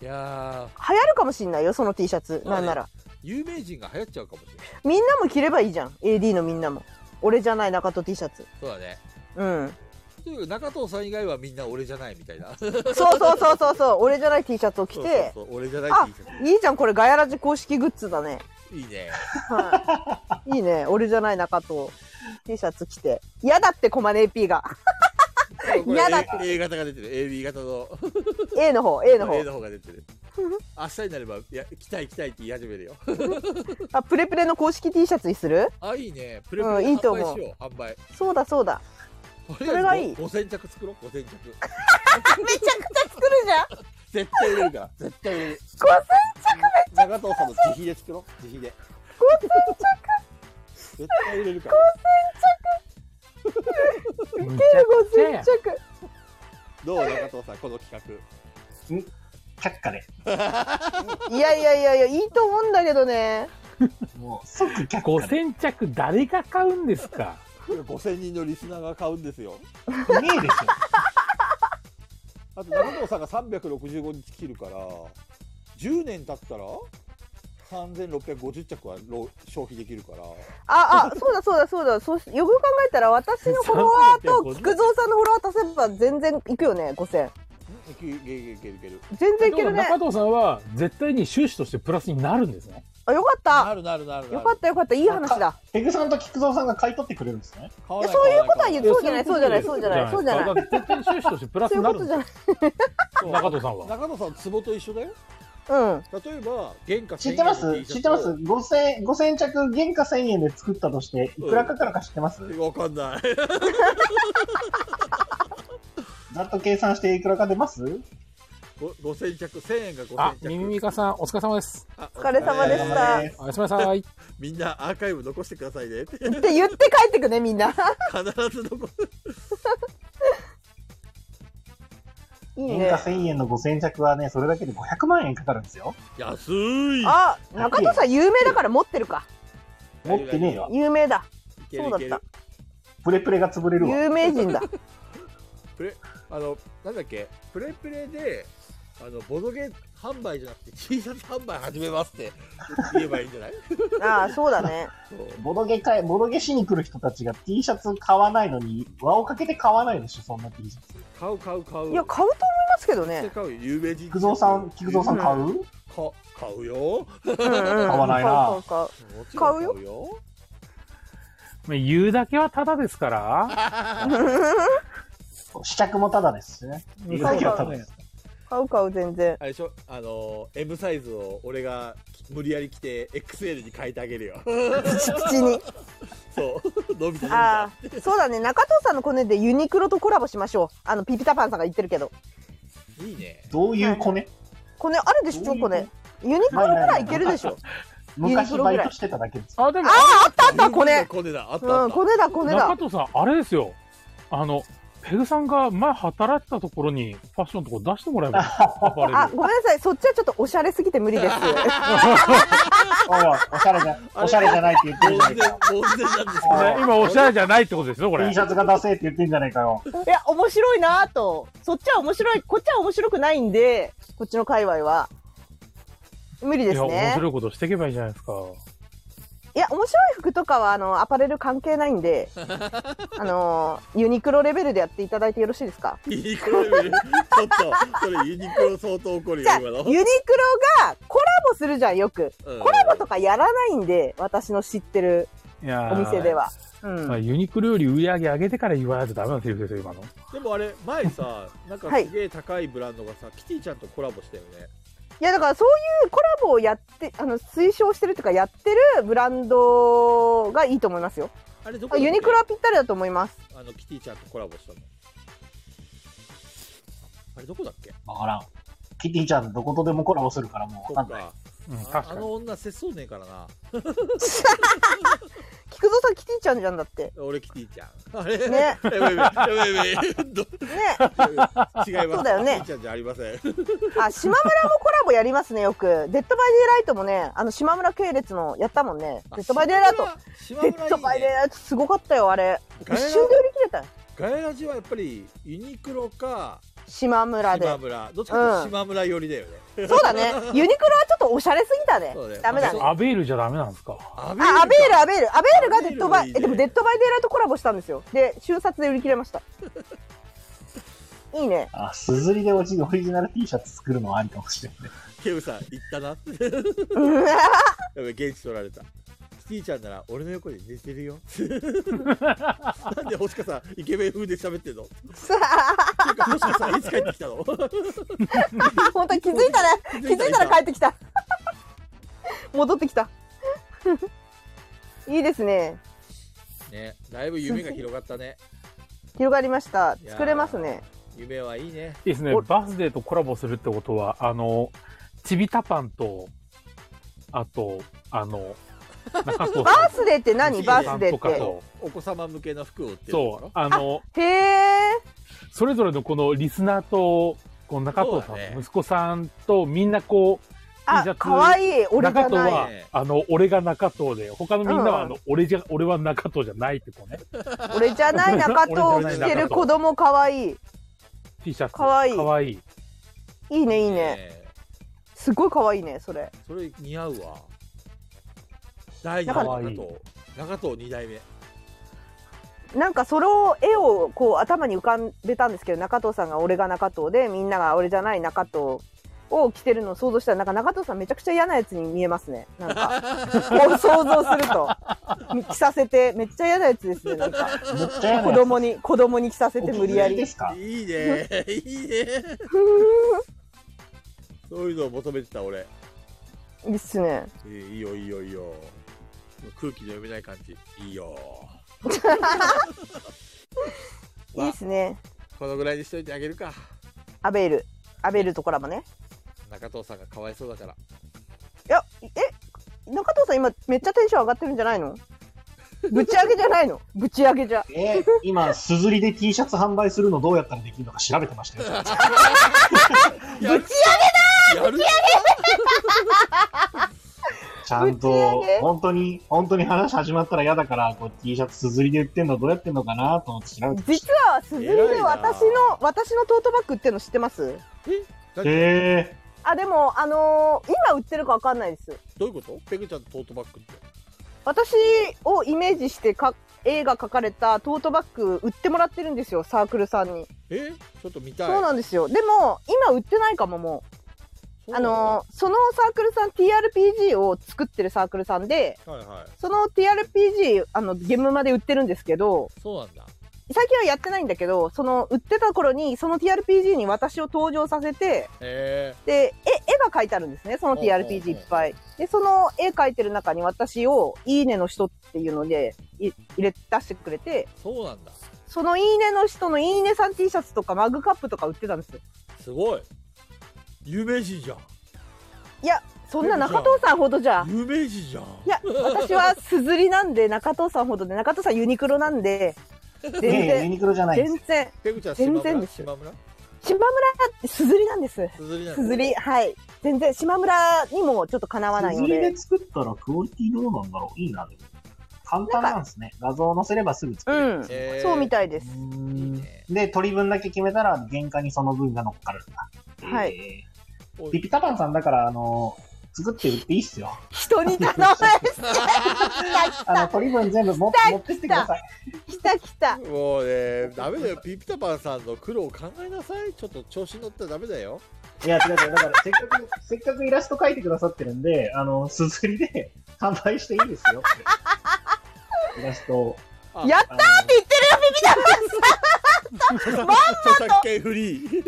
[SPEAKER 4] 流
[SPEAKER 1] いやー
[SPEAKER 4] 行るかもしんないよその T シャツ
[SPEAKER 1] そうね
[SPEAKER 4] なんなら
[SPEAKER 1] 有名人が流行っちゃうかもしれない
[SPEAKER 4] みんなも着ればいいじゃん AD のみんなも俺じゃない中戸 T シャツ
[SPEAKER 1] そうだね
[SPEAKER 4] うん
[SPEAKER 1] というか中藤さん以外はみんな俺じゃないみたいなそう
[SPEAKER 4] そうそうそうそうそう俺じゃない T シャツを着
[SPEAKER 1] そう
[SPEAKER 4] て
[SPEAKER 1] そう俺じゃない
[SPEAKER 4] あ
[SPEAKER 1] T シャツ
[SPEAKER 4] いいじゃんこれガヤラジ公式グッズだね、
[SPEAKER 1] いいね。
[SPEAKER 4] はい、いいね俺じゃない中戸 T シャツ着て嫌だってコマネ AP が嫌だって
[SPEAKER 1] これ A, A 型が出てる。AB 型の
[SPEAKER 4] A の方 A の
[SPEAKER 1] A
[SPEAKER 4] 方
[SPEAKER 1] の方が出て る。明日になれば、いや、来たい来たいって言い始めるよ。
[SPEAKER 4] あプレプレの公式 T シャツにする
[SPEAKER 1] あ、いいね。プレプ
[SPEAKER 4] う
[SPEAKER 1] レ
[SPEAKER 4] んいいと
[SPEAKER 1] 販売
[SPEAKER 4] 思う
[SPEAKER 1] しよう。販売。
[SPEAKER 4] そうだそうだ
[SPEAKER 1] そ
[SPEAKER 4] れがいい
[SPEAKER 1] 5000着作ろう、5000着。
[SPEAKER 4] めちゃくちゃ作るじゃん
[SPEAKER 1] 絶対売れるから。絶対売れる。
[SPEAKER 4] 5000着
[SPEAKER 1] 長藤さんの自費で作ろう。自費で。
[SPEAKER 4] 5000着
[SPEAKER 1] 絶対入れるから。
[SPEAKER 2] むち
[SPEAKER 4] ご
[SPEAKER 2] ゃ
[SPEAKER 4] 先
[SPEAKER 2] くちゃ
[SPEAKER 4] 着
[SPEAKER 1] どう中藤さん、この企画。
[SPEAKER 3] 却下で。
[SPEAKER 4] いやいやいやいやいいと思うんだけどね
[SPEAKER 3] もう即却
[SPEAKER 2] ご
[SPEAKER 3] 下で。
[SPEAKER 2] 先着誰が買うんですか
[SPEAKER 1] 5000人のリスナーが買うんですよ。
[SPEAKER 3] いねえでし
[SPEAKER 1] あと中藤さんが365日切るから、10年経ったら、3650着はろ消費できるから、
[SPEAKER 4] ああそうだそうだそうだそうしよく考えたら私のフォロワーと菊蔵さんのフォロワー足せば全然いくよね5000
[SPEAKER 1] んいけいけいけいけるいける。
[SPEAKER 4] 全然いけるね
[SPEAKER 2] 中藤さんは絶対に収支としてプラスになるんですね。
[SPEAKER 4] あよかっ
[SPEAKER 1] な
[SPEAKER 4] た
[SPEAKER 1] るなるなるなる。
[SPEAKER 4] よかったよかったいい話だ
[SPEAKER 3] ょ。ペグさんと菊蔵さんが買い取ってくれるんですね。
[SPEAKER 1] 買わ
[SPEAKER 4] い
[SPEAKER 1] な
[SPEAKER 4] や
[SPEAKER 1] い。
[SPEAKER 4] そういうことは
[SPEAKER 1] 買わない
[SPEAKER 4] 言
[SPEAKER 1] う買わ
[SPEAKER 4] そうじゃないそうじゃないそうじゃないそ
[SPEAKER 2] い
[SPEAKER 4] うじゃない
[SPEAKER 2] ですか。だから絶対に収支としてプラス
[SPEAKER 4] そうい
[SPEAKER 2] に
[SPEAKER 4] う
[SPEAKER 2] なる
[SPEAKER 4] こと
[SPEAKER 2] んで
[SPEAKER 4] じゃ
[SPEAKER 2] す
[SPEAKER 4] ない
[SPEAKER 2] よ
[SPEAKER 1] そう
[SPEAKER 2] 中藤さんは。
[SPEAKER 1] 中野さん、ツボと一緒だよ。
[SPEAKER 4] うん
[SPEAKER 1] 例えば、原価
[SPEAKER 3] 知ってま
[SPEAKER 1] 1000円の
[SPEAKER 3] す
[SPEAKER 1] T シャ
[SPEAKER 3] 知っ
[SPEAKER 1] ツ
[SPEAKER 3] て
[SPEAKER 1] を
[SPEAKER 3] ます五千五千着原価1000円で作ったとして、いくらかかるか知ってます
[SPEAKER 1] わかんない。
[SPEAKER 3] ざっと計算していくらか出ます
[SPEAKER 1] ご5000着、1000円が
[SPEAKER 2] あ、
[SPEAKER 1] 5000着。
[SPEAKER 2] ミミミカさんお疲れ様です。
[SPEAKER 1] あ
[SPEAKER 4] お疲れ様でした
[SPEAKER 3] えー
[SPEAKER 2] おやすみなさい。
[SPEAKER 1] みんなアーカイブ残してくださいね。必
[SPEAKER 4] って言って帰ってくねみんな
[SPEAKER 1] ず 残
[SPEAKER 4] いい
[SPEAKER 3] 原
[SPEAKER 4] ね
[SPEAKER 3] 価1000円の5000着はね、それだけで500万円かかるんですよ。
[SPEAKER 1] 安い。
[SPEAKER 4] あ中藤さん有名だから持ってるか
[SPEAKER 3] 持ってねえよ。
[SPEAKER 4] 有名だ
[SPEAKER 1] いける
[SPEAKER 4] そうだ
[SPEAKER 1] い
[SPEAKER 4] っ
[SPEAKER 1] け
[SPEAKER 4] た
[SPEAKER 1] る。
[SPEAKER 3] プレプレが潰れるわ。
[SPEAKER 4] 有名人だ
[SPEAKER 1] あの、なんだっけ、プレプレで、あの、ボドゲ販売じゃなくて T シャツ販売始めますって言えばいいんじゃない
[SPEAKER 4] ああそうだね
[SPEAKER 1] そう
[SPEAKER 3] ボドゲ買い、ボドゲしに来る人たちが T シャツ買わないのに、輪をかけて買わないでしょ、そんな T シャツ。
[SPEAKER 1] 買う買う買う。
[SPEAKER 4] いや買うと思いますけど
[SPEAKER 1] 絶
[SPEAKER 4] ね
[SPEAKER 1] 対買うよ有名人。
[SPEAKER 3] 菊蔵さん、菊蔵さん買
[SPEAKER 1] う
[SPEAKER 3] う
[SPEAKER 1] か 買うよ。
[SPEAKER 4] 買
[SPEAKER 3] 買わないな
[SPEAKER 1] もちろん
[SPEAKER 4] 買うよ
[SPEAKER 1] 買うよ。
[SPEAKER 2] まあ言うだけはタダですから。
[SPEAKER 3] 試着もタダですしね。
[SPEAKER 2] うん
[SPEAKER 3] だけはタダです。
[SPEAKER 4] 買う買う全然
[SPEAKER 1] あれでしょあの、M サイズを俺が無理やり着て XL に変えてあげ るよ。
[SPEAKER 4] 口に
[SPEAKER 1] そう。伸びた伸びた
[SPEAKER 4] あ。あそうだね中藤さんのコネでユニクロとコラボしましょうあのピピタパンさんが言ってるけど
[SPEAKER 1] いいね。
[SPEAKER 3] どういう子ね
[SPEAKER 4] コネあるでし
[SPEAKER 3] ど
[SPEAKER 4] ょ
[SPEAKER 3] ういう
[SPEAKER 4] コネユニクロぐらいいけるでしょ
[SPEAKER 3] 昔バイトしてただけです。
[SPEAKER 2] あ、でも、
[SPEAKER 4] あったあったコネ
[SPEAKER 1] コネだ。あったあ
[SPEAKER 4] う
[SPEAKER 1] っ
[SPEAKER 4] ん
[SPEAKER 1] た。
[SPEAKER 4] コネだコネ
[SPEAKER 2] 中
[SPEAKER 4] だ
[SPEAKER 2] 藤さん、あれですよ。あの、ペグさんが前働いてたところにファッションとか出してもらえばいいアパレル
[SPEAKER 4] あごめんなさいそっちはちょっとおしゃれすぎて無理です
[SPEAKER 3] おいおいおしゃれじゃ、おしゃれじゃないって言ってるじゃ
[SPEAKER 1] 呆
[SPEAKER 3] な
[SPEAKER 1] 然
[SPEAKER 3] い
[SPEAKER 1] 呆
[SPEAKER 3] か。
[SPEAKER 1] 然なんです
[SPEAKER 3] あ
[SPEAKER 1] け
[SPEAKER 3] ー
[SPEAKER 1] ど
[SPEAKER 2] ね今、おしゃれじゃないってことですよ、これ
[SPEAKER 3] T。シャツが出せって言ってんじゃないかよ。
[SPEAKER 4] いや面白いなぁとそっちは面白いこっちは面白くないんでこっちの界隈は無理
[SPEAKER 2] い
[SPEAKER 4] です
[SPEAKER 2] や、面
[SPEAKER 4] ね
[SPEAKER 2] 白いことしていけばいいじゃないですか。
[SPEAKER 4] いや面白い服とかはあのアパレル関係ないんであのユニクロレベルでやっていただいてよろしいですか
[SPEAKER 1] ユニクロ レベルちょっと、それユニクロ相当怒る
[SPEAKER 4] じ
[SPEAKER 1] よ
[SPEAKER 4] ゃ、あ
[SPEAKER 1] 今
[SPEAKER 4] ユニ
[SPEAKER 1] の。
[SPEAKER 4] クロがコラボするじゃんよく
[SPEAKER 1] うん
[SPEAKER 4] コラボとかやらないんで私の知ってる
[SPEAKER 2] いやー
[SPEAKER 4] お店では、う
[SPEAKER 2] まあ
[SPEAKER 4] ん、
[SPEAKER 2] ユニクロより売り上げ上げてから言わないとダメなんですよ、今の。
[SPEAKER 1] でもあれ、前さ、なんか
[SPEAKER 4] はい
[SPEAKER 1] すげえ高いブランドがさ、キティちゃんとコラボしたよね。
[SPEAKER 4] いやだからそういうコラボをやってあの推奨してるとかやってるブランドがいいと思いますよ
[SPEAKER 1] あれどこ
[SPEAKER 4] あ
[SPEAKER 1] だっけ
[SPEAKER 4] ユニクロはぴったりだと思います
[SPEAKER 1] あの、キティちゃんとコラボしたの。あれどこだっけ
[SPEAKER 3] わからん。キティちゃんとどことでもコラボするからも
[SPEAKER 1] そうっ
[SPEAKER 3] わかんない。
[SPEAKER 1] か。
[SPEAKER 2] うん、
[SPEAKER 1] あ
[SPEAKER 2] 確
[SPEAKER 1] あ
[SPEAKER 2] かに。
[SPEAKER 1] の女、節操ねえからな。
[SPEAKER 4] 菊蔵さんキティちゃんじゃんだって
[SPEAKER 1] 俺、キティちゃん。あれ
[SPEAKER 4] ね
[SPEAKER 1] やべやべやべやべやべど
[SPEAKER 4] ね
[SPEAKER 1] 違います。
[SPEAKER 4] そうだよね
[SPEAKER 1] キティちゃんじゃありません。
[SPEAKER 4] あ島村もコラボやりますねよく「デッド・バイ・デイ・ライト」もねあの島村系列のやったもんね「デッド・バイ・デイ・ライト」
[SPEAKER 1] 島
[SPEAKER 4] 「
[SPEAKER 1] 村
[SPEAKER 4] デ
[SPEAKER 1] いいね
[SPEAKER 4] ッド・バイ・デイ・ライト」すごかったよあれ一
[SPEAKER 1] ガヤラ
[SPEAKER 4] 瞬で売り切れたよ
[SPEAKER 1] ガヤラジはやっぱりユニクロか
[SPEAKER 4] 島村で
[SPEAKER 1] 島村どっちかというと
[SPEAKER 4] うん
[SPEAKER 1] 島村寄りだよね、
[SPEAKER 4] そうだね。ユニクロはちょっとおしゃれすぎたね
[SPEAKER 1] そうだよ。
[SPEAKER 4] ダメだね。
[SPEAKER 2] アベールじゃダメなんですか。
[SPEAKER 1] アベ
[SPEAKER 4] あ、アベール、アベール。アベールがデッドバイ、
[SPEAKER 1] アベールいいね
[SPEAKER 4] え、でもデッドバイデイライトコラボしたんですよ。で、瞬殺で売り切れました。いいね。
[SPEAKER 3] あ、すずりでオリジオリジナル T シャツ作るのはありかもしれない。
[SPEAKER 1] ケウさん行ったなってや
[SPEAKER 4] うん
[SPEAKER 1] べ現地取られたキティちゃんなら俺の横で寝てるよなんで星香さんイケメン風で喋ってんのっていうか星香さんいつ帰ってきたの
[SPEAKER 4] 本当に気づいたね。気づいたら帰ってきた。戻ってきた。 いいですね。
[SPEAKER 1] ねだいぶ夢が広がったね
[SPEAKER 4] 広がりました
[SPEAKER 1] い。やー
[SPEAKER 4] 作れますね。
[SPEAKER 1] 夢はいいね
[SPEAKER 2] いいですね
[SPEAKER 4] お。
[SPEAKER 2] バースデーとコラボするってことは、あの、ちびたパンと、あと、あの、中藤
[SPEAKER 4] バースデーって
[SPEAKER 2] い
[SPEAKER 4] 何
[SPEAKER 2] いね
[SPEAKER 4] バースデー
[SPEAKER 2] と
[SPEAKER 4] っ
[SPEAKER 2] か
[SPEAKER 4] て。
[SPEAKER 2] と
[SPEAKER 1] お子様向けの服を売ってる
[SPEAKER 2] そ
[SPEAKER 1] のか
[SPEAKER 2] うあの
[SPEAKER 4] へえ。
[SPEAKER 2] それぞれのこのリスナーとこの中藤さ
[SPEAKER 1] そ
[SPEAKER 2] ん、
[SPEAKER 1] うだね
[SPEAKER 2] 息子さんとみんなこう
[SPEAKER 4] あ
[SPEAKER 2] T シャ、ツ
[SPEAKER 4] 可愛い俺じ
[SPEAKER 2] 中
[SPEAKER 4] ゃ
[SPEAKER 2] 藤
[SPEAKER 4] ない。
[SPEAKER 2] はあの俺が中藤で他のみんなはあの、俺じゃ俺は中藤じゃないってこうね
[SPEAKER 4] 俺じゃない中藤を
[SPEAKER 2] 俺
[SPEAKER 4] 着
[SPEAKER 2] じゃな
[SPEAKER 4] て
[SPEAKER 2] い中
[SPEAKER 4] る
[SPEAKER 2] 藤
[SPEAKER 4] 子供可愛い。
[SPEAKER 2] T シャツ
[SPEAKER 4] かわいい
[SPEAKER 2] かわいい
[SPEAKER 4] いいねいい
[SPEAKER 1] ね
[SPEAKER 4] ね。
[SPEAKER 1] え
[SPEAKER 4] すごい可愛いねそれ。
[SPEAKER 1] それ似合うわ第2
[SPEAKER 4] だか
[SPEAKER 2] わ
[SPEAKER 1] 中
[SPEAKER 2] いい
[SPEAKER 1] 藤中藤2代目
[SPEAKER 4] なんかその絵をこう頭に浮かべたんですけど中藤さんが俺が中藤でみんなが俺じゃない中藤を着てるのを想像したらなんか中藤さんめちゃくちゃ嫌なやつに見えますねなんかこう想像すると着させてめっちゃ嫌なやつですねなんか
[SPEAKER 3] めっちゃ嫌なやつ
[SPEAKER 4] 子供に子供に着させ
[SPEAKER 3] お
[SPEAKER 4] て
[SPEAKER 3] 気に
[SPEAKER 4] 無
[SPEAKER 3] 入
[SPEAKER 4] 理やり
[SPEAKER 3] ですか
[SPEAKER 1] いいね いいねそういうのを求めてた俺
[SPEAKER 4] いいっすね
[SPEAKER 1] いいいいよいいよいいよ空気の読めない感じいいよ
[SPEAKER 4] いいっすね
[SPEAKER 1] このぐらいにしといてあげるか
[SPEAKER 4] アベールアベールとコラボね
[SPEAKER 1] 中藤さんがかわいそうだから
[SPEAKER 4] いやえ中藤さん今めっちゃテンション上がってるんじゃないのぶち上げじゃないのぶち上げじゃ
[SPEAKER 3] えー今、すずりで T シャツ販売するのどうやったらできるのか調べてました よ。
[SPEAKER 1] ぶち上げだやる
[SPEAKER 3] ちゃんと
[SPEAKER 4] 打ち上げ、
[SPEAKER 3] 本当に、本当に話始まったら嫌だから、こう T シャツすずりで売ってんのどうやってんのかなと思って調べてまし。
[SPEAKER 4] 実はすずりで私
[SPEAKER 1] 偉い
[SPEAKER 4] の私のトートバッグ売ってるの知ってま
[SPEAKER 1] だ
[SPEAKER 4] す
[SPEAKER 1] った
[SPEAKER 3] え
[SPEAKER 4] あでもあのー今売ってるかわかんないです
[SPEAKER 1] どういうことペグちゃんのトートバッグって
[SPEAKER 4] 私をイメージしてか絵が描かれたトートバッグ売ってもらってるんですよサークルさんに、
[SPEAKER 1] えちょっと見たい
[SPEAKER 4] そうなんですよでも今売ってないかもも
[SPEAKER 1] そうう
[SPEAKER 4] あ
[SPEAKER 1] な
[SPEAKER 4] のーそのサークルさん TRPG を作ってるサークルさんで
[SPEAKER 1] はいはい
[SPEAKER 4] その TRPG あのゲームまで売ってるんですけど
[SPEAKER 1] そうなんだ
[SPEAKER 4] 最近はやってないんだけどその売ってた頃にその TRPG に私を登場させて
[SPEAKER 1] へ
[SPEAKER 4] で絵絵が描いてあるんですねその TRPG いっぱいでその絵描いてる中に私を「いいねの人」っていうのでい入れ出してくれて
[SPEAKER 1] えそうなんだ
[SPEAKER 4] その「いいねの人」の「いいねさん T シャツとかマグカップとか売ってたんですよ
[SPEAKER 1] すごい有名人じゃん
[SPEAKER 4] いやそんな中藤さんほどじゃ
[SPEAKER 1] 有名人じゃん
[SPEAKER 4] いや私はすずりなんで中藤さんほどで中藤さんユニクロなんで全
[SPEAKER 3] ー、いやいやユ
[SPEAKER 4] 然
[SPEAKER 3] ニクロじゃないです。
[SPEAKER 4] 全然
[SPEAKER 1] ペグちゃん島村
[SPEAKER 4] 全然です
[SPEAKER 1] 島村
[SPEAKER 4] 島村すずりなんです
[SPEAKER 1] すずりなの
[SPEAKER 4] すずりはい全然島村にもちょっとかなわない
[SPEAKER 3] す
[SPEAKER 4] の
[SPEAKER 3] ずり
[SPEAKER 4] で
[SPEAKER 3] で作ったらクオリティどうなんだろういいな、でも。簡単なんですね。画像を載せればすぐ作
[SPEAKER 4] う
[SPEAKER 3] れる。
[SPEAKER 4] ん
[SPEAKER 1] えー
[SPEAKER 4] そうみたいです
[SPEAKER 1] い
[SPEAKER 3] うー
[SPEAKER 1] い
[SPEAKER 3] ん
[SPEAKER 1] ね
[SPEAKER 3] で、取り分だけ決めたら、原価にその分が乗っかるんだ。
[SPEAKER 4] はい
[SPEAKER 3] え
[SPEAKER 1] お
[SPEAKER 3] ー。
[SPEAKER 1] い
[SPEAKER 3] ピピタパンさんだから、あの、作って売っていいっすよ。
[SPEAKER 4] 人に頼まれす
[SPEAKER 3] あの、取り分全部持っ持ってってください。
[SPEAKER 4] 来た 来た
[SPEAKER 1] もうねダメだよピピタパンさんの苦労を考えなさいちょっと調子に乗ったらダメだよ
[SPEAKER 3] いや、違う違う。だから、せっかく、 せっかくイラスト描いてくださってるんで、あの、すずりで販売していいですよって。イラストを。
[SPEAKER 1] あ
[SPEAKER 4] やっ
[SPEAKER 3] あ
[SPEAKER 4] た
[SPEAKER 3] の
[SPEAKER 4] って言ってるよビビだ
[SPEAKER 1] 著作権フリー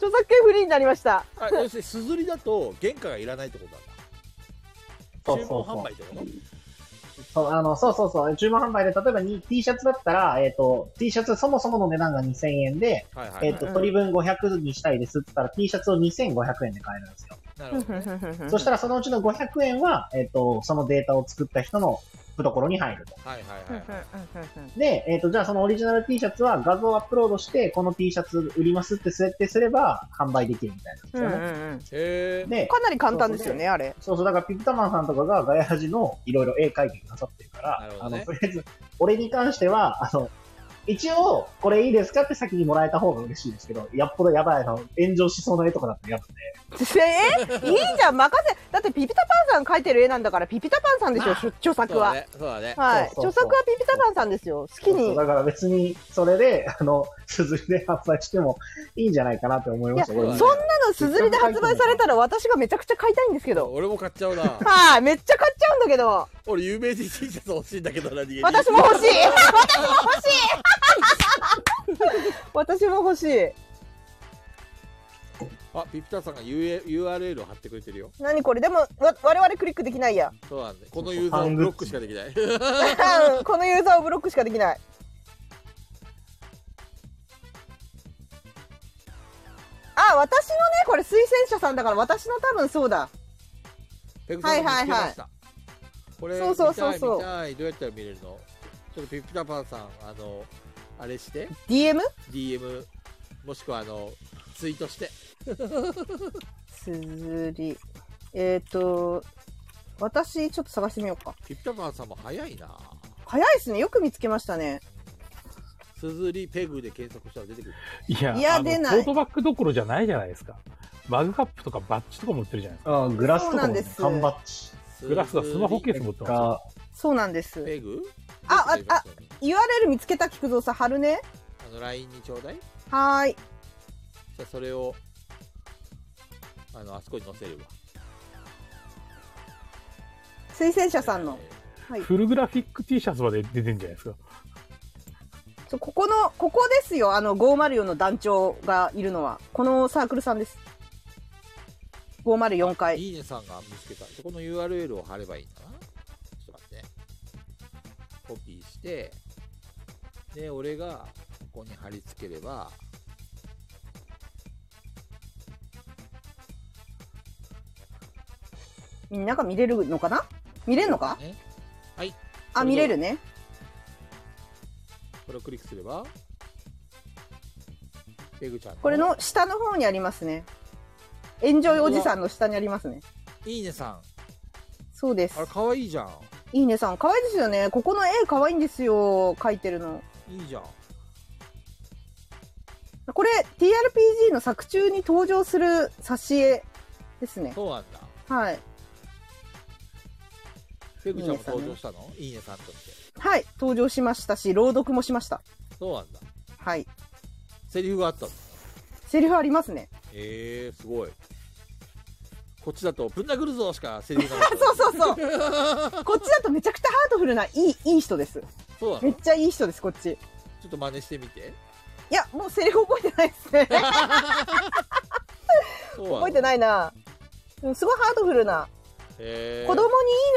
[SPEAKER 4] 著作権フリーになりました
[SPEAKER 1] あ要するにすずりだと原価がいらないってことなんだ
[SPEAKER 3] そ
[SPEAKER 1] 注文
[SPEAKER 3] うそうそ
[SPEAKER 1] 販
[SPEAKER 3] う
[SPEAKER 1] 売ってこと
[SPEAKER 3] そうあのそうそうそう。注文販売で、例えばに T シャツだったら、えっ、と、T シャツそもそもの値段が2000円で、
[SPEAKER 1] はいはい、はい
[SPEAKER 3] えっ、と、取り分500にしたいですって言ったら、T シャツを2500円で買えるんですよ。
[SPEAKER 1] なるほどね
[SPEAKER 3] そしたら、そのうちの500円は、えっ、と、そのデータを作った人の懐に入ると。
[SPEAKER 1] はいはいはい、はい、
[SPEAKER 3] で、えっ、と、じゃあそのオリジナル T シャツは画像をアップロードして、この T シャツ売りますって設定すれば、販売できるみたいなんですよ
[SPEAKER 1] へ
[SPEAKER 3] ね。
[SPEAKER 1] え
[SPEAKER 3] で、
[SPEAKER 4] かなり簡単ですよねあれ
[SPEAKER 3] そうそう、だからピピタマンさんとかがガヤハジのいろいろ絵描いてくださってるか
[SPEAKER 1] な
[SPEAKER 3] ら
[SPEAKER 1] る、ほ
[SPEAKER 3] あ
[SPEAKER 1] どね
[SPEAKER 3] の、とりあえず、俺に関しては、あの、一応、これいいですかって先にもらえた方が嬉しいですけど、やっぽどやばい、あの、炎上しそうな絵とかだったら嫌なんで。
[SPEAKER 4] えいいじゃん任せだってピピタパンさん描いてる絵なんだからピピタパンさんでしょ著著作
[SPEAKER 1] そうだ
[SPEAKER 4] は、
[SPEAKER 1] ねそうだね
[SPEAKER 4] はい
[SPEAKER 3] そうそうそう
[SPEAKER 4] 著作はピピタパンさんですよ好き
[SPEAKER 3] そうそ
[SPEAKER 4] に
[SPEAKER 3] うだから別に、それで、あの、硯で発売してもいいんじゃないかなって思いました。
[SPEAKER 1] いや
[SPEAKER 3] 俺も
[SPEAKER 1] そ
[SPEAKER 4] そんなのすずりで発売されたら私がめちゃくちゃ買いたいんですけど
[SPEAKER 1] 俺も買っちゃうな
[SPEAKER 4] はいめっちゃ買っちゃうんだけど
[SPEAKER 1] 俺有名人 T シャツ欲しいんだけど何気に
[SPEAKER 4] 私も欲しい私も欲しい私も欲しい
[SPEAKER 1] あピピタさんが UA URL を貼ってくれてるよ
[SPEAKER 4] 何これでもわ我々クリックできないや
[SPEAKER 1] そうなんでこのユーザーをブロックしかできない
[SPEAKER 4] うんこのユーザーをブロックしかできないあ私のねこれ推薦者さんだから私の多分そうだ
[SPEAKER 1] ペグさんが見つけましたこれ
[SPEAKER 4] そうそうそうそう
[SPEAKER 1] 見たい見たいどうやったら見れるのちょっとピピタパンさんあのあれして
[SPEAKER 4] DM?
[SPEAKER 1] DM もしくはあのツイートして
[SPEAKER 4] つり。えっ、と、私、ちょっと探してみようか。
[SPEAKER 1] ピピタパンさんも早いな
[SPEAKER 4] 早いですね。よく見つけましたね。
[SPEAKER 1] すずりペグで検索したら出てくる
[SPEAKER 2] いや、
[SPEAKER 4] いや
[SPEAKER 2] あの
[SPEAKER 4] 出ない
[SPEAKER 2] トートバッグどころじゃないじゃないですか。マグカップとかバッジとかも売ってるじゃないですか。
[SPEAKER 3] あーグラスとか
[SPEAKER 4] そうなん
[SPEAKER 3] も、
[SPEAKER 4] で
[SPEAKER 3] ね、
[SPEAKER 4] す
[SPEAKER 3] 缶バッジ
[SPEAKER 2] グラスはスマホケース持ってますよ。
[SPEAKER 3] が、
[SPEAKER 4] そうなんです。
[SPEAKER 1] ペグ
[SPEAKER 4] ああ
[SPEAKER 1] 出てきましたよね
[SPEAKER 4] URL 見つけた菊蔵さん、貼るね。
[SPEAKER 1] あの LINE にちょうだいじ
[SPEAKER 4] はーい。
[SPEAKER 1] ゃあそれをあのあそこに載せるわ
[SPEAKER 4] 推薦者さんの。はい
[SPEAKER 2] フルグラフィック T シャツまで出てんじゃないですか。
[SPEAKER 4] そうここの、ここですよ。あの、504の団長がいるのは。このサークルさんです。504
[SPEAKER 1] えー
[SPEAKER 4] 回。
[SPEAKER 1] いいねさんが見つけたそこの URL を貼ればいいんだなちょっと待ってコピーしてで俺がここに貼り付ければ
[SPEAKER 4] みんなが見れるのかな見れるのか
[SPEAKER 1] ね
[SPEAKER 4] あ、見れるね。
[SPEAKER 1] これをクリックすればペグちゃん
[SPEAKER 4] これの下の方にありますね。エンジョイおじさんの下にありますね。
[SPEAKER 1] いいねさん
[SPEAKER 4] そうです
[SPEAKER 1] あれ。かわいいじゃん
[SPEAKER 4] いいねさん、可愛いですよね。ここの絵可愛いんですよ。描いてるの。
[SPEAKER 1] いいじゃん
[SPEAKER 4] これ、TRPG の作中に登場する挿絵ですね。
[SPEAKER 1] そうなんだ
[SPEAKER 4] はい。
[SPEAKER 1] ペグちゃんも登場したのいいねさんとして
[SPEAKER 4] はい。登場しましたし、朗読もしました。
[SPEAKER 1] そうなんだ
[SPEAKER 4] はい。
[SPEAKER 1] セリフがあったの
[SPEAKER 4] セリフありますね。
[SPEAKER 1] えー、すごいこっちだと「ぶん殴るぞ」しかセリフ がない
[SPEAKER 4] そうそうそう。こっちだとめちゃくちゃハートフルな、いい、いい人です。
[SPEAKER 1] そうな
[SPEAKER 4] め
[SPEAKER 1] の
[SPEAKER 4] っちゃいい人です、こっち。
[SPEAKER 1] ちょっと真似してみて
[SPEAKER 4] いや、もうセリフ覚えてないですね。
[SPEAKER 1] そう
[SPEAKER 4] 覚えて
[SPEAKER 1] い
[SPEAKER 4] ないな。でもすごいハートフルな、
[SPEAKER 1] えー、
[SPEAKER 4] 子供にい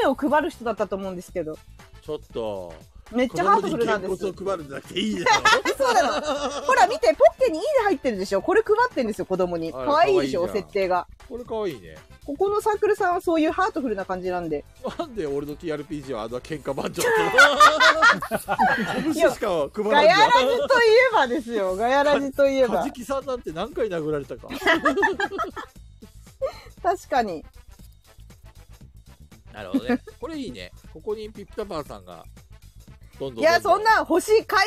[SPEAKER 4] いねを配る人だったと思うんですけど、
[SPEAKER 1] ちょっと
[SPEAKER 4] めっちゃハートフルなんです。
[SPEAKER 5] 子供に
[SPEAKER 4] そ
[SPEAKER 5] 健康を配るんじゃなくていいね
[SPEAKER 4] うなの。ほら見て、ポッケにいいね入ってるでしょ。これ配ってんですよ、子供に。
[SPEAKER 1] あら
[SPEAKER 4] 可愛いでしょ、
[SPEAKER 1] 可愛いじゃん
[SPEAKER 4] 設定が。
[SPEAKER 1] これかわいいね
[SPEAKER 4] ここのサークルさんはそういうハートフルな感じなんで。
[SPEAKER 1] なんで俺の TRPG はあんな喧嘩番長
[SPEAKER 5] さ ん
[SPEAKER 4] いや
[SPEAKER 5] 拳しか配
[SPEAKER 4] ガ
[SPEAKER 5] らんじ
[SPEAKER 4] ヤラ
[SPEAKER 5] ゃ
[SPEAKER 4] ジといえばですよ、ガヤラジといえ
[SPEAKER 1] んカ
[SPEAKER 4] ば
[SPEAKER 1] ジ。キさんなんて何回殴られたか
[SPEAKER 4] 確かに。
[SPEAKER 1] なるほどねこれいいねここにピッタパンさんがどんどんどんどん
[SPEAKER 4] いや、そんな星買いたい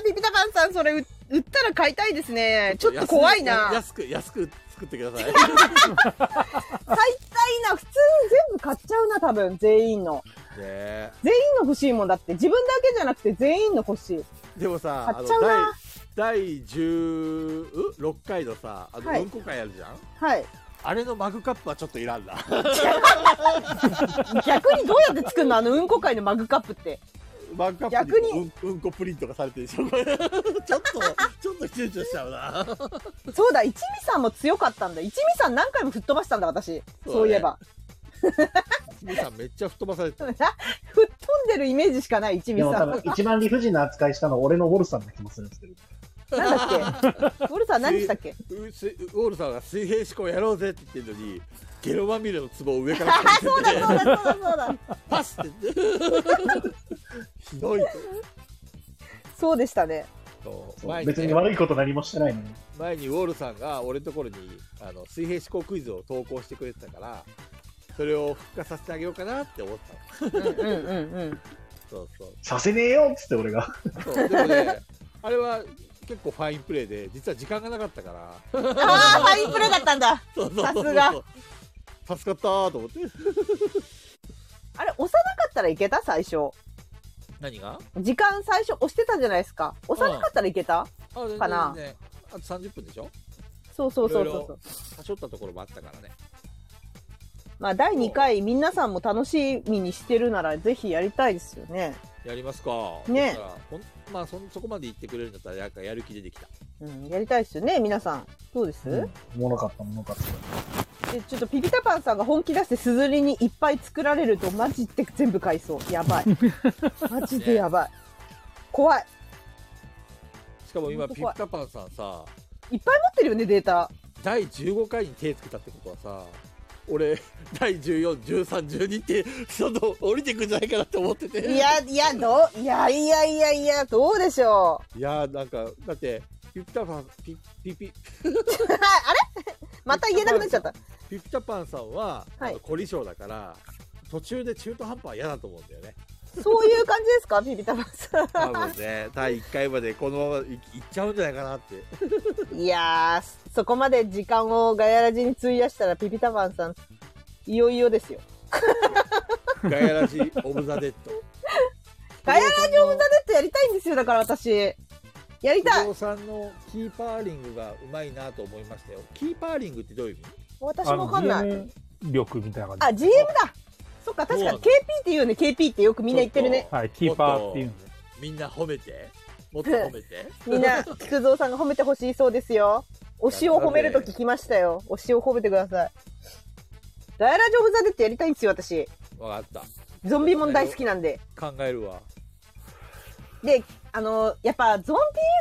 [SPEAKER 4] な、ピピタパンさん、それ売売ったら買いたいですね。ちょっと怖いな。買い
[SPEAKER 5] 安く安く作って ください
[SPEAKER 4] たいな、普通全部買っちゃうな、多分、全員の。
[SPEAKER 1] ね
[SPEAKER 4] 全員の欲しいもんだって、自分だけじゃなくて全員の欲しい。
[SPEAKER 5] でもさあ
[SPEAKER 4] 買っ
[SPEAKER 5] の
[SPEAKER 4] ちゃうな
[SPEAKER 5] 第第16回のさあ
[SPEAKER 4] は
[SPEAKER 5] の
[SPEAKER 4] い
[SPEAKER 5] うんこ会あるじゃん
[SPEAKER 4] はい。
[SPEAKER 5] あれのマグカップはちょっといらんな
[SPEAKER 4] 逆にどうやって作るのあのうんこ界のマグカップって。
[SPEAKER 5] マグカップにうんうんこプリントがされてるでしょこれ ちょっとちょっと躊躇しちゃうな
[SPEAKER 4] そうだ、一味さんも強かったんだ。一味さん何回も吹っ飛ばしたんだ、私。そう,、いえば。
[SPEAKER 1] 君さんめっちゃ吹っ飛ばされて
[SPEAKER 4] 吹っ飛んでるイメージしかない、一味
[SPEAKER 3] でも
[SPEAKER 4] さ
[SPEAKER 3] 多
[SPEAKER 4] ん。なん
[SPEAKER 3] 分一番理不尽な扱いしたのは俺のウォルさんな気もするんですけど。
[SPEAKER 4] だっ け俺さ、何でしたっけ
[SPEAKER 1] うすウォールさんが水平思考やろうぜって言ってるのにゲロまみれの壺を上から
[SPEAKER 4] あ、そうだ、そうだ、そうだ、そうだ。
[SPEAKER 1] パスって
[SPEAKER 5] ひどい
[SPEAKER 4] そうでしたね。
[SPEAKER 1] そう
[SPEAKER 3] そう
[SPEAKER 1] 前に,、
[SPEAKER 3] 別に
[SPEAKER 1] ね、
[SPEAKER 3] 悪いこと何もしてないのに。
[SPEAKER 1] 前にウォールさんが俺のところにあの水平思考クイズを投稿してくれてたからそれを復活させてあげようかなって思ったの
[SPEAKER 4] うんうんうん
[SPEAKER 1] そうそう
[SPEAKER 3] させねえよっつって俺が。
[SPEAKER 1] そうでもねあれは結構ファインプレーで実は時間がなかったから
[SPEAKER 4] うん。ああ、ファインプレーだったんだ。
[SPEAKER 1] そうそう
[SPEAKER 4] さ
[SPEAKER 1] そう
[SPEAKER 4] すが
[SPEAKER 1] 助かったーと思って
[SPEAKER 4] あれ、押さなかったらいけた最初。
[SPEAKER 1] 何が
[SPEAKER 4] 時間最初押してたじゃないですか。押さなかったらいけた、
[SPEAKER 1] あ全然
[SPEAKER 4] かな
[SPEAKER 1] 全然あと30分でしょ
[SPEAKER 4] そうそうそうそう
[SPEAKER 1] い
[SPEAKER 4] そ
[SPEAKER 1] ろ
[SPEAKER 4] う。
[SPEAKER 1] はしょったところもあったからね
[SPEAKER 4] まあ、第2回、皆さんも楽しみにしてるなら、ぜひやりたいですよね。
[SPEAKER 1] やりますか。
[SPEAKER 4] ね
[SPEAKER 1] だからほんまあそんそこまで言ってくれるんだったらなんかやる気出てきた。
[SPEAKER 4] うん、やりたいですよね、皆さん。どうです、
[SPEAKER 3] うんおもろかった、おもろかった。
[SPEAKER 4] でちょっとピピタパンさんが本気出してすずりにいっぱい作られると、マジで全部買いそう。やば い。マジでやばい。怖い。
[SPEAKER 1] しかも
[SPEAKER 4] ほ
[SPEAKER 1] 今
[SPEAKER 4] んと
[SPEAKER 1] ピ
[SPEAKER 4] 怖
[SPEAKER 1] ッ
[SPEAKER 4] い
[SPEAKER 1] タパンさんさ
[SPEAKER 4] いっぱい持ってるよね、データ。
[SPEAKER 1] 第15回に手つけたってことはさ俺 第141312ってその降りてくんじゃないかなって思ってて
[SPEAKER 4] いやいやどういやいやいやいやどうでしょ
[SPEAKER 1] いやーなんかだってピピタパンピピピ
[SPEAKER 4] う あれまた言えなくなっちゃった
[SPEAKER 1] ピピタパンさんは、
[SPEAKER 4] はい
[SPEAKER 1] あの凝り性だから途中で中途半端は嫌だと思うんだよね
[SPEAKER 4] そういう感じですかピピタパンさ
[SPEAKER 1] 多分ね第1回までこのままいいっちゃうんじゃないかなって
[SPEAKER 4] んいやーそこまで時間をガヤラジに費やしたらピピタパンさんいよいよですよ
[SPEAKER 1] ガヤラ ジオブザ・デッド
[SPEAKER 4] ガヤラジオブザネットやりたいんですよだから私やりた
[SPEAKER 1] 不
[SPEAKER 4] い
[SPEAKER 1] 動さんのキーパーリングがうまいなと思いましたよキーパーリングってどういう意味
[SPEAKER 4] 私
[SPEAKER 2] あ
[SPEAKER 4] も
[SPEAKER 2] の
[SPEAKER 4] わかんない
[SPEAKER 2] ゲーム力みたいな
[SPEAKER 4] あ
[SPEAKER 2] 感じ。
[SPEAKER 4] GM だそっか確かに KP って言うよね KP ってよくみんな言ってるね
[SPEAKER 2] はい、キーパーっていうんで。
[SPEAKER 1] みんな褒めてもっと褒めて
[SPEAKER 4] みんな、菊蔵さんが褒めてほしいそうですよ。推しを褒めると聞きましたよ。推しを褒めてください。ガヤラジオブザデッドやりたいんですよ、私。
[SPEAKER 1] わかっ
[SPEAKER 4] ゾンビもん大好きなんで。
[SPEAKER 1] た考えるわ
[SPEAKER 4] で、あの、やっぱゾンビ映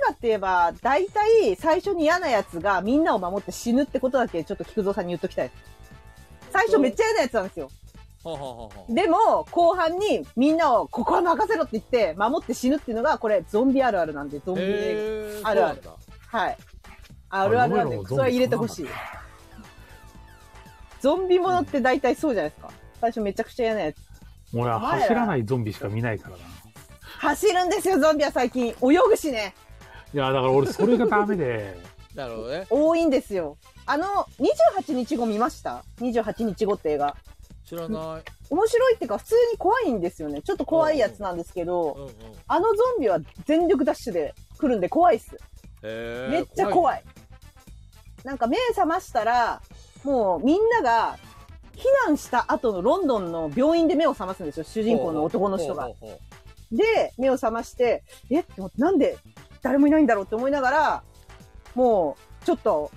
[SPEAKER 4] 画って言えば、大体最初に嫌なやつがみんなを守って死ぬってことだけちょっと菊蔵さんに言っときたい。最初めっちゃ嫌なやつなんですよ。
[SPEAKER 1] はははは
[SPEAKER 4] でも、後半にみんなをここは任せろって言って、守って死ぬっていうのが、これゾンビあるあるなんで、ゾンビ映
[SPEAKER 1] えー、
[SPEAKER 4] あるある
[SPEAKER 1] そうなんだ
[SPEAKER 4] 画。はい。あるあるなんで、それは入れてほしい。ゾンビものって大体そうじゃないですか。最初めちゃくちゃ嫌なやつ。
[SPEAKER 2] 俺は走らないゾンビしか見ないからな。い
[SPEAKER 4] 走るんですよ、ゾンビは最近。泳ぐしね。
[SPEAKER 2] や、だから俺それがダメで、
[SPEAKER 1] なるほどね
[SPEAKER 4] 多いんですよ。あの、28日後見ました ?28 日後って映画。
[SPEAKER 1] 知らない
[SPEAKER 4] 面白いっていうか、普通に怖いんですよね。ちょっと怖いやつなんですけ
[SPEAKER 1] う
[SPEAKER 4] ど、
[SPEAKER 1] んうん
[SPEAKER 4] あのゾンビは全力ダッシュで来るんで怖いっす。
[SPEAKER 1] えー、
[SPEAKER 4] めっちゃ怖い。なんか目覚ましたら、もうみんなが避難した後のロンドンの病院で目を覚ますんですよ、主人公の男の人が
[SPEAKER 1] ほ。うほうほうほ
[SPEAKER 4] で、目を覚まして、えって思ってなんで誰もいないんだろうって思いながら、もう、ちょっと、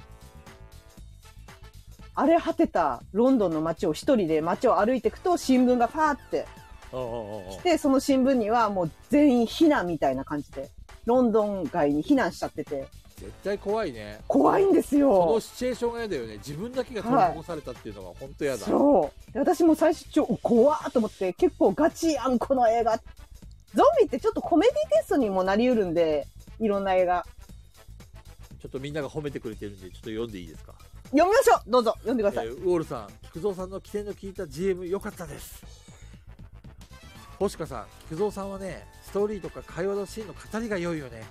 [SPEAKER 4] 荒れ果てたロンドンの街を一人で街を歩いていくと、新聞がパーって
[SPEAKER 1] うほうほうほう
[SPEAKER 4] 来て、その新聞にはもう全員避難みたいな感じで、ロンドン街に避難しちゃってて、
[SPEAKER 1] 絶対怖いね
[SPEAKER 4] 怖いんですよ。
[SPEAKER 1] そのシチュエーションが嫌だよね自分だけが取り残されたっていうのは本当嫌だ、
[SPEAKER 4] そう。で私も最初、ちょ、怖ーと思って、結構ガチやん、この映画。ゾンビってちょっとコメディテイストにもなりうるんで、いろんな映画。
[SPEAKER 1] ちょっとみんなが褒めてくれてるんでちょっと読んでいいですか、
[SPEAKER 4] 読みましょうどうぞ、読んでく
[SPEAKER 1] え
[SPEAKER 4] ださい。
[SPEAKER 1] ーウォールさん菊蔵さんの起点の聞いた GM 良かったです星香さん菊蔵さんはねストーリーとか会話のシーンの語りが良いよね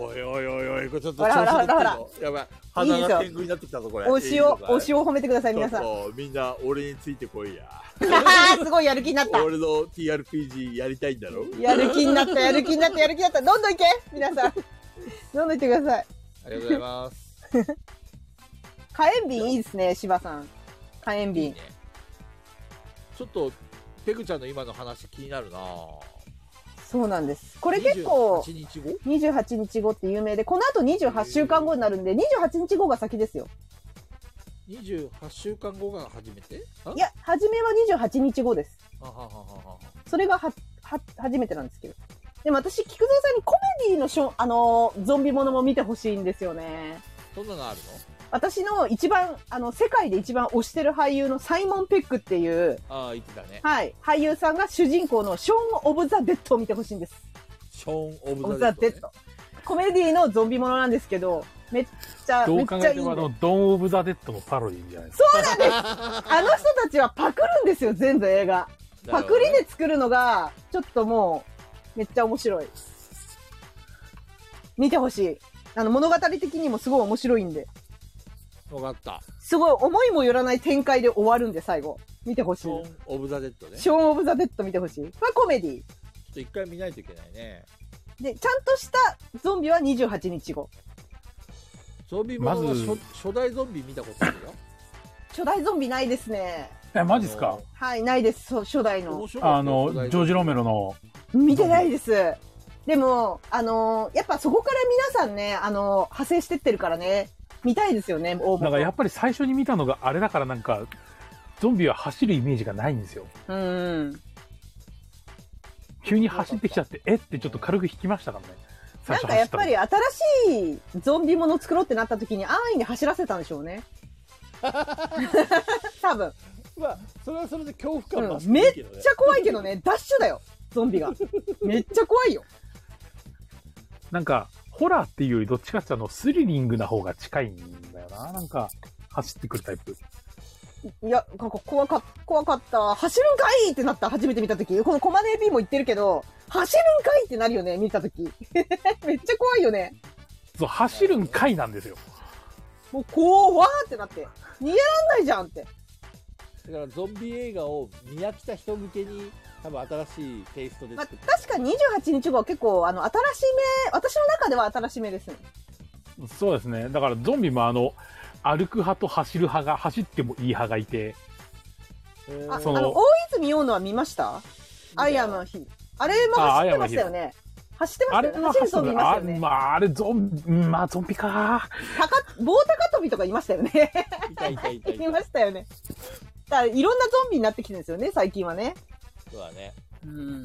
[SPEAKER 1] おいおいおいおいこれちょっと調子乗ってる
[SPEAKER 4] ほらほら
[SPEAKER 1] ぞやばい鼻
[SPEAKER 4] いい
[SPEAKER 1] が
[SPEAKER 4] ぞ
[SPEAKER 1] 天狗になってきたぞこれ
[SPEAKER 4] 推しを、推
[SPEAKER 1] を
[SPEAKER 4] しを褒めてください、皆さん。
[SPEAKER 1] みんな俺についてこいや
[SPEAKER 4] すごいやる気になった。
[SPEAKER 1] 俺の TRPG やりたいんだろ
[SPEAKER 4] やる気になった、やる気になった、やる気になった。どんどんいけ皆さん。どんどんいってください。
[SPEAKER 1] ありがとうございます
[SPEAKER 4] 火炎瓶いいですね、芝さん。火炎
[SPEAKER 1] いい
[SPEAKER 4] 瓶
[SPEAKER 1] ね。ちょっとペグちゃんの今の話気になるなこ
[SPEAKER 4] そうなんです。これ結構、
[SPEAKER 1] 日後
[SPEAKER 4] 28日後って有名で、この後28週間後になるんで、28日後が先ですよ。
[SPEAKER 1] 28週間後が初めてあ
[SPEAKER 4] いや、初めは28日後です。
[SPEAKER 1] あはははは
[SPEAKER 4] それがは、は、初めてなんですけど。でも私、菊蔵さんにコメディのショーあのーゾンビものも見てほしいんですよね。
[SPEAKER 1] そんなのある
[SPEAKER 4] 私の一番、あの、世界で一番推してる俳優のサイモン・ペックっていう、
[SPEAKER 1] のああ言ってたね
[SPEAKER 4] はい、俳優さんが主人公のショーン・オブ・ザ・デッドを見てほしいんです。
[SPEAKER 1] ショーン・オ
[SPEAKER 4] オブ・
[SPEAKER 1] ブ・ザ・
[SPEAKER 4] ザ・
[SPEAKER 1] デ
[SPEAKER 4] デッ
[SPEAKER 1] ッ
[SPEAKER 4] ド
[SPEAKER 1] ド,、。
[SPEAKER 4] コメディのゾンビものなんですけど、めっちゃ、
[SPEAKER 2] ど
[SPEAKER 4] め
[SPEAKER 2] う
[SPEAKER 4] っ
[SPEAKER 2] 考
[SPEAKER 4] ち
[SPEAKER 2] え
[SPEAKER 4] ゃいい
[SPEAKER 2] て
[SPEAKER 4] ん
[SPEAKER 2] もあ
[SPEAKER 4] で
[SPEAKER 2] の、ドン・オブ・ザ・デッドのパロディじゃないですか。
[SPEAKER 4] そうなんですあの人たちはパクるんですよ、全部映画。
[SPEAKER 1] ね、
[SPEAKER 4] パクリで作るのが、ちょっともう、めっちゃ面白い。見てほしい。あの、物語的にもすごい面白いんで。
[SPEAKER 1] 分かった
[SPEAKER 4] すごい思いもよらない展開で終わるんで、最後。見てほし
[SPEAKER 1] ショ
[SPEAKER 4] い。
[SPEAKER 1] ーン・オブ・ザ・デッドねち
[SPEAKER 4] シ
[SPEAKER 1] ょ
[SPEAKER 4] ョーン・オブ・ザ・デッド見てほしい。これコメデ
[SPEAKER 1] っ
[SPEAKER 4] ィ。
[SPEAKER 1] と一回見ないといけないね
[SPEAKER 4] で、ちゃんとしたゾンビは28日後。
[SPEAKER 1] ゾンビものは
[SPEAKER 2] まず
[SPEAKER 1] 初初代ゾンビ見たことあるよ
[SPEAKER 4] 初代ゾンビないですね。
[SPEAKER 2] え、マジっすか
[SPEAKER 4] はい、ないです、そう初代
[SPEAKER 1] あの
[SPEAKER 4] の
[SPEAKER 1] 面。白かった
[SPEAKER 2] あの、ジョージ・ロメロの、
[SPEAKER 4] 見てないです。でも、あのーやっぱそこから皆さんね、あのー派生してってるからね、見たいですよね、応募
[SPEAKER 2] なんかやっぱり最初に見たのがあれだからなんか、ゾンビは走るイメージがないんですよ。
[SPEAKER 4] うん。
[SPEAKER 2] 急に走ってきちゃって、えってちょっと軽く引きましたからね。最
[SPEAKER 4] なん
[SPEAKER 2] 初
[SPEAKER 4] かや
[SPEAKER 2] 走
[SPEAKER 4] っ
[SPEAKER 2] った
[SPEAKER 4] ぱ
[SPEAKER 2] の
[SPEAKER 4] り新しいゾンビ もの作ろうってなった時に安易に走らせたんでしょうね。多分。
[SPEAKER 5] まあ、それはそれで恐怖感
[SPEAKER 4] うん
[SPEAKER 5] 増してるけどね
[SPEAKER 4] めっちゃ怖いけどね、ダッシュだよ、ゾン ビが。めっちゃ怖いよ。
[SPEAKER 2] なんか、ホラーっていうよりどっちかっていうとあのスリリングな方が近いんだよな。なんか、走ってくるタイプ。
[SPEAKER 4] いや、なんか怖か怖かった。走るんかいってなった、初めて見たとき。このコマネ AP も言ってるけど、走るんかいってなるよね、見たとき。 めっちゃ怖いよね。
[SPEAKER 2] そう、走るんかいなんですよ。
[SPEAKER 4] もう、こう、わーってなって。逃げらんないじゃんって。
[SPEAKER 5] だからゾンビ映画を見飽きた人向けに多分新しいテイストで
[SPEAKER 4] まあ
[SPEAKER 5] 作って、
[SPEAKER 4] 確か28日後は結構、あの、新しめ、私の中では新しめですね。
[SPEAKER 2] そうですね。だからゾンビもあの、歩く派と走る派が、走ってもいい派がいて、
[SPEAKER 5] え
[SPEAKER 4] あ、あ
[SPEAKER 5] ー
[SPEAKER 2] その
[SPEAKER 4] の、大泉洋のは見ましたアイアムの日。あれも走ってましたよね。走ってま
[SPEAKER 2] あ
[SPEAKER 4] し
[SPEAKER 2] れ
[SPEAKER 4] たよね。
[SPEAKER 2] は
[SPEAKER 4] 走る
[SPEAKER 2] 走
[SPEAKER 4] ゾンビい
[SPEAKER 2] る。
[SPEAKER 4] ました
[SPEAKER 2] あ
[SPEAKER 4] よね。
[SPEAKER 2] まあ、あれゾンビ、うんまあゾンビか。
[SPEAKER 4] 高棒高跳びとかいましたよね。
[SPEAKER 5] いたいたいたい
[SPEAKER 4] い
[SPEAKER 5] た。
[SPEAKER 4] ましたよね。だからいろんなゾンビになってきてるんですよね、最近はね。
[SPEAKER 5] そうだね。
[SPEAKER 4] うん。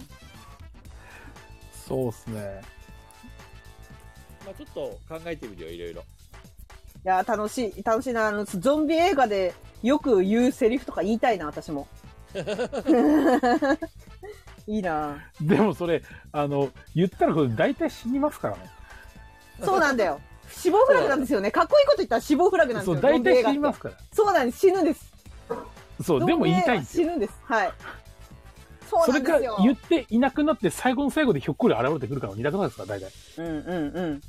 [SPEAKER 2] そうですね。
[SPEAKER 5] まあちょっと考えてみるよ、いろいろ。
[SPEAKER 4] いや、楽しい、楽しいな。あの、ゾンビ映画でよく言うセリフとか言いたいな、私も。 いいな。
[SPEAKER 2] でもそれ、あの、言ったらこれ大体死にますからね。
[SPEAKER 4] そうなんだよ。死亡フラグなんですよね。かっこいいこと言ったら死亡フラグなんです
[SPEAKER 2] そ
[SPEAKER 4] よ。
[SPEAKER 2] う、
[SPEAKER 4] ゾ
[SPEAKER 2] 大
[SPEAKER 4] ンビ
[SPEAKER 2] 体
[SPEAKER 4] 映画
[SPEAKER 2] 死
[SPEAKER 4] って
[SPEAKER 2] にますから。
[SPEAKER 4] そうなんです。死ぬんです。
[SPEAKER 2] そう、でも言いたいんです
[SPEAKER 4] 死
[SPEAKER 2] よ。
[SPEAKER 4] ぬんです。はい。そう
[SPEAKER 2] そ
[SPEAKER 4] な
[SPEAKER 2] れ
[SPEAKER 4] ん
[SPEAKER 2] か
[SPEAKER 4] で
[SPEAKER 2] ら
[SPEAKER 4] すよ。
[SPEAKER 2] 言っていなくなって最後の最後でひょっこり現れてくるから似たくなるんですから、大体。
[SPEAKER 4] うんうんうん。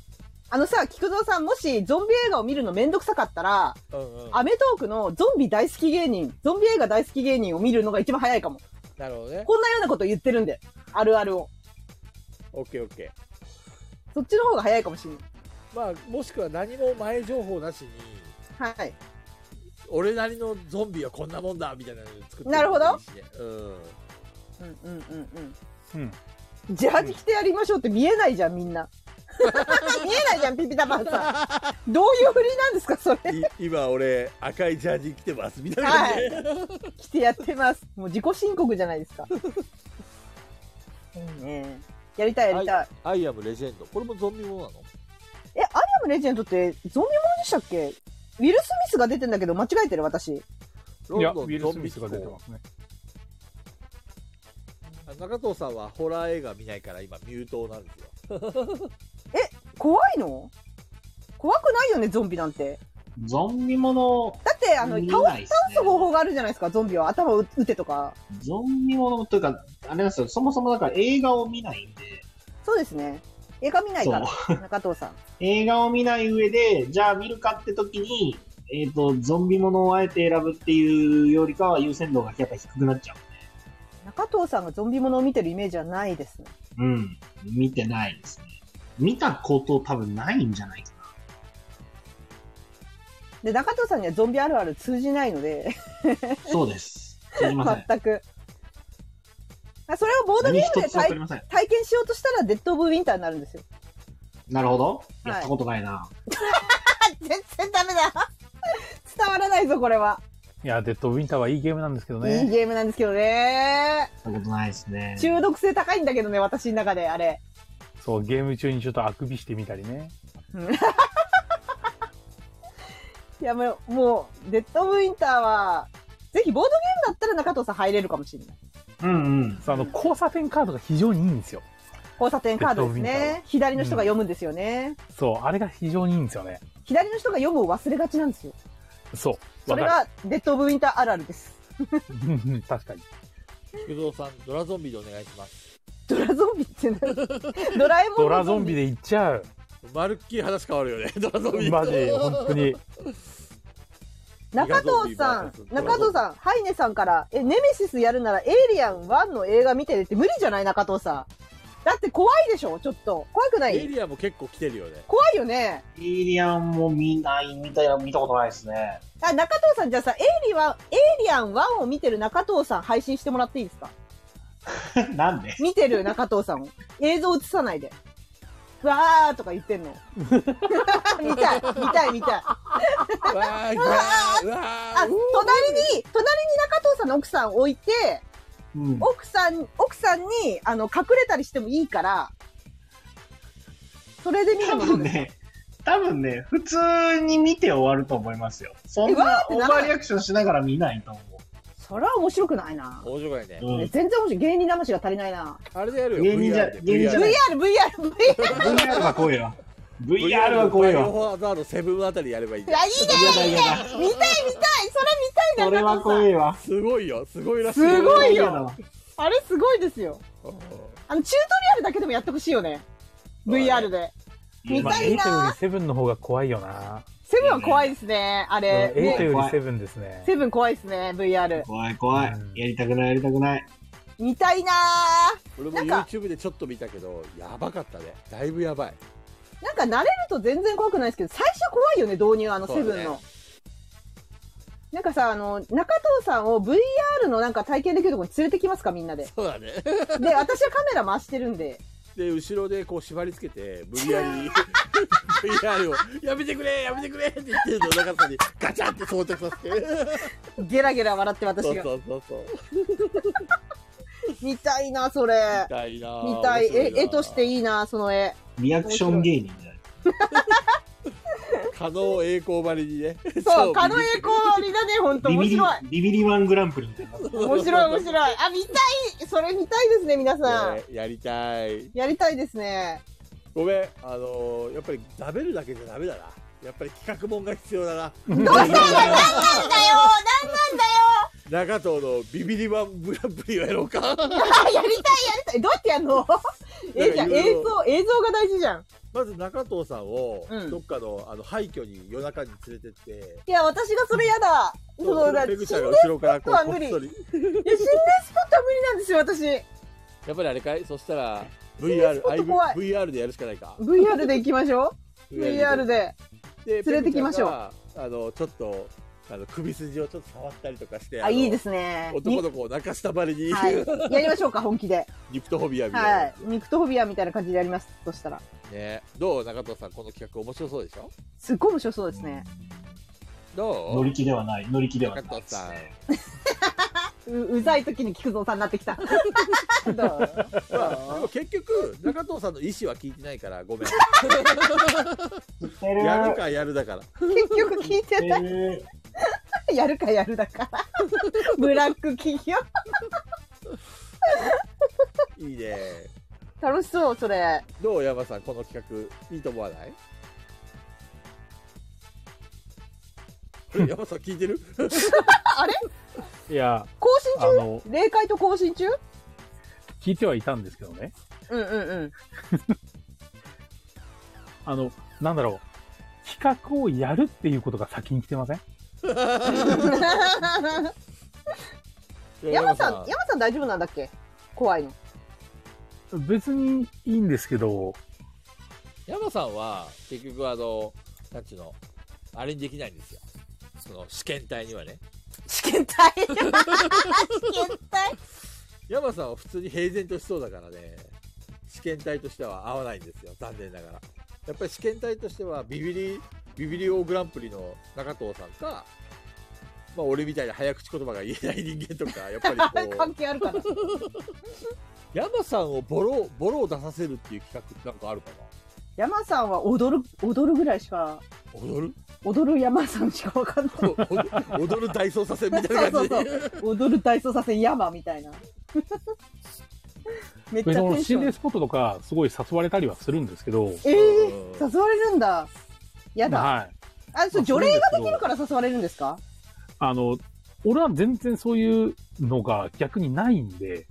[SPEAKER 4] あのさ、菊蔵さん、もしゾンビ映画を見るのめんどくさかったら、
[SPEAKER 5] うんうん。
[SPEAKER 4] アメトークのゾンビ大好き芸人、ゾンビ映画大好き芸人を見るのが一番早いかも。
[SPEAKER 5] なるほどね。
[SPEAKER 4] こんなようなこと言ってるんで、あるあるを。
[SPEAKER 5] オッケーオッケ
[SPEAKER 4] そっちの方が早いかもしれ
[SPEAKER 5] ー。まあもしくは何も前情報なしに、
[SPEAKER 4] ない。はい。
[SPEAKER 5] 俺なりのゾンビはこんなもんだみたいなのを作って
[SPEAKER 4] なるほど
[SPEAKER 5] いいしねうん。
[SPEAKER 4] うんうんうん
[SPEAKER 2] うん。
[SPEAKER 4] うん。ジャージ着てやりましょうって見えないじゃん、みん な。見えないじゃん、ピピタパンさん。どういう振りなんですか、それ。
[SPEAKER 5] い今俺赤いジャージ着てますみたいな感
[SPEAKER 4] は
[SPEAKER 5] じで、
[SPEAKER 4] い。来てやってます。もう自己申告じゃないですか。いいね。やりたいやりたい。
[SPEAKER 1] アイアムレジェンド。これもゾンビものなの
[SPEAKER 4] え、アイアムレジェンドってゾンビものでしたっけウィル・スミスが出てんだけど間違えてる私。
[SPEAKER 2] いや、
[SPEAKER 1] ロ
[SPEAKER 2] ウ
[SPEAKER 1] ンド
[SPEAKER 2] ィ
[SPEAKER 1] ンゾ
[SPEAKER 2] ル・ス
[SPEAKER 1] ン
[SPEAKER 2] ミ
[SPEAKER 1] ビ
[SPEAKER 2] ス
[SPEAKER 1] 機
[SPEAKER 2] が
[SPEAKER 1] 構
[SPEAKER 2] 出てますね。
[SPEAKER 1] あ中藤さんはホラー映画見ないから今ミュートなんですよ。
[SPEAKER 4] 怖いの怖くないよね、ゾンビなんて。
[SPEAKER 3] ゾンビもの、
[SPEAKER 4] だって、あの、
[SPEAKER 3] 見
[SPEAKER 4] 倒
[SPEAKER 3] ないですね
[SPEAKER 4] す方法があるじゃないですか、ゾンビは。頭を打てとか。
[SPEAKER 3] ゾンビものというか、あれなんですよ、そもそもだから映画を見ないんで、
[SPEAKER 4] そうですね。映画見な いから、中藤さん。
[SPEAKER 3] 映画を見ない上で、じゃあ見るかって時に、えっ、と、ゾンビものをあえて選ぶっていうよりかは優先度がやっぱ低くなっちゃ
[SPEAKER 4] 中藤さんがゾンビものを見てるイメージはないですね。
[SPEAKER 3] う。うん。見てないですね。見たこと多分ないんじゃないか
[SPEAKER 4] で、中藤さんにはゾンビあるある通じないので、
[SPEAKER 3] な。そうです。すみま せん。
[SPEAKER 4] 全く。あそれをボードゲ
[SPEAKER 3] 何
[SPEAKER 4] ーム
[SPEAKER 3] 一
[SPEAKER 4] で
[SPEAKER 3] つわか
[SPEAKER 4] 体
[SPEAKER 3] りません。
[SPEAKER 4] 体験しようとしたら、デッド・オブ・ウィンターになるんですよ。
[SPEAKER 3] なるほど。
[SPEAKER 4] はい
[SPEAKER 3] やったことないな。
[SPEAKER 4] あ、全然ダメだ 伝わらないぞ、これは。
[SPEAKER 2] いや、デッド・ウィンターはいいゲームなんですけど
[SPEAKER 4] いい
[SPEAKER 2] ね。
[SPEAKER 4] ゲームなんですけどね。
[SPEAKER 3] やったことないですね。
[SPEAKER 4] 中毒性高いんだけどね、私の中で、あれ。
[SPEAKER 2] そう、ゲーム中にちょっとあくびしてみたりね。
[SPEAKER 4] いや、もう、もう、デッド・オブ・ウィンターは、ぜひボードゲームだったら中藤さん入れるかもしれない。
[SPEAKER 3] うんうん。
[SPEAKER 2] そうあの、交差点カードが非常にいいんですよ。
[SPEAKER 4] 交差点カードです
[SPEAKER 2] デッドウィンターは
[SPEAKER 4] ね。左の人が読むんですよね。
[SPEAKER 2] そう、あれが非常にいいんですよね。
[SPEAKER 4] 左の人が読むを忘れがちなんですよ。
[SPEAKER 2] そう。
[SPEAKER 4] それ
[SPEAKER 2] わか
[SPEAKER 4] が、デッド・オブ・ウィンターあるあるです。
[SPEAKER 2] る。うんうん確かに。
[SPEAKER 1] 菊蔵さん、ドラゾンビでお願いします。
[SPEAKER 4] ドラゾンビって何ドラえもんの
[SPEAKER 2] ドラゾンビでいっちゃう。
[SPEAKER 1] まるっきり話変わるよね、ド ラゾンビ。
[SPEAKER 2] マジ、本当に。
[SPEAKER 4] 中藤さ
[SPEAKER 1] ドラ
[SPEAKER 4] ん、
[SPEAKER 1] ゾンビ
[SPEAKER 4] 中藤さん、ハイネさんから、え、ネメシスやるならエイリアン1の映画見てるって無理じゃない中藤さん。だって怖いでしょちょっと。怖くな
[SPEAKER 1] エイ
[SPEAKER 4] い
[SPEAKER 1] リアンも結構来てるよね。
[SPEAKER 4] 怖いよね。
[SPEAKER 3] エイリアンも見ない、見た、見たことないですね。
[SPEAKER 4] あ、中藤さん、じゃあさ、エイリアン、エイリアン1を見てる中藤さん配信してもらっていいですか
[SPEAKER 3] なんで
[SPEAKER 4] 見てる中藤さんを。映像映さないで。わーとか言ってんの。 見たい、見たい、見たい。
[SPEAKER 5] うわーうわーうわ
[SPEAKER 4] あ、隣
[SPEAKER 5] ー
[SPEAKER 4] に、隣に中藤さんの奥さんを置いて、
[SPEAKER 3] うん。
[SPEAKER 4] 奥さん、奥さんに、あの、隠れたりしてもいいから、それで見
[SPEAKER 3] 多
[SPEAKER 4] るの
[SPEAKER 3] 分ね、多分ね、普通に見て終わると思いますよ。そん
[SPEAKER 4] えわ
[SPEAKER 3] な
[SPEAKER 4] ーって
[SPEAKER 3] オ
[SPEAKER 4] な
[SPEAKER 3] ー
[SPEAKER 4] ら
[SPEAKER 3] バ
[SPEAKER 4] ない
[SPEAKER 3] ーリアクションしながら見ないと思う。
[SPEAKER 4] それは面白くないな。
[SPEAKER 1] 面白いね。
[SPEAKER 3] うん
[SPEAKER 4] 全然面白い。芸人魂が足りないな。
[SPEAKER 1] あれでやるよ。
[SPEAKER 3] 芸人じゃ
[SPEAKER 1] VR で
[SPEAKER 3] 芸人じゃない
[SPEAKER 4] VR、VR、VR。
[SPEAKER 3] VR は怖いよ。VR は怖い
[SPEAKER 1] バイオ
[SPEAKER 3] よ。
[SPEAKER 1] ハザードセブンあたりやればいいんだよ
[SPEAKER 4] あいいね、いいね。見たい、見たい。それ見たい
[SPEAKER 3] そ
[SPEAKER 4] んだ
[SPEAKER 3] れは怖いわ。
[SPEAKER 1] すごいよ。すごいらしい。
[SPEAKER 4] すごい
[SPEAKER 3] だ
[SPEAKER 4] よ
[SPEAKER 3] わ。
[SPEAKER 4] あれすごいですよ。
[SPEAKER 1] うん
[SPEAKER 4] あの、チュートリアルだけでもやってほしいよね。VR で。見
[SPEAKER 2] まあ、
[SPEAKER 4] た
[SPEAKER 2] 8
[SPEAKER 4] い
[SPEAKER 2] よ
[SPEAKER 4] な。
[SPEAKER 2] り7の方が怖いよな。
[SPEAKER 4] セブンは怖いですね。あ
[SPEAKER 2] うん
[SPEAKER 4] れ。
[SPEAKER 2] 8
[SPEAKER 4] ね
[SPEAKER 2] より7ですね。
[SPEAKER 4] セブン怖いですね、VR。
[SPEAKER 3] 怖い怖い。やりたくないやりたくない。
[SPEAKER 4] 見たいな
[SPEAKER 1] 俺も
[SPEAKER 4] なんか
[SPEAKER 1] YouTube でちょっと見たけど、やばかったね。だいぶやばい。
[SPEAKER 4] なんか慣れると全然怖くないですけど、最初怖いよね、導入、あの
[SPEAKER 1] そう
[SPEAKER 4] セ
[SPEAKER 1] だ
[SPEAKER 4] ブ
[SPEAKER 1] ね
[SPEAKER 4] ンの。なんかさ、あの、中藤さんを VR のなんか体験できるところに連れてきますか、みんなで。
[SPEAKER 1] そうだね。
[SPEAKER 4] で、私はカメラ回してるんで。
[SPEAKER 1] で、後ろでこう縛り付けて、無理や り、VR を、やめてくれやめてくれって言ってるのを中田さんにガチャって装着させて。
[SPEAKER 4] ゲラゲラ笑って私
[SPEAKER 1] そう
[SPEAKER 4] が。
[SPEAKER 1] そうそうそう。
[SPEAKER 4] 見たいな、それ
[SPEAKER 1] 見。たいな
[SPEAKER 4] 見たい。絵、絵として
[SPEAKER 1] い。
[SPEAKER 4] いいな、その絵。
[SPEAKER 3] リアクション芸人じゃない。
[SPEAKER 1] 可能栄光ばりにね。
[SPEAKER 4] そう、狩野英孝にだね、ほんと。
[SPEAKER 3] ビ
[SPEAKER 4] 面
[SPEAKER 3] ビリ
[SPEAKER 4] 白い。、
[SPEAKER 3] ビビリワングランプリみたいな。
[SPEAKER 4] 面白い、面白い。あ、見たいそれ見たいですね、皆さん
[SPEAKER 1] ね。やりたい。
[SPEAKER 4] やりたいですね。
[SPEAKER 1] ごめん、あのーやっぱり食べるだけじゃダメだな。やっぱり企画もんが必要だな。
[SPEAKER 4] どうしたらなんなんだよなんな
[SPEAKER 1] 長藤のビビリマングランプリをやろうか。
[SPEAKER 4] んだよやりたい、やりたい。どうやってやんのえ、じゃあ
[SPEAKER 1] いろ
[SPEAKER 4] 映
[SPEAKER 1] いろ
[SPEAKER 4] 像、映像が大事じゃん。
[SPEAKER 1] まず中藤さんを
[SPEAKER 4] うん
[SPEAKER 1] どっかのあの廃墟に夜中に連れてって、
[SPEAKER 4] いや、私がそれやだ。そ
[SPEAKER 1] そうの
[SPEAKER 4] だ、
[SPEAKER 1] ペグちゃ
[SPEAKER 4] 心
[SPEAKER 1] んが
[SPEAKER 4] 霊
[SPEAKER 1] 後ろからこ
[SPEAKER 4] 心霊ス
[SPEAKER 1] うこっ
[SPEAKER 4] ポットは無理
[SPEAKER 1] そり。
[SPEAKER 4] いや心霊スポットは無理なんですよ、私。
[SPEAKER 1] やっぱりあれかいそしたら
[SPEAKER 4] 心霊
[SPEAKER 1] VR
[SPEAKER 4] スポット
[SPEAKER 1] IV
[SPEAKER 4] 怖い
[SPEAKER 1] VR でやるしかないか。
[SPEAKER 4] VR で行きましょう。VR で。
[SPEAKER 1] で
[SPEAKER 4] 連れてきましょう。
[SPEAKER 1] ペグちゃんがあのちょっとあの首筋をちょっと触ったりとかして、。
[SPEAKER 4] あ、いいですすね。
[SPEAKER 1] 男の子を泣かしたばりに、
[SPEAKER 4] はい。やりましょうか、本気で。
[SPEAKER 1] リプトホビアみたいな。
[SPEAKER 4] はい。肉とホビアみたいな感じでやります。そしたら。
[SPEAKER 1] ねどう中藤さんこの企画面白そうでしょ
[SPEAKER 4] すっごい面白そうですね。
[SPEAKER 1] どう
[SPEAKER 3] 乗り気ではない。乗り気ではない
[SPEAKER 1] 中。藤さん
[SPEAKER 4] う、うざい時に菊蔵さんになって きた。どうど
[SPEAKER 1] まあ、で
[SPEAKER 4] う
[SPEAKER 1] も結局中藤さんの意思は聞いてないからごめん
[SPEAKER 3] 知ってる
[SPEAKER 1] やるかやるだから
[SPEAKER 4] 結局聞いて
[SPEAKER 3] 知っ
[SPEAKER 4] な
[SPEAKER 3] てる
[SPEAKER 4] い。やるかやるだから。ブラック企業。
[SPEAKER 1] いいね
[SPEAKER 4] 楽しそう、それ。
[SPEAKER 1] どう山さんこの企画いいと思わないえ 山さん聞いてる
[SPEAKER 4] ああれ
[SPEAKER 2] いや、
[SPEAKER 4] 更新
[SPEAKER 2] あの、
[SPEAKER 4] 中霊界と更新中
[SPEAKER 2] 聞いてはいたんですけどね。
[SPEAKER 4] うんう んうん。
[SPEAKER 2] あの、なんだろう。企画をやるっていうことが先に来てません
[SPEAKER 4] 山さん、山さん大丈夫なんだっけ怖いの。
[SPEAKER 2] 別にいいんですけど、
[SPEAKER 1] 山さんは結局あのなんちゅうのあれにできないんですよその試験体にはね
[SPEAKER 4] 試験体試験体
[SPEAKER 1] 山さんは普通に平然としそうだからね試験体としては合わないんですよ残念ながらやっぱり試験体としてはビビリビビリ王グランプリの中藤さんかまあ俺みたいな早口言葉が言えない人間とかやっぱ りこ
[SPEAKER 4] 関
[SPEAKER 1] う
[SPEAKER 4] 係あるかな
[SPEAKER 1] 山さんをボロボロを出させるっていう企画ってなんかあるか
[SPEAKER 4] 山さんは踊る、踊るぐらいしか、
[SPEAKER 1] な踊る
[SPEAKER 4] 踊る山さんしかわかんない。
[SPEAKER 1] 踊る大捜査線みたいな感じで
[SPEAKER 4] そう踊る体操させ山みた いな。めっち
[SPEAKER 2] 別
[SPEAKER 4] ゃ
[SPEAKER 2] に
[SPEAKER 4] テ
[SPEAKER 2] その
[SPEAKER 4] ンシ
[SPEAKER 2] 心
[SPEAKER 4] ョ
[SPEAKER 2] 霊
[SPEAKER 4] ン。
[SPEAKER 2] スポットとかすごい誘われたりはするんですけど、
[SPEAKER 4] ええ
[SPEAKER 1] うん
[SPEAKER 4] 誘われるんだ。やだ。
[SPEAKER 2] はい。
[SPEAKER 4] あ、そう、除霊ができるから誘われるんですか
[SPEAKER 2] あの、俺は全然そういうのが逆にないんで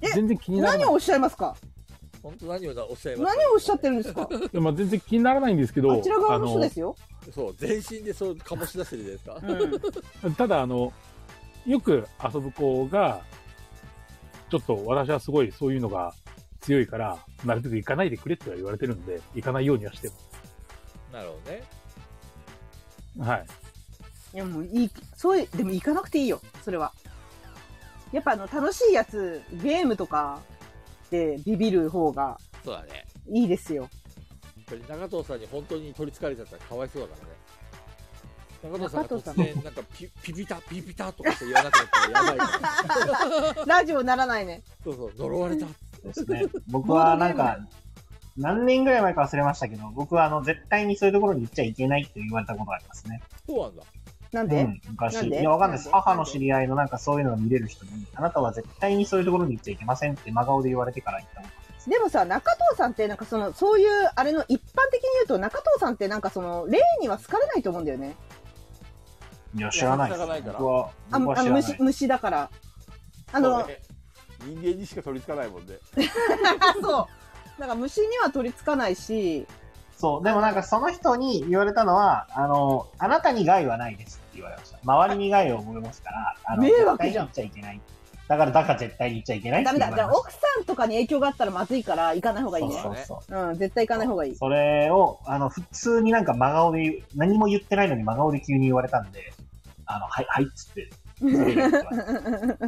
[SPEAKER 4] え、
[SPEAKER 2] 全然気になら
[SPEAKER 4] 何
[SPEAKER 2] ない
[SPEAKER 4] をおっしゃいますか
[SPEAKER 1] 本当何をなおっしゃいます
[SPEAKER 4] 何をおっしゃってるんですか
[SPEAKER 2] いやまあ、全然気にならないんですけど、
[SPEAKER 4] あちら側の人ですよ。
[SPEAKER 1] そう全身でそう醸し出してるじゃないですか
[SPEAKER 4] う
[SPEAKER 2] あ
[SPEAKER 4] ん
[SPEAKER 2] のただあの、よく遊ぶ子が、ちょっと私はすごいそういうのが強いから、なるべく行かないでくれっては言われてるんで、行かないようにはして
[SPEAKER 1] なるほどね
[SPEAKER 2] も。はい。
[SPEAKER 4] いやもういい、そういう、でも行かなくていいよ、それは。やっぱあの、楽しいやつ、ゲームとかでビビる方が
[SPEAKER 1] そうだね
[SPEAKER 4] いいで すよ。
[SPEAKER 1] やっぱり中藤さんに本当に取りつかれちゃったらかわいそうだからね中藤さんが
[SPEAKER 4] 中藤さん
[SPEAKER 1] 突然なんかピピピタピピタとかって言わなくなったらやばい から
[SPEAKER 4] ラジオならないね。
[SPEAKER 1] そうそう呪われた
[SPEAKER 3] そうです ね。僕はなんか、何年ぐらい前か忘れましたけど、僕はあの、絶対にそういうところに行っちゃいけないって言われたことがありますね。
[SPEAKER 1] そうなんだ
[SPEAKER 4] なん
[SPEAKER 3] う
[SPEAKER 4] で、
[SPEAKER 3] ん、昔。
[SPEAKER 4] なん
[SPEAKER 3] い
[SPEAKER 4] で
[SPEAKER 3] や、わかんないです。
[SPEAKER 4] なんで
[SPEAKER 3] 母の知り合いのなんかそういうのが見れる人に、あなたは絶対にそういうところに行っちゃいけませんって真顔で言われてから行ったの。
[SPEAKER 4] でもさ、中藤さんってなんかその、そういう、あれの一般的に言うと、中藤さんってなんかその、霊には好かれないと思うんだよね。
[SPEAKER 3] いや、知らないです。
[SPEAKER 5] いや知らないから
[SPEAKER 3] 僕は、
[SPEAKER 4] あ
[SPEAKER 3] 僕は
[SPEAKER 4] あ
[SPEAKER 3] 知
[SPEAKER 4] の
[SPEAKER 3] らない。
[SPEAKER 4] 虫、虫だから。あの、
[SPEAKER 5] そうね人間にしか取り付かないもんね。
[SPEAKER 4] あ、 そう。なんか虫には取り付かないし、
[SPEAKER 3] そう、でもなんかその人に言われたのは、あの、あなたに害はないですって言われました。周りに害を思いますから、あの、
[SPEAKER 4] 迷
[SPEAKER 3] 絶
[SPEAKER 4] 惑
[SPEAKER 3] 対に行っちゃいけない。だから、だから絶対に行っちゃいけないって
[SPEAKER 4] ダメ
[SPEAKER 3] 言わ
[SPEAKER 4] だ。
[SPEAKER 3] れ
[SPEAKER 4] だ
[SPEAKER 3] ま
[SPEAKER 4] か
[SPEAKER 3] した
[SPEAKER 4] ら奥さんとかに影響があったらまずいから、行かない方がいいね。
[SPEAKER 3] そうそうそう。
[SPEAKER 4] うん、絶対行かない方がいい。
[SPEAKER 3] それを、あの、普通になんか真顔で言う、何も言ってないのに真顔で急に言われたんで、あの、はい、はいっつって、それで言ってました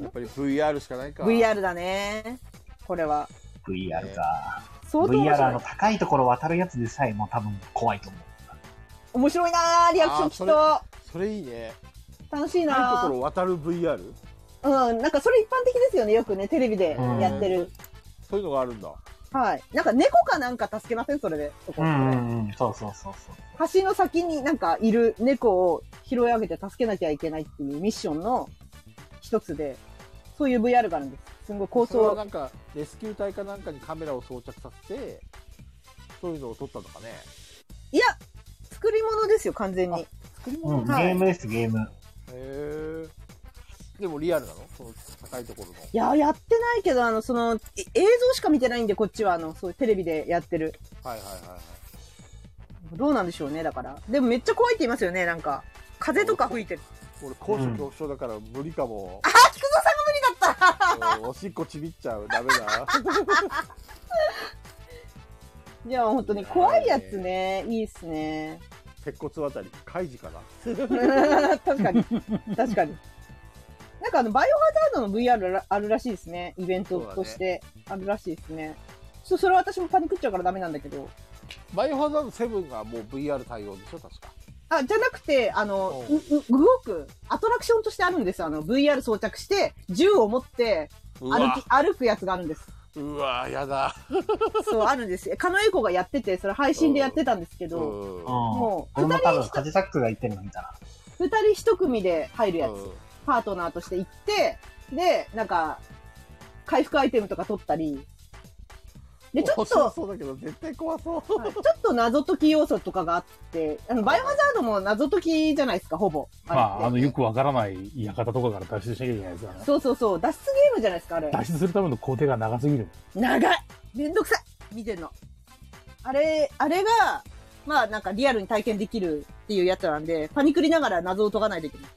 [SPEAKER 5] やっぱり VR しかないか。
[SPEAKER 4] VR だね。これは。
[SPEAKER 3] VR か。
[SPEAKER 4] 相当面
[SPEAKER 3] VR あ
[SPEAKER 4] 白い
[SPEAKER 3] の、。高いところ渡るやつでさえもう多分怖いと思う。
[SPEAKER 4] 面白いなーリアクションきっ
[SPEAKER 5] あ
[SPEAKER 4] と。
[SPEAKER 5] それいいね。
[SPEAKER 4] 楽しい
[SPEAKER 5] ないとこ
[SPEAKER 4] な
[SPEAKER 5] ろを渡る VR?
[SPEAKER 4] ーうん、なんかそれ一般的ですよね。よくね、テレビでやってる。
[SPEAKER 5] そういうのがあるんだ。
[SPEAKER 4] はい。なんか猫かなんか助けませんそれで。そこ
[SPEAKER 3] うんうんうん、そうそうそうそう。
[SPEAKER 4] 橋の先になんかいる猫を拾い上げて助けなきゃいけないっていうミッションの一つで、そういう VR があるんです。すごい構
[SPEAKER 5] それは
[SPEAKER 4] 想
[SPEAKER 5] な。んか、レスキュー隊かなんかにカメラを装着させて、そういうのを撮ったのかね。
[SPEAKER 4] いや、作り物ですよ、完全に。
[SPEAKER 5] 作り
[SPEAKER 3] う
[SPEAKER 5] 物
[SPEAKER 3] ん、ゲ
[SPEAKER 5] なんだ
[SPEAKER 4] はい
[SPEAKER 3] ームです、ゲーム。
[SPEAKER 5] へえ。でもリアルなのその高いところ
[SPEAKER 4] い
[SPEAKER 5] の。
[SPEAKER 4] や、やってないけど、あの、その、い映像しか見てないんで、こっちは、あの、そう、テレビでやってる。
[SPEAKER 5] はいはいはいはい。
[SPEAKER 4] どうなんでしょうね、だから。でもめっちゃ怖いって言いますよね、なんか。風とか吹いてる。
[SPEAKER 5] 俺、高所恐怖症だから無理かも。
[SPEAKER 4] あ、菊蔵さん
[SPEAKER 5] おしっこちびっちゃう。ダメだ。
[SPEAKER 4] いや、本当に怖いやつね。いいっすね。
[SPEAKER 5] 鉄骨渡り。カイジかな。
[SPEAKER 4] 確かに。確かに。なんかあの、バイオハザードの VR らあるらしいですね。イベントとして。あるらしいですね。ちょそれは私もパニックっちゃうからダメなんだけど。
[SPEAKER 5] バイオハザード7がもう VR 対応でしょ確か。
[SPEAKER 4] あ、じゃなくて、あの、う
[SPEAKER 5] おう
[SPEAKER 4] う動く、アトラクションとしてあるんです。あの、VR 装着して、銃を持って、
[SPEAKER 5] う
[SPEAKER 4] 歩き、歩くやつがあるん です。
[SPEAKER 5] うわやだ。
[SPEAKER 4] そう、あるんです。狩野英孝がやってて、それ配信でやってたんですけ
[SPEAKER 5] う
[SPEAKER 4] ど、
[SPEAKER 5] ん。
[SPEAKER 3] うん。
[SPEAKER 4] もう
[SPEAKER 3] 俺も多分、カジサックが言ってるの見たら。
[SPEAKER 4] 二人一組で入るやつ、
[SPEAKER 5] うん
[SPEAKER 4] パートナーとして行って、で、なんか、回復アイテムとか取ったり、で、ちょ
[SPEAKER 5] 面
[SPEAKER 4] っと、
[SPEAKER 5] 白
[SPEAKER 4] はい
[SPEAKER 5] そうだけど、絶対怖そう。
[SPEAKER 4] ちょっと謎解き要素とかがあって、あの、バイオハザードも謎解きじゃないですか、ほぼ。
[SPEAKER 2] ま
[SPEAKER 4] れ
[SPEAKER 2] あ、
[SPEAKER 4] っ
[SPEAKER 2] あ
[SPEAKER 4] て
[SPEAKER 2] の、よくわからない館とかから脱出しなきゃいけないですからね。
[SPEAKER 4] そうそうそう、脱出ゲームじゃないですか、あれ。
[SPEAKER 2] 脱出するための工程が長すぎる。
[SPEAKER 4] 長いめんどくさい見てんの。あれ、あれが、まあなんかリアルに体験できるっていうやつなんで、パニクりながら謎を解かないといけない。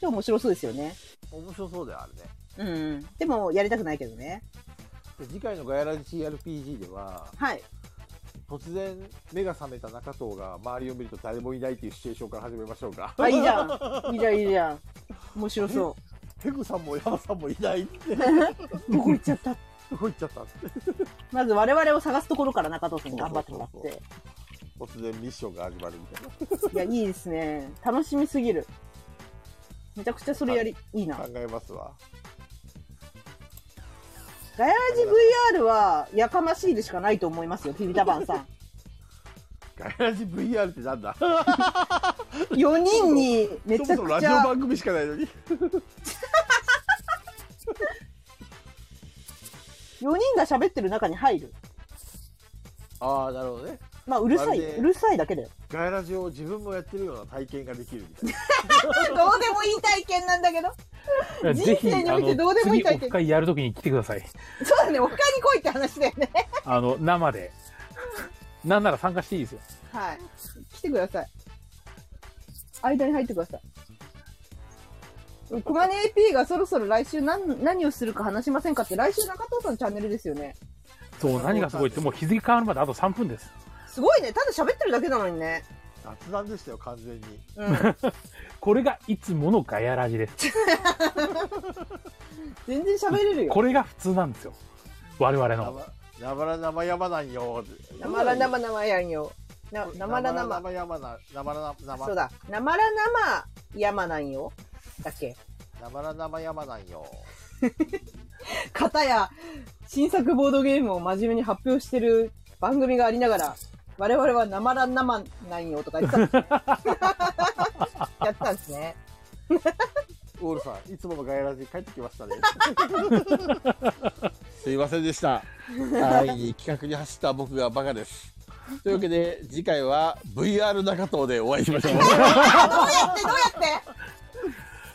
[SPEAKER 4] 超面白そうですよね。
[SPEAKER 5] 面白そうだよ、あれね。
[SPEAKER 4] うん。でも、やりたくないけどね。
[SPEAKER 5] で次回のガヤラジ CRPG では、
[SPEAKER 4] はい。
[SPEAKER 5] 突然目が覚めた中藤が周りを見ると誰もいないっていうシチュエーションから始めましょう か。
[SPEAKER 4] あ、いいじゃん。いいじゃん、いいじゃん。面白そ
[SPEAKER 5] ペグさんもヤマさんもいないって。
[SPEAKER 4] う。どこ行っち ゃった
[SPEAKER 5] どこ行っちゃったって。
[SPEAKER 4] まず我々を探すところから中藤さんに頑張ってもら
[SPEAKER 5] そう
[SPEAKER 4] っ
[SPEAKER 5] そう突然ミッションが始まるみたいな。
[SPEAKER 4] て。いや、いいですね。楽しみすぎる。めちゃくちゃそれやり、いいな。
[SPEAKER 5] 考えますわ。
[SPEAKER 4] ガヤラジ VR はやかましいでしかないと思いますよ、ピビタバンさん。
[SPEAKER 5] ガヤラジ VR ってなんだ
[SPEAKER 4] 4人に めち
[SPEAKER 5] そ
[SPEAKER 4] ゃ
[SPEAKER 5] もそもラ
[SPEAKER 4] く
[SPEAKER 5] ジ
[SPEAKER 4] ち
[SPEAKER 5] オ
[SPEAKER 4] ゃ
[SPEAKER 5] 番組しかないのに。
[SPEAKER 4] 4人が喋ってる中に入る
[SPEAKER 5] ああ、なるほどね。
[SPEAKER 4] まあうるさい、
[SPEAKER 5] まるで
[SPEAKER 4] うるさいだけだよ
[SPEAKER 5] ガヤラジを自分もやってるような体験ができるみたいな。
[SPEAKER 4] どうでもいい体験なんだけど人
[SPEAKER 2] ぜひ、
[SPEAKER 4] 生に
[SPEAKER 2] あ
[SPEAKER 4] おいてどう
[SPEAKER 2] の、
[SPEAKER 4] でもいい
[SPEAKER 2] 次
[SPEAKER 4] 体験
[SPEAKER 2] オフ会やるときに来てください。
[SPEAKER 4] そうだねおかに来いって話だよね
[SPEAKER 2] あの、生で。なんなら参加していいですよ。
[SPEAKER 4] はい来てください間に入ってくださいクマネ AP がそろそろ来週何何をするか話しませんかって来週中藤さんのチャンネルですよね
[SPEAKER 2] そう、何がすごいって、もう日付変わるまであと3分です。
[SPEAKER 4] すごいねただ喋ってるだけなのにね
[SPEAKER 5] 雑談でしたよ、完全に。
[SPEAKER 4] うん
[SPEAKER 2] これがいつものガヤラジです。
[SPEAKER 4] 全然喋れるよ
[SPEAKER 2] これが普通なんですよ。我々の。
[SPEAKER 5] 生生ら生山なんよ。
[SPEAKER 4] 生ら生生やんよな生ら生
[SPEAKER 5] 生山な生ら生
[SPEAKER 4] そうだ。生ら生山なんよ。だっけ。
[SPEAKER 5] 生ら生山なんよ。
[SPEAKER 4] かたや、新作ボードゲームを真面目に発表してる番組がありながら、我々は生らん生なんよとか言ってたんですね やってたんですね。
[SPEAKER 5] オールさん、いつものガイラジ帰ってきました ね。すいませんでした。はい、企画に走った僕がバカです。というわけで、次回は VR 中藤でお会いしましょう。
[SPEAKER 4] で、どうやって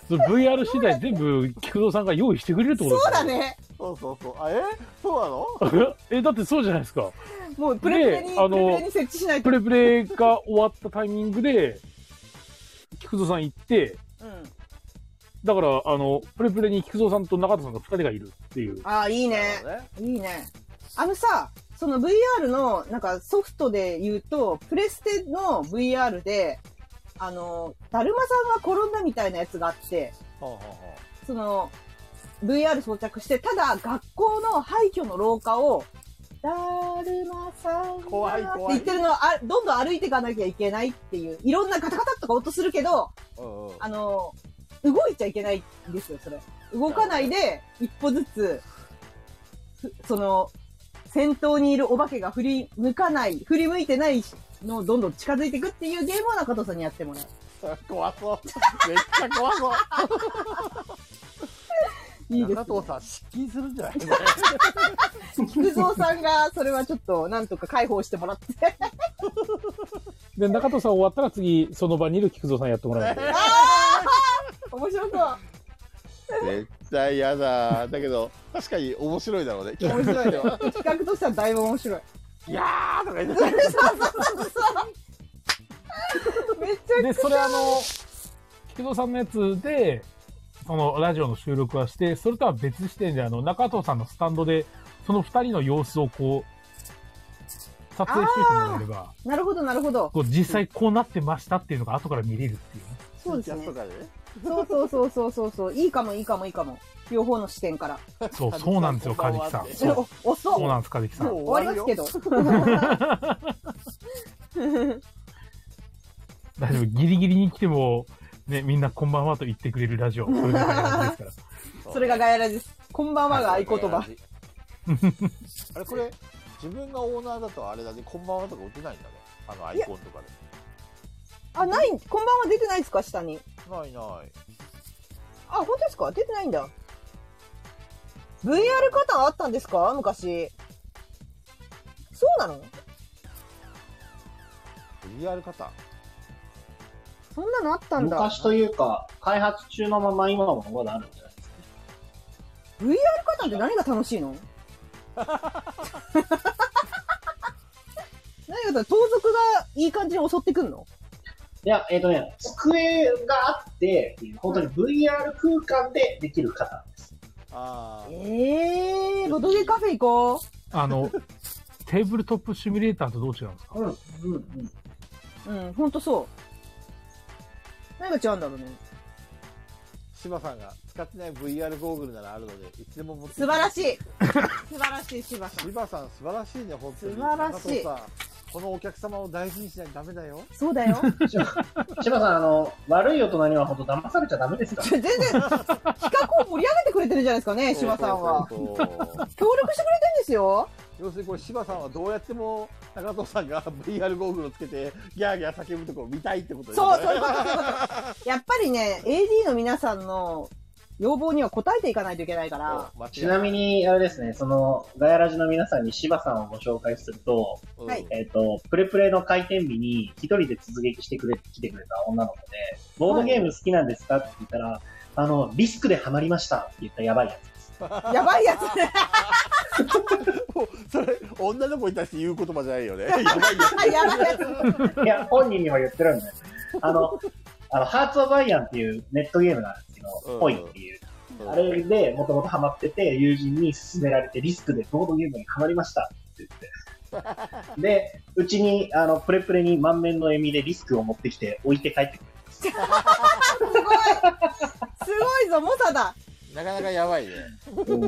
[SPEAKER 2] それ VR 次第全部菊蔵さんが用意してくれるってこと
[SPEAKER 4] そうだ
[SPEAKER 2] ね。
[SPEAKER 4] ね。
[SPEAKER 5] そうそうそう。あ、えそうなの
[SPEAKER 2] え、だってそうじゃないですか。
[SPEAKER 4] もうプレプレに、
[SPEAKER 2] ね
[SPEAKER 4] プ
[SPEAKER 2] あの
[SPEAKER 4] レプレに設置しないと。
[SPEAKER 2] プレプレが終わったタイミングで、菊蔵さん行って、
[SPEAKER 4] うん。
[SPEAKER 2] だから、あの、プレプレに菊蔵さんと中田さんの二人がいるっていう。
[SPEAKER 4] ああ、いいね。
[SPEAKER 5] なるほ
[SPEAKER 4] いいね。あのさ、その VR の、なんかソフトで言うと、プレステの VR で、あの、だるまさんが転んだみたいなやつがあって、
[SPEAKER 1] ほうほうほ
[SPEAKER 4] その、VR 装着して、ただ学校の廃墟の廊下を、だるまさんが
[SPEAKER 5] 怖い怖い
[SPEAKER 4] って言ってるのをあ、どんどん歩いていかなきゃいけないっていう、いろんなガタガタとか音するけど、
[SPEAKER 5] どね。
[SPEAKER 4] あの、動いちゃいけないんですよ、それ。動かないで、一歩ずつ、ふその、先頭にいるお化けが振り向かない、振り向いてないのをどんどん近づいていくっていうゲームを中藤さんにやってもら
[SPEAKER 5] うんうん。怖そう。めっちゃ怖そう。
[SPEAKER 4] う。いいです、ね
[SPEAKER 5] 中。藤さん、失禁するんじゃないの
[SPEAKER 4] 菊蔵さんが、それはちょっと、なんとか解放してもらって。
[SPEAKER 2] で、中田さん終わったら次、その場にいる菊蔵さんやってもらえるんで。
[SPEAKER 4] 面白そう。
[SPEAKER 5] 絶対嫌だ。だけど、確かに面白いだろ うね。面白いよ。
[SPEAKER 4] 企画としてはだいぶ面白い。
[SPEAKER 5] いやーとか言ってた。
[SPEAKER 4] めっちゃ
[SPEAKER 2] で、それあの、菊蔵さんのやつで、そのラジオの収録はして、それとは別視点で、あの、中藤さんのスタンドで、その二人の様子をこう、撮影していてもらえれば、
[SPEAKER 4] なるほど、なるほど。
[SPEAKER 2] こう実際こうなってましたっていうのが後から見れるっていうね。
[SPEAKER 4] そうです
[SPEAKER 5] ツイ
[SPEAKER 4] ね
[SPEAKER 5] キャスと。かでね。
[SPEAKER 4] そうそうそうそうそうそう。いいかも、いいかも、いいかも。両方の視点から。
[SPEAKER 2] そう、そうなんですよ、カジキさん。
[SPEAKER 5] こんばんはって
[SPEAKER 2] そう
[SPEAKER 4] お、おそ
[SPEAKER 2] そう
[SPEAKER 4] う。
[SPEAKER 2] なんです、カジキさん。
[SPEAKER 5] もう
[SPEAKER 4] 終わりますけど。
[SPEAKER 2] 大丈夫、ギリギリに来ても、ね、みんなこんばんはと言ってくれるラジオ。これが大事ですから。
[SPEAKER 4] それがガヤラジです。こんばんはが合言葉。
[SPEAKER 5] あれこれ自分がオーナーだとあれだねこんばんはとか打てないんだねあのアイコンとかで
[SPEAKER 4] あ、ない、こんばんは出てないですか、下に。
[SPEAKER 5] ないない
[SPEAKER 4] あ、本当ですか出てないんだ。VR カタンあったんですか昔。そうなの
[SPEAKER 5] VR 方
[SPEAKER 4] そんなのあったんだ。
[SPEAKER 3] 昔というか、開発中のまま今もまだあるんじゃない
[SPEAKER 4] VR カタンって何が楽しいの何が楽しい盗賊がいい感じに襲ってくんの
[SPEAKER 3] いや、えっ、とね、机があって、本当に VR 空間でできる方です。
[SPEAKER 5] あー
[SPEAKER 4] ええー、ボドゲカフェ行こ
[SPEAKER 2] あの、テーブルトップシミュレーターとどう違うんですか
[SPEAKER 3] うん、うん、うん。
[SPEAKER 4] う。うん、ほんとそう。何が違うんだろうね。
[SPEAKER 5] 柴さんが使ってない VR ゴーグルならあるのでいつでも持って
[SPEAKER 4] 素晴らし い。素晴らしい、柴さん。
[SPEAKER 5] 柴さん素晴らしいね本当に
[SPEAKER 4] 素晴らしい
[SPEAKER 5] 中藤さんこのお客様を大事にしないとダメだよ
[SPEAKER 4] そうだ よ。
[SPEAKER 3] 柴さん、あの、悪い大人には本当騙されちゃダメです から。
[SPEAKER 4] 全然、企画を盛り上げてくれてるじゃないですかね、柴さんは。
[SPEAKER 5] そうそうそう
[SPEAKER 4] 協力してくれてるんですよ。
[SPEAKER 5] 要するにこれ柴さんはどうやっても中藤さんが VR ゴーグルをつけてギャーギャー叫ぶとこを見たいってことです
[SPEAKER 4] そう、そういうこと、そういうこと。やっぱりね、AD の皆さんの要望には応えていかないといけないから。
[SPEAKER 5] 間違い
[SPEAKER 3] ちなみに、あれですね、その、ガヤラジの皆さんに柴さんをご紹介すると、
[SPEAKER 5] うん
[SPEAKER 4] はい
[SPEAKER 3] えっ、と、プレプレの開店日に一人で突撃してくれ、来てくれた女の子で、ボードゲーム好きなんですかって言ったら、あの、リスクでハマりましたって言ったやばいやつ。
[SPEAKER 4] やばいやつ。
[SPEAKER 5] もうそれ女の子に対して言う言葉じゃないよねやばい
[SPEAKER 4] やばいやつ。
[SPEAKER 3] いや、本人にも言ってるんで。あの、あの、ハーツ・オブ・アイアンっていうネットゲームなんですけ
[SPEAKER 5] う
[SPEAKER 3] ど、
[SPEAKER 5] ん
[SPEAKER 3] ポイっていう。あれで、もともとハマってて、友人に勧められて、リスクでボードゲームにハマりましたって言っ て。で、うちに、あの、プレプレに満面の笑みでリスクを持ってきて、置いて帰ってくる。
[SPEAKER 4] すごい。すごいぞ、猛者だ。
[SPEAKER 5] なかなかやばいね
[SPEAKER 3] うん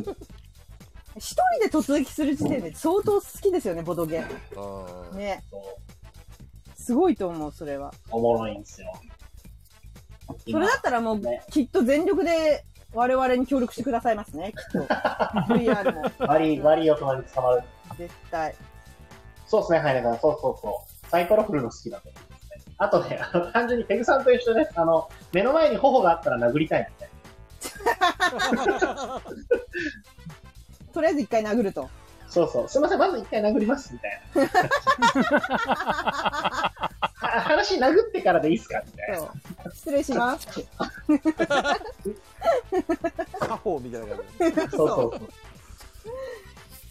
[SPEAKER 4] 一人で突撃する時点で相当好きですよね、ボドゲーム。
[SPEAKER 5] うん
[SPEAKER 4] ね。
[SPEAKER 3] そう
[SPEAKER 4] すごいと思う、それは。
[SPEAKER 3] おもろいんですよ。
[SPEAKER 4] それだったらもう
[SPEAKER 3] ね、
[SPEAKER 4] きっと全力で我々に協力してくださいますね、きっと。VR も。
[SPEAKER 3] 割り、割り大人に捕まる。
[SPEAKER 4] 絶対。
[SPEAKER 3] そうですね、はい、だからそうそうそう。サイコロ振るの好きだと思いますね。あとね、あの、単純にペグさんと一緒で、あの、目の前に頬があったら殴りたいみたい
[SPEAKER 4] とりあえず一回殴ると。
[SPEAKER 3] な。そうそう。すいません、まず一回殴ります、みたい な。は話殴ってからでいいっすかみたいな。
[SPEAKER 4] そう失礼します。
[SPEAKER 5] 家宝みたいな 感
[SPEAKER 3] そうそうそう。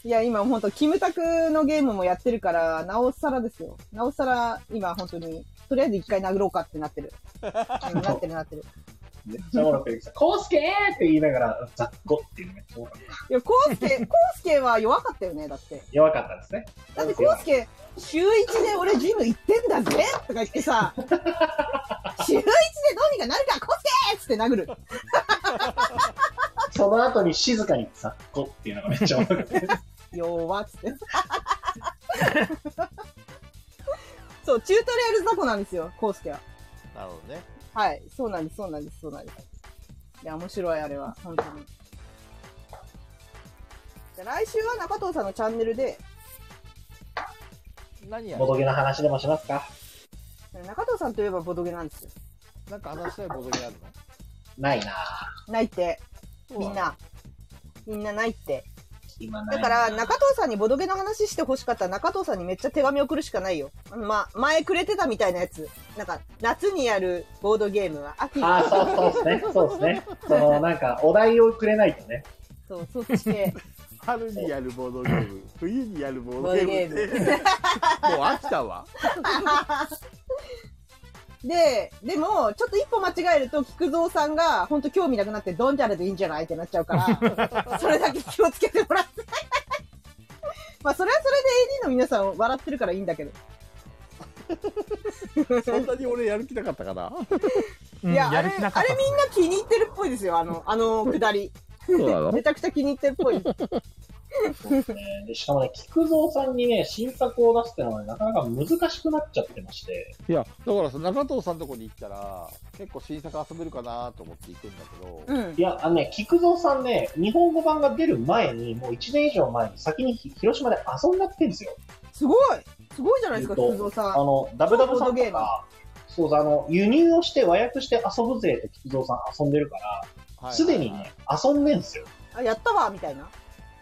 [SPEAKER 4] いや、今本当キムタクのゲームもやってるから、なおさらですよ。なおさら、今本当に、とりあえず一回殴ろうかって なってる。うんなってるなってる。
[SPEAKER 3] めっちゃおもろくて、コウスケーって言いながら、雑魚っていうのめっちゃおもろかった
[SPEAKER 4] いや、コウスケ、コウスケは弱かったよね、だって。
[SPEAKER 3] 弱かったですね。
[SPEAKER 4] だってコウスケ、週1で俺ジム行ってんだぜとか言ってさ、週1でどうにかなるか、コウスケーっつって殴る。
[SPEAKER 3] その後に静かに雑魚っていうのがめっちゃおもろかった。
[SPEAKER 4] 弱っつって。 そう、チュートリアル雑魚なんですよ、コウスケは。
[SPEAKER 5] じ。なるほどね。
[SPEAKER 4] はい、そうなんです、そうなんです、そうなんです。いや、面白い、あれは、本当に。じゃあ来週は中藤さんのチャンネルで、
[SPEAKER 5] 何や
[SPEAKER 3] ボドゲの話でもしますか
[SPEAKER 4] 中藤さんといえばボドゲなんですよ。
[SPEAKER 5] なんか話したいことがある
[SPEAKER 3] ないなぁ
[SPEAKER 4] ないって、
[SPEAKER 5] の
[SPEAKER 4] みん。な。みんなないって。
[SPEAKER 3] 今ないな
[SPEAKER 4] だか
[SPEAKER 3] ぁ
[SPEAKER 4] ら、中藤さんにボドゲの話してほしかったら、中藤さんにめっちゃ手紙送るしかないよ。まあ、前くれてたみたいなやつ。なんか、夏にやるボードゲームは秋に
[SPEAKER 3] ああ、そうそうですね。そうですね。その、なんか、お題をくれないとね。
[SPEAKER 4] そう、そして、
[SPEAKER 5] 春にやるボードゲー ム、冬にやるボー
[SPEAKER 4] ボ
[SPEAKER 5] ド
[SPEAKER 4] ー
[SPEAKER 5] ゲ
[SPEAKER 4] ド
[SPEAKER 5] ー
[SPEAKER 4] ゲ
[SPEAKER 5] ム
[SPEAKER 4] ー
[SPEAKER 5] って。
[SPEAKER 4] ム。
[SPEAKER 5] もう飽きたわ。
[SPEAKER 4] で、でも、ちょっと一歩間違えると、菊蔵さんが、ほんと興味なくなって、ドンジャラでいいんじゃないってなっちゃうから、 それだけ気をつけてもらって。 まあ、それはそれで AD の皆さん笑ってるからいいんだけど。
[SPEAKER 5] そんなに俺やる気なかったかな。
[SPEAKER 2] うん
[SPEAKER 4] いや、
[SPEAKER 2] や
[SPEAKER 4] あれ、
[SPEAKER 2] る気なか
[SPEAKER 4] あ
[SPEAKER 2] った
[SPEAKER 4] れ
[SPEAKER 2] っ
[SPEAKER 4] みんな気に入ってるっぽいですよ、あの、あの、くだり。
[SPEAKER 5] そうなの
[SPEAKER 4] めちゃくちゃ気に入ってるっぽい。
[SPEAKER 3] ねでしかもね、菊蔵さんにね、新作を出すってのはね、なかなか難しくなっちゃってまして、
[SPEAKER 5] いや、だからさ、中藤さんのとこに行ったら、結構新作遊べるかなと思って行くんだけど、
[SPEAKER 4] うん
[SPEAKER 3] い。や、あのね、菊蔵さんね、日本語版が出る前に、もう1年以上前に先にひ広島で遊んだってんですよ。
[SPEAKER 4] すごいすごいじゃないですか、
[SPEAKER 3] えっと
[SPEAKER 4] 菊蔵
[SPEAKER 3] あ
[SPEAKER 4] さん。
[SPEAKER 3] の、ダブダブさ
[SPEAKER 4] ボード
[SPEAKER 3] ん
[SPEAKER 4] ゲ
[SPEAKER 3] と
[SPEAKER 4] ーム
[SPEAKER 3] か、そうそうあの、輸入をして和訳して遊ぶぜって菊蔵さん遊んでるか
[SPEAKER 5] はい
[SPEAKER 3] ら、すでにね、遊んでんですよ。
[SPEAKER 4] あ、やったわ、みたいな。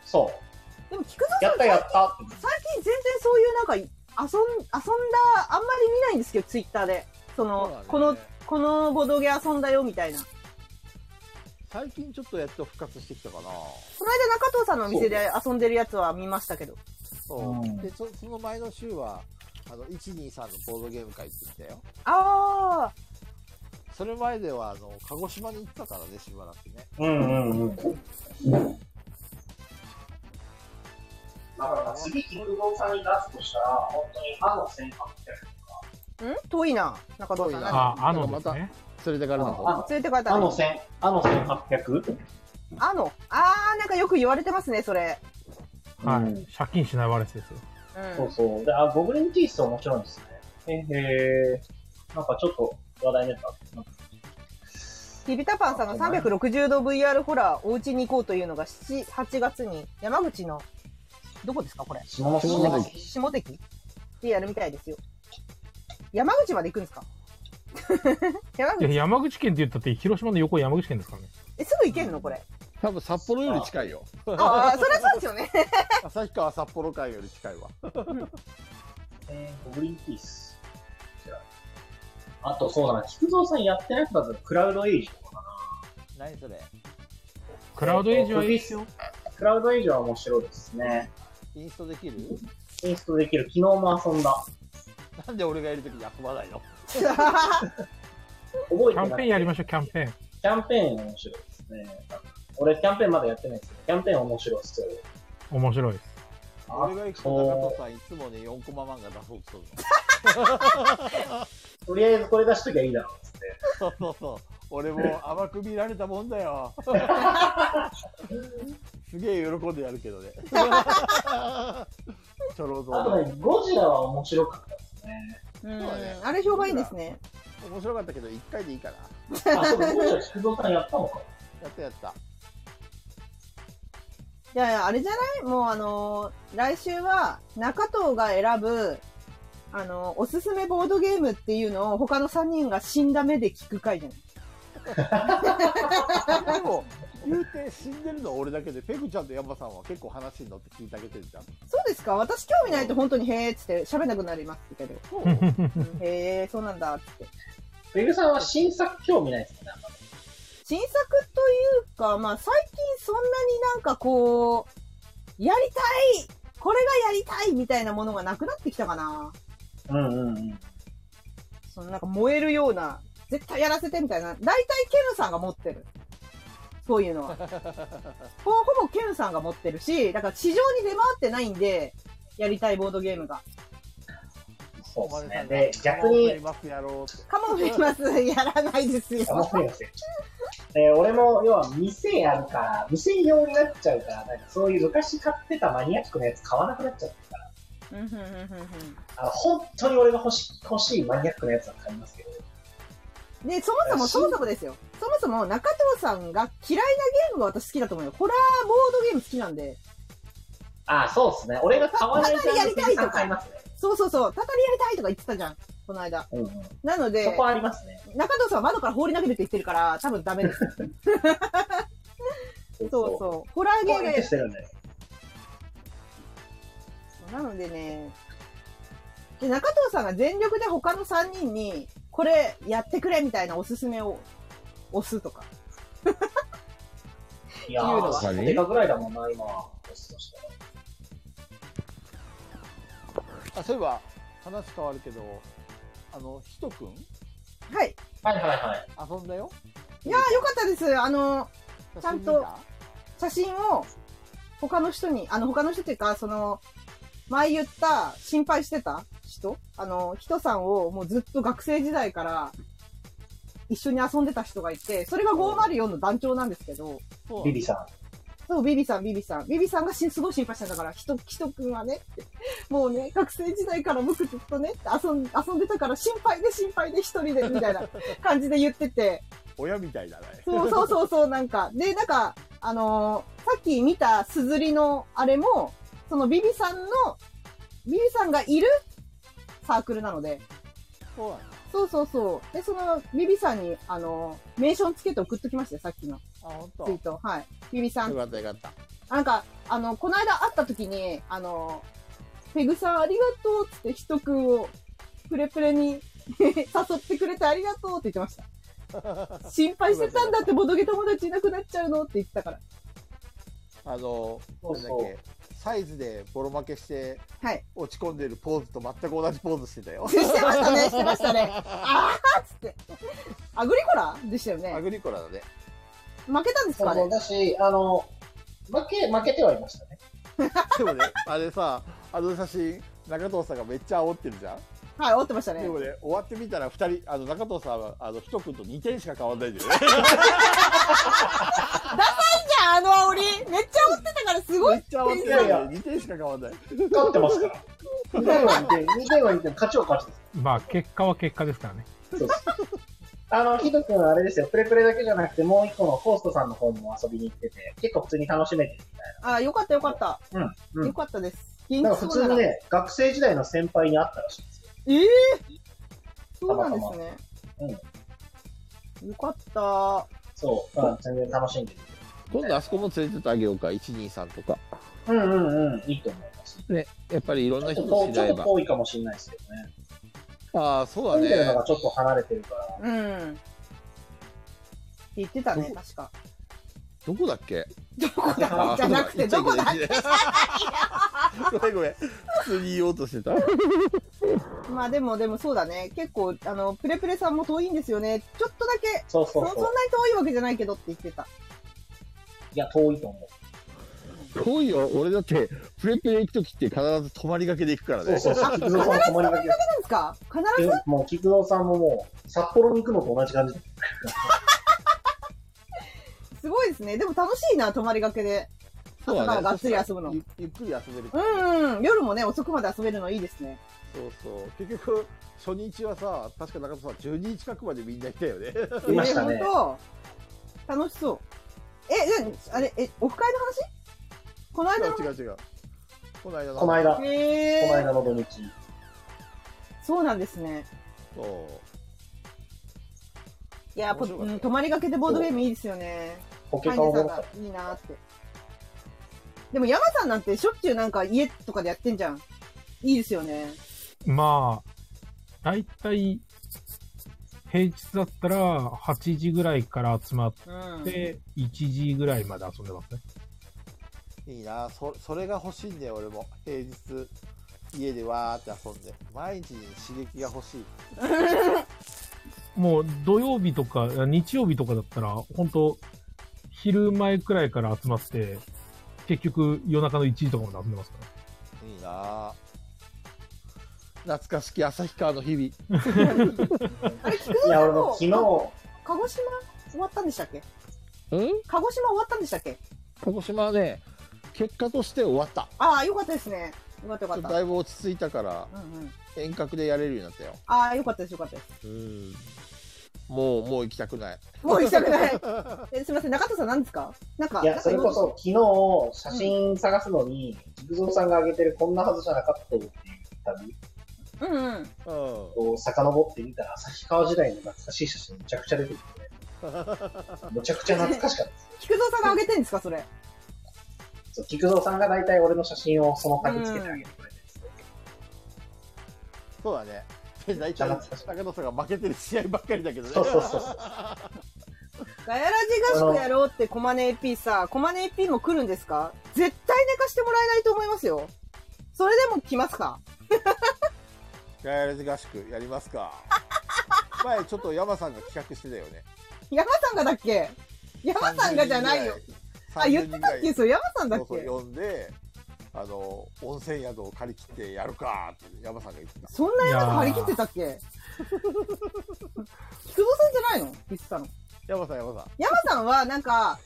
[SPEAKER 3] そう。
[SPEAKER 4] でも、菊蔵
[SPEAKER 3] や
[SPEAKER 4] さ
[SPEAKER 3] った
[SPEAKER 4] ん、最
[SPEAKER 3] やったって。
[SPEAKER 4] 近全然そういうなんか、遊ん、遊んだ、あんまり見ないんですけど、ツイッターで。そ
[SPEAKER 5] そう
[SPEAKER 4] の、
[SPEAKER 5] だね
[SPEAKER 4] このこのボドゲ遊んだよみたいな。こ
[SPEAKER 5] 最近ちょっとやっと復活してきたかな。
[SPEAKER 4] の間中藤さんのお店で遊んでるやつは見ましたけど。
[SPEAKER 5] そう。
[SPEAKER 3] うん
[SPEAKER 5] でそ、その前の週は、あの、123のボードゲーム会行ってきたよ。
[SPEAKER 4] ああ、
[SPEAKER 5] それ前では、あの、鹿児島に行ったからね、しばらくね。
[SPEAKER 3] うんうんうん。だから次、キングボーさんに出すとしたら、本当に歯の戦犯みたい
[SPEAKER 4] ん遠いな、中藤さん。
[SPEAKER 5] 遠い
[SPEAKER 4] 何
[SPEAKER 5] な
[SPEAKER 2] あ、あのですね。
[SPEAKER 5] それでから
[SPEAKER 3] な
[SPEAKER 5] な
[SPEAKER 3] の
[SPEAKER 5] の。
[SPEAKER 4] 連れてかれ
[SPEAKER 3] な。歯
[SPEAKER 4] たあ
[SPEAKER 3] の
[SPEAKER 4] の。
[SPEAKER 3] 戦、歯の戦800
[SPEAKER 4] あの。あー、なんかよく言われてますね、それ。
[SPEAKER 2] は
[SPEAKER 3] うん
[SPEAKER 2] い。借金しないワレスですよ。
[SPEAKER 4] う
[SPEAKER 3] そう
[SPEAKER 4] う
[SPEAKER 3] そう。で、あ、ゴブリンティース面白いんですね。えへー。なんかちょっと話題になった。なんか
[SPEAKER 4] ん。ビビタパンさんが360度 VR ホラー、お家に行こうというのが7、8月に山口の、どこですか、これ。
[SPEAKER 3] 下の
[SPEAKER 5] 下関
[SPEAKER 4] 下関でやるみたいですよ。山口まで行くんですか山
[SPEAKER 2] いや
[SPEAKER 4] 口、
[SPEAKER 2] 山口県って言ったって、広島の横山口県ですからね。
[SPEAKER 4] え、すぐ行けんのこれ。
[SPEAKER 5] 多分札幌より近いよ。
[SPEAKER 4] ああ、それはそうですよね。
[SPEAKER 5] 旭川札幌会より近いわ。
[SPEAKER 3] えーゴブリンティース。じゃああと、そうだな。菊蔵さんやってない人だと、クラウドエイジとかな。
[SPEAKER 5] 何それ
[SPEAKER 2] クラウドエイジはいいですよ。
[SPEAKER 3] クラウドエイジは面白いですね。
[SPEAKER 5] インストできる
[SPEAKER 3] インストできる。昨日も遊んだ。
[SPEAKER 5] なんで俺がいるときに遊ばないの
[SPEAKER 3] 覚えて
[SPEAKER 2] キ
[SPEAKER 3] な
[SPEAKER 2] ャ
[SPEAKER 3] い
[SPEAKER 2] ンペーンやりましょう、キャンペーン。
[SPEAKER 3] キャンペーン面白いですね。俺、キャンペーンまだやってないですけど、キャンペーン面白そう。
[SPEAKER 2] 面白いです。
[SPEAKER 5] 俺が行くと中藤さんいつもね、4コマ漫画出そうとするの。
[SPEAKER 3] とりあえずこれ出しときゃいいだろうっつって。
[SPEAKER 5] そう そうそう。俺も甘く見られたもんだ よ。すげえ喜んでやるけど ね。ちょろぞ
[SPEAKER 3] あとね、ゴジラは面白かったですね。
[SPEAKER 4] うん
[SPEAKER 5] そうだね
[SPEAKER 4] あれ評判いいですね。
[SPEAKER 5] 面白かったけど、1回でいいかな。
[SPEAKER 3] あ、そうだ、ゴジラ、菊蔵さんやったのか。
[SPEAKER 5] やったやった。
[SPEAKER 4] じじゃあ、あれじゃないもうあのー来週は中藤が選ぶ、あのーおすすめボードゲームっていうのを他の3人が死んだ目で聞く回じゃない
[SPEAKER 5] でも言うて死んでるのは俺だけでペグちゃんとヤンバさんは結構話に乗って聞いてあげてるじゃん
[SPEAKER 4] そうですか私興味ないと本当にへーっつって喋んなくなりますけど。うんへー、そうなんだっつって。
[SPEAKER 3] ペグさんは新作興味ないですかね
[SPEAKER 4] 新作というか、まあ最近そんなになんかこう、やりたいこれがやりたいみたいなものがなくなってきたかな。
[SPEAKER 3] うんうんうん。
[SPEAKER 4] そのなんか燃えるような、絶対やらせてみたいな。大体ケムさんが持ってる。そういうの は。ほほぼケムさんが持ってるし、だから市場に出回ってないんで、やりたいボードゲームが。
[SPEAKER 3] そうですね。で、逆に、
[SPEAKER 5] ますやろうって
[SPEAKER 4] カモフェマス やらないですよ。
[SPEAKER 3] あのすみません。えー俺も、要は、店やるから、店用になっちゃうから、なんかそういう昔買ってたマニアックなやつ買わなくなっちゃう
[SPEAKER 4] うんうんうんうん
[SPEAKER 3] あの、本当に俺が欲し欲しいマニアックなやつは買いますけど。
[SPEAKER 4] うん で、そもそも、そもそもですよ。そもそも中藤さんが嫌いなゲームが私好きだと思うよ。ホラーボードゲーム好きなんで。
[SPEAKER 3] ああ、そうですね。俺が買わないジャンルで
[SPEAKER 4] ただやりた
[SPEAKER 3] ペ
[SPEAKER 4] いとか
[SPEAKER 3] グさん買いますね。
[SPEAKER 4] そうそうそう、たたりやりたいとか言ってたじゃん。この間。
[SPEAKER 3] うんうん。
[SPEAKER 4] なの
[SPEAKER 3] そ
[SPEAKER 4] で、
[SPEAKER 3] こありますね。
[SPEAKER 4] 中藤さんは窓から放り投げるって言ってるから、多分ダメです。そう
[SPEAKER 3] う。
[SPEAKER 4] そう。ホラーゲ
[SPEAKER 3] 攻
[SPEAKER 4] ーム
[SPEAKER 3] 撃してるんで。
[SPEAKER 4] なのでね、で中藤さんが全力で他の3人に、これやってくれみたいなおすすめを押すとか。
[SPEAKER 3] いや
[SPEAKER 4] 言うの
[SPEAKER 3] ー、
[SPEAKER 4] は
[SPEAKER 3] それがぐらいだもんな、今。押すとしたら
[SPEAKER 5] あそういえば話変わるけどあのひとくん
[SPEAKER 4] はい。
[SPEAKER 3] はいはいはい。
[SPEAKER 5] 遊んだよ
[SPEAKER 4] いやー、よかったです。あの、ちゃんと
[SPEAKER 5] 写真見た
[SPEAKER 4] 写真を他の人に、あの、他の人っていうか、その、前言った、心配してた人あの、人さんをもうずっと学生時代から一緒に遊んでた人がいて、それが504の団長なんですけど、
[SPEAKER 5] そう
[SPEAKER 3] ビビさん。
[SPEAKER 4] そう、ビビさん、ビビさん。ビビさんがしすごい心配したんだから、ひと、ひとくんはね、 ってもうね、学生時代から僕ずっとね、って遊ん遊んでたから心配で心配で一人で、みたいな感じで言ってて、
[SPEAKER 5] 親みたいだね
[SPEAKER 4] そうそうそうそう、なんか。で、なんか、あのーさっき見たすずりのあれも、そのビビさんの、ビビさんがいるサークルなので、
[SPEAKER 5] そうなんだ
[SPEAKER 4] そうそうそう。で、そのビビさんに、あのーメンションつけて送っときましたよ、さっきの
[SPEAKER 5] あ本
[SPEAKER 4] ツイー
[SPEAKER 5] 当
[SPEAKER 4] ト。はい。ビビさん
[SPEAKER 5] よ。かったよかった
[SPEAKER 4] なんか、あの、この間会った時に、あのーペグさんありがとうっつって、ひとくんをプレプレに 誘ってくれてありがとうって言ってました。心配してたんだって、ボドゲ友達いなくなっちゃうのって言ってたから。
[SPEAKER 5] あの
[SPEAKER 3] そう
[SPEAKER 5] なんだ
[SPEAKER 3] そ
[SPEAKER 5] っ
[SPEAKER 3] う
[SPEAKER 5] けサイズでボロ負けして
[SPEAKER 4] はい。
[SPEAKER 5] 落ち込んでるポーズと全く同じポーズしてたよ
[SPEAKER 4] してましたね、してましたね。あーっつって。アグリコラでしたよ
[SPEAKER 5] ア
[SPEAKER 4] ね。
[SPEAKER 5] グリコラだね
[SPEAKER 4] 負けたんです
[SPEAKER 3] そ
[SPEAKER 4] か
[SPEAKER 3] う
[SPEAKER 4] あ
[SPEAKER 3] そう
[SPEAKER 4] れ。
[SPEAKER 3] だし、あの、負け、負けてはいましたね。
[SPEAKER 5] でもねあれさあの写真中藤さんがめっちゃ煽ってるじゃん
[SPEAKER 4] はい、折ってましたね
[SPEAKER 5] で。もね、終わってみたら二人、あの中藤さんは、あの、ひとくんと二点しか変わんないんだよね。
[SPEAKER 4] じゃあ、あの煽り。めっちゃ折ってたから、すご
[SPEAKER 5] め
[SPEAKER 4] い
[SPEAKER 5] っ。ちゃ終わってないんだよね。二点しか変わんない。
[SPEAKER 3] 勝ってますから。2点 は2点、2点は2点、勝ちは勝ちです。
[SPEAKER 6] まあ、結果は結果ですからね。
[SPEAKER 3] そうです。あの、ひどくんあれですよ、プレプレだけじゃなくて、もう一個のコーストさんの方も遊びに行ってて、結構普通に楽しめてるみた
[SPEAKER 4] あー、よかった、よかった。
[SPEAKER 3] うんうん
[SPEAKER 4] よかったです。
[SPEAKER 3] いな。
[SPEAKER 4] 元
[SPEAKER 3] なんか
[SPEAKER 4] 気
[SPEAKER 3] 普
[SPEAKER 4] そう
[SPEAKER 3] 通
[SPEAKER 4] な
[SPEAKER 3] に
[SPEAKER 4] ら。
[SPEAKER 3] ね、学生時代の先輩に会ったらしいですよ。
[SPEAKER 4] ええそうなんですね。
[SPEAKER 3] たま
[SPEAKER 4] よかった。
[SPEAKER 3] そう、うん、全然楽しんでる。
[SPEAKER 5] 今度あそこも連れてってあげようか、一二三とか。
[SPEAKER 3] うんうんうん、いいと思います。
[SPEAKER 5] ね、やっぱりいろんな
[SPEAKER 3] ちょ
[SPEAKER 5] 人
[SPEAKER 3] っと遠
[SPEAKER 5] 知
[SPEAKER 3] ち
[SPEAKER 5] り合
[SPEAKER 3] ょ
[SPEAKER 5] え
[SPEAKER 3] っと
[SPEAKER 5] ば。
[SPEAKER 3] 遠いかもしれないですけどね。
[SPEAKER 5] ああ、そう
[SPEAKER 3] 住んでるの
[SPEAKER 5] だね
[SPEAKER 3] が。ちょっと離れてるから。
[SPEAKER 4] うん。って言ってたね、確か。
[SPEAKER 5] どこだっけ。
[SPEAKER 4] どこだ
[SPEAKER 5] あ
[SPEAKER 4] じゃなくて、どこだ
[SPEAKER 5] 言っちゃいけないごめん、ごめん。普通に言おうとしてた。
[SPEAKER 4] まあでも、でもそうだね。結構、あの、プレプレさんも遠いんですよね。ちょっとだけ、
[SPEAKER 3] そうそ
[SPEAKER 4] そそん
[SPEAKER 3] う
[SPEAKER 4] なに
[SPEAKER 3] そう。
[SPEAKER 4] 遠いわけじゃないけどって言ってた。
[SPEAKER 3] いや、遠いと思
[SPEAKER 5] 遠いよ、俺だって、プレプレ行くときって必ず泊まりがけで行くから
[SPEAKER 3] う。そう
[SPEAKER 5] ね。
[SPEAKER 3] そうそう。菊蔵さんの泊まりがけ
[SPEAKER 4] なんですか必ず
[SPEAKER 3] えもう菊蔵さんももう、札幌に行くのと同じ感じです
[SPEAKER 4] ごいですね。でも楽しいな、泊まりがけで。
[SPEAKER 5] そうだね
[SPEAKER 4] 朝からがっつり遊ぶの。
[SPEAKER 5] ゆゆっくり遊べる。
[SPEAKER 4] うん、うん、夜もね、遅くまで遊べるのいいですね。
[SPEAKER 5] そうそう。結局、初日はさ、確か中田さん、10人近くまでみんないたよね。
[SPEAKER 3] いましたね
[SPEAKER 4] えーほんと楽しそう。え、じゃあ、あれ、え、オフ会の話この間の
[SPEAKER 5] 違う違う違う。この間の。
[SPEAKER 3] この間、こ
[SPEAKER 4] へ
[SPEAKER 3] の
[SPEAKER 4] え
[SPEAKER 3] 間の土日。
[SPEAKER 4] そうなんですね
[SPEAKER 5] そう
[SPEAKER 4] いやぽ
[SPEAKER 5] 面白かった
[SPEAKER 4] うん泊まりがけでボードゲームいいですよね
[SPEAKER 3] ポケ
[SPEAKER 4] 飼い
[SPEAKER 3] カ
[SPEAKER 4] 主
[SPEAKER 3] を
[SPEAKER 4] さ
[SPEAKER 3] も
[SPEAKER 4] ん
[SPEAKER 3] らった
[SPEAKER 4] が。いいなってでも山さんなんてしょっちゅうなんか家とかでやってんじゃんいいですよね
[SPEAKER 6] まあ、だいたい、平日だったら8時ぐらいから集まっ
[SPEAKER 4] うん
[SPEAKER 6] て、1時ぐらいまで遊んでますね。
[SPEAKER 5] いいなそそれが欲しいんだよ俺も平日家でわーって遊んで毎日に刺激が欲しい
[SPEAKER 6] もう土曜日とか、日曜日とかだったら、本当昼前くらいから集まって、結局夜中の1時とかまで遊んでますから。
[SPEAKER 5] いいな懐かしき旭川の日
[SPEAKER 4] あ
[SPEAKER 5] 々
[SPEAKER 4] れ聞く
[SPEAKER 3] いや、俺も昨日、
[SPEAKER 4] 鹿児島終わったんでしたっけ
[SPEAKER 5] ん
[SPEAKER 4] 鹿児島終わったんでしたっけ
[SPEAKER 5] 鹿児島はね結果として終わった
[SPEAKER 4] ああよかったですねよかったよかっ
[SPEAKER 5] ちょったとだいぶ落ち着いたから
[SPEAKER 4] うんうん
[SPEAKER 5] 遠隔でやれるようになったよ
[SPEAKER 4] ああよかったですよかったです
[SPEAKER 5] うんもうもう行きたくない
[SPEAKER 4] もう行きたくない えすみません中田さん何ですかなんか
[SPEAKER 3] いや、それこそ昨日、写真探すのに、ジグゾーさんが挙げてるこんなはずじゃなかったよっていう旅
[SPEAKER 4] うんうん
[SPEAKER 5] うん
[SPEAKER 3] を遡ってみたら、旭川時代の懐かしい写真めちゃくちゃ出てきて、めちゃくちゃ懐かしかったです。
[SPEAKER 4] 菊蔵さんが上げてんですかそれ
[SPEAKER 3] そう、ジグゾーさんが大体俺の写真をそのタグつけてあげてくれてるんですよ
[SPEAKER 5] そうだ ね大体高野さんが負けてる試合ばっかりだけどね
[SPEAKER 3] そうそうそうそう。
[SPEAKER 4] ガヤラジ合宿やろうってコマネ AP さ、コマネ AP も来るんですか絶対寝かしてもらえないと思いますよ。それでも来ますか
[SPEAKER 5] ガヤラジ合宿やります か前ちょっと山さんが企画してたよね
[SPEAKER 4] 山さんがだっけ山さんがじゃないよ。あ、
[SPEAKER 5] 30
[SPEAKER 4] 言っ
[SPEAKER 5] 人ぐ
[SPEAKER 4] て
[SPEAKER 5] らい
[SPEAKER 4] たっけそれ山さんだっ
[SPEAKER 5] そう
[SPEAKER 4] け
[SPEAKER 5] そう呼んであの温泉宿を借り切ってやるかって山さんが言ってた
[SPEAKER 4] そんな山さん張り切ってたっけ菊蔵さんじゃないの言ってたの。
[SPEAKER 5] 山さん山さん
[SPEAKER 4] 山さんはなんか、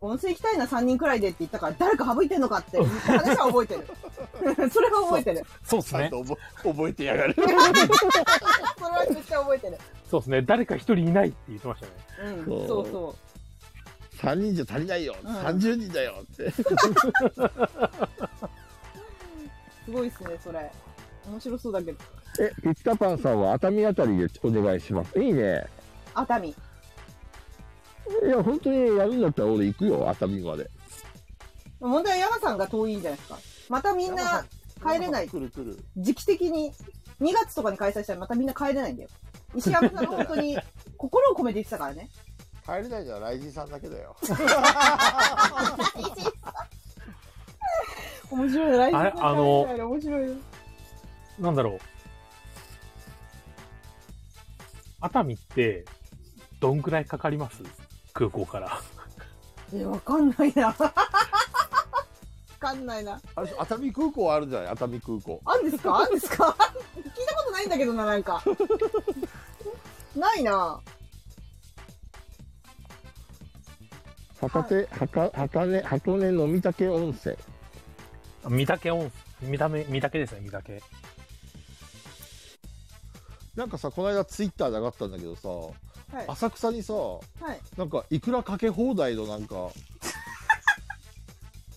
[SPEAKER 4] 温泉行きたいな3人くらいでって言ったから誰か省いてんのかって話は覚えて る。それは覚えてる。
[SPEAKER 2] そうです
[SPEAKER 5] ちゃん
[SPEAKER 2] ね。
[SPEAKER 5] と覚覚えて やがる
[SPEAKER 4] それはめっちゃ覚えてる。
[SPEAKER 2] そうですね。誰か一人いないって言ってましたね。
[SPEAKER 4] うん、
[SPEAKER 5] そう
[SPEAKER 4] そうそう。
[SPEAKER 5] 3人じゃ足りないよ、
[SPEAKER 4] うん
[SPEAKER 5] 30人だよって
[SPEAKER 4] すごいですね、それ。面白そうだけど。
[SPEAKER 7] え、ピスカパンさんは熱海あたりでお願いします。いいね。
[SPEAKER 4] 熱海。
[SPEAKER 7] いや、本当にやるんだったら俺行くよ、熱海まで。
[SPEAKER 4] 問題は山さんが遠いんじゃないですか。またみんな帰れない
[SPEAKER 5] 来る来る
[SPEAKER 4] 時期的に、2月とかに開催したらまたみんな帰れないんだよ。石山さんは本当 に心を込めて言ってたからね。
[SPEAKER 5] 帰れないのはライジンさんだけだよ
[SPEAKER 4] 面白い。来
[SPEAKER 2] あれ
[SPEAKER 4] 年
[SPEAKER 2] あの
[SPEAKER 4] 帰れない面白いよ。
[SPEAKER 2] なんだろう。熱海って、どんくらいかかります空港から。
[SPEAKER 4] え、わかんないな。わかんないな。
[SPEAKER 5] あれ熱海空港あるじゃない熱海空港
[SPEAKER 4] あんですかあんですか聞いたことないんだけどな、なんか。ないな。
[SPEAKER 7] 博多、博箱根、箱根飲みたけ温泉。
[SPEAKER 2] 見たけ温泉。見た目、見たけですね、見たけ。
[SPEAKER 5] なんかさこの間ツイッターで上がったんだけどさ
[SPEAKER 4] はい。
[SPEAKER 5] 浅草にさ
[SPEAKER 4] はい。
[SPEAKER 5] なんかいくらかけ放題のな んか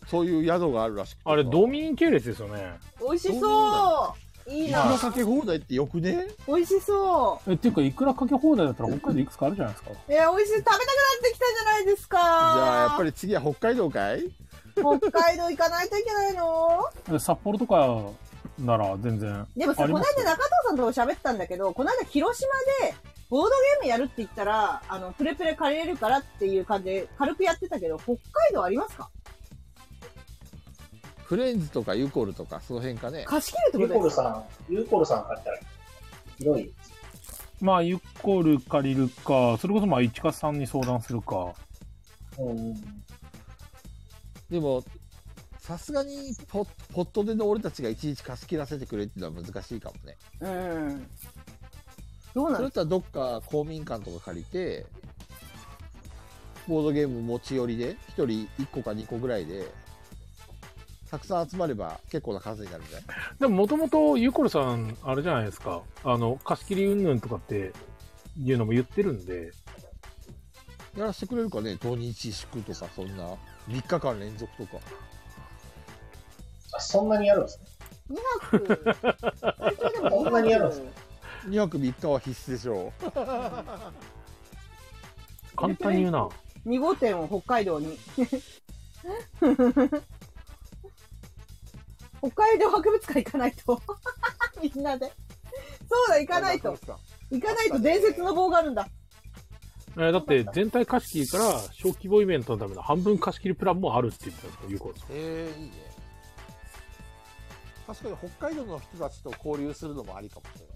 [SPEAKER 5] そういう宿があるらしくてさ
[SPEAKER 2] あれ、道民系列ですよね。
[SPEAKER 4] 美味しそう。いい
[SPEAKER 5] いくら
[SPEAKER 4] な。
[SPEAKER 5] かけ放題ってよくね
[SPEAKER 4] 美味しそう。
[SPEAKER 2] え、っていうか、いくらかけ放題だった ら北海道いくつかあるじゃないですか。
[SPEAKER 4] いや、美味しい。食べたくなってきたじゃないですか。じ
[SPEAKER 5] じゃあやっぱり次は北海道かい
[SPEAKER 4] 北海道行かないといけないの
[SPEAKER 2] え札幌とかなら全然。
[SPEAKER 4] でもさ、
[SPEAKER 2] あ
[SPEAKER 4] こ
[SPEAKER 2] り
[SPEAKER 4] の
[SPEAKER 2] ます
[SPEAKER 4] 間中藤さんとも喋ってたんだけど、この間広島でボードゲームやるって言ったら、あの、プレプレ借りれるからっていう感じで軽くやってたけど、北海道ありますか
[SPEAKER 5] フレンズとかユコルとかその辺かね
[SPEAKER 4] 貸し切る
[SPEAKER 3] ユ
[SPEAKER 4] って
[SPEAKER 3] ーコ
[SPEAKER 4] こと
[SPEAKER 3] ル
[SPEAKER 4] です
[SPEAKER 3] さ
[SPEAKER 4] か
[SPEAKER 3] ん、ユーコルさん買ったら、広い。
[SPEAKER 2] まあ、ゆっこる借りるか、それこそまあ、市川さんに相談するか。
[SPEAKER 3] うん。
[SPEAKER 5] でもさすがにポポットでの俺たちがいちいち貸し切らせてくれっていうのは難しいかもね
[SPEAKER 4] うん。どうな
[SPEAKER 5] そ
[SPEAKER 4] の
[SPEAKER 5] れだったらどっか公民館とか借りてボードゲーム持ち寄りで1人1個か2個ぐらいでたくさん集まれば結構な数になるんじゃない
[SPEAKER 2] でも、もともと、ゆっこるさん、あれじゃないですか。あの、貸し切り云々とかって、いうのも言ってるんで、
[SPEAKER 5] やらせてくれるかね土日祝とかそんな3日間連続とか
[SPEAKER 3] あそんなにやるんですね。
[SPEAKER 4] 2泊。 本当でも
[SPEAKER 3] こんなにやるんです
[SPEAKER 5] 2泊3日は必須でしょう。
[SPEAKER 8] 簡単に言うな。
[SPEAKER 4] 2号店を北海道に。 北海道博物館行かないと。 みんなで。そうだ、行かないと。行かないと伝説の棒があるんだ。
[SPEAKER 2] えーだって全体貸し切りから小規模イベントのための半分貸し切りプランもあるって言ってたのいうことです
[SPEAKER 5] ええいいね。確かに北海道の人たちと交流するのもありかもしれないね。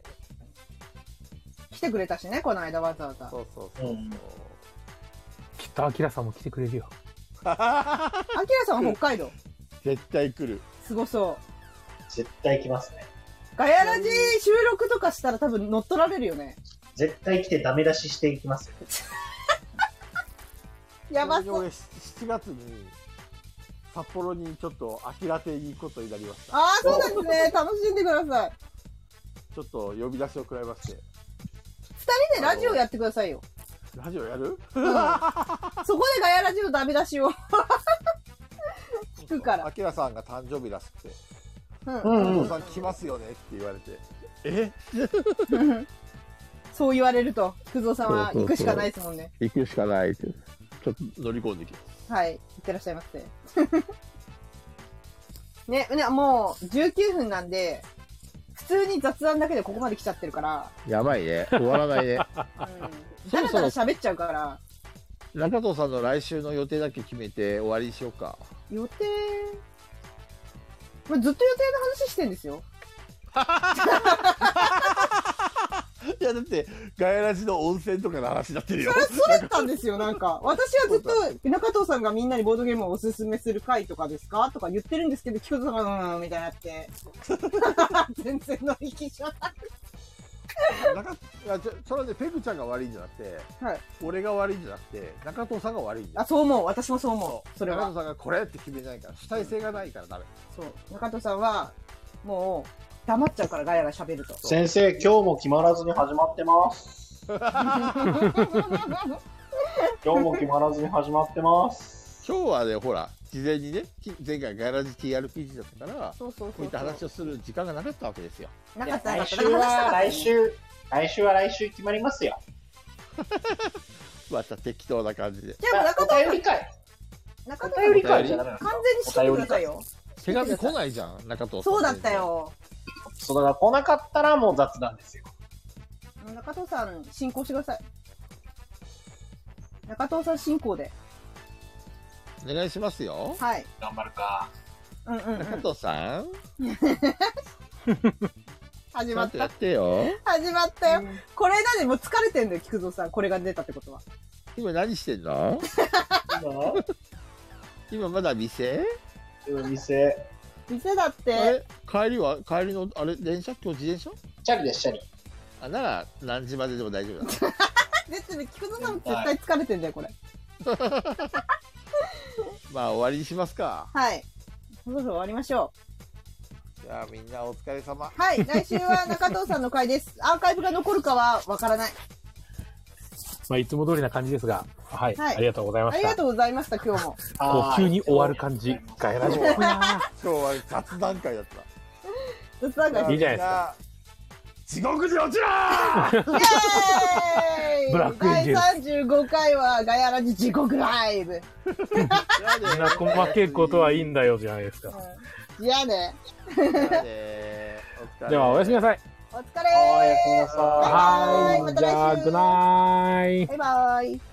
[SPEAKER 4] 来てくれたしね、この間わざわざ。
[SPEAKER 5] そうそうそうそう。
[SPEAKER 3] うん
[SPEAKER 2] きっとアキラさんも来てくれるよ
[SPEAKER 4] アキラさんは北海道。
[SPEAKER 5] 絶対来る。
[SPEAKER 4] すごそ
[SPEAKER 3] 絶対来ますね。
[SPEAKER 4] う。ガヤラジ収録とかしたら多分乗っ取られるよね。
[SPEAKER 3] 絶対来てダメ出ししていきますよ。
[SPEAKER 4] やば
[SPEAKER 5] ち
[SPEAKER 4] そう。
[SPEAKER 5] なみに俺7月に札幌にちょっとアキラ亭に行くことになりました。
[SPEAKER 4] ああ、そうなんですね。楽しんでください。
[SPEAKER 5] ちょっと呼び出しを食らいまして。
[SPEAKER 4] 二人でラジオやってくださいよ。
[SPEAKER 5] ラジオやる
[SPEAKER 4] そこでガヤラジのダメ出しを。 聞くから
[SPEAKER 5] ア。キラさんが誕生日らしくて、
[SPEAKER 4] うん
[SPEAKER 3] う
[SPEAKER 5] お
[SPEAKER 3] んう
[SPEAKER 5] 父
[SPEAKER 3] ん。
[SPEAKER 5] さん来ますよねって言われて、え
[SPEAKER 4] うん そう言われると、菊蔵さんは行くしかないですもんね。
[SPEAKER 9] 行くしかないって。
[SPEAKER 5] 乗り込んできます。
[SPEAKER 4] はい、行って らっしゃいませ。ね、ね、もう19分なんで、普通に雑談だけでここまで来ちゃってるから、
[SPEAKER 9] やばい ね。終わらないね。
[SPEAKER 4] うん、
[SPEAKER 5] そ
[SPEAKER 4] だ
[SPEAKER 5] ろ
[SPEAKER 4] ら
[SPEAKER 5] そ
[SPEAKER 4] だ
[SPEAKER 5] ろ
[SPEAKER 4] ら喋っちゃうから、
[SPEAKER 5] 中藤さんの来週の予定だけ決めて終わりにしようか。
[SPEAKER 4] 予定、まあ、ずっと予定の話してんですよ。
[SPEAKER 5] いや、だって、ガヤラジの温泉とかの話になってるよ。
[SPEAKER 4] それたん ですよ、なんか。私はずっと、中藤さんがみんなにボードゲームをおすすめする回とかですかとか言ってるんですけど、菊蔵さんが、うーん、みたいになって。 全然乗り気じゃない。
[SPEAKER 5] 中いやちょそれはね、ペグちゃんが悪いんじゃなくて、
[SPEAKER 4] はい
[SPEAKER 5] 俺が悪いんじゃなくて、中藤さんが悪いんだ
[SPEAKER 4] あ、
[SPEAKER 5] よ。
[SPEAKER 4] そう思う。私もそう思う。それ
[SPEAKER 5] 中
[SPEAKER 4] は
[SPEAKER 5] 藤。さんがこれって決めないから、主体性がないからダメ。
[SPEAKER 4] そう。中藤さんは、もう、黙っちゃうからガヤが喋ると。
[SPEAKER 3] 先生、今日も決まらずに始まってます。今日も決まらずに始まって ます。
[SPEAKER 5] 今日はね、ほら、事前にね、き前回ガヤラジ TRPG だったから、
[SPEAKER 4] そうそう
[SPEAKER 5] こ
[SPEAKER 4] そうう。
[SPEAKER 5] いった話をする時間がなかったわけですよ。
[SPEAKER 4] ないか
[SPEAKER 3] や
[SPEAKER 4] ったなか
[SPEAKER 3] 来
[SPEAKER 4] った
[SPEAKER 3] 週は、来週、来週は来週決まりますよ。
[SPEAKER 5] また適当な感じで。
[SPEAKER 4] じゃあ、中藤
[SPEAKER 3] お
[SPEAKER 4] さ
[SPEAKER 3] 便り会。
[SPEAKER 4] ん、中藤
[SPEAKER 3] お
[SPEAKER 4] さん
[SPEAKER 3] 便、り会じゃダメなんです
[SPEAKER 4] 完
[SPEAKER 3] か
[SPEAKER 4] 全にしてくださいよ。
[SPEAKER 5] 手紙来ないじゃん、中藤さん。
[SPEAKER 4] そうだった。よ。
[SPEAKER 3] そうだから来なかったらもう雑談ですよ。
[SPEAKER 4] 中藤さん、進行してください。中藤さん進行で。
[SPEAKER 5] お願いしますよ。
[SPEAKER 4] はい。
[SPEAKER 3] 頑張るか。
[SPEAKER 4] うんうん、うん。
[SPEAKER 5] 中 藤さん、
[SPEAKER 4] 始
[SPEAKER 5] ち
[SPEAKER 4] ま
[SPEAKER 5] ゃん
[SPEAKER 4] っ
[SPEAKER 5] とや
[SPEAKER 4] た
[SPEAKER 5] っ。てよ。
[SPEAKER 4] 始まったよ。これだね、もう疲れてんだよ、菊蔵さん。これが出たってことは。
[SPEAKER 5] 今何してんの今まだ店
[SPEAKER 3] 今、店、
[SPEAKER 4] 店だっ
[SPEAKER 5] あ
[SPEAKER 4] て、
[SPEAKER 5] れ帰りは帰りのあれ電車今日自転車
[SPEAKER 3] チャリです、チャリ。
[SPEAKER 5] あなら何時まででも大丈夫だ
[SPEAKER 4] ですね、菊蔵さんも絶対疲れてんだよ、これ。
[SPEAKER 5] まあ終わりにしますか
[SPEAKER 4] はい。そろそろ終わりましょ
[SPEAKER 5] じゃあみんなお疲 れ様
[SPEAKER 4] う。はい。来週は中藤さんの回です。アーカイブが残るかはわからない。
[SPEAKER 8] まあ、いつも通りな感じですが、はい、
[SPEAKER 4] はい
[SPEAKER 8] ありがとうございま
[SPEAKER 4] あ
[SPEAKER 8] し
[SPEAKER 4] り
[SPEAKER 8] た。
[SPEAKER 4] がとうございました、今日も。
[SPEAKER 8] こ
[SPEAKER 3] は
[SPEAKER 8] う
[SPEAKER 3] ーい
[SPEAKER 8] 急に終わる感じ。ガヤラジっぽいな
[SPEAKER 5] 今日は雑談会だっ
[SPEAKER 4] 雑談
[SPEAKER 5] た
[SPEAKER 4] 会
[SPEAKER 8] いいじゃないですか
[SPEAKER 5] 地獄に落ちろー
[SPEAKER 4] イェーイ
[SPEAKER 2] ブラックエンジェル
[SPEAKER 4] 第35回はガヤラジ地獄ライブ。
[SPEAKER 5] じ
[SPEAKER 2] ぁ。そんな細けいことはいいんだよ、じゃないですか。
[SPEAKER 4] じゃあね。
[SPEAKER 5] ゃあねーお疲れ
[SPEAKER 8] では、おやすみなさい。
[SPEAKER 4] お疲
[SPEAKER 3] はーいおやすみ
[SPEAKER 4] れ
[SPEAKER 3] なさい
[SPEAKER 4] バイバイ
[SPEAKER 8] は
[SPEAKER 4] ま
[SPEAKER 8] い。
[SPEAKER 4] た
[SPEAKER 8] じ
[SPEAKER 4] 来週
[SPEAKER 8] ゃあ、グナイ。
[SPEAKER 4] ーバイバイ。